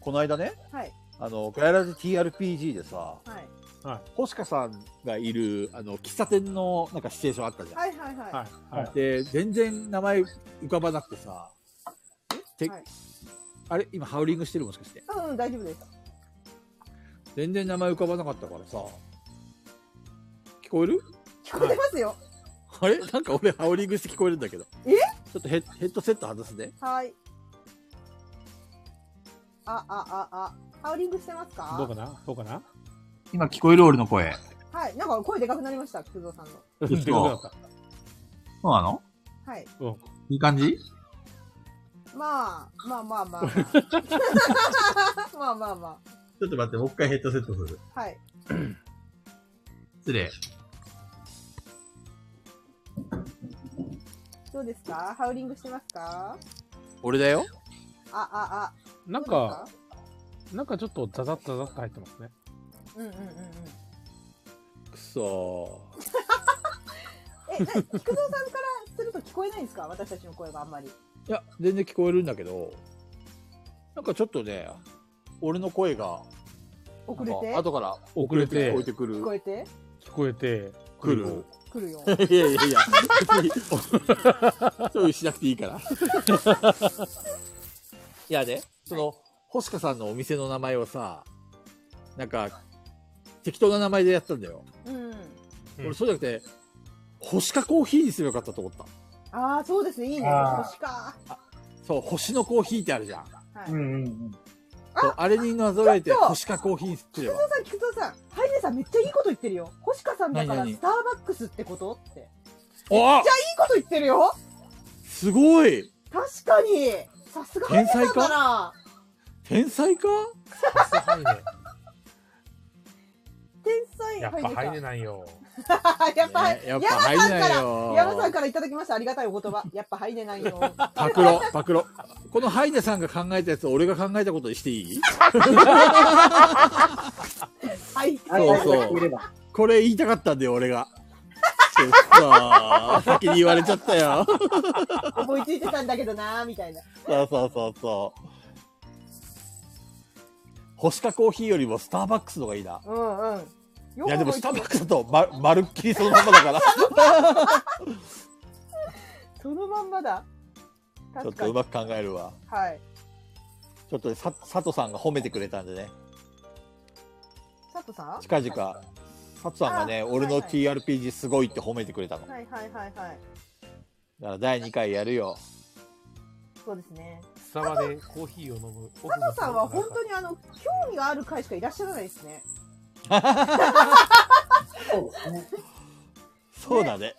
S6: この間ね
S1: はい、
S6: あのガヤラジ TRPG でさ
S1: はい。
S6: 星香さんがいるあの喫茶店のなんかシチュエーションあったじゃん、
S1: はいはいはい。
S3: はい、はい。
S2: で全然名前浮かばなくてさて、
S1: はい
S2: あれ今ハウリングしてるもしかして
S1: うん、大丈夫です。
S2: 全然名前浮かばなかったからさ聞こえる
S1: 聞こえてますよ。
S2: あれなんか俺ハウリングして聞こえるんだけど
S1: え
S2: ちょっとヘッヘッドセット外すね
S1: はい。あ、あ、あ、あ。ハウリングしてますか
S3: どうかなどうかな
S2: 今聞こえる俺の声
S1: はい。なんか声でかくなりました、菊蔵さんの。
S3: でかくなった。
S2: そうなの
S1: はい。
S3: うん。
S2: いい感じ
S1: まあ、まあまあまあ。 まあまあま
S7: ちょっと待って、もう一回ヘッドセットする。
S1: あ。はい。
S7: 失礼。
S1: どうですかハウリングしてますか
S6: 俺だよ
S1: あ、あ、あ。
S3: なん
S1: どう
S3: か、
S1: です
S3: なんかちょっとザザッザザッと入ってますね。
S1: かうんうんうんうん。
S2: くそ
S1: え、な菊蔵さんからすると聞こえないんですか私たちの声があんまり。
S2: ー。いや、全然聞こえるんだけど、なんかちょっとね、俺の声が、
S1: 遅
S2: な
S1: れ
S2: んか
S1: て
S2: 後から
S3: 遅れて
S2: 聞こえてくる
S1: 聞。こえて
S3: 聞こえて
S2: 来る
S1: 来るよ。
S2: いやいや いや、別にそういうしなくていいから。いやね、その、星香さんのお店の名前をさ、なんか、適当な名前でやったんだよ。
S1: うん。
S3: うん
S2: 俺、そうじゃなくて、星香コーヒーにすればよかったと思った。
S1: ああ、そうですね。いいね。
S4: あー
S1: 星か。
S2: そう、星のコーヒーってあるじゃん。
S1: はい。
S4: うん
S1: 菊
S4: うんうん。
S2: そうあれになぞらえて、
S1: ちょっと
S2: 星香コーヒーにすれば。
S1: 蔵さん、菊蔵さん。ハイネさんめっちゃいいこと言ってるよ。星香さんだから
S2: 何何
S1: スターバックスってことって。いい
S2: おお
S1: こと言ってるよ
S2: すごい
S1: 確かにさすがハイネさん
S2: 天才
S1: だな
S2: 天才か
S3: さすがにね
S1: 天才
S3: やっぱ入れ
S1: な
S3: ないよ。
S1: い やっぱ、
S2: ねやっぱ入れないよ
S1: 山さんからいただきましたありがたいお言 葉やっぱ入れないよ
S2: パクロ、パクロ。このハイネさんが考えたやつ、俺が考えたことにしていい
S1: はい
S2: そうそう
S4: はいれば
S2: これ言いたかったんだよ、俺 が。くっそー先に言われちゃったよ。
S1: 思いついてたんだけどなみたいな
S2: そうそうそうそう。星かコーヒーよりもスターバックスの方がいいな。
S1: うんうんよ
S2: いやでもスター
S1: 覚えて
S2: バックスだとままるっきりそのまま だから、
S1: そのまんまだ
S2: ちょ
S1: 確
S2: っ
S1: か
S2: とう
S1: に
S2: まく考えるわ。
S1: はい
S2: ちょっとねさ、佐藤さんが褒めてくれたんでね、
S1: 佐藤さんは
S2: 近々、佐藤さんがね、
S1: あ
S2: 俺
S1: は
S2: の
S1: いはい
S2: TRPG すごいって褒めてくれたの。だか
S1: いはいはいはい
S2: ら第2回やるよ。
S1: そうですね
S3: スタバでコーヒーを飲む。
S1: 佐藤さんは本当にあの興味がある回しかいらっしゃらないですね
S4: そうですね。
S2: そうだね。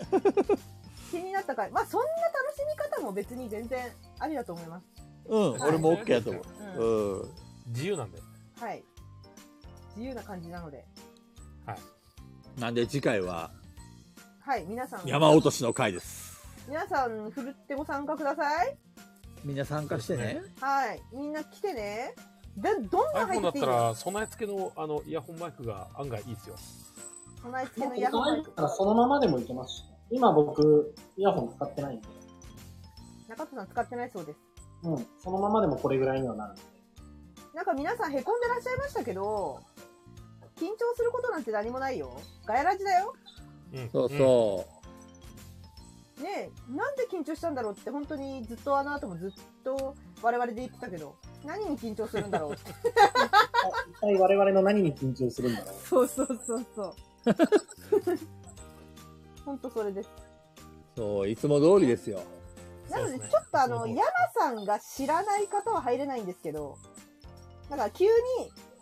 S1: 気になった回まあそんな楽しみ方も別に全然ありだと思います
S2: うん、俺も OK だと
S1: うん
S2: 思う。うん。
S3: 自由なんだよ。
S1: はい。自由な感じなので。
S2: なんで次回は、
S1: はい、皆さん、
S2: 山落としの回です。
S1: 皆さん、ふるってご参加ください。
S2: みんな参加してね。
S1: はい。みんな来てね。で、どんな
S3: iPhone
S1: 入
S3: だ
S1: っ
S3: って
S1: い
S3: た
S1: いの
S3: ら備え付けのあのイヤホンマイクが案外いいですよ。
S1: 備え付け
S4: も
S1: のイヤホンマイ
S4: う
S1: ク。
S4: からそのままでもいけますし、今僕、イヤホン使ってないんで、
S1: 中田さん使ってないそうです。
S4: うん、そのままでもこれぐらいにはなるんで。
S1: なんか皆さんへこんでらっしゃいましたけど、緊張することなんて何もないよ。ガヤラジだよ。
S3: うん
S2: そうそ
S1: ねえ、なんで緊張したんだろうって、本当にずっとあの後もずっと我々で言ってたけど、何に緊張するんだろうって。
S4: 一体我々の何に緊張するんだろう。
S1: そうそうそうそう。本当それです。
S2: う。そう、いつも通りですよ。
S1: なので、
S3: そう
S1: ち
S3: です
S1: ょ
S3: ね
S1: っとあの、
S3: そうそう
S1: 山さんが知らない方は入れないんですけど、だから急に、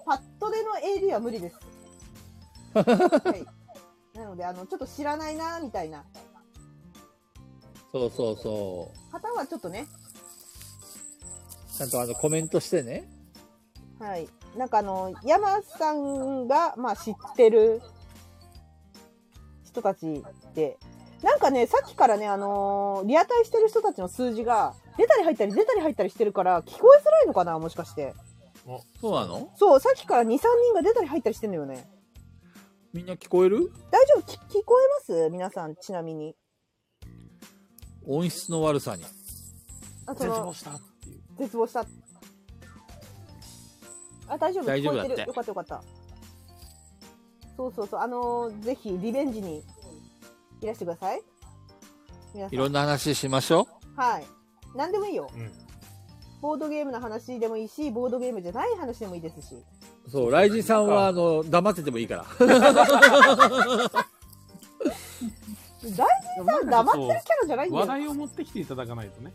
S1: パッとでの AD は無理 です。はい。なので、あの、ちょっと知らないな、みたいな
S2: そうそうそ
S1: 方はちょっとね、
S2: う。ちゃんとあの、コメントしてね。
S1: はい。なんかあの、山さんが、まあ知ってる人たちで、なんかね、さっきからね、あのーリアタイしてる人たちの数字が、出たり入ったり出たり入ったりしてるから、聞こえづらいのかな、もしかして。
S2: そうなの
S1: そう、さっきから2、3人が出たり入ったりしてんのよね。
S2: みんな聞こえる
S1: 大丈夫き聞こえます皆さん、ちなみに。
S2: 音質の悪さに。
S1: あ、そ
S3: 絶
S1: の
S3: 望、したっていう。
S1: 絶望した。あ、大丈夫
S2: 大丈夫
S1: 聞こえ
S2: だ
S1: て
S2: って
S1: る。よかったよかった。そうそうそう。あのーぜひ、リベンジにいらしてください。皆さ
S2: い
S1: ん。
S2: ろんな話しましょ
S1: はい。何でもいいよ。
S3: うん。
S1: ボードゲームの話でもいいし、ボードゲームじゃない話でもいいですし。
S2: う。そう、ライジンさんは、あの、黙っててもいいから。
S1: 大丈夫黙ってるキャラじゃないんだよ。
S3: 話題を持ってきていただかないとね。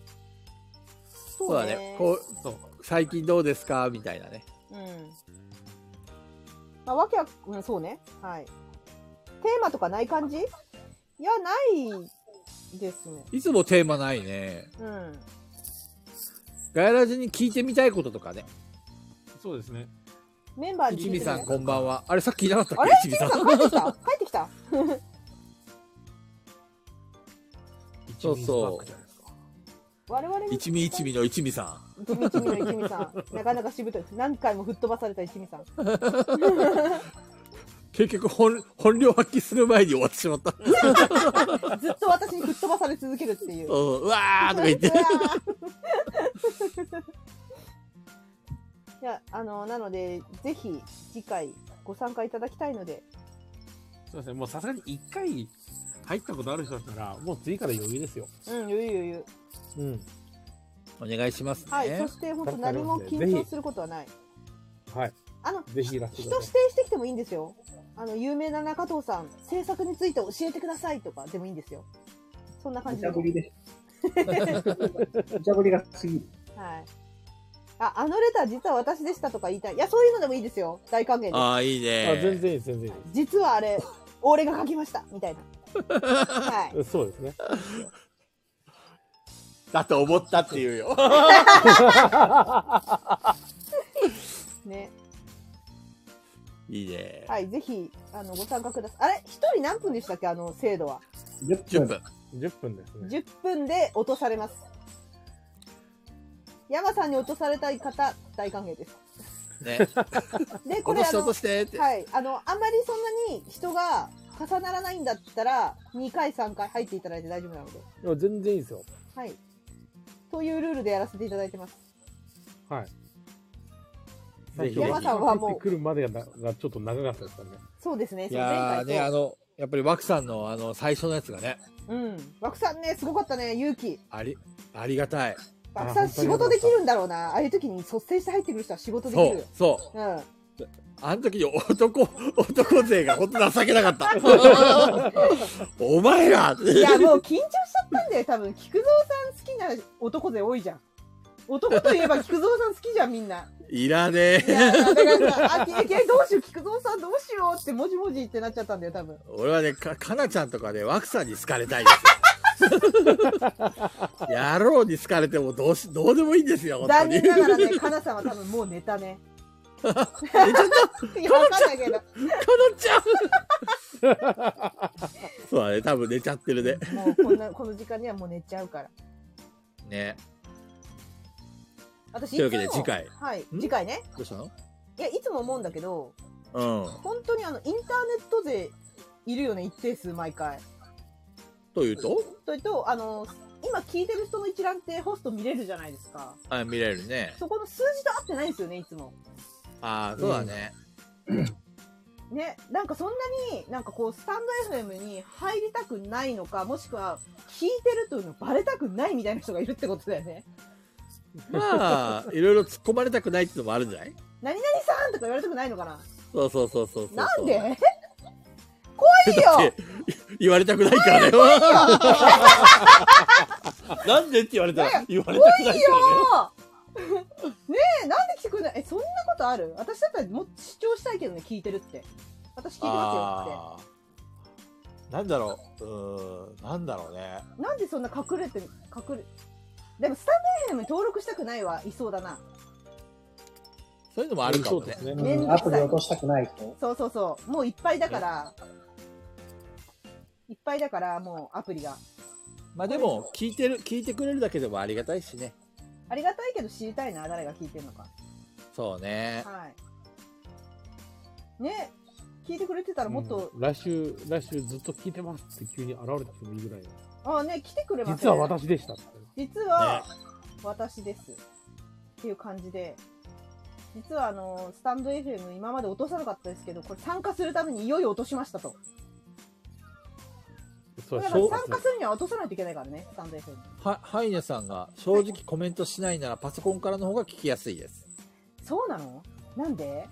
S1: そ
S2: そうだね。こう、そう。最近どうですかみたいなね。
S1: うん。まあ、わけは、うん、そうね。はい。テーマとかない感じいや、ないですね。
S2: いつもテーマないね。
S1: うん。
S2: ガヤラジに聞いてみたいこととかね。
S8: そうですね。
S1: メンバーに
S2: 一
S1: 聞い
S2: 味
S1: て
S2: さ
S1: ね
S2: んこんばんは。あれさっきいなかったっ
S1: あれ
S2: け一
S1: 一
S2: 味
S1: 味
S2: さ
S1: さ
S2: ん
S1: ん。帰ってきた帰ってきた
S2: そうそう
S1: 我々に
S2: 一味一味の一味さん。
S1: 一味一味の一味さんなかなかしぶとい何回も吹っ飛ばされた一味さん
S2: 結局本、本領発揮する前に終わってしまった。
S1: ずっと私に吹っ飛ばされ続けるって いう
S2: うんうわーとか言って。
S1: いやあのなのでぜひ次回ご参加いただきたいので
S8: そうですね。もうさすがに一回入ったことある人だったら、もう次から余裕ですよ。
S1: うん余裕余裕
S3: うん。
S2: お願いしますね。
S1: はい、そして本当何も緊張することはない
S3: はい。
S1: あの
S3: ぜひいらして
S1: 人指
S3: くだ
S1: 定
S3: さい。
S1: してきてもいいんですよあの有名な中藤さん制作について教えてくださいとかでもいいんですよそんな感
S4: 無
S1: じで
S4: 茶
S1: も
S4: ぶりです。無茶ぶりが過ぎる。
S1: はい。あ、あのレター実は私でしたとか言いたい。いや、そういうのでもいいですよ。大歓迎です。
S2: ああ、いい
S3: あ、
S2: ね。
S3: 全然いいです、全然いい
S1: 実はあれ、俺が書きました。みたいな。はい。
S3: です。そうですね。
S8: だと思ったっていうよ。
S1: ね。
S2: いいね。
S1: はい。ぜひ、あの、ご参加ください。あれ一人何分でしたっけあの、制度は。
S4: 10
S2: 10
S4: 分。
S2: 分。
S3: 10分ですね。
S1: 10分で落とされます。山さんに落とされたい方、大歓迎です。
S2: ね。
S1: で、こ
S2: 落
S1: れあ
S2: として落
S1: の
S2: と、してって。
S1: はい。あの、あんまりそんなに人が重ならないんだったら、2回、3回入っていただいて大丈夫なので。
S3: いや全然いいですよ。
S1: はい。というルールでやらせていただいてます。
S3: はい。
S2: ぜひ
S1: 山さんはもう
S3: 入ってくるまでがながちょっと長かったですからね。
S1: そうですね。
S2: い
S1: そう前
S2: やー
S1: 回と
S2: ね、あの、やっぱり枠さんのあの、最初のやつがね、
S1: うん。枠さんね、すごかったね、勇気。
S2: あり、ありがたい。
S1: 枠さ
S3: あ
S1: ん仕事できるんだろうな。ああいう時に率先して入ってくる人は仕事でき
S2: そ
S1: る
S2: う。、そう。
S1: うん。
S2: あの時に男、 男勢が本当情けなか った。お前ら
S1: いや、もう緊張しちゃったんだよ、多分。菊蔵さん好きな男勢多いじゃん。男といえば菊蔵さん好きじゃん、みんな。
S2: いらね
S1: い
S2: え。
S1: や、だからさ、あ、けけどうしよう、菊蔵さんどうしようって、もじもじってなっちゃったんだよ、多分。
S2: 俺はね、か、かなちゃんとかね、ワクさんに好かれた いですよ。野郎に好かれてもどうし、どうでもいいんですよ、本当
S1: 残念
S2: に。
S1: ながらね、かなさんは多分もう寝たね。
S2: えちょっ と、
S1: いや、わかんないけど。
S2: かなちゃん そうだね、多分寝ちゃってるね。
S1: もうこんな、この時間にはもう寝ちゃうから。
S2: ね。
S1: 私
S2: というわけで
S1: つも
S2: 次回
S1: はい次回ね
S2: どうしたの
S1: いやいつも思うんだけど
S2: うん。
S1: 本当にあのインターネット勢いるよね一定数毎回
S2: というと
S1: それとあの今聞いてる人の一覧ってホスト見れるじゃないですか
S2: あ、見れるね。
S1: そこの数字と合ってないんですよねいつも
S2: ああ、そうだね。
S1: ねなんかそんなになんかこうスタンド FM に入りたくないのかもしくは聞いてるというのバレたくないみたいな人がいるってことだよね
S2: まあ、いろいろ突っ込まれたくないっていうのもあるんじゃない
S1: 何々さんとか言われたくないのかな
S2: そうそうそうそうそうそう。
S1: なんで 来い
S2: だ
S1: よ
S2: ってい言われたくないか らね。なんでって言われたら言われたくない
S1: いい
S2: か
S1: よ ーねえなんで来てくれないえそんなことある私だったらもっと主張したいけどね聞いてるって私聞いてますよ
S2: あーなんだろう。うーん、なんだろうね。
S1: ってなんでそんな隠れて隠れでもスタンド FM に登録したくないはいそうだな
S2: そういうのもあるかも
S3: そうで
S2: ね
S3: す。ね。
S1: 面
S4: うん
S1: 倒くさい
S4: アプリ落としたくない人。
S1: そうそうそうもういっぱいだからいっぱいだからもうアプリが
S2: まあでも、聞いてる、聞いてくれるだけでもありがたいしね。
S1: ありがたいけど知りたいな誰が聞いてるのか
S2: そうね。
S1: はいねえ聞いてくれてたらもっと、
S3: うん来週、来週ずっと聞いてますって急に現れた人もいるぐらいの。
S1: ああね来てくれます
S3: 実は私でしたって。
S1: 実は私です、っていう感じで実はあのスタンド FM 今まで落とさなかったですけどこれ参加するためにいよいよ落としましたと
S3: そ
S1: だ
S3: う
S1: から参加するには落とさないといけないからねスタンド FM
S2: は、ハイネさんが正直コメントしないならパソコンからの方が聞きやすいです。
S1: そうなのなんで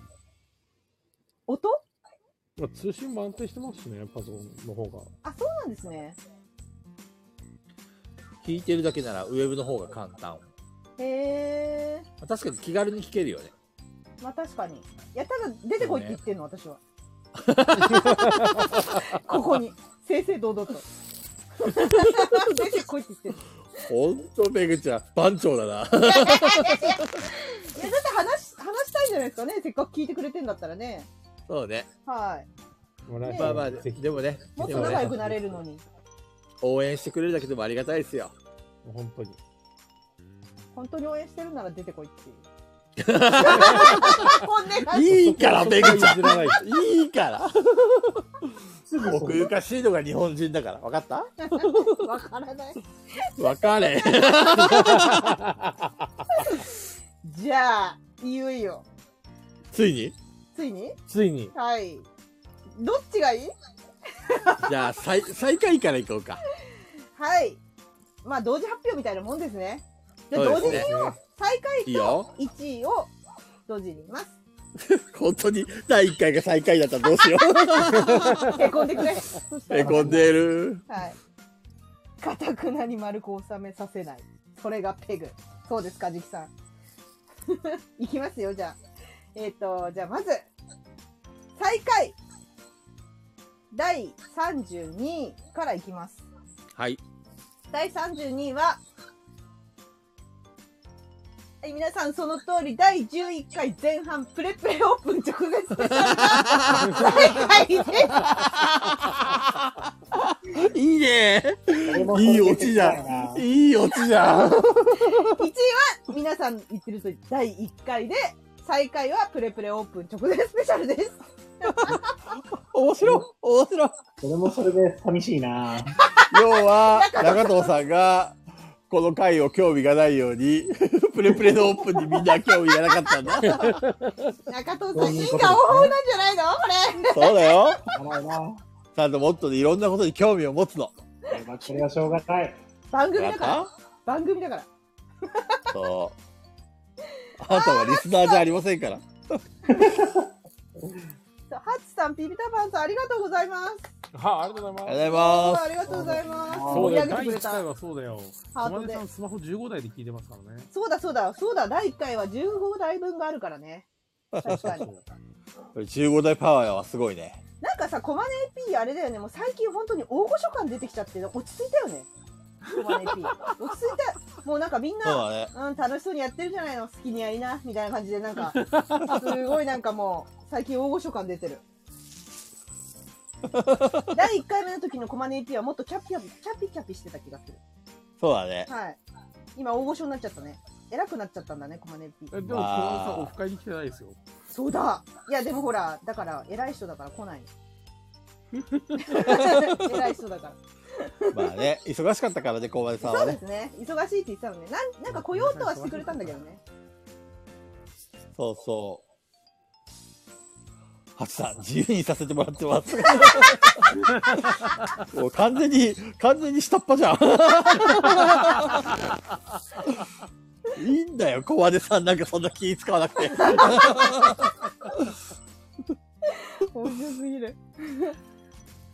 S1: 音
S3: まあ、通信も安定してますしね、パソコンの方が。
S1: あそうなんですね
S2: 聞いてるだけならウェブの方が簡単。
S1: へえ
S2: 確かに気軽に聞けるよね。
S1: まあ確かにいやただ出てこいって言ってんの、 私は ここに正々堂々と出てこいって言ってる
S2: ほんと、ペグちゃん、番長だな。
S1: いや、だって話し、話したいんじゃないですかね。せっかく聞いてくれてんだったらね。
S2: そうね。
S1: はい。
S3: 来週
S2: まあまあ、
S3: ぜひ
S2: でもね、
S1: もっ
S2: で
S1: と
S2: も
S1: 仲
S2: ね
S1: 良くなれるのに。
S2: 応援してくれるだけでもありがたいですよ。
S3: 本当に。
S1: 本当に応援してるなら出てこいっていう。本音が。
S2: いいから、ペグちゃ
S3: 譲らない
S2: ん。いいから。
S4: すぐそ
S2: 奥
S4: う。
S2: ゆかしいのが日本人だから。わかった
S1: わからない。
S2: わかれ。
S1: じゃあ、いよいよ。
S2: ついに
S1: ついに
S3: つい に。
S1: はい。どっちがいい
S2: じゃあ、最、最下位から行こうか。
S1: はい。まあ、同時発表みたいなもんですね。じゃあ、
S2: そ
S1: 同
S2: う
S1: 時
S2: です
S1: に
S2: ね
S1: 言おう。最下
S2: い
S1: 位
S2: いよ。
S1: と1位を同時に言います。
S2: 本当に、第1回が最下位だったらどうしよ う。
S1: へこんでく れ。そしたら
S2: へこんでる。
S1: はい。かたくなに丸く収めさせない。それがペグ。そうですか、じきさん。 いきますよ、じゃあ。えっ、と、じゃあまず、最下位。第32位からいきます。
S2: はい。
S1: 第32位は、はい、皆さんその通り、第11回前半、プレプレオープン直前スペシャルが最下位です。
S2: いいね。 いいオチじゃん。いいオチじゃん。
S1: 1位は皆さん言ってる通り第1回で最下位はプレプレオープン直前スペシャルです
S2: 面白い。面白い。
S4: それもそれで寂し いな
S2: 要は、中藤さんが、この回を興味がないように、 プレプレのオープンにみんな興味がなかったんだ。
S1: 中藤さん進化応報なんじゃないのこれ
S2: そうだよ。
S4: 辛いな
S2: ちゃんともっといろんなことに興味を持つの。
S4: これはこれはしょうが ない。
S1: 番組
S2: わか
S1: だ
S2: っ
S1: から
S2: た
S1: 番組だから
S2: そう。あなたはリスナーじゃありませんから。
S1: ハッチさんピピタパンさんありがとうございます
S3: はあ、ありがとうご
S2: あ
S3: ざい
S2: り
S3: ます。
S2: がとう
S1: ありがとうご
S2: ございます。
S1: ざいます
S3: そ
S1: 盛
S3: う
S1: り上
S3: だよ、
S1: げて
S3: 第
S1: くれ
S3: 1
S1: た
S3: 回はそうだよ。
S1: ハート
S3: 小
S1: で
S3: 金さん、スマホ15台で聞いてますからね。
S1: そうだそうだそうだ第1回は15台分があるからね確かに
S2: 15代パワーはすごいね。
S1: なんかさコマネ AP あれだよねもう最近本当に大御所感出てきちゃって落ち着いたよねコマネ AP 落ち着いたもうなんかみん
S2: そう
S1: な
S2: だね。
S1: うん、楽しそうにやってるじゃないの好きにやりなみたいな感じでなんか すごいなんかもう最近大御所感出てる第1回目の時のコマネ AP はもっとキャピキャピキャピキャピしてた気がする
S2: そうだね。
S1: はい今大御所になっちゃったね偉くなっちゃったんだねコマネ AP
S3: えでも、小金さん、オフ会に来てないですよ。
S1: そうだいやでもほらだから偉い人だから来ない偉い人だから
S2: まあね、忙しかったからね、小林さん
S1: そ
S2: は
S1: うで
S2: ね。
S1: すね忙しいって言ってたのねなんなんか来ようとはしてくれたんだけどね
S2: そうそう。ハチさん、自由にさせてもらってます。もう完全に、完全に下っ端じゃん。いいんだよ、小金さんなんかそんな気使わなくて。
S1: 面白すぎる。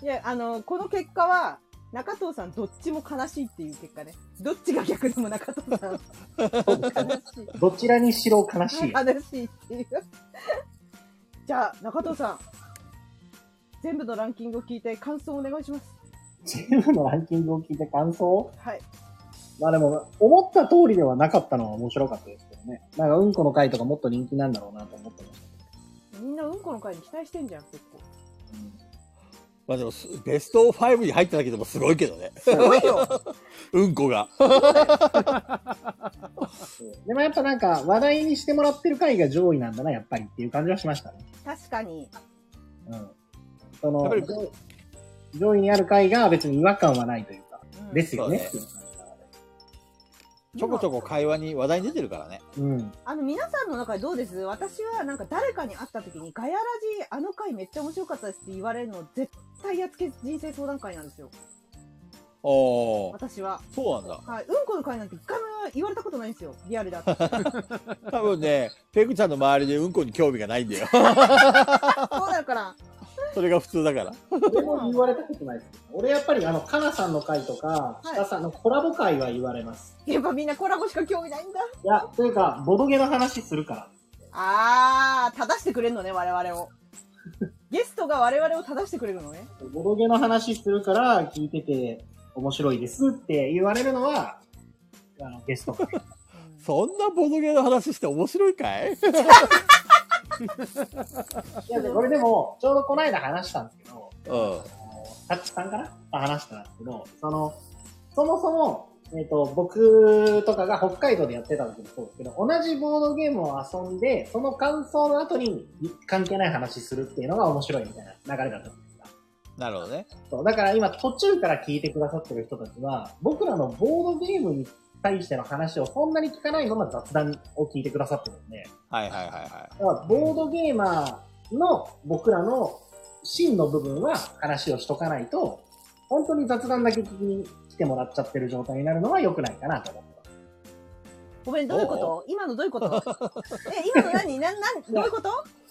S1: いや、あの、この結果は、中藤さんどっちも悲しいっていう結果ね。どっちが逆でも中藤さん悲
S4: どちらにしろ悲し
S1: しい。
S4: い。
S1: 悲しいっていう。じゃあ、中藤さん。全部のランキングを聞いて感想をお願いします。
S4: 全部のランキングを聞いて感想
S1: はい。
S4: まあでも、思った通りではなかったのは面白かったですけどね。なんか、うんこの回とかもっと人気なんだろうなと思ってまし
S1: みんなうんこの会に期待してんじゃん、結構。
S2: まあでも、すベスト5に入っただけでもすごいけどね。
S1: すごい よ。
S2: うんこが。
S4: た。でもやっぱなんか、話題にしてもらってる回が上位なんだな、やっぱりっていう感じはしましたね。
S1: 確かに。
S4: うん。その
S2: やっぱり、
S4: 上位上位にある回が別に違和感はないというか、
S1: うん
S4: ですよね。
S2: そう
S4: っていう感じなので
S2: ちょこちょこ会話に話題に出てるからね。
S4: うん。
S1: あの皆さんの中でどうです私はなんか誰かに会った時にガヤラジあの回めっちゃ面白かったですって言われるの絶対やっつけ人生相談会なんですよ。
S2: おー、
S1: 私は。
S2: そうなん
S1: はい。うんこの会なんて一回も言われたことないんですよ。リアルだ と。そう
S2: だ。多分ね、ペグちゃんの周りでうんこに興味がないんだよ。
S1: なのかな。
S2: それが普通だから。
S4: 俺も言われたことないですけど。俺やっぱりあの、かなさんの回とか、
S1: はい
S4: かさんのコラボ回は言われます。
S1: やっぱみんなコラボしか興味ないんだ。
S4: いや、というか、ボドゲの話するから。
S1: あー、正してくれるのね、我々を。ゲストが我々を正してくれるのね。
S4: ボドゲの話するから聞いてて面白いですって言われるのは、あのゲストが。
S9: そんなボドゲの話して面白いかい
S4: いや、でこれでも、ちょうどこの間話したんですけど、
S9: うん。
S4: タッチさんかな話したんですけど、その、そもそも、えっ、と、僕とかが北海道でやってた時もそうですけど、同じボードゲームを遊んで、その感想の後に関係ない話するっていうのが面白いみたいな流れだったんですが。
S6: なるほどね。
S4: そう、だから今途中から聞いてくださってる人たちは、僕らのボードゲームに対しての話をそんなに聞かないまま雑談を聞いてくださってるんで、
S6: はいはいはいは
S4: だからボードゲーマーの僕らの真の部分は話をしとかないと、本当に雑談だけ聞きに来てもらっちゃってる状態になるのは良くないかなと思ってます。
S1: ごめん、どういうこと今のどういうこと え、今の何なん、なん、どういうこと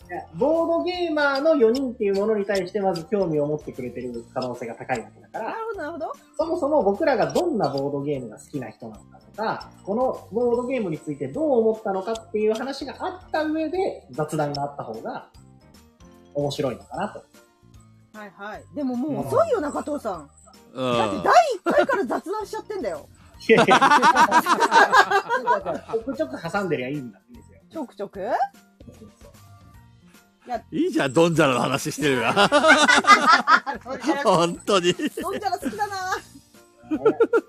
S4: いやボードゲーマーの4人っていうものに対してまず興味を持ってくれてる可能性が高いわけだか
S1: な
S4: ら
S1: る、ほど、なるほど。
S4: そもそも僕らがどんなボードゲームが好きな人なのかとか、このボードゲームについてどう思ったのかっていう話があった上で雑談があった方が面白いのかなと。
S1: はいはい。でももう遅いよな、加藤さん。だって
S6: い。
S1: 第1回から雑談しちゃってんだよ。
S4: いやいやちょくちょく挟んでりゃいいんだんですよ。
S1: ちょくちょ く
S2: いいじゃん、ドンジャラの話してる わ。本当に。
S1: 飲んだら好きだな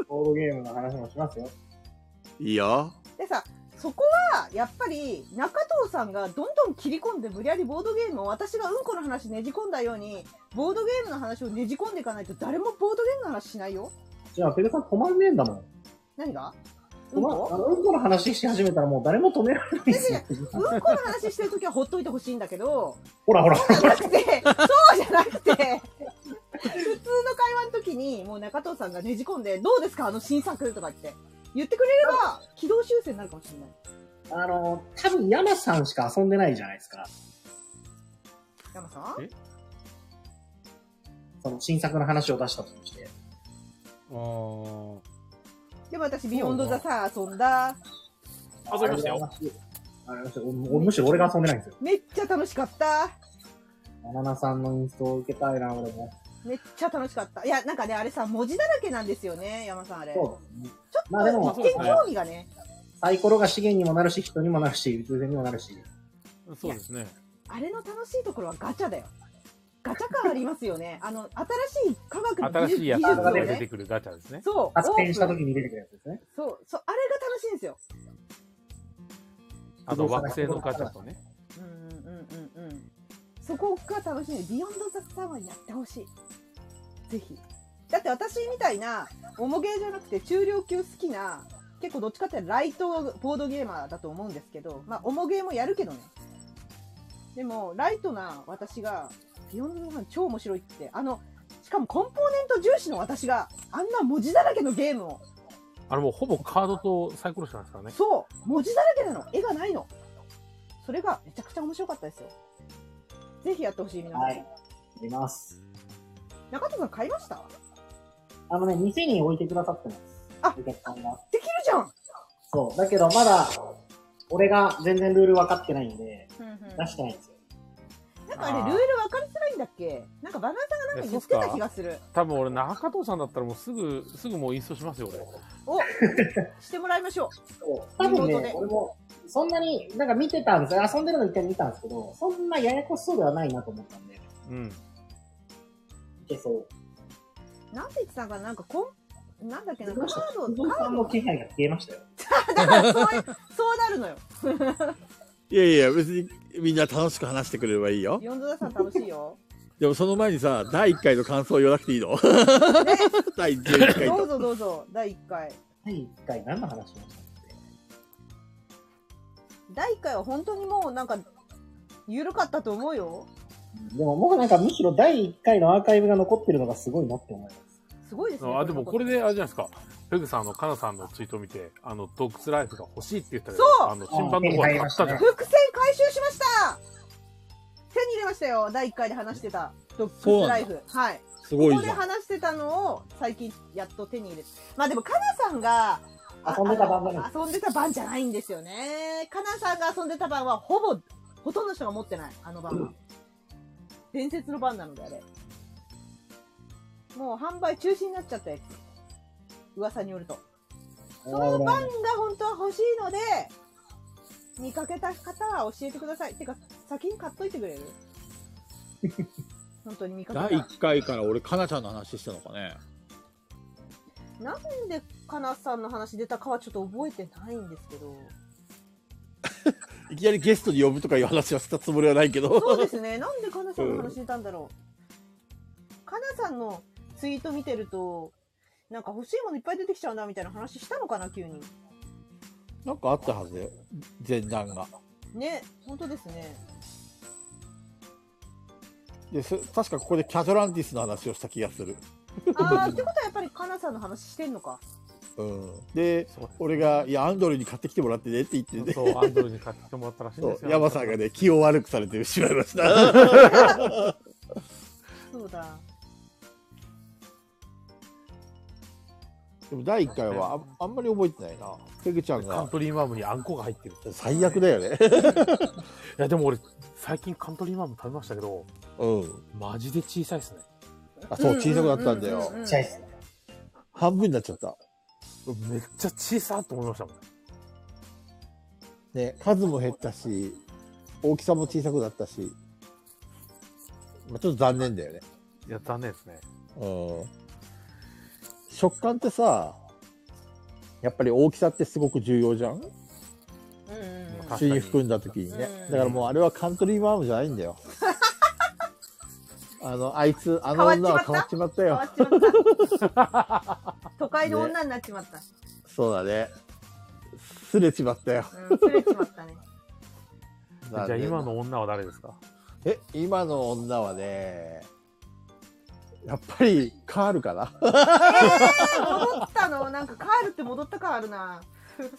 S4: ボードゲームの話もしますよ。
S2: いいよ。
S1: でさそこはやっぱり中藤さんがどんどん切り込んで無理やりボードゲームを私がうんこの話ねじ込んだようにボードゲームの話をねじ込んでいかないと誰もボードゲームの話しないよ
S4: じゃあ、ペルさん止まんねえんだもん。
S1: 何がう
S4: 止
S1: ん
S4: まん、あ
S1: こ
S4: の、うんこの話し始めたらもう誰も止められないですよ。
S1: うんこの話してる時はほっといてほしいんだけど
S4: ほらほら。
S1: そうじゃなくてそうじゃなくて普通の会話の時にもう中藤さんがねじ込んで「どうですかあの新作」とか言って言ってくれれば軌道修正になるかもしれない
S4: あの、多分山さんしか遊んでないじゃないですか。
S1: 山さん
S4: その新作の話を出したとして。
S1: でも私ビヨンドザさ遊んだ
S4: 遊びましたよ。あれむしろ俺が遊んでないんですよ。
S1: めっちゃ楽しかった。
S4: バナナさんのインストを受けたいな、俺も。
S1: めっちゃ楽しかった。いや、なんかね、あれさ、文字だらけなんですよね、山さんあれ。ちょ
S4: そうですね。
S1: っと、
S4: まあでも
S1: 一見興味がね、
S4: サイコロが資源にもなるし、人にもなるし、宇宙船にもなるし。
S2: そうですね。
S1: あれの楽しいところはガチャだよ。ガチャ感ありますよね。あの、新しい科学の技
S3: 新
S1: 術
S3: しいやつ
S1: 技術
S3: が
S1: を
S3: ね出て
S1: ね。
S3: くるガチャですね。
S1: そう、
S4: 発展した
S1: オー
S4: 時
S1: プン
S4: に出てくるやつですね。
S1: そう、そう、あれが楽しいんですよ。
S3: あと惑星のガチャとね。
S1: うんうんうんうんうん。そこが楽しい。ビヨンドザさんはやってほしい。ぜひ。だって私みたいな、重ゲーじゃなくて中量級好きな、結構どっちかっていうとライトボードゲーマーだと思うんですけど、まあ重ゲーもやるけどね。でも、ライトな私が、ビヨンドザさん超面白いって、あの、しかもコンポーネント重視の私が、あんな文字だらけのゲームを、
S3: あれもうほぼカードとサイコロしかないですからね。
S1: そう文字だらけなの絵がないのそれがめちゃくちゃ面白かったですよぜひやってほしい皆さん、
S4: はい。やります。
S1: 中田さん買いました
S4: あのね、店に置いてくださってます。
S1: あ
S4: お客さんが。
S1: できるじゃん、
S4: そう。だけど、まだ、俺が全然ルール分かってないんで、
S1: な
S4: 出
S1: んか
S4: してないんですよ。
S1: あれルール分かりづらいんだっけなんかバナナさんがなんか言ってた気がする
S3: 多分俺、中藤さんだったらもうすぐ、すぐもうインストしますよ、俺。
S1: おしてもらいましょ
S4: そう多分
S1: リモートで
S4: ね、俺も、そんなに、なんか見てたんですよ。遊んでるの一回見たんですけど、そんなややこしそうではないなと思ったんで、い
S3: うん。
S4: けそう。
S1: うなんて言ってたんかななんかこんなんだっけな
S4: ど
S1: カー
S4: うした
S1: ド
S4: 藤井
S1: カ
S4: さ
S1: ー
S4: ん
S1: ド
S4: の気配が消えましたよ。
S1: だからそういうそうなるのよ
S2: いやいや、別にみんな楽しく話してくれればいいよ。
S1: ヨンドダさん楽しいよ
S2: でもその前にさ、第1回の感想言わなくていい の第11回
S1: どう
S2: と。
S1: ぞどうぞ第1回
S4: 第一回何の話をしたんですか
S1: 第1回は本当にもうなんか緩かったと思うよ
S4: でも僕なんかむしろ第1回のアーカイブが残ってるのがすごいなって思います。
S1: すごいですね
S3: あ、でもこれ
S1: で
S3: であれじゃないですか。ペグさん、あの、カナさんのツイートを見て、あの、洞窟ライフが欲しいって言ったけど、
S1: そう
S3: あの、審判の方は買ったじゃん。
S1: 伏線回収しました手に入れましたよ第1回で話してたドッグライフはい
S2: すご
S1: こ
S2: い
S1: こ
S2: じ
S1: で
S2: ゃん。
S1: 話してたのを最近やっと手に入れてまあでもかなさんがあ
S4: 遊んでた番じゃない
S1: あの遊んでた番じゃないんですよねかなさんが遊んでた番はほぼほとんどの人が持ってないあの番は伝説の番なのであれもう販売中止になっちゃったやつ噂によるとそのパンが本当は欲しいので、見かけた方は教えてください。てか、先に買っといてくれる本当に見かけた
S2: 第1回から俺、かなちゃんの話したのかね。
S1: なんで、かなさんの話出たかはちょっと覚えてないんですけど。
S2: いきなりゲストに呼ぶとかいう話はしたつもりはないけど。
S1: そうですね。なんでかなさんの話出たんだろう。かなさんのツイート見てると、なんか欲しいものいっぱい出てきちゃうなみたいな話したのかな、急に。
S2: なんかあったはずで、前段が。
S1: ね、本当ですね。
S2: で、そ確かここでキャトランティスの話をした気がする。
S1: ああ、ってことはやっぱりかなさんの話してんのか。
S2: うん。で、俺が、いや、アンドレに買ってきてもらってねって言ってね。
S3: そう、アンドルに買ってもらったらしいん
S2: そ
S3: です
S2: う、
S3: よ。
S2: 山さんがね、気を悪くされてしまいました。
S1: そうだ。
S2: でも第1回はああんまり覚えてないな。ペグちゃん
S3: カン
S2: が
S3: トリーマームにあんこが入ってる。
S2: 最悪だよね。
S3: いや、でも俺、最近カントリーマーム食べましたけど、
S2: うん。
S3: マジで小さいですね。
S2: あ、そう、小さくなったんだよ
S1: うう。うう
S4: ちゃいっすね。
S2: 半分になっちゃった。
S3: めっちゃ小さっと思いましたもん。
S2: ね、数も減ったし、大きさも小さくなったし、まあ、ちょっと残念だよね。
S3: いや、残念ですね。
S2: うん。食感ってさ、やっぱり大きさってすごく重要じゃん
S1: うんうんうん
S3: 確か
S2: 口
S3: に
S2: に含んだ時にね
S1: う。ん
S2: だからもうあれはカントリーマームじゃないんだよ。あの、あいつ、あの女は変わっちまった
S1: 変
S2: よ
S1: わ。っちまった。都会の女になっちまった。
S2: そうだね。すれちまったよ。
S1: うん、すれちま ったね。
S3: じゃあ今の女は誰ですか
S2: え、今の女はね、やっぱりカールかな。
S1: 戻ったのなんか帰るって戻った感あるな。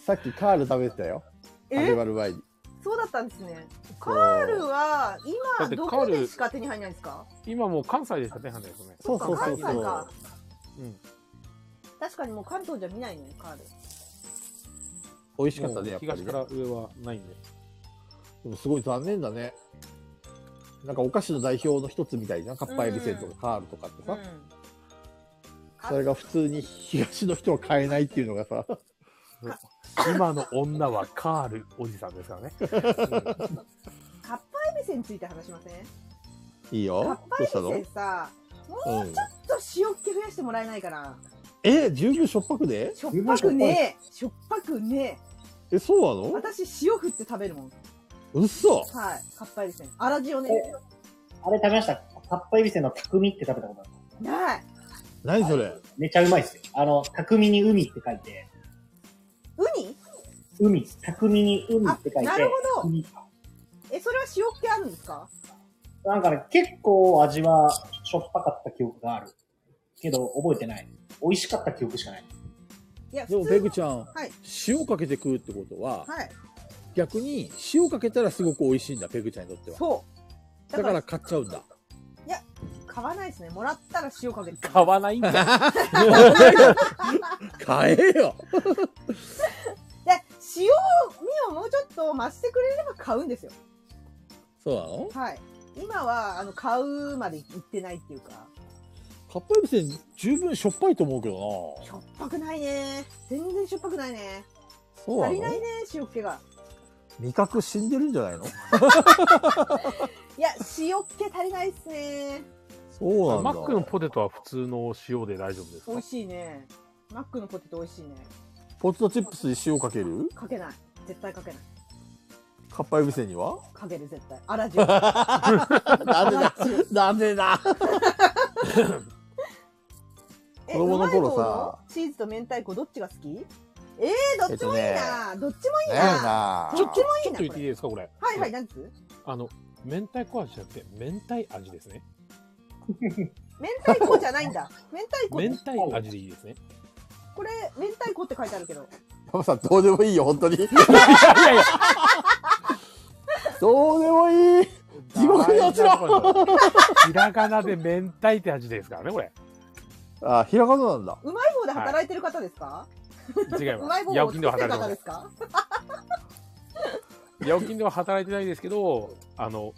S2: さっきカール食べてたよ。始
S1: え
S2: まる前に。
S1: そうだったんですね。カ
S2: そう
S1: ールは
S3: だ
S1: 今
S3: って
S1: ど
S3: カー
S1: こ
S3: ル
S1: でしか手に入らないんですか
S3: 今もう関西でしか手配ないですね。
S2: そうそうそう
S1: 関西
S2: そう
S1: か。。
S3: うん。
S1: 確かにもう関東じゃ見ないね、カール。
S2: 美味しかったね、やっぱりね
S3: 東か。ら上はないんで。
S2: でもすごい残念だね。なんかお菓子の代表の一つみたいじゃん。カッパエビセンとかカールとかってさ。
S1: うん
S2: それが普通に東の人は買えないっていうのがさ。
S3: 今の女はカールおじさんですからね。
S1: カッパエビセについて話しません
S2: いい
S1: カッ
S2: よ。
S1: パ
S2: ど
S1: エ
S2: うしたの
S1: ビセさ、もう
S2: うん。
S1: ちょっと塩気増やしてもらえないかな。
S2: え、十分しょっぱくね
S1: しょっぱくねえ。しょっぱくね
S2: え、そう
S1: え。
S2: なの
S1: 私、塩振って食べるもん。
S2: うっそ
S1: はい。カッパエビセン。あら塩ね。
S4: あれ食べましたカッパエビセンの匠って食べたことある
S1: ない。
S2: 何それ
S4: めちゃうまいっすよ。あの、匠に海って書いて、
S1: ウニ
S4: 海、匠に海って書いて、
S1: あなるほど
S4: 海
S1: え、それは塩気あるんですか
S4: なんかね、結構味はしょっぱかった記憶がある。けど、覚えてない。美味しかった記憶しかない。
S1: いや、
S2: でも
S1: 普通
S2: ペ
S1: の
S2: グちゃん、
S1: はい。
S2: 塩かけて食うってことは、
S1: はい。
S2: 逆に塩かけたらすごく美味しいんだ、ペグちゃんにとっては。
S1: そう。だ
S2: だ
S1: か
S2: から
S1: ら、
S2: 買っちゃうんだ。
S1: 買わないですね。もらったら塩かけて。
S3: 買わないんだよ。
S2: 買え
S1: で、塩味
S2: よ
S1: をもうちょっと増してくれれば買うんですよ。
S2: そうなの
S1: はい。今は、あの、買うまで行ってないっていうか、
S2: カッパエビセン十分しょっぱいと思うけど
S1: しょっぱくないね。全然しょっぱくないね。
S2: なそうな
S1: 足りない
S2: の
S1: ね、塩気が。
S2: 味覚死んでるんじゃないの
S1: いや、塩気足りないっすね。
S2: そうなんだ。
S3: マックのポテトは普通の塩で大丈夫ですか
S1: 美味しいね。マックのポテト美味しいね。
S2: ポテトチップスに塩かける
S1: かけない。絶対かけない。
S2: カッパエビセンには
S1: かける、絶対。あら塩。あ
S2: ダメ
S1: ら
S2: だ
S1: 塩。
S2: ダメだ
S1: え
S2: 子供の頃さ
S1: うまい棒のチーズと明太子どっちが好きえー、どっちもいいな、どっちもいい
S2: だよ
S1: な
S2: な
S1: どっちもい
S3: ち
S1: い
S3: ょっ
S1: な
S3: と言っ
S1: こ
S3: ていい
S1: れ
S3: ですかこれ。
S1: はいはい、なんつ
S3: あの、明太子味じゃなくて、明太味ですね。
S1: 明太子じゃないんだ。明太子。
S3: 明太味でいいですね。
S1: これ、明太子って書いてあるけど。
S2: パパさん、どうでもいいよ、本 当に。
S3: いやいや
S2: どうでもいい。地獄に落ち
S3: ろひらがなで明太って味ですからね、これ。
S2: あ、ひらがななんだ。
S1: うまい棒で働いてる方ですか、
S3: 違いうま
S1: まい
S3: す。
S1: 棒
S3: ヤオ
S1: を
S3: キ
S1: 作
S3: ン
S1: っ
S3: で
S1: てる方
S3: は働いてま
S1: で
S3: せ
S1: すか
S3: ん。ヤオキンでは働いてないですけど、あの、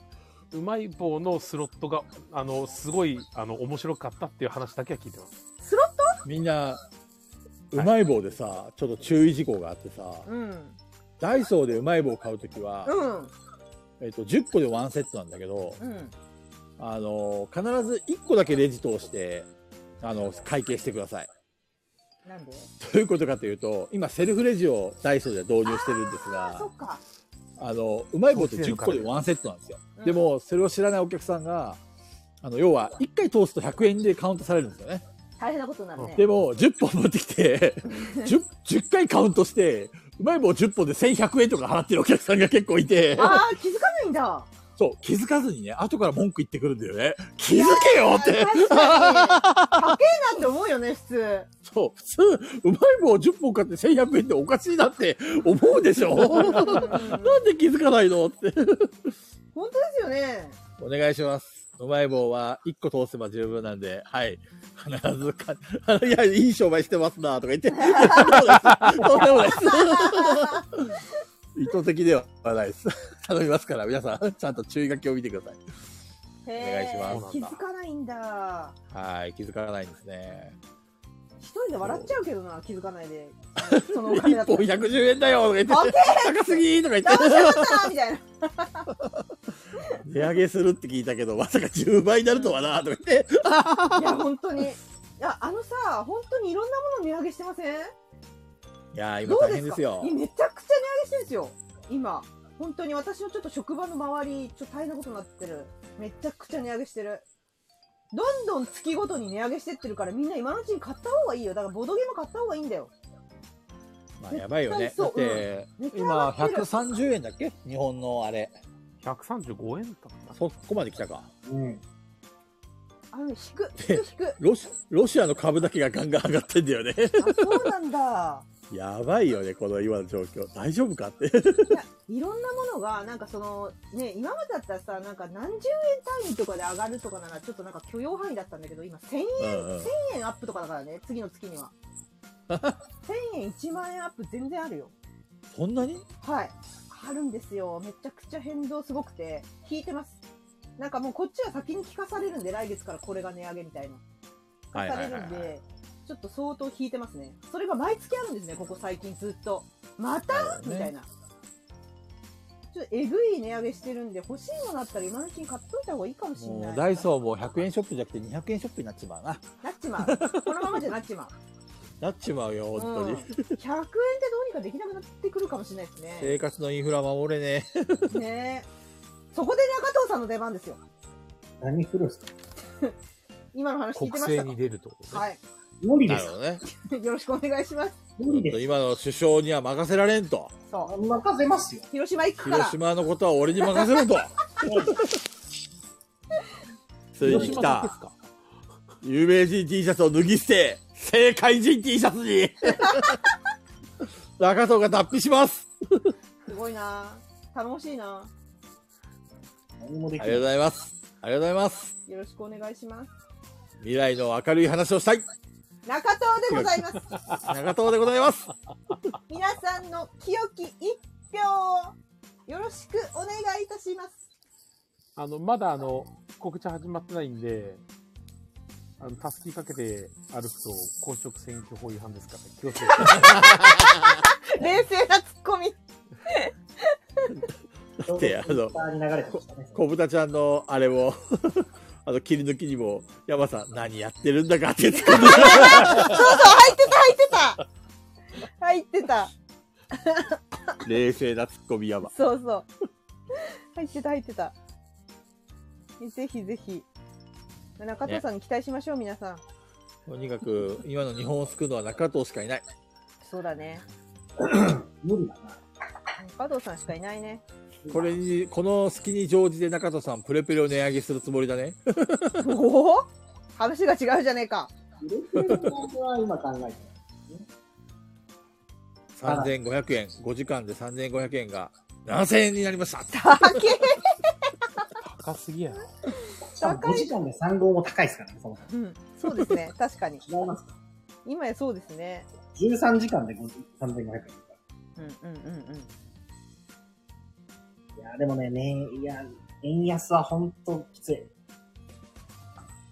S3: うまい棒のスロットが、あの、すごい、あの、面白かったっていう話だけは聞いてます。
S1: スロット
S2: みんな、
S6: うまい棒でさ、ちょっと注意事項があってさ、
S1: うん。
S6: ダイソーでうまい棒を買うときは、
S1: うん。
S6: えっと、10個でワンセットなんだけど、
S1: うん。
S6: あの、必ず1個だけレジ通して、あの、会計してください。
S1: なんで
S6: どういうことかというと、今、セルフレジをダイソーで導入してるんです
S1: あ、そ
S6: が、
S1: っか。
S6: あの、うまい棒って10個でワンセットなんですよ。でも、それを知らないお客さんが、あの、要は、1回通すと100円でカウントされるんですよね。
S1: 大変なことになるね。
S6: でも、10本持ってきて、10, 10回カウントして、うまい棒10本で1100円とか払ってるお客さんが結構いて、
S1: ああ、気づかないんだ。
S6: そう、気づかずにね、後から文句言ってくるんだよね。気づけよって
S1: 確かに。高えなって思うよね、普通。
S6: そう、普通、うまい棒10本買って1100円っておかしいなって思うでしょなんで気づかないのって。
S1: 本当ですよね。
S6: お願いします。うまい棒は1個通せば十分なんで、はい。必ずか、 いや、いい商売してますなとか言って、 とんでもないです。とんでもないです。意図的ではないです。頼みますから、皆さん、ちゃんと注意書きを見てください。
S1: へー
S6: お願いします
S1: 気づかないんだ。
S6: はい、気づかないんですね。
S1: 一人で笑っちゃうけどな、気づかない で。そのお金だ
S6: 1
S1: と。
S6: 本
S1: 高
S6: 110円だよとか言って、高すぎとか言って。
S1: えなみたいな。
S6: 値上げするって聞いたけど、まさか10倍になるとはなとか言って、
S1: いや、本当に。いや、あのさ、本当にいろんなもの値上げしてません
S6: いやー、今
S1: どう
S6: 大
S1: で
S6: 変
S1: す
S6: で
S1: か
S6: すよ
S1: いや。めちゃくちゃ値上げしてるんですよ。今。本当に私のちょっと職場の周り、ちょっと大変なことになってる。めちゃくちゃ値上げしてる。どんどん月ごとに値上げしてってるから、みんな今のうちに買った方がいいよ。だからボドゲも買った方がいいんだよ。
S6: まあ、やばいよね。
S1: 絶対そ
S6: だっ
S1: う
S6: て、
S1: めっちゃ上
S6: 今、
S1: がってる。
S6: 130円だっけ日本のあれ。
S3: 135円だったかな
S6: そこまで来たか。
S4: うん。
S1: あの、引く、引く、引く。
S6: ロシロシアの株だけがガンガン上がってんだよね。
S1: あ、そうなんだ。
S6: やばいよね、この今の状況。大丈夫かって。
S1: いろんなものが、なんかその、ね、今までだったらさ、なんか何十円単位とかで上がるとかなら、ちょっとなんか許容範囲だったんだけど、今1000円、
S6: うんうん
S1: 1000円アップとかだからね、次の月には。1000円、1万円アップ全然あるよ。
S6: そんなに
S1: はい。あるんですよ。めちゃくちゃ変動すごくて、引いてます。なんかもうこっちは先に聞かされるんで、来月からこれが値上げみたいな。
S6: はい
S1: 聞か
S6: は
S1: され
S6: いはい
S1: るん
S6: はい。
S1: で、ちょっと相当引いてますね。それが毎月あるんですね、ここ最近ずっと。またみ
S6: そうだよね
S1: たいな。ちょっとえぐい値上げしてるんで、欲しいものあったら今のうちに買っといた方がいいかもしれ
S6: も
S1: な
S6: う
S1: い。
S6: ダイソーも100円ショップじゃなくて200円ショップになっちまうな。
S1: なっちまう。このままじゃなっちまう。
S6: なっちまうよ、 本当に。
S1: うん100円でどうにかできなくなってくるかもしれないですね。
S6: 生活のインフラ守れねえ。
S1: ねそこで中藤さんの出番ですよ。
S4: 何来るんですか
S1: 今の話聞いて
S3: 国
S1: ました
S3: 政
S1: か
S3: に出るってことね。
S1: はい。
S4: 無理
S6: な
S4: で
S6: る
S4: す
S6: ほ。どね。
S1: よろしくお願いし ます。
S4: 無
S6: ちょ
S4: 理
S6: っと
S4: です。
S6: 今の首相には任せられんと。
S1: そう。
S4: 任せますよ。
S1: 広島行くから。
S6: 広島のことは俺に任せろ と。ついに来
S3: 広島だけったすか
S6: 有名人 T シャツを脱ぎ捨て、正解人 T シャツ に中藤が脱皮します
S1: すごいな頼もしいな
S4: 何もで
S6: あ
S4: き
S6: りがとうご
S4: ない。
S6: ざいます。ありがとうございます。
S1: よろしくお願いします。
S6: 未来の明るい話をしたい
S1: 中藤でございます。
S6: 中藤でござい ます
S1: 皆さんの清き一票をよろしくお願いいたします。
S3: あの、まだあの、告知始まってないんで、あの、たすきかけて歩くと公職選挙法違反 ですから、気をつけて。
S1: 冷静なツッコミ。
S6: だって、あの
S4: ツイッ、ターに流れてましたね。
S6: 小豚ちゃんのあれも、 あの、切り抜きにも、山さん、何やってるんだかって突っ込ん
S1: そうそう、
S6: で
S1: 入ってた、入ってた。入ってた。
S6: 冷静なツッコミ山。
S1: そうそう。入ってた、入ってた。ぜひぜひ。中藤さんに期待しましょう、皆さん。
S6: とにかく、今の日本を救うのは中藤しかいない。
S1: そうだね。
S4: 無理だな。
S1: 中藤さんしかいないね。
S6: これに、この隙に乗じて中藤さん、プレプレを値上げするつもりだね。
S1: おお話が違うじゃねえか。
S4: 入れてる感じは今考えてる。
S6: 3500円、5時間で3500円が7000円になりました。
S1: 高え
S3: 高すぎやな。
S4: しかも5時間で3号も高いですからね、その
S1: うん、そうですね。確かに。
S4: 違いますか
S1: 今やそうですね。
S4: ?13 時間で5 3500円。
S1: うんうんうんうん。
S4: いや、でもね、ね、いや、円安は本当きつい。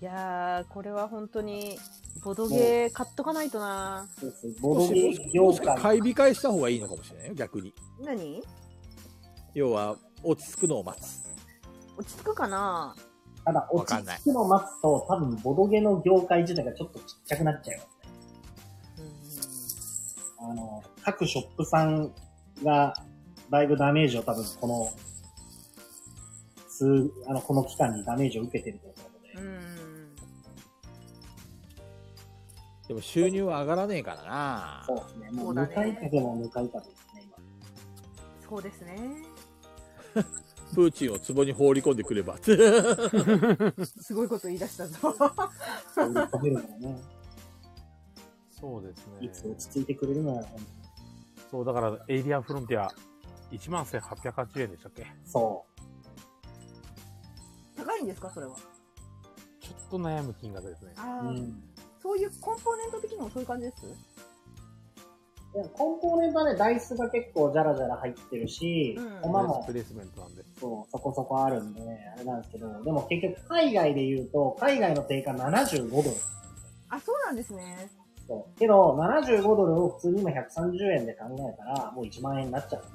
S1: いやー、これは本当にボドゲー買っとかないとな。
S4: そうですボドゲ業
S6: もし
S4: 界。
S6: 買い控えした方がいいのかもしれないよ、逆に。
S10: 何
S6: 要は、落ち着くのを待つ。
S1: 落ち着くかな
S4: ただ、
S11: わ
S4: 落
S11: か
S4: ち
S11: んない
S4: 着くのを待つと、多分、ボドゲの業界自体がちょっとちっちゃくなっちゃいますね。あの、各ショップさんが、だいぶダメージを多分、この、数、あの、この期間にダメージを受けてると思う
S1: う
S4: の
S1: ん
S4: で、。
S6: でも収入は上がらねえからな
S4: そうですね。も、
S1: そううだ
S4: 向
S1: ね
S4: かい風も向かい風ですね、今。
S1: そうですね。
S6: プーチンを壺に放り込んでくれば。
S1: すごいこと言い出したぞ。
S4: そういう飛べるのがね、
S3: そうです
S4: いつ
S3: ね
S4: 落。ち着いてくれるのは、
S3: そう、だから、エイリアンフロンティア、11,880円でしたっけ
S4: そう。
S1: 高いんですかそれは。
S3: ちょっと悩む金額ですね。
S1: あ
S4: う
S1: あ、
S4: ん。
S1: そういうコンポーネント的にもそういう感じです
S4: いやコンポーネントはね、ダイスが結構ジャラジャラ入ってるし、
S1: うん
S4: コマも
S3: プレスメントなんで。
S4: そうそこそこあるんでね、あれなんですけど、でも結局海外で言うと、海外の定価75ドル。
S1: あ、そうなんですね。
S4: そう。けど、75ドルを普通に今130円で考えたら、もう1万円になっちゃうんで、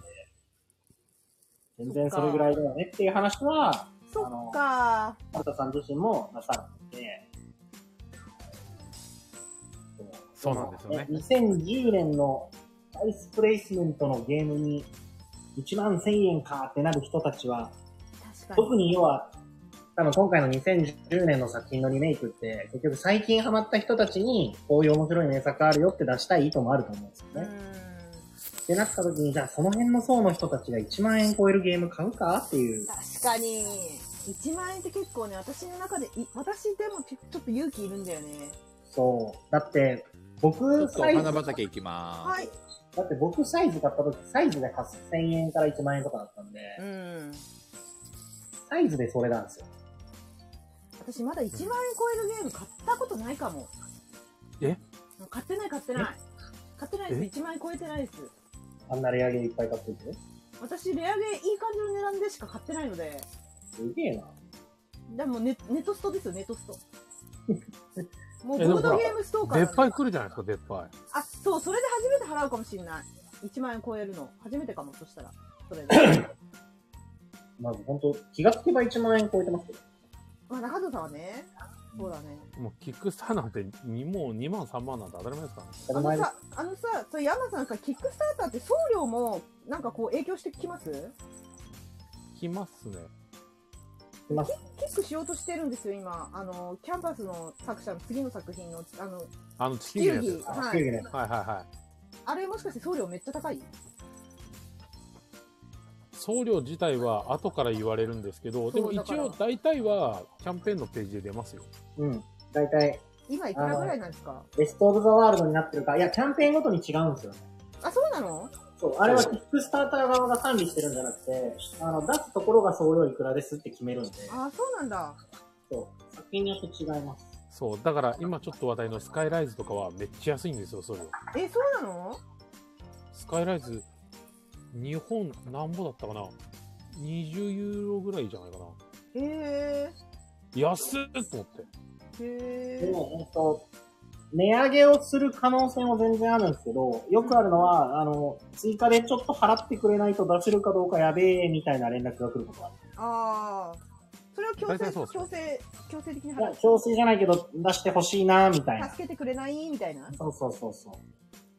S4: 全然それぐらいだよねっていう話は、
S1: そっか。
S4: マ田さん自身もなさってて、
S3: そうなんですよね
S4: 2010年のダイスプレイスメントのゲームに1万1000円かってなる人たちは、
S1: 確か
S4: 特
S1: に。
S4: に要は、多分今回の2010年の作品のリメイクって、結局最近ハマった人たちに、こういう面白い名作あるよって出したい意図もあると思うんです
S1: う
S4: よね。
S1: ん。
S4: ってなった時に、じゃあその辺の層の人たちが1万円超えるゲーム買うかっていう。
S1: 確かに。1万円って結構ね、私の中でい、私でもちょちょっと勇気いるんだよね。
S4: そう。だって、僕
S11: とお
S4: サイズ、
S11: 花
S4: だ
S11: 畑行きま
S1: はい。
S4: って僕サイズ買った時、サイズで8000円から1万円とかだったんで、
S1: うん。
S4: サイズでそれなんですよ。
S1: 私まだ1万円超えるゲーム買ったことないかも。
S3: え
S1: 買ってない買ってない。買ってないです。1万円超えてないです。
S4: あんなレアゲーいっぱい買ってて。
S1: 私、レアゲーいい感じの値段でしか買ってないので。
S4: すげえな。
S1: でもネネトストですよ、ネトスト。もう
S3: えでも
S1: ボードゲームストーカー
S3: で
S1: な
S3: っ
S1: んで
S3: ぱい来るじゃないですか、でっぱ
S1: あ、そう、それで初めて払うかもしれない。1万円超えるの。初めてかも、そしたら。それで。
S4: まず本当気がつけば1万円超えてますけど。
S1: まあ、中藤さんはね、そうだね。
S3: い。もう、キックスターなんて、にもう2万、3万なんて当たり前ですからね。
S4: 当た
S1: あの
S4: り前です
S1: さ、あのさ、そう山さんさ、キックスターターって送料も、なんかこう、影響してきます
S3: 来ますね。
S4: います。
S1: キックしようとしてるんですよ、今。あの、キャンバスの作者の次の作品の、あの、
S3: あの、地球儀
S1: 球
S3: のやつで
S1: 技。
S3: すか
S4: か
S1: はい。
S3: はいはいはい。
S1: あれもしかして送料めっちゃ高い
S3: 送料自体は後から言われるんですけど、でも一応大体はキャンペーンのページで出ますよ。
S4: うん。大体、
S1: 今いくらぐらいなんですか
S4: ベストオブザワールドになってるか、いや、キャンペーンごとに違うんですよね。
S1: あ、そうなの
S4: そう、あれはキックスターター側が管理してるんじゃなくて、あの、出すところが送料いくらですって決めるんで、
S1: あ、そうなんだ。
S4: そう、作品によって違います。
S3: そう、だから今ちょっと話題のスカイライズとかはめっちゃ安いんですよ、送料。
S1: え、そうなの
S3: スカイライズ、日本なんぼだったかな ?20 ユーロぐらいじゃないかな。
S1: へ
S3: 安っと思って。
S1: え。へ
S4: で
S1: え。
S4: も、ほんと、値上げをする可能性も全然あるんですけど、よくあるのは、あの、追加でちょっと払ってくれないと出せるかどうかやべえ、みたいな連絡が来ることがある。
S1: ああ。それを強
S3: 大体
S1: 制、
S3: そうですね
S1: 強制、強制的に
S4: いや
S1: 払、
S4: 強制じゃないけど、出してほしいな、みたいな。
S1: 助けてくれないみたいな。
S4: そうそうそうそう。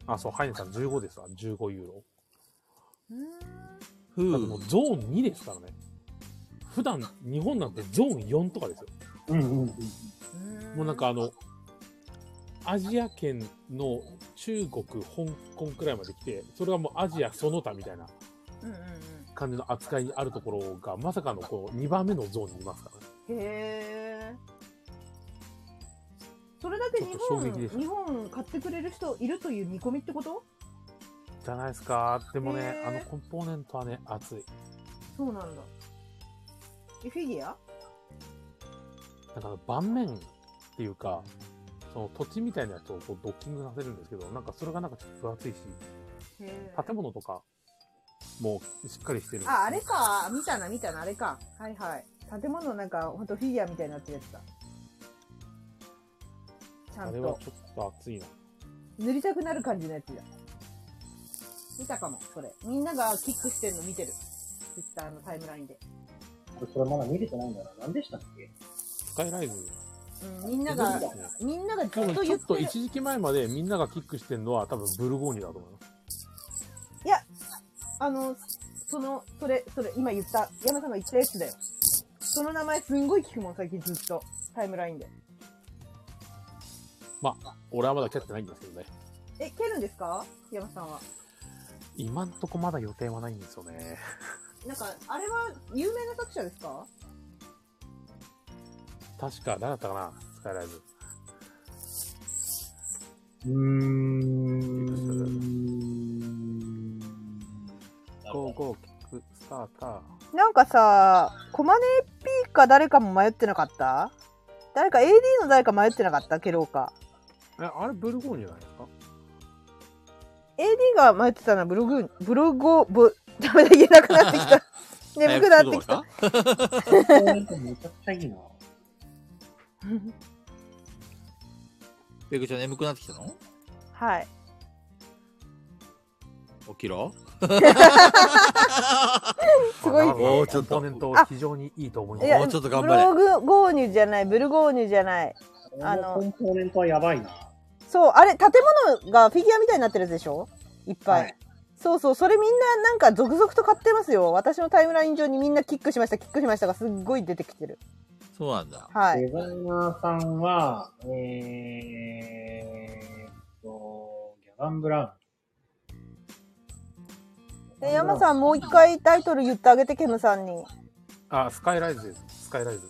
S3: あ、そう、ハイネさん15ですわ、15ユーロ。
S1: うーん。
S6: ふ
S3: だっても
S6: う
S3: う。ゾーン2ですからね。普段、日本なんてゾーン4とかですよ。
S4: うんうんうん。
S3: もうなんかあの、アジア圏の中国、香港くらいまで来て、それはもうアジアその他みたいな
S1: うんうん
S3: 感じの扱いにあるところが、まさかのこう、2番目のゾーンにいますからね。
S1: うん。へえ。それだけ日
S3: ちょっと衝撃
S1: 本、
S3: でした
S1: 日本買ってくれる人いるという見込みってこと
S3: じゃないですか。でもね
S1: へ、ー
S3: あのコンポーネントはね、熱い。
S1: そうなんだ。え、フィギュア
S3: なんかあの盤面っていうか、その土地みたいなやつをこうドッキングさせるんですけど、なんかそれがなんかちょっと分厚いし、
S1: へえ。
S3: 建物とかもしっかりしてるんですよ
S1: あ、あれか。見たな、見たな、あれか。はいはい。建物なんか、ほんとフィギュアみたいになってるやつだ。ち
S12: ゃん
S3: れは
S12: と
S3: ちょっと熱いな。
S12: 塗りたくなる感じのやつだ見たかもそれみんながキックしてるの見てるツイッターのタイムラインで、
S4: それまだ見れてないんだな。何でしたっけ
S3: スカイライブ。
S12: うん、みんながみんながず
S3: 多
S12: っと
S3: 分ち
S12: 言
S3: ょ
S12: っ
S3: っと
S12: てる
S3: 一時期前までみんながキックしてるのは多分ブルゴーニュだと思います。
S12: いやあのそのそれそれ今言った山さんが言ったやつだよその名前すんごい聞くもん最近ずっとタイムラインで
S3: まあ、俺はまだ蹴ってないんですけどね。
S12: え蹴るんですか山さんは
S3: 今んとこまだ予定はないんですよね。
S12: なんかあれは有名な作者ですか
S3: 確か、誰だったかなスカイライブ。
S4: うーん。
S3: ゴーゴーキックスターター。
S1: なんかさ、コマネ P か誰かも迷ってなかった誰か AD の誰か迷ってなかったケローか。
S3: え、あれブルゴーニュじゃないですか
S1: AD が迷ってたのはブログ、ブロゴ、ブ、ダメだ、言えなくなってき た。眠くなってきた。
S4: めちゃくちゃいいな。
S6: ペグちゃん眠くなってきたの
S1: はい。
S6: 起きろ
S1: すごい
S3: あなるほど
S2: おーちょっと
S3: コンポーネントは非常にいいと思いま
S1: い
S3: す。
S1: や
S2: もうちょっと頑張れ
S1: ブログゴーニュじゃない、ブルゴーニュじゃない。あ
S4: あ
S1: の
S4: の、コンポーネントはやばいな。
S1: そう、あれ、建物がフィギュアみたいになってるやつでしょいっぱい。
S4: はい
S1: そうそう、それみんななんか続々と買ってますよ。私のタイムライン上にみんなキックしました、キックしましたがすっごい出てきてる。
S6: そうなんだ。
S1: はい。
S4: デザイナーさんは、えーっと、ギャラン・ブラウン。
S1: で山さんもう一回タイトル言ってあげて、ケムさんに。
S3: あ、スカイライズです。スカイライズ。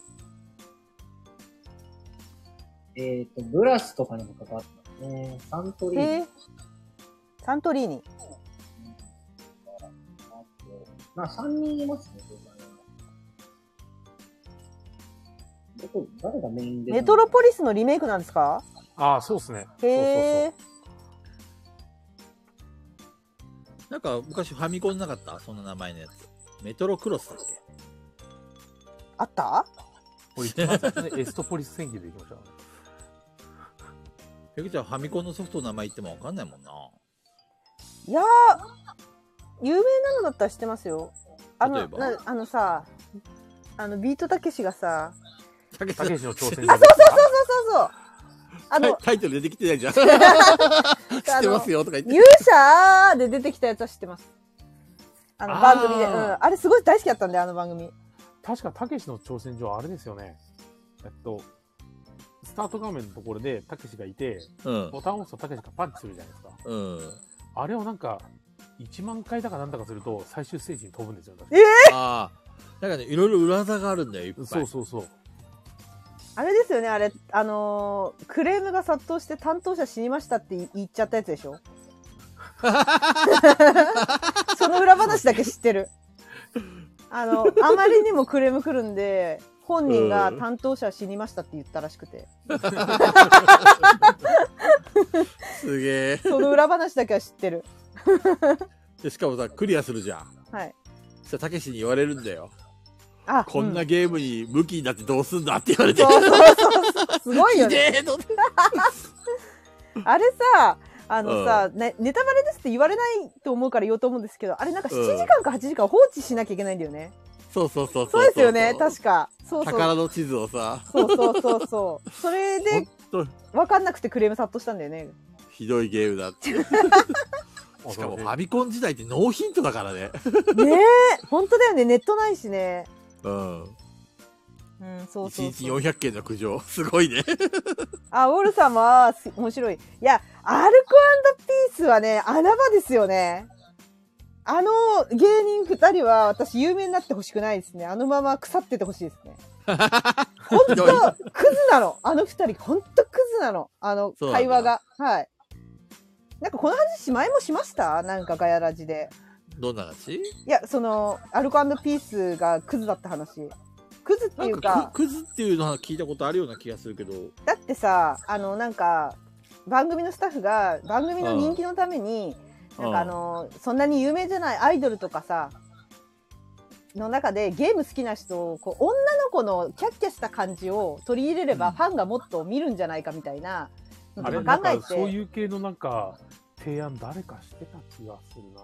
S4: えーっと、ブラスとかにも関わってますね。サントリ
S1: え
S4: ー
S1: ー、サントリーニ。
S4: あと、まあ、3人いますね、デザイナーどこ、誰がメインで。
S1: メトロポリスのリメイクなんですか
S3: あ、そうですね。そうそう
S1: へ
S3: そう
S1: え。
S6: なんか昔ファミコンなかったそんな名前のやつ。メトロクロスだっけ
S1: あった
S3: これ一番最 初にエストポリス選挙で行きましたからね。
S6: ペグちゃんファミコンのソフトの名前言ってもわかんないもんな。
S1: いやー、有名なのだったら知ってますよ。あ
S6: 例え
S1: の、
S6: ば
S1: なあのさ、あの、ビートたけしがさ、
S6: たけ
S3: たけしの挑戦
S6: タ
S3: あ、そうそう
S1: そうそうそう。あの、
S6: タイトル出てきてない じゃん。知ってますよとか言って。
S1: 勇者で出てきたやつは知ってます。あの
S3: あー
S1: 番組で。うん。あれすごい大好きだったんだよ、あの番組。
S3: 確かたけしの挑戦状あれですよね。えっと、スタート画面のところでたけしがいて、
S6: うん。
S3: ボタンを押すとたけしがパンチするじゃないですか。
S6: うん。
S3: あれをなんか、1万回だかなんだかすると最終ステージに飛ぶんですよ。確か
S6: ああ。なんかね、いろいろ裏技があるんだよ、いっぱい。
S3: そうそうそう。
S1: あれですよね、あれ、あのークレームが殺到して担当者死にましたって言言っちゃったやつでし ょその裏話だけ知ってる。あの、あまりにもクレーム来るんで、本人が担当者死にましたって言ったらしくて、
S6: すげえ。
S1: その裏話だけは知ってる。
S6: でしかもさ、クリアするじゃん。
S1: はい。
S6: そしたらたけしに言われるんだよ。
S1: あ、
S6: こん
S1: う
S6: なゲームに向きになってどうすんだって言われて。
S1: そうそうそうそう。すごいよ
S6: ひ
S1: ね。
S6: でえの
S1: あれさ、あのさ、ね、ネタバレですって言われないと思うから言おうと思うんですけど、あれなんか7時間か8時間放置しなきゃいけないんだよね。
S6: そうそうそう
S1: そうですよね、確か。そうそう。
S6: 宝の地図をさ、
S1: そうそうそうそう。それで
S6: ほんと、
S1: わかんなくてクレーム殺到したんだよね。
S6: ひどいゲーム だって。しかもファミコン時代ってノーヒントだからね。
S1: ねえ、本当だよね、ネットないしね。
S6: うん。
S1: うん、そう
S6: 一
S1: そう
S6: 日
S1: そう。
S6: 400件の苦情。す ごいね。
S1: あ、ウォル様はす面白い。いや、アルコピースはね、穴場ですよね。あの芸人二人は私有名になってほしくないですね。あのまま腐っててほしいです ね。本当クズなの。あの二人、本当クズなの。あの
S6: そうなんだ
S1: 会話が。はい。なんかこの話前もしましたなんかガヤラジで。
S6: どんな話
S1: いや、その、アルコピースがクズだった話。クズって
S6: ないん
S1: う
S6: か
S1: か、
S6: ククズっていうのは聞いたことあるような気がするけど。
S1: だってさ、あの、なんか、番組のスタッフが番組の人気のために、なんかあの、そんなに有名じゃないアイドルとかさ、の中でゲーム好きな人を、こう、女の子のキャッキャした感じを取り入れればファンがもっと見るんじゃないかみたいな、の
S3: あ
S1: と
S3: れ
S1: か
S3: なん
S1: 考え
S3: か
S1: て
S3: そういう系のなんか提案誰かしてた気がするな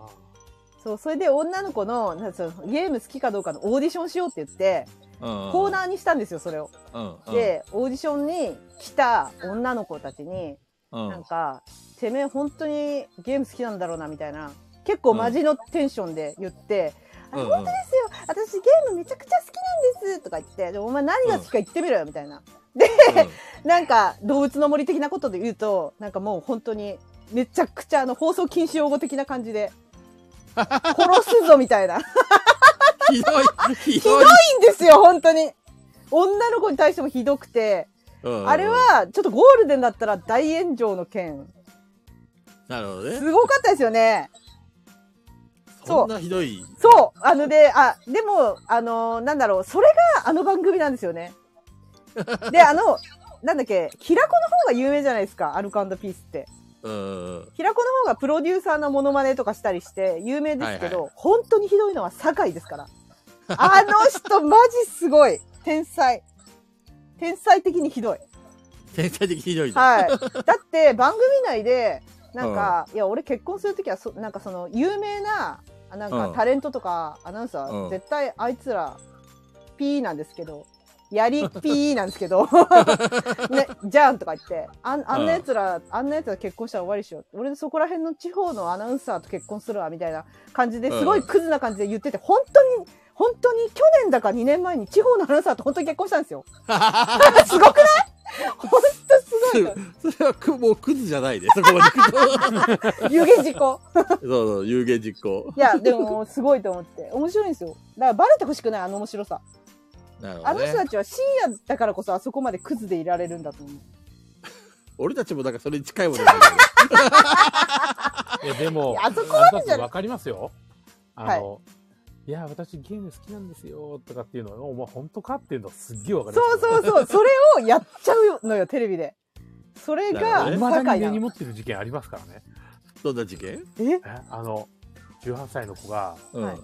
S1: そうそれで女の子のなんかそのゲーム好きかどうかのオーディションしようって言ってコーナーにしたんですよそれを。
S13: うんうん
S1: でオーディションに来た女の子たちに
S13: うん
S1: なんか「てめえ本当にゲーム好きなんだろうな」みたいな結構マジのテンションで言って「
S13: うんうん
S1: あ本当ですよ私ゲームめちゃくちゃ好きなんです」とか言って「でもお前何が好きか言ってみろよ」みたいな。で、なんか動物の森的なことで言うとなんかもう本当にめちゃくちゃあの放送禁止用語的な感じで「殺すぞ」みたいな。
S6: ひどい、ひ
S1: ひどいんですよ、本当に。女の子に対してもひどくて、
S6: うん
S1: あれはちょっとゴールデンだったら大炎上の件、
S6: なるほどね。
S1: すごかったですよね。
S6: そんなひどい。
S1: そう、あので、あ、でも、あのなんだろう、それがあの番組なんですよね。で、あの、なんだっけ、平子の方が有名じゃないですか、アルコピースって。
S6: うん。
S1: 平子の方がプロデューサーのモノマネとかしたりして有名ですけど、
S6: はいは
S1: 本当にひどいのは酒井ですから。あの人、マジすごい。天才。天才的にひどい。
S6: 天才的にひどいじゃ
S1: は
S6: ん。
S1: い。だって番組内で、なんか、いや、俺結婚するときはそ、なんかその、有名な、あなん
S6: う
S1: か
S6: ん
S1: タレントとかアナウンサー、
S6: うん
S1: 絶対あいつら、ピーなんですけど、や りピーなんですけど、ね、じゃんとか言って、あんあんなやつら、あんなやつら結婚したら終わりでしよう。俺そこら辺の地方のアナウンサーと結婚するわ、みたいな感じで
S6: うん
S1: すごいクズな感じで言ってて、本当に、本当に去年だか2年前に地方のアナウンサーと本当に結婚したんですよ。すごくない本当すごいの。
S6: それはく、もうクズじゃない ね。そこまで行くと。
S1: 有言実行。
S6: そうそう、有言実行。
S1: いや、でも、すごいと思って。面白いんですよ。だから、バレてほしくない、あの面白さ。
S6: なるほ
S1: あ
S6: ど
S1: の
S6: ね
S1: 人。たちは深夜だからこそ、あそこまでクズでいられるんだと思う。
S6: 俺たちもなんかそれに近いものがあるよ
S3: い
S6: ね
S3: やでも
S1: いやあそこ
S3: あ
S1: ま
S3: れだ
S1: で
S3: っ
S1: じゃ
S3: てわかりますよあの、い、や私ゲーム好きなんですよとかっていうのはお前本当かっていうのはすっげえわかりま
S1: そう
S3: す
S1: そうそう、それをやっちゃうのよ、テレビで。それが、
S3: い
S1: 酒井
S3: まだ
S1: な
S3: に根に
S1: の。
S3: 持ってる事件ありますからね
S6: どんな事件
S1: え
S3: えあの18歳の子が
S6: う
S1: はい
S6: ん。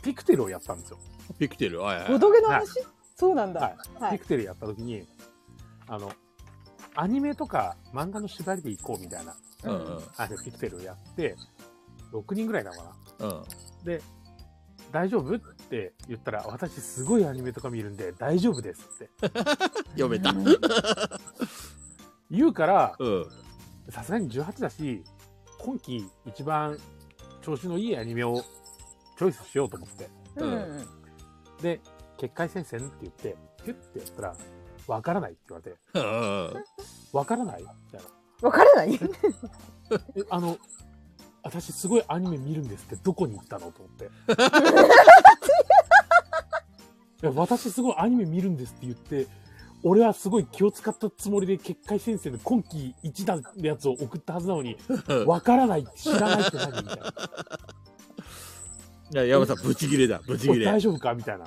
S3: ピクテルをやったんですよ、
S6: ピクテル。はいはい
S1: ボドゲの話そうなん
S3: は
S1: だ。
S3: い
S1: はい
S3: ピクテルやった時にあのアニメとか漫画の縛りで行こうみたいな
S6: うんうん。
S3: あれピクテルをやって6人ぐらいなのかな
S6: うん。
S3: で「大丈夫?」って言ったら「私すごいアニメとか見るんで大丈夫です」って
S6: 読めた。うん。
S3: 言うから
S6: うん。
S3: さすがに18だし今季一番調子のいいアニメをチョイスしようと思って
S1: うん
S6: うん
S1: うん。
S3: で「結界戦線」って言ってピュッてやったら「わからない」って言われて
S6: うん
S3: 「わからない?」みたいな
S1: わからない
S3: 「えあの私すごいアニメ見るんですってどこに行ったの?」と思 って。いや私すごいアニメ見るんですって言って俺はすごい気を使ったつもりで結界戦線の今季一弾のやつを送ったはずなの にわからない知らないって何みたいな。
S6: いや、山さん、ブチギレだ。ブチ
S3: お
S6: ギ
S3: い
S6: レ。
S3: 大丈夫かみたいな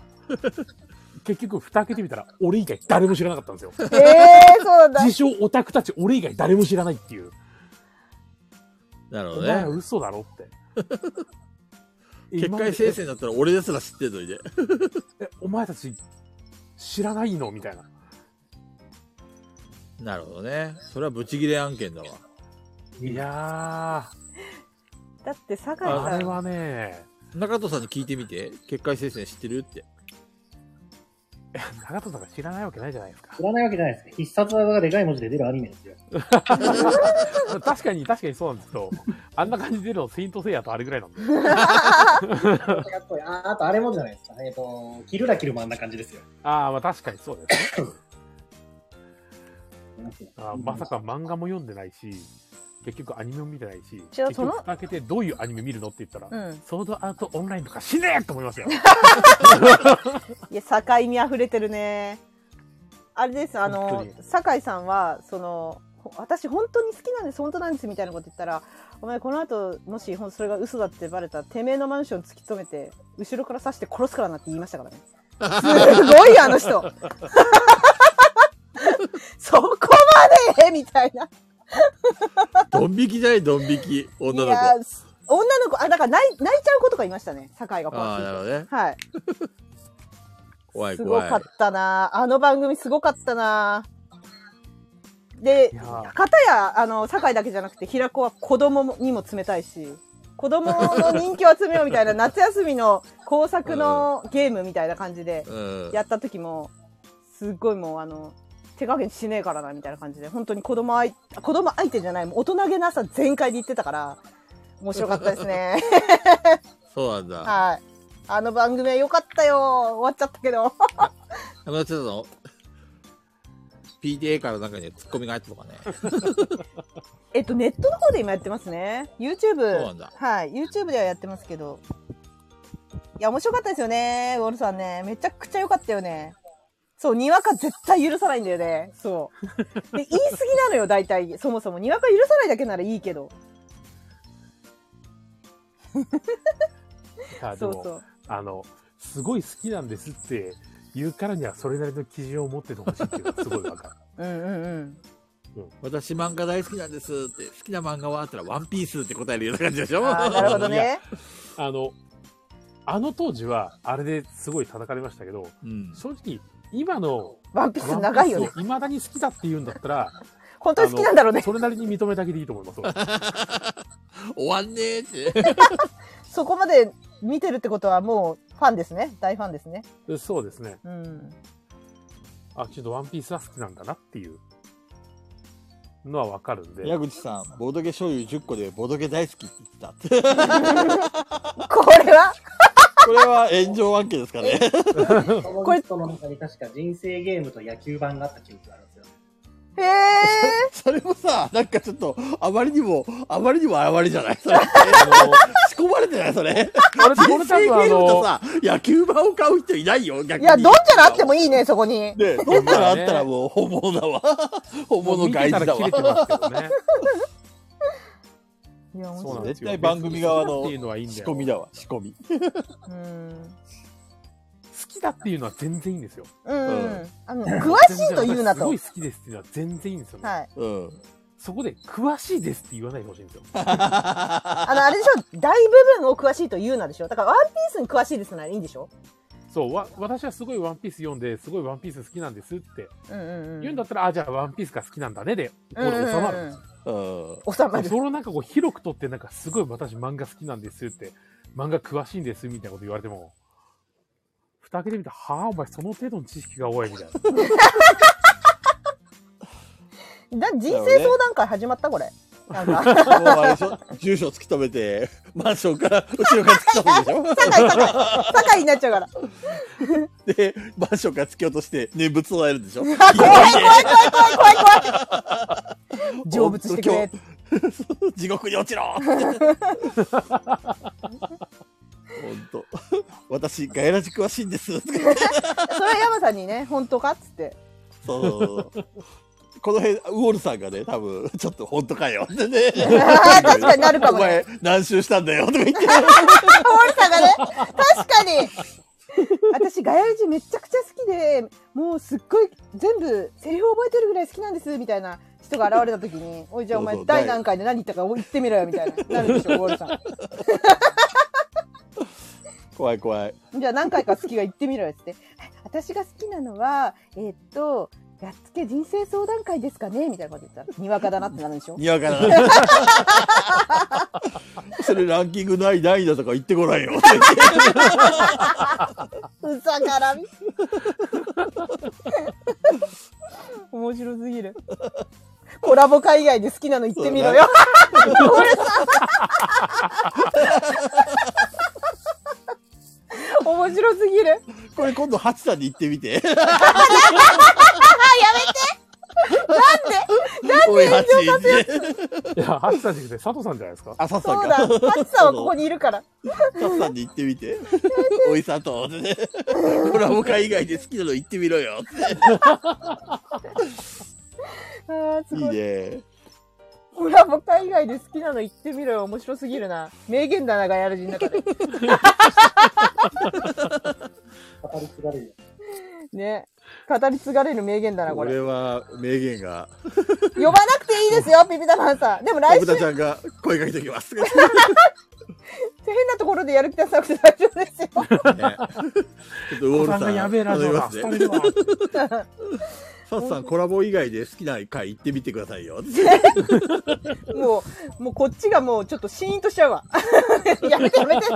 S3: 結局蓋開けてみたら俺以外誰も知らなかったんですよ
S1: ええー、そうなんだ。
S3: 自称オタクたち俺以外誰も知らないっていう
S6: なるほ
S3: お
S6: ど
S3: 前
S6: ね
S3: は。嘘だろって
S6: 結
S3: 今まで
S6: 界聖戦だったら俺ですら知ってるのにね。
S3: えお前たち知らないのみたいな
S6: なるほどね。それはブチギレ案件だわ。
S3: いや
S1: だって、酒井
S3: ーあ
S1: さ
S3: れ
S1: ん、
S3: はね
S6: 中藤さんに聞いてみて。結界聖戦知ってるって。
S3: 長藤さんが知らないわけないじゃないですか
S4: 知らないわけじゃないですか。必殺技がでかい文字で出るアニメですよ。
S3: 確かに確かにそうなんですけどあんな感じで出るのセイントセイヤとあれぐらいなんで
S4: やっぱりああとあれもじゃないですか。えっ、と、キルラキルもあんな感じですよ。
S3: ああまあ確かにそうですねあーまさか漫画も読んでないし結局アニメも見てないし
S1: じゃあ
S3: 結
S1: その
S3: 局蓋開けてどういうアニメ見るのって言ったら、
S1: うん。
S3: ソードアートオンラインとか死ねえと思 いますよ
S1: いや、酒井に溢れてるね。あれです、あ
S3: 本
S1: の
S3: 当、に
S1: 酒井さんは、その、ほ私本当に好きなんです、本当なんですみたいなこと言ったら、お前この後、もしほんそれが嘘だってバレたら、てめえのマンション突き止めて、後ろから刺して殺すからなって言いました からね。すごいよあの人。そこまでみたいな。
S6: ドン引きじゃない、ドン引き。女
S1: い
S6: の
S1: や
S6: 子。
S1: 女の子、あ、だから泣い泣いちゃう子とかいましたね、酒井がこう
S6: ああ、なるほどね。
S1: はい。
S6: 怖い
S1: すご
S6: 怖い
S1: かっ。たなあの番組すごかったなで
S3: いやー
S1: 片やあの堺だけじゃなくて平子は子供にも冷たいし子供の人気を集めようみ たいな夏休みの工作のゲームみたいな感じで
S14: うん。
S1: やった時もすっごいもうあの手加減しねえからなみたいな感じで本当に子供あい子供相手じゃないもう大人げなさ全開で言ってたから面白かったです ね
S14: そうなんだ。
S1: はいあの番組は良かったよ終わっちゃったけど
S14: なくなっちゃったの ?PTA からなんかにツッコミが入ったのかね。
S1: えっとネットの方で今やってますね
S14: そうな
S1: YouTube
S14: んだ。
S1: はい YouTube ではやってますけどいや面白かったですよねウォルさんねめちゃくちゃ良かったよねそうにわか絶対許さないんだよねそうで言い過ぎなのよ大体そもそもにわか許さないだけならいいけど
S3: さあで
S1: そ
S3: も
S1: うそう
S3: あの、すごい好きなんですって言うからにはそれなりの基準を持っててほしいっていうのがすごいわか
S1: う
S3: る。
S1: んうんうん
S14: 私漫画大好きなんですって、好きな漫画はあったらワンピースって答えるような感じでしょ
S1: あーなるほどね
S3: あの、あの当時はあれですごい叩かれましたけど、
S14: うん。
S3: 正直、今の
S1: ワンピース長いよね
S3: いまだに好きだって言うんだったら、
S1: 本当に好きなんだろうね
S3: それなりに認めたけでいいと思います。俺
S14: 終わんねえって。
S1: そこまで見てるってことはもうファンですね大ファンですね
S3: でそうですね。
S1: うん
S3: あ、ちょっとワンピースは好きなんだなっていうのはわかるんで。
S6: 矢口さん、ボードゲ醤油10個でボードゲ大好きって言ってた。
S1: これは
S6: これは炎上案件ですかね。
S4: そのリストの中に確か人生ゲームと野球版があった記憶があるんですよ。
S1: へえ
S6: それもさ、なんかちょっと、あまりにも、あまりにもありじゃないそれって。仕込まれてないそれ。
S3: あれ、こ
S6: 人
S3: れ
S6: 生ゲ
S3: 多分あ
S6: ームと
S3: の、
S6: さ、野球盤を買う人いないよ、 逆に。
S1: いや、どんちゃらあってもいいね、そこに。
S6: ね、どんならあったらもう本物だわ。 本
S3: もう
S6: 物
S3: 見て
S6: 外
S3: たら切
S6: 事だわ
S3: れ。てますけど ね。
S1: いや、面
S3: そうなん
S1: 白い。
S3: です
S6: 絶
S3: よ
S6: 対番組側の
S3: 好きっていうのはいいんだ
S6: 仕
S3: よ
S6: 込みだわ、仕込み。
S1: うん。
S3: 好きだっていうのは全然いいんですよ。
S1: うん。あの、詳しいと言うなと。は
S3: 全然私すごい好きですっていうのは全然いいんですよね。
S1: い。
S6: うん。
S3: そこで、詳しいですって言わないでほしいんですよ。
S1: あの、あれでしょ、大部分を詳しいと言うなでしょ。だから、ワンピースに詳しいですならいいんでしょ
S3: そう、わ、私はすごいワンピース読んで、すごいワンピース好きなんですって
S1: うんうんうん。
S3: 言うんだったら、あ、じゃあワンピースが好きなんだねで、
S1: うんうんうん
S3: 俺収まるんですよ。
S6: うん。
S1: 収まる。
S3: そのなんかこう広くとって、なんかすごい私漫画好きなんですって、漫画詳しいんですみたいなこと言われても、蓋開けてみたら、はあ、お前その程度の知識が多いみたいな。
S1: だ人生相談会始まったこれ。なんか、
S6: もうあれでしょ住所突き止めて、マンションから、後ろから突き止めるでし
S1: 堺、 堺、堺になっちゃうから。
S6: ょで、マンションから突き落として、念仏を唱えるんでし ょ
S1: 怖い怖い怖い怖い怖い怖 い。成仏してくれ。
S6: 地獄に落 ち ろ本当私ガヤラジ詳しいんですとか言って
S1: それは山さんにね、本当かっつ って。
S6: そうそうそうこの辺ウォルさんがね多分ちょっと本当かよ ってね
S1: 確かになるかも
S6: お
S1: ね。
S6: 前何周したんだよとか言って
S1: 森さんがね、確かに。私、ガヤラジめちゃくちゃ好きで、もうすっごい全部セリフ覚えてるぐらい好きなんですみたいな人が現れた時に、おいじゃあお前
S6: そうそう
S1: 第何回で何言ったか言ってみろよみたい な、なるでしょ、ウォールさん。
S6: 怖い怖い
S1: じゃあ何回か好きが言ってみろよっつって、 私が好きなのは、えーっと、やっつけ人生相談会ですかねみたいなこと言ったら、にわかだなってなるでしょ。
S6: にわ かだなそれランキングないないだとか言ってこな いよ
S1: うざからみ。面白すぎる。コラボ海外で好きなの言ってみろよ。俺さ。面白すぎる。
S6: これ今度ハチさんに言ってみて
S1: なん
S6: おい
S1: で
S6: ハチ
S3: いや、ハチさんじゃなくて佐藤さんじゃないですか。
S6: あさっさん
S1: そう
S6: か
S1: だ。ハチさんはここにいるから。
S6: タッさんに行って みて。おいさと、ね、コラボ会以外で好きなの行ってみろよ。
S1: あーす
S6: いい
S1: ごい。
S6: ね。
S1: コラボ海外で好きなの言ってみろよ。面白すぎるな。名言だな、ガヤラジの中で。
S4: 語り継がれる。
S1: ね。語り継がれる名言だな、こ
S6: こ
S1: れ。
S6: れは名言が、
S1: 呼ばなくていいですよ、ピピタパンさん。でも来
S6: 小
S1: 週
S6: 豚ちゃんが声かけておきます。ね、
S1: 変なところでやる気出さなくて大丈夫ですよ。
S6: ちょっとウォール
S3: さ
S6: さ
S3: んが
S6: ん、
S3: やべえラジ
S6: 頼
S3: オ
S6: み
S3: だ
S6: ま、す
S3: 伝
S6: ね
S3: えるわ。
S6: サツさんコラボ以外で好きな回行ってみてくださいよ。
S1: もう、もうこっちがもうちょっとシーンとしちゃうわ。 やめてやめて。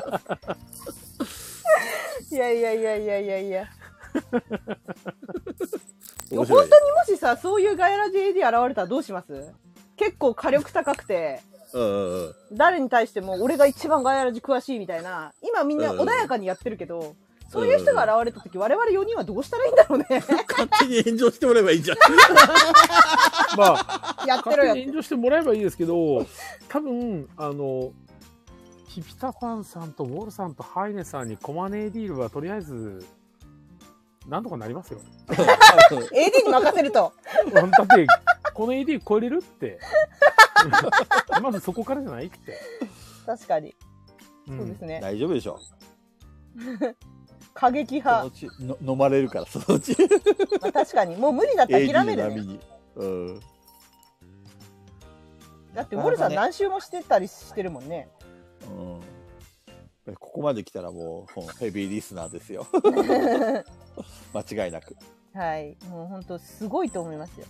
S1: いやいやいやいやいやいや。
S6: 面
S1: 本
S6: 白
S1: 当
S6: い
S1: にもしさ、そういうガヤラジ AD 現れたらどうします結構火力高くて、
S6: うんうんうん。
S1: 誰に対しても俺が一番ガヤラジ詳しいみたいな、今みんな
S6: うんうん
S1: 穏やかにやってるけど、そういう人が現れた時、我々4人はどうしたらいいんだろうね。
S6: 勝手に炎上してもらえばいいじゃん。
S3: まあ、
S1: やって
S3: 勝
S1: ろ
S3: 手
S1: よ
S3: に。炎上してもらえばいいですけど、多分、あの、ヒピタパンさんとウォールさんとハイネさんにコマネーディールはとりあえず、なんとかなりますよ。
S1: AD に任せると。
S3: だって、この AD 超えれるって。 まずそこからじゃないって。
S1: 確かに。そ
S3: う
S1: うで
S3: ん
S1: すね。
S6: 大丈夫でしょ。
S1: 過激
S6: その
S1: 派
S6: う。ちの飲まれるから、そのうち。
S1: まあ、確かに。もう無理だって諦めるね
S6: AD の波。に。うん。
S1: だって、ウォルさん
S6: な
S1: 何周もしてたりしてるもんね。
S6: うん、ここまで来たらもうヘビーリスナーですよ間違いなく
S1: はい。もう本当すごいと思いますよ。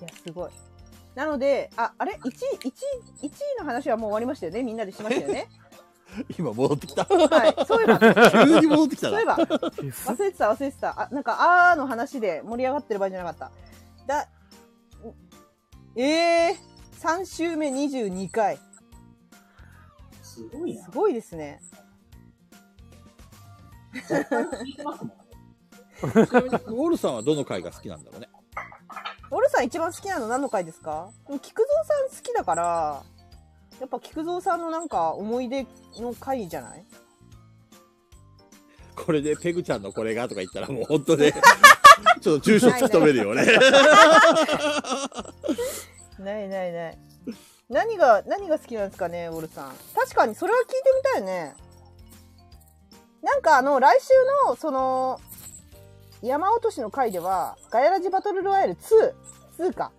S1: いや、すごい。なので、あ、あれ ?1 位、1位、1位の話はもう終わりましたよね。みんなでしましたよね。
S6: 今戻ってきた
S1: はい。そういえば、そ
S6: 急に戻ってきた
S1: ういえば、
S6: な
S1: 忘れてた、忘れてた。あ、なんか、あーの話で盛り上がってる場合じゃなかった。だ、んえー、3週目22回。
S4: すごいな
S1: す。ごいですね。
S4: 聞いてますもん。
S6: ちなみにウォルさんはどの回が好きなんだろうね
S1: オルさん一番好きなの何の回ですかでも菊蔵さん好きだから、やっぱ菊蔵さんのなんか思い出の回じゃない
S6: これでペグちゃんのこれがとか言ったらもう本 当ねちょっと住所突き止めるよね
S1: ないないない。何が、何が好きなんですかね、オルさん。確かにそれは聞いてみたいね。なんかあの、来週の、その、山落としの回では、ガヤラジバトルロワイヤル2、2か。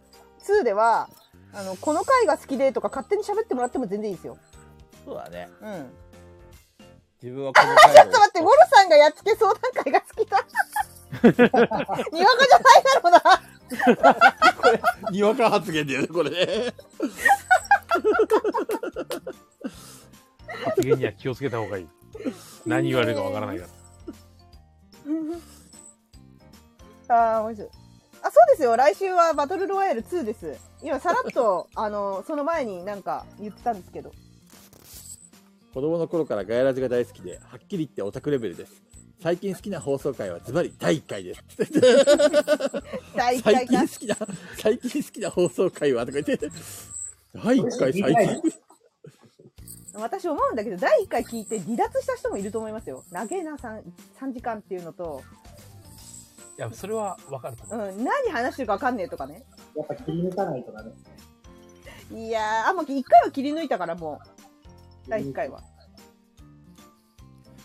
S1: 2では、あの、この回が好きでとか勝手に喋ってもらっても全然いいですよ。
S6: そうだね
S1: うん。
S6: 自分はこの回
S1: ちょっと待って、ゴロさんがやっつけ相談会が好きだ。にわかじゃないだろうな。
S6: をにわか発言だよねこれね
S3: 発言には気をつけた方がいい。何言われるかわからないから。
S1: ああ、面白い。あ、そうですよ。来週はバトルロワイヤル2です。今、さらっと、あの、その前になんか言ってたんですけど。
S6: 子供の頃からガヤラジが大好きではっきり言ってオタクレベルです最近好きな放送回はズバリ第1回です
S1: 第1
S6: 最
S1: 回か
S6: 近好。きな、最近好きな放送回はとか言って、第1回最近。
S1: 私思うんだけど、第1回聞いて離脱した人もいると思いますよ。長えな 3, 3時間っていうのと、
S3: いや、それはわかると思う。
S1: うん、何話してるかわかんねえとかね。
S4: やっぱ切り抜かないとかね。
S1: いやー、あ、もう1回は切り抜いたからもう。第1回は。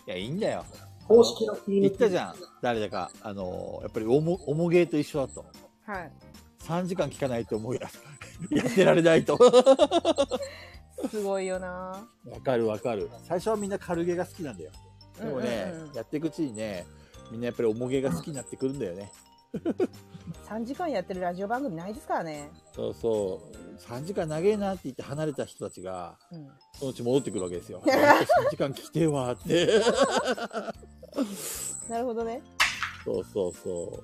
S6: いや、いいんだよ。
S4: 公式の切り抜
S6: 言っ
S4: き。
S6: たじゃん、誰だか。あのー、やっぱりおも、おもげーと一緒だと。
S1: はい。
S6: 3時間聞かないと思うや。やってられないと。
S1: すごいよな
S6: わかるわかる。最初はみんな軽ゲが好きなんだよ。でもね、
S1: うんうんうん
S6: やっていくうちにね、みんなやっぱりおもげが好きになってくるんだよね。
S1: 3時間やってるラジオ番組ないですからね。
S6: そうそう。3時間長えなって言って離れた人たちが、
S1: うん。
S6: そのうち戻ってくるわけですよ。3時間聞きてえわーって。
S1: なるほどね。
S6: そうそうそ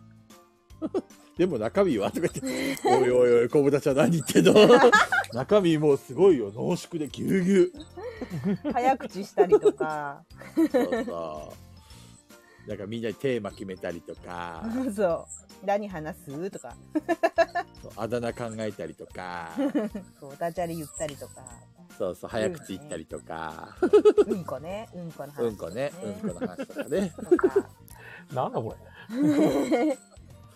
S6: う。 でも中身はとか 言って、おいおいおい、小豚ちゃん何言ってんの中身もうすごいよ、濃縮でぎゅうぎゅ
S1: 早口したりとか。
S6: う。そうそう。なんかみんなにテーマ決めたりとか、
S1: そう。何話すとか。
S6: あだ名考えたりとか、
S1: そう、ダジャレ言ったりとか。
S6: そうそう、早口言ったりとか、
S1: うんこね。うんこの
S6: う
S1: 話
S6: んこね、うんこの話と かね、
S1: とか。
S3: なんだこれ。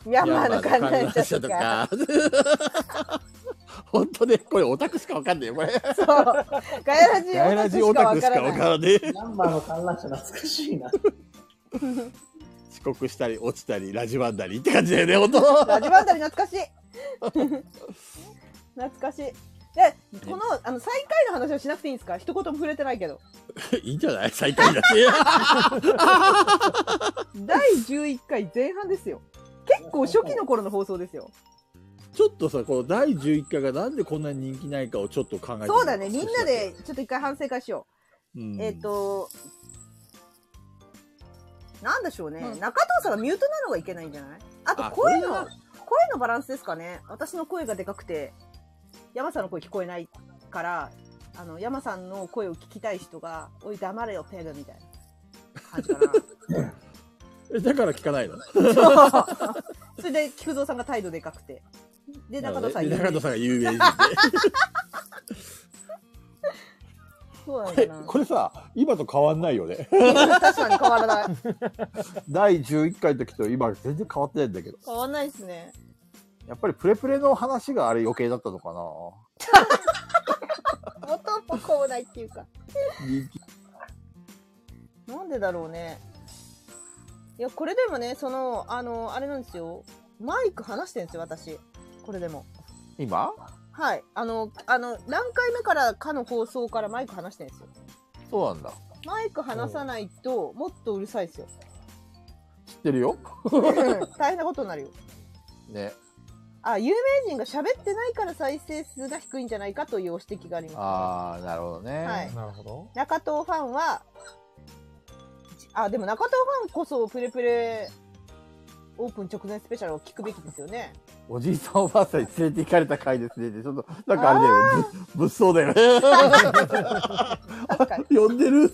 S1: ミャンマーの考えちゃ
S6: ヤ
S1: と
S6: ン
S1: か。
S6: マーの考え方とか。本当ね、これオタクしかわかんないよ、これ。
S1: そう。ガヤラジ
S6: ガヤラジオ
S1: オタ
S6: タ
S1: ク
S6: ク
S1: し
S6: し
S1: か
S6: か
S1: わ
S6: わ
S1: か
S6: から
S1: ない。
S6: らねえ。
S4: ナンバーの観覧車懐かしいな。
S6: 遅刻したり、落ちたり、ラジバンダリって感じだよね、本当。
S1: ラジバンダリ懐かしい。懐かしい。で、この、あの、最下位の話をしなくていいんですか一言も触れてないけど。
S6: いいんじゃない 最下位だって。
S1: 第11回前半ですよ。結構初期の頃の放送ですよ。
S2: ちょっとさ、この第11回がなんでこんなに人気ないかをちょっと考えてみよ
S1: そうだね。みんなで、ちょっと一回反省会しよ
S2: うん
S1: う。えっ、と、なんでしょうね。中藤さんがミュートなのがいけないんじゃないあと
S2: あ
S1: 声の、
S2: こ
S1: 声
S2: れは
S1: のバランスですかね。私の声がでかくて、山さんの声聞こえないから、あの、山さんの声を聞きたい人が、おい黙れよ、ペグみたいな感じかな。
S2: えだから聞かないの
S1: それで、菊蔵さんが態度でかくて。で、中藤さん
S2: で
S1: 言う
S2: 中
S1: ね
S2: 野さんが有名人で
S1: そうなん
S2: え
S1: だな。
S2: これさ今と変わんないよね
S1: 確かに変わらない。
S2: 第11回の時と今全然変わってないんだけど
S1: 変わんないですね。
S2: やっぱりプレプレの話があれ余計だったのかな
S1: 元も子もないっていうか。
S2: 人気
S1: なんでだろうね。いや、これでもね、その、あの、あれなんですよ。マイク離してるんですよ、私。これでも。
S2: 今
S1: はい。あの、あの、何回目からかの放送からマイク離してるんですよ。
S2: そうなんだ
S1: マイク離さないと、もっとうるさいです よ。
S2: 知ってるよ
S1: 大変なことになるよ。
S2: ね
S1: あ、有名人が喋ってないから再生数が低いんじゃないかというお指摘があります。
S2: ああなるほどね、
S1: はい
S3: なるほど。
S1: 中藤ファンは、じあ、でも中藤ファンこそプレプレオープン直前スペシャルを聞くべきですよね。
S2: おじいさんおばあさんに連れて行かれた回ですねちょっとなんかあれだよねぶ物騒だよね
S1: 確かに。
S2: 呼んでる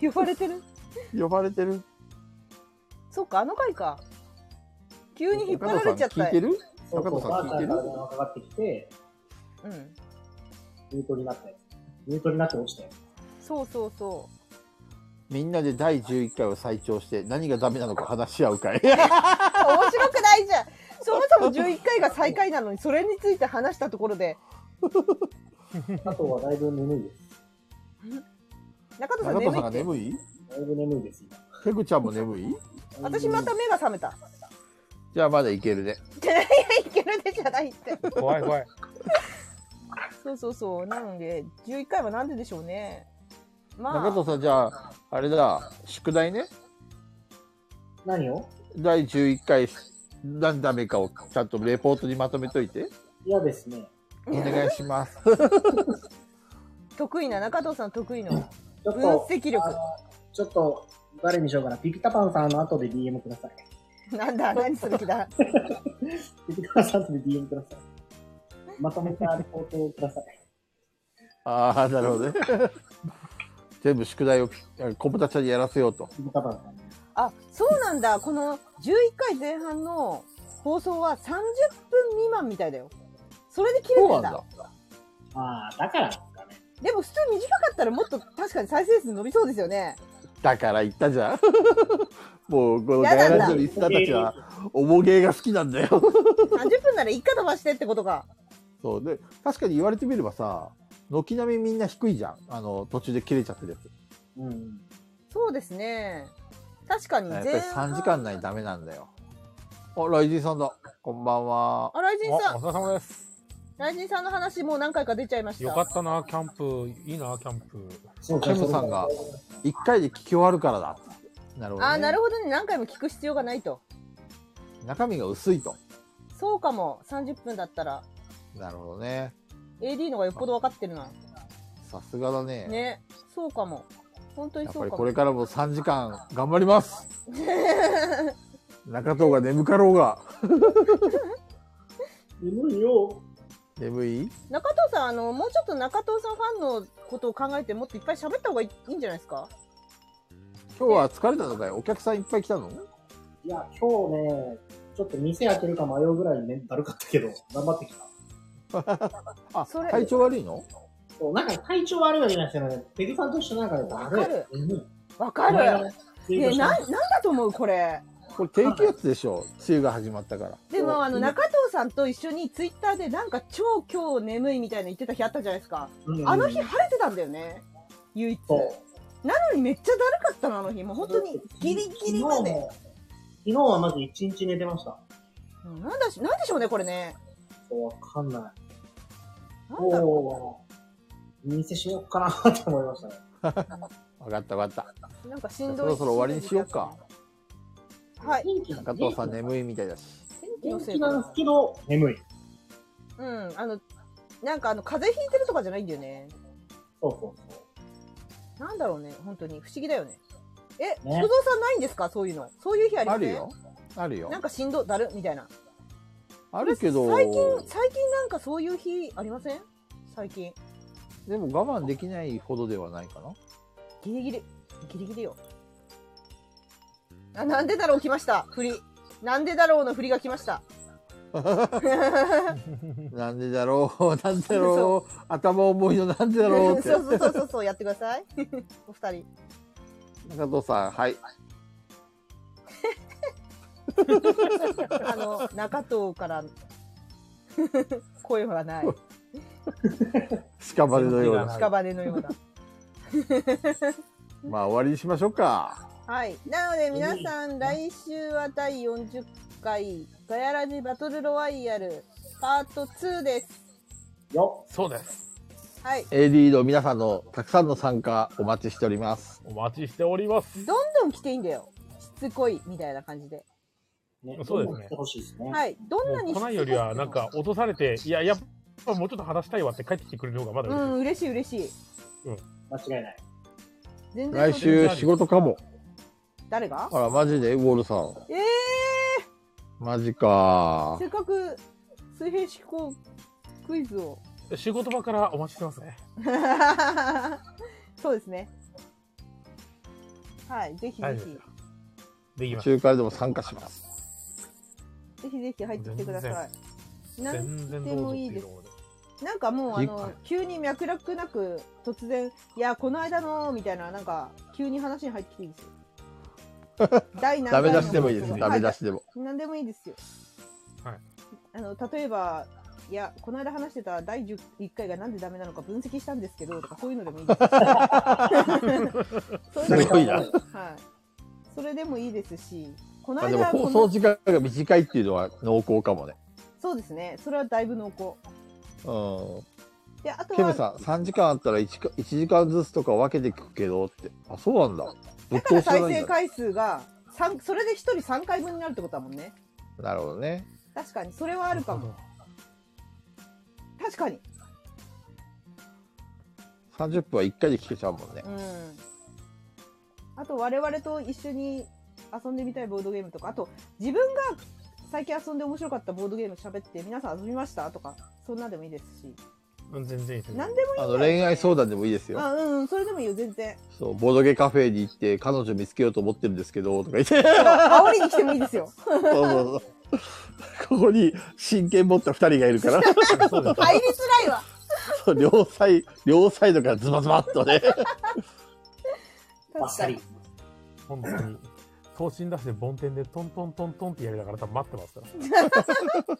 S1: 呼ばれてる。
S2: 呼ばれてる
S1: そっか、あの回か。急に引っ張られちゃっ
S2: 中野さん
S1: た
S2: 聞いて。る
S4: そう
S2: 中
S4: そ
S2: 野
S4: う、
S2: さ
S4: ばあ
S2: ん
S4: ちゃ
S2: 聞いて
S4: ん
S2: る
S4: から電話かかってきて、
S1: うん。
S4: ミュートになったよ。ミュートになって落ちたよ。
S1: そうそうそ
S2: みんなで第11回を再聴して何がダメなのか話し合 う会
S1: う。面白くないじゃん。そもそも11回が最下位なのに、それについて話したところで、
S4: あとはだいぶ眠いです。
S1: 中藤さん
S2: 中
S1: 眠
S2: 田さん
S1: い
S2: が
S1: って。
S2: 眠い
S4: だいぶ眠いです、今。
S2: ペグちゃんも眠い
S1: 私また目が覚めた。
S2: じゃあまだいけるね
S1: いやいやいけるでじゃないって。
S3: 怖い怖い。
S1: そうそうそう。なので、11回はなんででしょうね。ま
S2: 中
S1: あ
S2: 田、さんじゃああれだ宿題ね
S4: 何を
S2: 第11回何ダメかをちゃんとレポートにまとめといて
S4: 嫌ですね。
S2: お願いします
S1: 得意な、中藤さん得意の
S4: ちょっ
S1: 分
S4: と、
S1: 析力
S4: あ。のちょっと、誰にしようかな。ピピタパンさんの後で DM ください。
S1: なんだ、何する気だ。
S4: ピピタパンさんの後で DM ください。まとめたリポートをください。
S2: ああなるほどね 全部宿題をピ小豚ちゃんにやらせようと
S4: ピピタパンさんに。
S1: あ、そうなんだ。この11回前半の放送は30分未満みたいだよ。それで切れ
S2: そう
S1: て
S2: なんん
S1: だ
S2: だ。
S4: ああ、だからですかね。
S1: でも普通短かったらもっと確かに再生数伸びそうですよね。
S2: だから言ったじ ゃんもうこのガ
S1: やだ
S2: ヤ
S1: な
S2: ラジオリスナーたちはおもげが好きなんだよ
S1: 30分なら一回飛ばしてってことか。
S2: そうで確かに言われてみればさ軒並みみんな低いじゃんあの途中で切れちゃってるやつ
S4: うん。
S1: そうですね。確かに
S2: やっぱり3時間内ダメなんだよあライジンさんだこんばんは
S1: あ、ライジンさ
S3: あお
S1: ん。
S3: 疲れ様です。
S1: ライジンさんの話もう何回か出ちゃいました。
S3: よかったな、キャンプ。いいな、キャンプ。
S4: そう
S2: ケムさんが1回で聞き終わるからだなるほど、ね、
S1: あ、なるほどね。何回も聞く必要がないと。
S2: 中身が薄いと
S1: そうかも。30分だったら。
S2: なるほどね
S1: AD のがよっぽど分かってるな。
S2: さすがだね
S1: ね。そうかも。本当に
S2: やっ
S1: そ
S2: ぱ
S1: う
S2: り
S1: か
S2: こ
S1: も
S2: れ。からも3時間頑張ります中藤が眠かろうが
S4: 眠いよ。
S2: 眠い
S1: 中藤さん、あの、もうちょっと中藤さんファンのことを考えて、もっといっぱい喋った方がいいいいんじゃないですか
S2: 今日は疲れたのかいお客さんいっぱい来たの
S4: いや、今日ね、ちょっと店開けるか迷うぐらいね、だるかったけど、頑張ってきた。
S2: あ
S1: それ
S2: 体調悪いの
S4: そうなんか体調悪いわけじゃないですけどね、ペグさんと一緒なんかで悪い。
S1: わかる
S4: 眠い。
S1: わか
S4: お前が
S1: る。
S4: ね
S1: ね
S4: ツイートし
S1: な、
S4: た
S1: なんだと思うこれ。
S2: これ低気圧でしょ梅雨が始まったから
S1: で
S4: そう
S1: も、あの、
S4: うん
S1: 中藤さんと一緒にツイッターでなんか超今日眠いみたいな言ってた日あったじゃないですか。
S4: うん
S1: あの日晴れてたんだよね。唯一。
S4: そう
S1: なのにめっちゃだるかったの、あの日。もう本当にギリギリまで。
S4: 昨日も昨日はまず一日寝てました。
S1: うんなんだし、なんでしょうね、これね。
S4: わかんない。
S1: なんだろ
S4: もう、店しようかなって思いましたね。
S2: 分かった分かった
S1: う。なんかし
S2: じゃあ
S1: ん
S2: そ
S1: どい。
S2: ろそろ終わりにしようか
S1: しんはい。
S4: 元気なん
S2: 中
S4: で
S2: 藤さん眠いみたいだし。
S4: 元気なんですけど、眠い。
S1: うん、あの、なんかあの、風邪ひいてるとかじゃないんだよね。
S4: そうそうそう。
S1: なんだろうね、本当に。不思議だよね。え、菊
S4: ね
S1: 蔵さんないんですかそういうの。そういう日ありま
S2: あ
S1: せん
S2: るよ。あるよ
S1: な。んかしんど、だる、みたいな。
S2: あるけど、
S1: 最近、最近なんかそういう日ありません最近。
S2: でも我慢できないほどではないかな。
S1: ギリギリ。ギリギリよ。あ、なんでだろう来ました。振り。なんでだろうの振りが来ました。
S2: なんでだろう、 なんでだろう、頭重いのなんでだろうっ て。
S1: そうそうそうそうそう、やってください。お二人。
S2: 中藤さん、はい。
S1: あの、中藤から、 声はない。
S2: 屍のような。
S1: 屍のような。
S2: まあ終わりにしましょうか。
S1: はい。なので皆さん、来週は第40回、ガヤラジバトルロワイヤル、パート2です。
S4: よ
S3: そうです。
S1: はい。
S2: AD の皆さんのたくさんの参加お待ちしております。
S3: お待ちしております。
S1: どんどん来ていいんだよ。しつこい、みたいな感じで。
S4: っ、ね
S3: そうですね
S4: どんどん来てほしいですね。
S1: はい。どんな
S3: も
S1: に
S3: う
S1: しつ
S3: 来
S1: こ
S3: ないいよりは、なんか、落とされて、いや、やっぱもうちょっと話したいわって帰ってきてくれる方がまだ
S1: う
S3: 嬉しい。
S1: ん、嬉しい嬉しい。
S4: 間違いない。
S1: 全然
S2: 来週仕事かも。
S1: 誰が
S2: あら、マジでウォルさん。
S1: え
S2: マジ
S1: ー、
S2: か
S1: せ。っかく、水平思考クイズを。
S3: 仕事場からお待ちしてますね。
S1: そうですね。はい。ぜひ
S3: は
S1: ぜ
S3: い
S1: ひ、
S3: できます。
S2: 中からでも参加します。
S1: ぜひぜひ入ってきてください。なん
S3: 全然どうぞっていうところで。
S1: なんかもうあ
S2: は
S1: の急に脈絡なく突然「いやこの間の」みたいななんか急に話に入ってきていい ですよ。第何回
S2: ダ
S1: の
S2: メ出しでもいいです。ダメ出
S1: はい
S2: しでも。
S1: 何でもいいですよ。
S3: はい
S1: あの例えば「いやこの間話してた第11回がなんでダメなのか分析したんですけど」とかそういうのでもいいです。そううの
S2: すごいな。
S1: はい。それでもいいですし、この
S2: あでも
S1: 間こ
S2: 放
S1: の
S2: 送時間が短いっていうのは濃厚かもね。
S1: そうですね。それはだいぶ濃厚。
S2: うん。
S1: であと
S2: ケム
S1: は
S2: さん、3時間あったら 1, か1時間ずつとか分けて聞くけどって。あ、そうなんだ。ぶっ通しじゃ
S1: 再
S2: ない
S1: 生
S2: んだ。
S1: 回数が三それで一人3回分になるってことだもんね。
S2: なるほどね。
S1: 確かにそれはあるかも確かに
S2: 30分は1回で聞けちゃうもんね。
S1: うんあと我々と一緒に遊んでみたいボードゲームとかあと自分が最近遊んで面白かったボードゲーム喋って皆さん遊びましたとかそんなでもいいですし
S3: うん全然いいです。
S1: 何でもいい
S2: あの、恋愛相談でもいいですよ。
S1: あうんうんそれでもいいよ全然
S2: そう、ボードゲカフェに行って彼女見つけようと思ってるんですけど、とか言って。 そう
S1: 煽りに来てもいい ですよ
S2: そうそう。ここに真剣持った2人がいるから、
S3: そうです。
S1: 入りづらいわ
S2: そう両サイ、両サイドからズバズバっとね。
S4: バッサリ。
S3: 本当に。送信出して、梵天でトントントントンってやりながら多分待ってますから。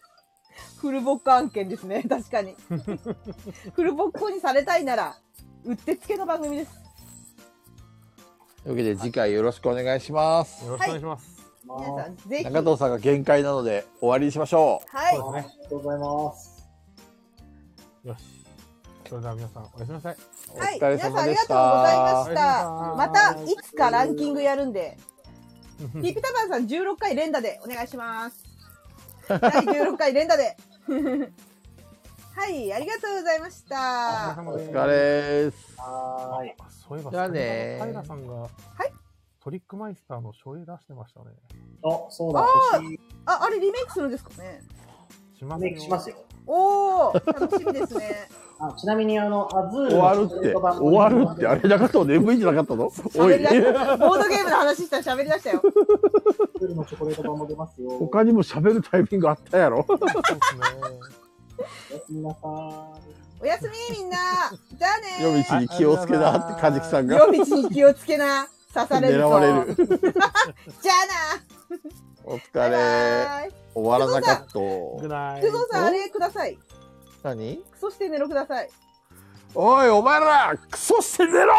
S1: フルボッコ案件ですね確かに フルボッコにされたいならうってつけの番組です
S2: というわけで次回よろしくお願いします。
S3: よろしくお願いします。
S1: 皆さんぜひ
S2: 中藤さんが限界なので終わりにしましょう。
S1: はい
S4: ありがとうございます。
S3: よし。それでは皆さん、おやすみなさい。
S2: お
S1: はい、
S2: 疲れ
S1: 皆さん
S2: 様
S1: あり
S2: で
S1: が
S2: し
S1: と
S2: た。
S1: うございまし
S3: お
S1: た。ま
S3: 疲
S1: たいつかランキングやるんで、ピピタパンさん16回連打でお願いし ます。第16回連打で。 はい、ありがとうございました。は
S3: お疲れ様
S2: お疲れで
S3: です
S2: す。
S4: はーい。
S3: あそういえば、
S2: じゃあね
S3: 平さんが、はいトリックマイスターの醤油出してましたね。
S4: あ、そうだ、
S1: あー
S4: 星
S1: あ、あれリメイクするんですかね。
S3: しま
S4: メイクしますよ。
S1: おー、楽しみですね。
S4: あちなみに、あの、アズール
S2: 終
S4: の
S2: わ
S4: チ
S2: る
S4: ョコ
S2: っ
S4: レー
S2: て、
S4: ト版
S2: 終わるって、あれ中藤眠いんじゃなかったの お
S1: 喋り
S2: い
S1: 出、した。ボードゲームの話したら喋り出したよ。
S4: アズールのチョコレート版も出ますよ。お
S2: 他にも喋るタイミングあったやろ
S3: そうですね。
S4: やすみなさーい。
S1: おやすみみんな。じゃあ
S2: 夜
S1: ね
S2: 道に気をつけなって、カジキさんが
S1: 夜道に気をつけな。刺される
S2: 狙
S1: ぞ。
S2: われる。
S1: じゃあな。
S2: お疲
S1: バイ
S2: れ。
S1: バイ。
S2: 終わらなかった。
S3: Good night.
S1: 工藤さん、あれください。
S2: 何
S1: クソして寝ろください。
S2: おい、お前らクソして寝ろ